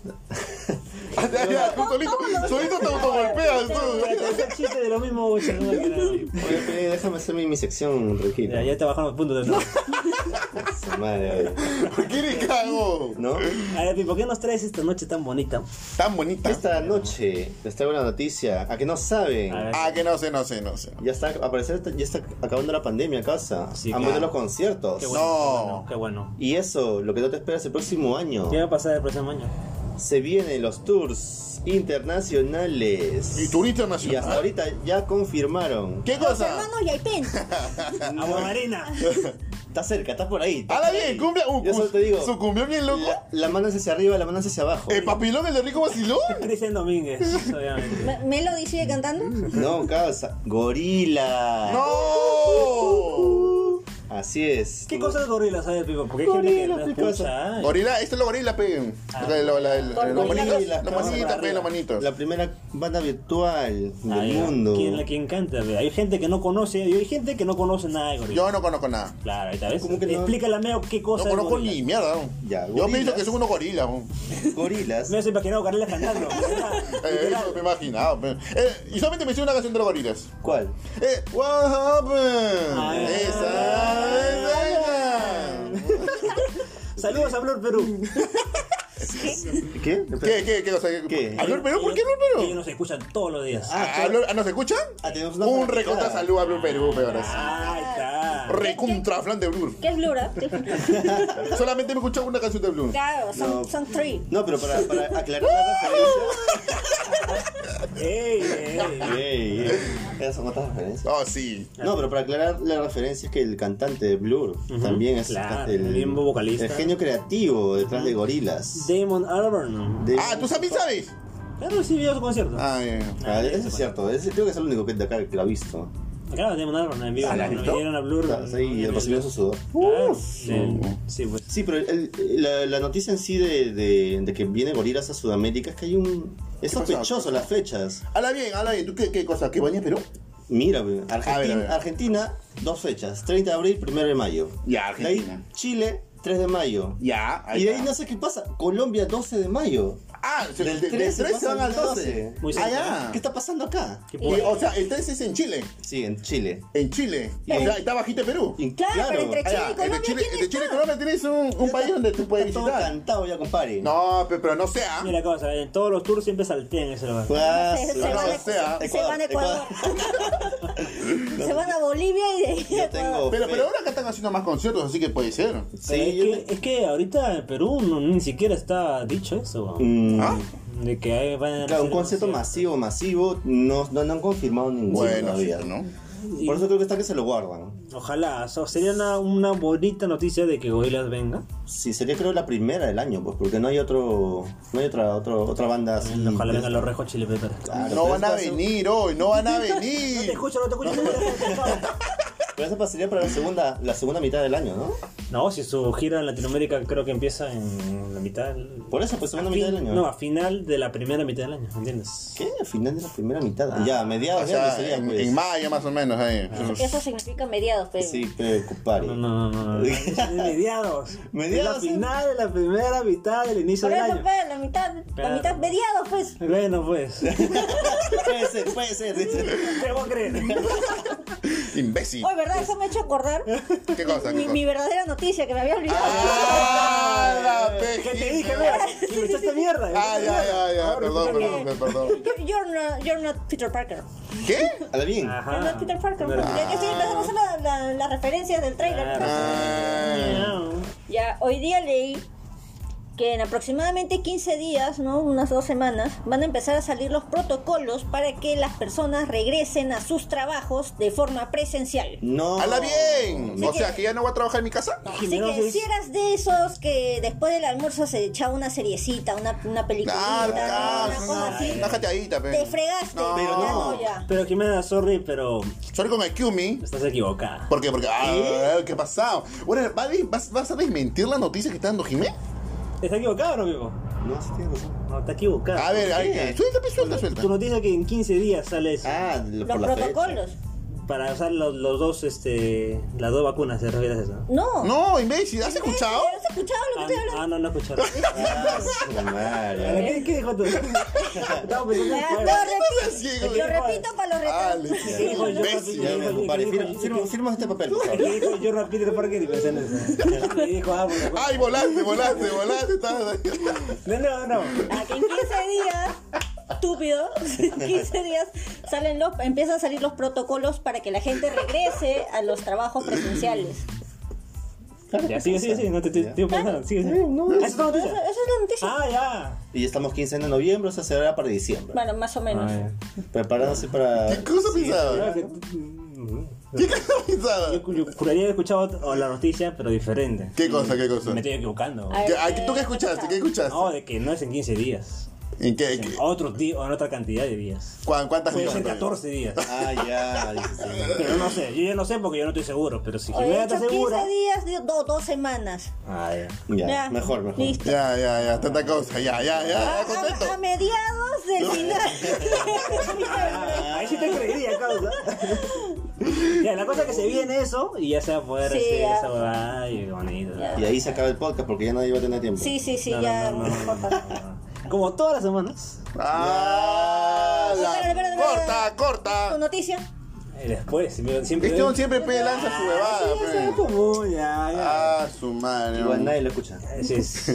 [SPEAKER 1] Ah, ya, ya, tú solito, solito te autogolpeas, tú.
[SPEAKER 7] Es el chiste de lo mismo, güey, no me queda.
[SPEAKER 4] Oye, pe, déjame hacer mi, mi sección, Rojito.
[SPEAKER 7] Ya, ya te bajaron los puntos de nuevo.
[SPEAKER 4] Su madre, oye.
[SPEAKER 1] ¿Por qué le cago?
[SPEAKER 4] ¿No?
[SPEAKER 7] A ver, Pipo, ¿qué nos traes esta noche tan bonita?
[SPEAKER 1] Tan bonita.
[SPEAKER 4] Esta noche les traigo una noticia. A que no saben.
[SPEAKER 7] A ver.
[SPEAKER 1] Ah, que no sé, no sé, no sé.
[SPEAKER 4] Ya está, al parecer está- ya está acabando la pandemia, casa.
[SPEAKER 7] Sí,
[SPEAKER 4] Han
[SPEAKER 7] claro.
[SPEAKER 4] vuelto los conciertos.
[SPEAKER 7] Qué
[SPEAKER 1] No.
[SPEAKER 7] bueno. Qué bueno.
[SPEAKER 4] Y eso, lo que no te esperas el próximo año.
[SPEAKER 7] ¿Qué va a pasar el próximo año?
[SPEAKER 4] Se vienen los tours internacionales.
[SPEAKER 1] ¿Y tour
[SPEAKER 4] Y
[SPEAKER 1] internacional? Ah.
[SPEAKER 4] hasta ahorita ya confirmaron.
[SPEAKER 1] ¿Qué
[SPEAKER 3] Los
[SPEAKER 1] cosa?
[SPEAKER 3] hermanos Yaipen.
[SPEAKER 7] Agua Marina.
[SPEAKER 4] Está cerca, está por ahí. está
[SPEAKER 1] Ahora
[SPEAKER 4] por ahí.
[SPEAKER 1] bien, cumbia. Uh,
[SPEAKER 4] Yo solo te digo.
[SPEAKER 1] Su cumbión bien loco. ¡Eh,
[SPEAKER 4] La, la mano es hacia arriba, la mano es hacia abajo.
[SPEAKER 1] El papilón, el de Rico Vacilón.
[SPEAKER 7] Cristian Domínguez, obviamente.
[SPEAKER 3] Me- Melody sigue cantando.
[SPEAKER 4] No, casa. Gorila. Uh.
[SPEAKER 1] ¡No!
[SPEAKER 4] Así es.
[SPEAKER 7] ¿Qué cosa es gorila, sabes, Pipo? Porque hay gente que
[SPEAKER 4] Gorila,
[SPEAKER 7] no
[SPEAKER 4] ¿qué cosa?
[SPEAKER 7] escucha. ¿eh?
[SPEAKER 1] Gorila, este es lo gorila, peguen.
[SPEAKER 4] Ah.
[SPEAKER 3] Por
[SPEAKER 1] Los
[SPEAKER 3] gorila,
[SPEAKER 1] manitos,
[SPEAKER 4] las cabras
[SPEAKER 1] los manitos,
[SPEAKER 7] para
[SPEAKER 1] peguen los
[SPEAKER 7] arriba.
[SPEAKER 1] manitos.
[SPEAKER 4] La primera banda virtual del
[SPEAKER 7] Ahí va.
[SPEAKER 4] mundo.
[SPEAKER 7] ¿Quién la que encanta? ve? Hay gente que no conoce, y hay gente que no conoce nada de gorila.
[SPEAKER 1] Yo no conozco nada.
[SPEAKER 7] Claro, ahí está, ¿ves?
[SPEAKER 4] ¿Cómo que no?
[SPEAKER 7] Explícale a Meo qué
[SPEAKER 1] No
[SPEAKER 7] cosa es
[SPEAKER 1] conozco
[SPEAKER 7] gorila.
[SPEAKER 1] ni mierda. ¿no?
[SPEAKER 4] Ya,
[SPEAKER 1] Yo
[SPEAKER 4] gorilas.
[SPEAKER 1] me dicho que son unos gorilas. ¿no?
[SPEAKER 4] Gorilas.
[SPEAKER 7] Meo se imaginaba gorila cantando.
[SPEAKER 1] Eh, Eso me imaginaba. pe. Eh, Y solamente me hice una canción de los gorilas.
[SPEAKER 4] ¿Cuál?
[SPEAKER 1] Eh, what happened?
[SPEAKER 4] Ah,
[SPEAKER 7] Ay,
[SPEAKER 1] Esa es ella.
[SPEAKER 7] Saludos a Blur Perú.
[SPEAKER 4] ¿Qué?
[SPEAKER 1] ¿Qué, qué, qué? O sea,
[SPEAKER 4] ¿Qué?
[SPEAKER 1] ¿Habló Perú? ¿Por qué
[SPEAKER 7] Ellos-
[SPEAKER 1] habló
[SPEAKER 7] Ellos
[SPEAKER 1] Perú?
[SPEAKER 7] nos escuchan todos los días.
[SPEAKER 1] Ah, ¿habló- ah, ¿Nos escuchan?
[SPEAKER 4] Ah, tenemos una Ah.
[SPEAKER 1] Un
[SPEAKER 4] fanaticada.
[SPEAKER 1] recontra saludo a Blue Perú, peor Ah.
[SPEAKER 7] Ahí está.
[SPEAKER 1] Recontra flan de Blur.
[SPEAKER 3] ¿Qué es Blura?
[SPEAKER 1] Solamente me escuchaba una canción de Blur.
[SPEAKER 3] Claro, son,
[SPEAKER 4] No.
[SPEAKER 3] son three.
[SPEAKER 4] No, pero para, para aclarar la referencia.
[SPEAKER 7] Ey, ey.
[SPEAKER 4] Ey, ey. Esas son otras referencias.
[SPEAKER 1] Oh, sí.
[SPEAKER 4] No, pero para aclarar la referencia es que el cantante de Blur también es este,
[SPEAKER 7] claro,
[SPEAKER 4] el,
[SPEAKER 7] también vocalista.
[SPEAKER 4] el genio creativo detrás de Gorilas.
[SPEAKER 7] Damon Albarn.
[SPEAKER 4] De-
[SPEAKER 1] Ah, ¿tú también sabes?
[SPEAKER 7] Claro, sí, vio su concierto.
[SPEAKER 1] Ah, ya.
[SPEAKER 4] Ah, eso es cierto, ese creo que es el único que de acá que lo ha visto.
[SPEAKER 7] Claro, Damon Albarn en vivo.
[SPEAKER 1] Ah, ¿la
[SPEAKER 7] Cuando
[SPEAKER 1] visto?
[SPEAKER 7] vinieron a Blur.
[SPEAKER 4] Está- está ahí y
[SPEAKER 7] en-
[SPEAKER 4] recibió su sudor.
[SPEAKER 7] Claro, sí, sí, pues.
[SPEAKER 4] Sí, pero el- el- la, la noticia en sí de, de- de que viene Gorilas a Sudamérica es que hay un. Es
[SPEAKER 1] ¿Qué pasa?
[SPEAKER 4] sospechoso las fechas.
[SPEAKER 1] Habla bien, habla bien. ¿Tú qué, qué cosa? ¿Qué bañas Perú?
[SPEAKER 4] Mira, güey,
[SPEAKER 1] A ver, a ver.
[SPEAKER 4] Argentina, Argentina, dos fechas: 30 de abril, 1 de mayo.
[SPEAKER 1] Ya,
[SPEAKER 4] De ahí,
[SPEAKER 1] Argentina.
[SPEAKER 4] Chile, 3 de mayo.
[SPEAKER 1] Ya,
[SPEAKER 4] y de ahí
[SPEAKER 1] está.
[SPEAKER 4] no sé qué pasa. Colombia, 12 de mayo.
[SPEAKER 1] Ah, se-
[SPEAKER 4] Del
[SPEAKER 1] de- del
[SPEAKER 4] 13
[SPEAKER 1] 13 van
[SPEAKER 4] pasan
[SPEAKER 1] al
[SPEAKER 4] al
[SPEAKER 1] 12.
[SPEAKER 7] Muy
[SPEAKER 1] Ah,
[SPEAKER 7] cerca.
[SPEAKER 1] ya.
[SPEAKER 4] ¿Qué está pasando acá?
[SPEAKER 7] Qué
[SPEAKER 1] Y,
[SPEAKER 7] bueno.
[SPEAKER 1] o sea, el 13 es en Chile.
[SPEAKER 4] Sí, en Chile.
[SPEAKER 1] En Chile.
[SPEAKER 4] Y
[SPEAKER 1] O
[SPEAKER 4] en-
[SPEAKER 1] sea, está bajito Perú.
[SPEAKER 4] Y
[SPEAKER 3] Claro, pero entre
[SPEAKER 1] Ah, ya,
[SPEAKER 3] Chile y
[SPEAKER 1] el de
[SPEAKER 3] Colombia,
[SPEAKER 1] Chile,
[SPEAKER 3] ¿quién
[SPEAKER 1] el de Chile y
[SPEAKER 3] está?
[SPEAKER 1] Colombia tienes un, un país donde tú puedes
[SPEAKER 4] está todo
[SPEAKER 1] visitar.
[SPEAKER 4] cantado ya, compadre.
[SPEAKER 1] No, pe- pero no sea.
[SPEAKER 7] Mira, cosa, en todos los tours siempre saltean ese lugar.
[SPEAKER 4] Ah,
[SPEAKER 3] Se,
[SPEAKER 4] su-
[SPEAKER 3] se van
[SPEAKER 1] no, no,
[SPEAKER 3] a,
[SPEAKER 1] sea,
[SPEAKER 3] se van a Ecuador. se van a Bolivia y de ahí a
[SPEAKER 4] Yo
[SPEAKER 3] Ecuador.
[SPEAKER 4] tengo.
[SPEAKER 1] Pero,
[SPEAKER 4] fe.
[SPEAKER 1] pero ahora acá están haciendo más conciertos, así que puede ser.
[SPEAKER 7] Pero
[SPEAKER 4] Sí,
[SPEAKER 7] es,
[SPEAKER 4] yo
[SPEAKER 7] que, es que ahorita en Perú no- ni siquiera está dicho eso.
[SPEAKER 4] te- Mm,
[SPEAKER 1] ¿Ah?
[SPEAKER 7] De que hay, van a
[SPEAKER 4] Claro, un
[SPEAKER 7] hacer
[SPEAKER 4] concierto
[SPEAKER 7] conciertos.
[SPEAKER 4] masivo, masivo. No, no, no han confirmado ninguno
[SPEAKER 1] Bueno,
[SPEAKER 4] todavía.
[SPEAKER 1] sí, ¿no?
[SPEAKER 7] Y
[SPEAKER 4] Por eso creo que está que se lo guardan.
[SPEAKER 7] Ojalá, o sea, sería una, una bonita noticia de que Gorillaz venga.
[SPEAKER 4] Sí, sería creo la primera del año, pues, porque no hay otro, no hay otra, otro- otra banda así.
[SPEAKER 7] Ojalá
[SPEAKER 4] de-
[SPEAKER 7] vengan los rejos chile peppers.
[SPEAKER 4] Claro,
[SPEAKER 1] No
[SPEAKER 4] pero
[SPEAKER 1] van a
[SPEAKER 4] esta-
[SPEAKER 1] venir hoy, no van a
[SPEAKER 7] No te
[SPEAKER 1] venir.
[SPEAKER 7] escucho, no te escucho. no te escucho.
[SPEAKER 4] Pero esa pasaría para la segunda, la segunda mitad del año, ¿no?
[SPEAKER 7] No, si su gira en Latinoamérica creo que empieza en la mitad. del-
[SPEAKER 4] Por eso, pues segunda
[SPEAKER 7] a
[SPEAKER 4] mitad
[SPEAKER 7] fin-
[SPEAKER 4] del año.
[SPEAKER 7] No, a final de la primera mitad del año, ¿entiendes?
[SPEAKER 4] ¿Qué? Al final de la primera mitad. ya, a mediados
[SPEAKER 1] Ah, O
[SPEAKER 4] de año
[SPEAKER 1] sea,
[SPEAKER 4] sería,
[SPEAKER 1] en,
[SPEAKER 4] pues.
[SPEAKER 1] en mayo más o menos. ahí.
[SPEAKER 3] Eso significa mediados, pues. pero.
[SPEAKER 4] Sí, pero compadre.
[SPEAKER 7] No, no, no, no. no. Es de mediados.
[SPEAKER 4] Mediados,
[SPEAKER 7] Es la
[SPEAKER 4] sí.
[SPEAKER 7] final de la primera mitad del inicio
[SPEAKER 3] Por
[SPEAKER 7] del
[SPEAKER 3] eso,
[SPEAKER 7] año.
[SPEAKER 3] pues, la mitad,
[SPEAKER 7] Claro.
[SPEAKER 3] la mitad mediados, pues.
[SPEAKER 7] Bueno, pues.
[SPEAKER 4] Puede ser, puede ser. dice.
[SPEAKER 7] Te voy a creer.
[SPEAKER 1] Imbécil.
[SPEAKER 3] Oye, ¿verdad? Eso me ha hecho acordar
[SPEAKER 1] ¿Qué cosa?
[SPEAKER 3] mi,
[SPEAKER 1] ¿Qué cosa?
[SPEAKER 3] mi verdadera noticia que me había olvidado.
[SPEAKER 1] ¡Ah, la
[SPEAKER 7] ¿Qué te
[SPEAKER 1] pejina!
[SPEAKER 7] dije, vea? Y me echaste mierda. me
[SPEAKER 1] Ay,
[SPEAKER 7] echaste
[SPEAKER 1] ay,
[SPEAKER 7] mierda.
[SPEAKER 1] ay, ay,
[SPEAKER 7] Ahora
[SPEAKER 1] perdón,
[SPEAKER 7] resulta
[SPEAKER 1] perdón,
[SPEAKER 7] que-
[SPEAKER 1] perdón.
[SPEAKER 3] You're- You're not, you're not Peter Parker.
[SPEAKER 1] ¿Qué?
[SPEAKER 4] Habla bien.
[SPEAKER 7] Ajá.
[SPEAKER 3] You're not Peter Parker.
[SPEAKER 7] Claro.
[SPEAKER 3] Ya que estoy empezando a hacer la- la- las referencias del trailer.
[SPEAKER 7] Claro.
[SPEAKER 1] Ah,
[SPEAKER 3] Ya, hoy día leí que en aproximadamente 15 días, ¿no? Unas dos semanas, van a empezar a salir los protocolos para que las personas regresen a sus trabajos de forma presencial.
[SPEAKER 4] No.
[SPEAKER 1] ¡Hala bien!
[SPEAKER 3] Sí
[SPEAKER 1] O
[SPEAKER 3] que-
[SPEAKER 1] sea, que ya no voy a trabajar en mi casa.
[SPEAKER 3] Así que
[SPEAKER 7] Jiménez.
[SPEAKER 3] si eras de esos que después del almuerzo se echaba una seriecita, una, una peliculita,
[SPEAKER 1] Claro,
[SPEAKER 3] una cosa así,
[SPEAKER 1] claro. Una jateadita, pe.
[SPEAKER 3] te fregaste.
[SPEAKER 1] No.
[SPEAKER 3] ya
[SPEAKER 4] Pero no.
[SPEAKER 3] ya.
[SPEAKER 7] Pero Jimena, sorry, pero
[SPEAKER 1] Sorry con el Qumi.
[SPEAKER 7] estás equivocada.
[SPEAKER 1] ¿Por qué? Porque, ah, ¿qué ha pasado? Bueno, ¿va a de- ¿vas, vas a desmentir la noticia que está dando Jimé?
[SPEAKER 7] ¿Estás equivocado o no, amigo?
[SPEAKER 4] No, sí tienes razón.
[SPEAKER 7] No, está equivocado.
[SPEAKER 1] A ver, a ver, suelta, pe, suelta, suelta.
[SPEAKER 7] Tu noticia que en 15 días sale eso.
[SPEAKER 4] Ah, lo-
[SPEAKER 3] Los
[SPEAKER 4] por la
[SPEAKER 3] protocolos.
[SPEAKER 7] Para usar los, los dos, este, las dos vacunas, ¿te refieres a eso?
[SPEAKER 3] No.
[SPEAKER 7] no?
[SPEAKER 1] No, imbécil, ¿has escuchado?
[SPEAKER 3] ¿Has escuchado lo que te
[SPEAKER 7] Ah,
[SPEAKER 3] hablo?
[SPEAKER 7] ah, no, no escucharon.
[SPEAKER 4] fecha. Ah, su madre.
[SPEAKER 7] ¿Qué, qué dijo pues, tú? Estaba
[SPEAKER 1] ah,
[SPEAKER 7] pensando en
[SPEAKER 3] Ya,
[SPEAKER 7] fuera.
[SPEAKER 3] Lo repito, lo repito para los
[SPEAKER 1] Dale,
[SPEAKER 3] retos.
[SPEAKER 1] tío,
[SPEAKER 7] Sí, hijo, yo
[SPEAKER 1] imbécil.
[SPEAKER 4] Ya, me compadre, firma, firma- firma este papel, por favor.
[SPEAKER 7] Y dijo, yo rapidito de parque y pensé en eso. Y dijo, ah, bueno, bueno.
[SPEAKER 1] Ay, volaste, volaste, volaste. estaba-
[SPEAKER 7] No, no, no.
[SPEAKER 3] A que en 15 días, estúpido, en 15 días salen los, empiezan a salir los protocolos para que la gente regrese a los trabajos presenciales.
[SPEAKER 7] Ya, sigue, sigue, sigue. No te
[SPEAKER 4] Ya.
[SPEAKER 7] estoy pensando. Sigue, sigue. Ah, ¿Eso es
[SPEAKER 3] Eso, eso
[SPEAKER 7] noticia?
[SPEAKER 3] es la noticia.
[SPEAKER 7] Ah, ya.
[SPEAKER 4] Y estamos 15 de noviembre, o sea, será para diciembre.
[SPEAKER 3] Bueno, más o menos.
[SPEAKER 4] Preparándose para.
[SPEAKER 1] ¿Qué cosa
[SPEAKER 7] Claro
[SPEAKER 1] pensaba?
[SPEAKER 7] que-
[SPEAKER 1] ¿Qué cosa pensaba?
[SPEAKER 7] Yo, yo juraría haber escuchado o la noticia, pero diferente.
[SPEAKER 1] ¿Qué cosa, qué cosa?
[SPEAKER 7] Me estoy equivocando.
[SPEAKER 3] A ver,
[SPEAKER 1] ¿Qué- ay, ¿Tú qué
[SPEAKER 3] eh,
[SPEAKER 1] escuchaste? ¿Qué escuchaste?
[SPEAKER 7] No, de que no es en 15 días.
[SPEAKER 1] ¿En qué?
[SPEAKER 7] En
[SPEAKER 1] qué-
[SPEAKER 7] otros días o en otra cantidad de días.
[SPEAKER 1] cuán- ¿Cuántas
[SPEAKER 7] Puede ser
[SPEAKER 1] cosas?
[SPEAKER 7] 14 días.
[SPEAKER 4] Ah, ya. dice, sí.
[SPEAKER 7] Pero no sé, yo ya no sé porque yo no estoy seguro. Pero si
[SPEAKER 3] Oye,
[SPEAKER 7] Jimena
[SPEAKER 3] hecho,
[SPEAKER 7] está segura.
[SPEAKER 3] 15 días, di- do- dos semanas.
[SPEAKER 7] Ah, ya.
[SPEAKER 4] Ya,
[SPEAKER 3] Ya.
[SPEAKER 4] mejor, mejor.
[SPEAKER 3] Listo.
[SPEAKER 1] Ya, ya, ya, tanta cosa. Ya, ya,
[SPEAKER 3] A,
[SPEAKER 1] ya, Ah, contento.
[SPEAKER 3] a- a mediados del final.
[SPEAKER 7] ah, Ahí sí te creería, causa. ya, la cosa es que se viene eso y ya se va a poder
[SPEAKER 3] Sí,
[SPEAKER 7] este,
[SPEAKER 3] ya.
[SPEAKER 7] esa huevada y bonito.
[SPEAKER 3] Ya.
[SPEAKER 4] Y ahí se acaba el podcast porque ya nadie va a tener tiempo.
[SPEAKER 3] sí, sí, sí,
[SPEAKER 7] No, no,
[SPEAKER 3] ya.
[SPEAKER 7] no, no, no, no. Como todas las semanas,
[SPEAKER 1] Ah, la-
[SPEAKER 3] Espera, espera, espera,
[SPEAKER 1] corta,
[SPEAKER 3] espera. ¿Tu
[SPEAKER 1] corta.
[SPEAKER 3] noticia?
[SPEAKER 7] eh, después, siempre. siempre Ah,
[SPEAKER 1] Este hombre siempre pe, lanza su
[SPEAKER 7] Sí, ya se ve
[SPEAKER 1] bebada. pues.
[SPEAKER 7] como, ya, ya.
[SPEAKER 1] Ah, su madre.
[SPEAKER 4] Igual nadie lo escucha.
[SPEAKER 7] Así es.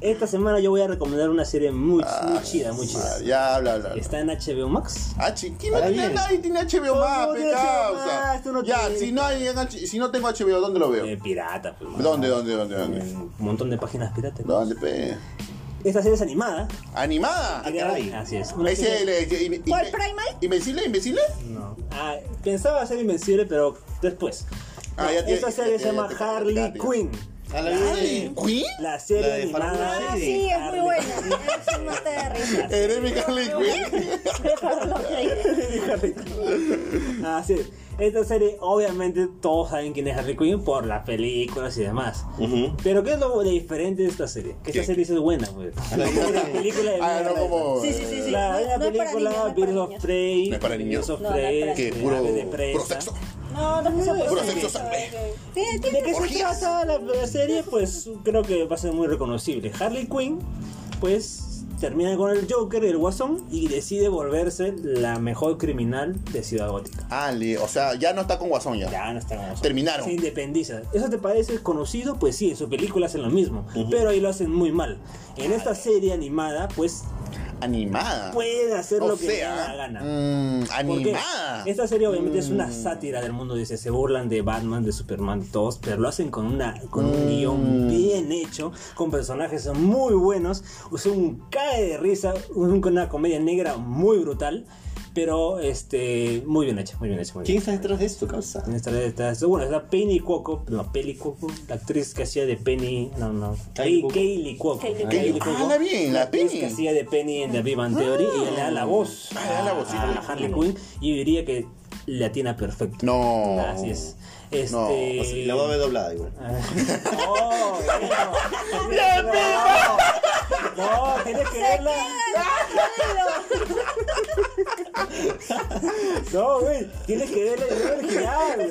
[SPEAKER 7] Esta semana yo voy a recomendar una serie muy,
[SPEAKER 1] Ah,
[SPEAKER 7] muy chida, muy chida.
[SPEAKER 1] Madre, Ya, habla, habla. habla.
[SPEAKER 7] Está en HBO Max.
[SPEAKER 1] Ah, chiquito,
[SPEAKER 4] Ahora
[SPEAKER 1] tiene
[SPEAKER 4] bien.
[SPEAKER 1] nadie tiene HBO más,
[SPEAKER 7] no
[SPEAKER 1] pe,
[SPEAKER 7] tiene HBO más,
[SPEAKER 1] causa.
[SPEAKER 7] tú no
[SPEAKER 1] Ya,
[SPEAKER 7] tienes.
[SPEAKER 1] si no, hay en H- si no tengo HBO, ¿dónde lo
[SPEAKER 7] Eh,
[SPEAKER 1] veo?
[SPEAKER 7] pirata, pues. mano.
[SPEAKER 1] ¿Dónde, dónde, dónde, dónde?
[SPEAKER 7] Un montón de páginas pirata.
[SPEAKER 1] ¿Dónde, pe?
[SPEAKER 7] Esta serie es animada. Ah,
[SPEAKER 1] ¿Animada?
[SPEAKER 4] caray.
[SPEAKER 7] Así es. Una
[SPEAKER 1] ¿Es
[SPEAKER 7] serie-
[SPEAKER 1] el, eh, in- in-
[SPEAKER 3] ¿Cuál Primal?
[SPEAKER 1] ¿Invencible, invencible?
[SPEAKER 7] No. Ah, pensaba ser invencible, pero después.
[SPEAKER 1] Ah,
[SPEAKER 7] No,
[SPEAKER 1] ya te-
[SPEAKER 7] esta
[SPEAKER 1] ya
[SPEAKER 7] serie
[SPEAKER 1] te-
[SPEAKER 7] se
[SPEAKER 1] ya
[SPEAKER 7] llama
[SPEAKER 1] te-
[SPEAKER 7] Harley
[SPEAKER 1] ya te-
[SPEAKER 7] Quinn.
[SPEAKER 4] A la vida de-
[SPEAKER 1] ¿Queen?
[SPEAKER 7] La serie
[SPEAKER 4] La de
[SPEAKER 7] animada.
[SPEAKER 4] Farmacia.
[SPEAKER 3] Ah,
[SPEAKER 4] Sí.
[SPEAKER 3] sí, es muy
[SPEAKER 7] Harley.
[SPEAKER 3] buena. Es un mate de risa.
[SPEAKER 1] ¿Eres mi Harley Quinn?
[SPEAKER 7] Harley Quinn. Así es. Esta serie, obviamente, todos saben quién es Harley Quinn por las películas y demás.
[SPEAKER 4] Ujú.
[SPEAKER 7] Pero ¿qué es lo de diferente de esta serie? Que esta serie sí es buena, güey.
[SPEAKER 4] la
[SPEAKER 7] No como
[SPEAKER 4] vida
[SPEAKER 7] una
[SPEAKER 4] de-
[SPEAKER 7] película de
[SPEAKER 1] Ah, no
[SPEAKER 7] mierda.
[SPEAKER 1] como.
[SPEAKER 3] Sí, sí, sí, sí.
[SPEAKER 7] La
[SPEAKER 3] No,
[SPEAKER 7] la
[SPEAKER 3] no es para
[SPEAKER 7] película
[SPEAKER 3] niños, no es para
[SPEAKER 7] Birds of
[SPEAKER 3] niños.
[SPEAKER 7] Prey.
[SPEAKER 1] No es para niños.
[SPEAKER 7] Birds of
[SPEAKER 3] No, no es para
[SPEAKER 7] Prey,
[SPEAKER 3] niños.
[SPEAKER 1] Que
[SPEAKER 7] este,
[SPEAKER 1] puro,
[SPEAKER 7] Ave de
[SPEAKER 1] puro
[SPEAKER 7] Presa.
[SPEAKER 1] sexo.
[SPEAKER 3] No, no se
[SPEAKER 1] Puro
[SPEAKER 3] puede.
[SPEAKER 1] sexo,
[SPEAKER 3] eso,
[SPEAKER 1] sangre.
[SPEAKER 3] ok. Tiene-
[SPEAKER 7] ¿De
[SPEAKER 3] tiene-
[SPEAKER 7] qué se
[SPEAKER 1] Orgías.
[SPEAKER 7] trata la, la serie? Pues creo que va a ser muy reconocible. Harley Quinn, pues termina con el Joker y el Guasón y decide volverse la mejor criminal de Ciudad Gótica.
[SPEAKER 1] Ale, Ah, o sea, ya no está con Guasón ya.
[SPEAKER 7] Ya no está con nosotros.
[SPEAKER 1] Terminaron.
[SPEAKER 7] Se independiza. ¿Eso te parece conocido? Pues sí, en su película hacen lo mismo, pero ahí lo hacen muy mal. En esta serie animada, pues
[SPEAKER 1] Animada.
[SPEAKER 7] puede hacer
[SPEAKER 1] Ah. o
[SPEAKER 7] lo que le
[SPEAKER 1] sea,
[SPEAKER 7] da la gana.
[SPEAKER 1] mm,
[SPEAKER 7] ¿Por qué?
[SPEAKER 1] animada. Mm.
[SPEAKER 7] Esta serie obviamente es una sátira del mundo, dice, se burlan de Batman, de Superman, de todos, pero lo hacen con, una, con
[SPEAKER 1] Mm.
[SPEAKER 7] un guión bien hecho, con personajes muy buenos, es un cae de risa, un- con una comedia negra muy brutal. Pero, este, muy bien hecha, muy bien hecha, muy bien.
[SPEAKER 4] ¿Quién está detrás de esto, causa?
[SPEAKER 7] En esta- esta- esta- Bueno, está Penny Cuoco, no, Peli Cuoco, la actriz que hacía de Penny, no, no,
[SPEAKER 4] Kylie
[SPEAKER 7] Kay-
[SPEAKER 4] Cuoco.
[SPEAKER 7] Kaylee Cuoco.
[SPEAKER 3] Kaylee Cuoco.
[SPEAKER 7] Ah, Kaylee Cuoco,
[SPEAKER 1] Ah, la bien, la
[SPEAKER 7] actriz
[SPEAKER 1] Penny.
[SPEAKER 7] que hacía de Penny en The Big Bang Theory, y ella le da la voz
[SPEAKER 1] Ah, le da la voz, sí,
[SPEAKER 7] a Harley Quinn, y yo diría que la tiene perfecto.
[SPEAKER 1] No.
[SPEAKER 7] Así es. Este...
[SPEAKER 1] No, o
[SPEAKER 4] Y la voy a ver doblada igual.
[SPEAKER 3] Ah,
[SPEAKER 7] ¡Oh! bueno. No, tienes que verla. No, güey, tienes que verla en el original.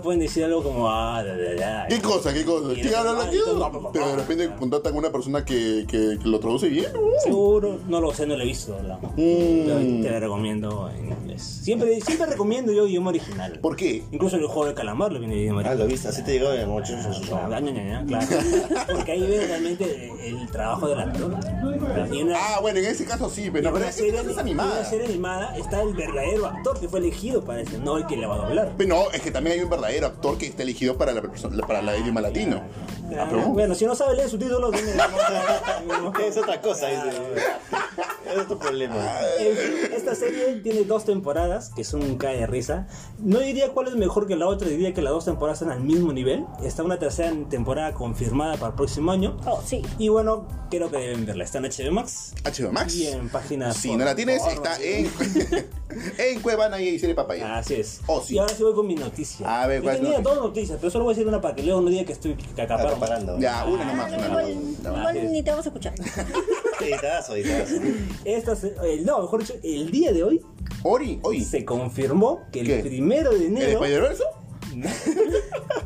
[SPEAKER 7] pueden decir algo como. Ah, da, da, da,
[SPEAKER 1] ¿Qué cosa? ¿Qué cosa?
[SPEAKER 7] Y
[SPEAKER 1] ¿Quién
[SPEAKER 7] el
[SPEAKER 1] habla
[SPEAKER 7] papá, y todo, papá,
[SPEAKER 1] latino?
[SPEAKER 7] papá.
[SPEAKER 1] Pero de repente contratan a una persona que, que, que lo traduce bien. ¿no?
[SPEAKER 7] Seguro, no lo sé, no lo he visto. no.
[SPEAKER 1] Mm.
[SPEAKER 7] Pero Te la recomiendo en inglés. Siempre, siempre recomiendo yo idioma original.
[SPEAKER 1] ¿Por qué?
[SPEAKER 7] Incluso el juego de calamar lo viene en idioma
[SPEAKER 4] Ah,
[SPEAKER 7] original.
[SPEAKER 4] lo viste, así te llegó de mucho.
[SPEAKER 7] Ah, ña, ña, ña, Claro. Porque ahí ves realmente el trabajo del actor. Y una-
[SPEAKER 1] Ah, bueno, en ese caso sí, pero,
[SPEAKER 7] Una
[SPEAKER 1] pero es que
[SPEAKER 7] serie-
[SPEAKER 1] es
[SPEAKER 7] una
[SPEAKER 1] animada.
[SPEAKER 7] serie animada está el verdadero actor que fue elegido para eso, no el que le va a doblar.
[SPEAKER 1] Pero no, es que también hay un verdadero actor que está elegido para la persona, para la idioma latino. Ah, pero-
[SPEAKER 7] Bueno, si no sabe leer subtítulos, viene
[SPEAKER 4] Es otra cosa, dice. Es otro
[SPEAKER 3] Ah,
[SPEAKER 4] problema.
[SPEAKER 7] En fin, Esta serie tiene dos temporadas que son un cae de risa. No diría cuál es mejor que la otra, diría que las dos temporadas están al mismo nivel. Está una tercera temporada confirmada para el próximo año.
[SPEAKER 3] Oh, sí.
[SPEAKER 7] Y bueno, creo que deben verla. Está en HBO Max
[SPEAKER 1] HBO Max.
[SPEAKER 7] y en páginas.
[SPEAKER 1] Si no la tienes, está en, en Cuevana y ahí se le papaya.
[SPEAKER 7] Así es.
[SPEAKER 1] Oh, sí.
[SPEAKER 7] Y ahora sí voy con mi noticia.
[SPEAKER 1] A ver,
[SPEAKER 7] Yo
[SPEAKER 1] ¿cuál es tu
[SPEAKER 7] tenía
[SPEAKER 1] noticia?
[SPEAKER 7] dos noticias, pero solo voy a decir una para que luego no diga que estoy acaparando.
[SPEAKER 4] Acaparando.
[SPEAKER 1] Ya, una
[SPEAKER 3] Ah,
[SPEAKER 1] nomás,
[SPEAKER 3] no,
[SPEAKER 1] una
[SPEAKER 3] igual,
[SPEAKER 1] nomás.
[SPEAKER 3] igual ni te vamos a escuchar.
[SPEAKER 4] Editazo, editazo.
[SPEAKER 7] Esta se- eh, no, mejor dicho, el día de hoy
[SPEAKER 1] Ori, Ori.
[SPEAKER 7] se confirmó que el
[SPEAKER 1] ¿Qué?
[SPEAKER 7] primero de
[SPEAKER 1] ¿El
[SPEAKER 7] enero.
[SPEAKER 1] Spider-Verse?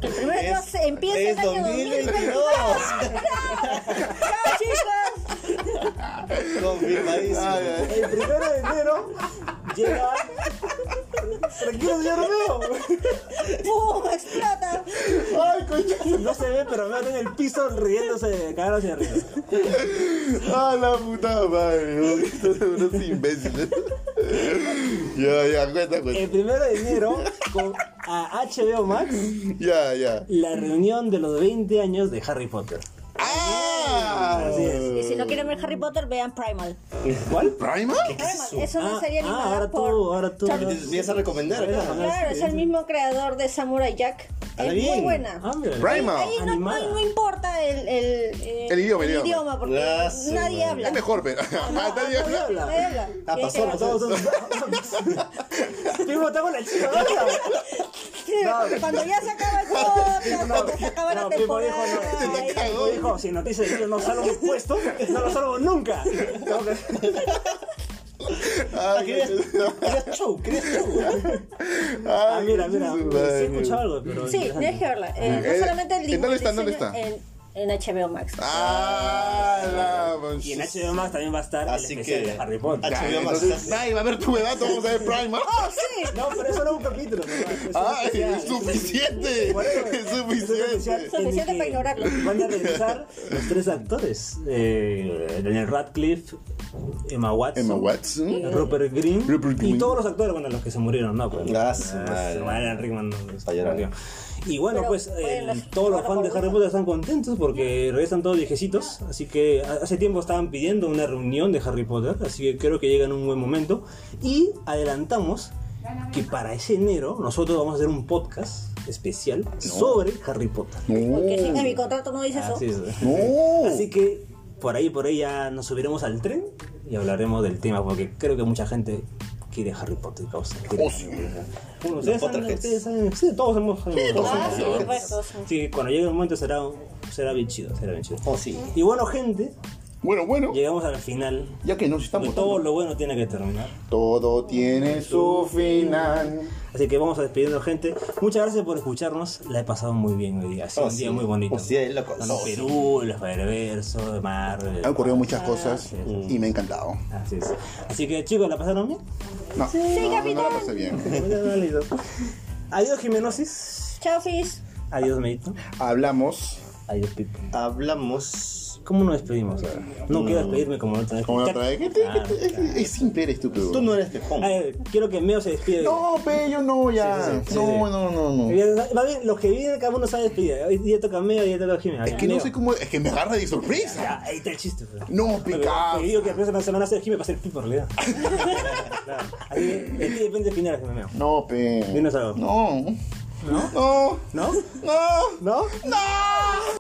[SPEAKER 3] Que primero Dios empieza el
[SPEAKER 4] es
[SPEAKER 3] año
[SPEAKER 4] 2022.
[SPEAKER 3] 2022. ¡Chao, chicos!
[SPEAKER 4] Confirmadísimo.
[SPEAKER 3] Ah,
[SPEAKER 1] Ay, ay.
[SPEAKER 7] El primero de enero llega. Tranquilo, señor mío.
[SPEAKER 3] ¡Pum! Uh, ¡Explota!
[SPEAKER 1] Ay, coño.
[SPEAKER 7] No se ve, pero me en el piso riéndose de cara hacia arriba.
[SPEAKER 1] Ah, la puta madre. güey. Estos son unos imbéciles. Ya, ya, cuenta,
[SPEAKER 7] El
[SPEAKER 1] cuenta.
[SPEAKER 7] primero de enero, con a HBO Max,
[SPEAKER 1] Ya, ya.
[SPEAKER 7] la reunión de los 20 años de Harry Potter.
[SPEAKER 1] ¡Ah!
[SPEAKER 7] Así es.
[SPEAKER 3] Y si no quieren ver Harry Potter, vean Primal.
[SPEAKER 7] ¿Cuál?
[SPEAKER 1] ¿Primal?
[SPEAKER 3] Primal es una
[SPEAKER 7] Ah,
[SPEAKER 3] serie
[SPEAKER 7] ah,
[SPEAKER 3] animada
[SPEAKER 7] ahora tú,
[SPEAKER 3] por
[SPEAKER 7] ahora tú.
[SPEAKER 3] Charlie-
[SPEAKER 4] Empieza a recomendar acá.
[SPEAKER 3] Claro, es el mismo creador de Samurai Jack.
[SPEAKER 4] Ah,
[SPEAKER 3] Es muy
[SPEAKER 4] bien.
[SPEAKER 3] buena.
[SPEAKER 7] Ah, mira.
[SPEAKER 1] Primal.
[SPEAKER 3] Ahí no,
[SPEAKER 7] Animada.
[SPEAKER 3] no- no importa el, el, eh,
[SPEAKER 1] El idioma, el
[SPEAKER 3] el
[SPEAKER 1] idioma.
[SPEAKER 3] idioma, porque
[SPEAKER 4] Ah, sí,
[SPEAKER 3] nadie
[SPEAKER 4] bueno.
[SPEAKER 1] Es
[SPEAKER 3] habla.
[SPEAKER 1] mejor, pero. Ah, está bien.
[SPEAKER 7] Nadie habla.
[SPEAKER 3] Nadie habla.
[SPEAKER 4] Ah,
[SPEAKER 3] Tienes
[SPEAKER 4] pasó,
[SPEAKER 3] que-
[SPEAKER 4] pasó.
[SPEAKER 7] Todos, todos, todos. Estoy votando con la chica, ¿no?
[SPEAKER 3] Sí, Cuando ya se acaba el podcast, cuando se acaba la
[SPEAKER 7] No, Pipo dijo,
[SPEAKER 3] temporada.
[SPEAKER 7] no,
[SPEAKER 3] ahí-
[SPEAKER 7] Pipo dijo, si no te dice yo no salgo mi puesto, no lo salgo nunca. Tengo que-
[SPEAKER 1] Ah,
[SPEAKER 4] Querías show, querías show.
[SPEAKER 7] Ah, mira, mira, sí he escuchado
[SPEAKER 1] escuchado.
[SPEAKER 7] algo, pero...
[SPEAKER 3] Sí, tienes que verla. Eh,
[SPEAKER 1] Eh,
[SPEAKER 3] no solamente el
[SPEAKER 1] ¿en dónde está? ¿En dónde
[SPEAKER 3] diseño,
[SPEAKER 1] está?
[SPEAKER 3] En, en HBO Max.
[SPEAKER 1] Ah, la
[SPEAKER 7] Y en HBO Max también va a estar
[SPEAKER 4] Así
[SPEAKER 7] el especial
[SPEAKER 4] que-
[SPEAKER 7] de Harry Potter.
[SPEAKER 1] Ya,
[SPEAKER 4] HBO Max.
[SPEAKER 1] entonces, nadie va a ver tu edad, vamos a ver Primal.
[SPEAKER 3] ¡Oh, sí!
[SPEAKER 7] No, pero eso era un capítulo. ¿no? Es un
[SPEAKER 1] Ah,
[SPEAKER 7] especial.
[SPEAKER 1] es suficiente.
[SPEAKER 7] Por eso,
[SPEAKER 1] Es
[SPEAKER 7] un especial
[SPEAKER 1] suficiente.
[SPEAKER 7] en el
[SPEAKER 3] Suficiente
[SPEAKER 7] que
[SPEAKER 3] para ignorarlo.
[SPEAKER 7] Van a regresar los tres actores. Eh, Daniel Radcliffe, Emma Watson.
[SPEAKER 1] Emma Watson.
[SPEAKER 7] Rupert Green,
[SPEAKER 1] Rupert
[SPEAKER 7] y
[SPEAKER 1] Green.
[SPEAKER 7] todos los actores, bueno, los que se murieron, ¿no? Pues,
[SPEAKER 4] Ah, su
[SPEAKER 7] ah,
[SPEAKER 4] madre.
[SPEAKER 7] su madre, Alan Rickman, no,
[SPEAKER 4] Pa' llorar.
[SPEAKER 7] murió. Y bueno,
[SPEAKER 3] Pero,
[SPEAKER 7] pues
[SPEAKER 3] pues,
[SPEAKER 7] el-
[SPEAKER 3] los-
[SPEAKER 7] todos los
[SPEAKER 3] ahora
[SPEAKER 7] fans de
[SPEAKER 3] por
[SPEAKER 7] Harry
[SPEAKER 3] gusto.
[SPEAKER 7] Potter están contentos porque regresan todos viejecitos. Así que ha- hace tiempo estaban pidiendo una reunión de Harry Potter, así que creo que llega en un buen momento. Y adelantamos que para ese enero nosotros vamos a hacer un podcast especial sobre Harry Potter.
[SPEAKER 3] Porque
[SPEAKER 1] No.
[SPEAKER 3] sí, en mi contrato no dice eso.
[SPEAKER 7] Así es.
[SPEAKER 1] No.
[SPEAKER 7] Así que por ahí, por ahí ya nos subiremos al tren y hablaremos del tema, porque creo que mucha gente quiere Harry Potter causa. Quiere-
[SPEAKER 1] Oh, sí.
[SPEAKER 7] Bueno, ustedes
[SPEAKER 4] Los
[SPEAKER 7] saben,
[SPEAKER 4] Potterheads.
[SPEAKER 7] ustedes saben, sí, todos hemos.
[SPEAKER 1] todos
[SPEAKER 3] Ah, sí,
[SPEAKER 1] somos
[SPEAKER 3] por supuesto.
[SPEAKER 7] Sí, cuando llegue el momento será, será bien chido, será bien chido.
[SPEAKER 4] Oh, sí.
[SPEAKER 7] Y bueno, gente,
[SPEAKER 1] Bueno, bueno.
[SPEAKER 7] Llegamos al final.
[SPEAKER 1] Ya que nos estamos.
[SPEAKER 7] Todo lo bueno tiene que terminar.
[SPEAKER 1] Todo tiene su final.
[SPEAKER 7] Así que vamos a despedirnos, gente. Muchas gracias por escucharnos. La he pasado muy bien hoy día. Ha sido
[SPEAKER 4] Oh,
[SPEAKER 7] un
[SPEAKER 4] sí.
[SPEAKER 7] día muy bonito.
[SPEAKER 4] Oh, sí, loco.
[SPEAKER 7] Con los
[SPEAKER 4] Oh, sí.
[SPEAKER 7] Perú, los perversos, Marvel.
[SPEAKER 1] Han ocurrido muchas cosas
[SPEAKER 7] Ah, sí.
[SPEAKER 1] y me ha encantado.
[SPEAKER 7] Así es. Así que, chicos, ¿la pasaron bien?
[SPEAKER 1] No, no, no, no la pasé bien.
[SPEAKER 7] Bueno, listo. Adiós, Jimenosis.
[SPEAKER 3] Chao, Fizz.
[SPEAKER 7] Adiós, Medito.
[SPEAKER 1] Hablamos.
[SPEAKER 7] Adiós, Pipo.
[SPEAKER 4] Hablamos.
[SPEAKER 7] ¿Cómo nos despedimos ahora? No quiero despedirme como la otra vez.
[SPEAKER 1] Como la otra vez.
[SPEAKER 7] Ah,
[SPEAKER 1] ¿Qué te- qué te- es, es simple, eres estúpido.
[SPEAKER 4] Tú no eres tejón.
[SPEAKER 7] Eh, quiero que Meo se despide.
[SPEAKER 1] No, Pello, no, ya.
[SPEAKER 7] Sí, sí, sí.
[SPEAKER 1] no,
[SPEAKER 7] Sí, sí.
[SPEAKER 1] no, no, no.
[SPEAKER 7] Ya- Más bien, los que vienen, cada uno sabe despedir. Hoy día toca Meo, hoy día toca Jimeno.
[SPEAKER 1] Es que no sé cómo. Es que me agarra de sorpresa.
[SPEAKER 7] Ya, ahí está el chiste. pues.
[SPEAKER 1] No,
[SPEAKER 7] Pero
[SPEAKER 1] picado.
[SPEAKER 7] Te digo que la próxima semana hace el Jimmy para hacer pipo en realidad. claro. Así que de ti depende final que me meo.
[SPEAKER 1] No, pe.
[SPEAKER 7] Dinos algo.
[SPEAKER 1] No. No. No.
[SPEAKER 7] ¿No?
[SPEAKER 1] No.
[SPEAKER 7] ¿No?
[SPEAKER 1] No.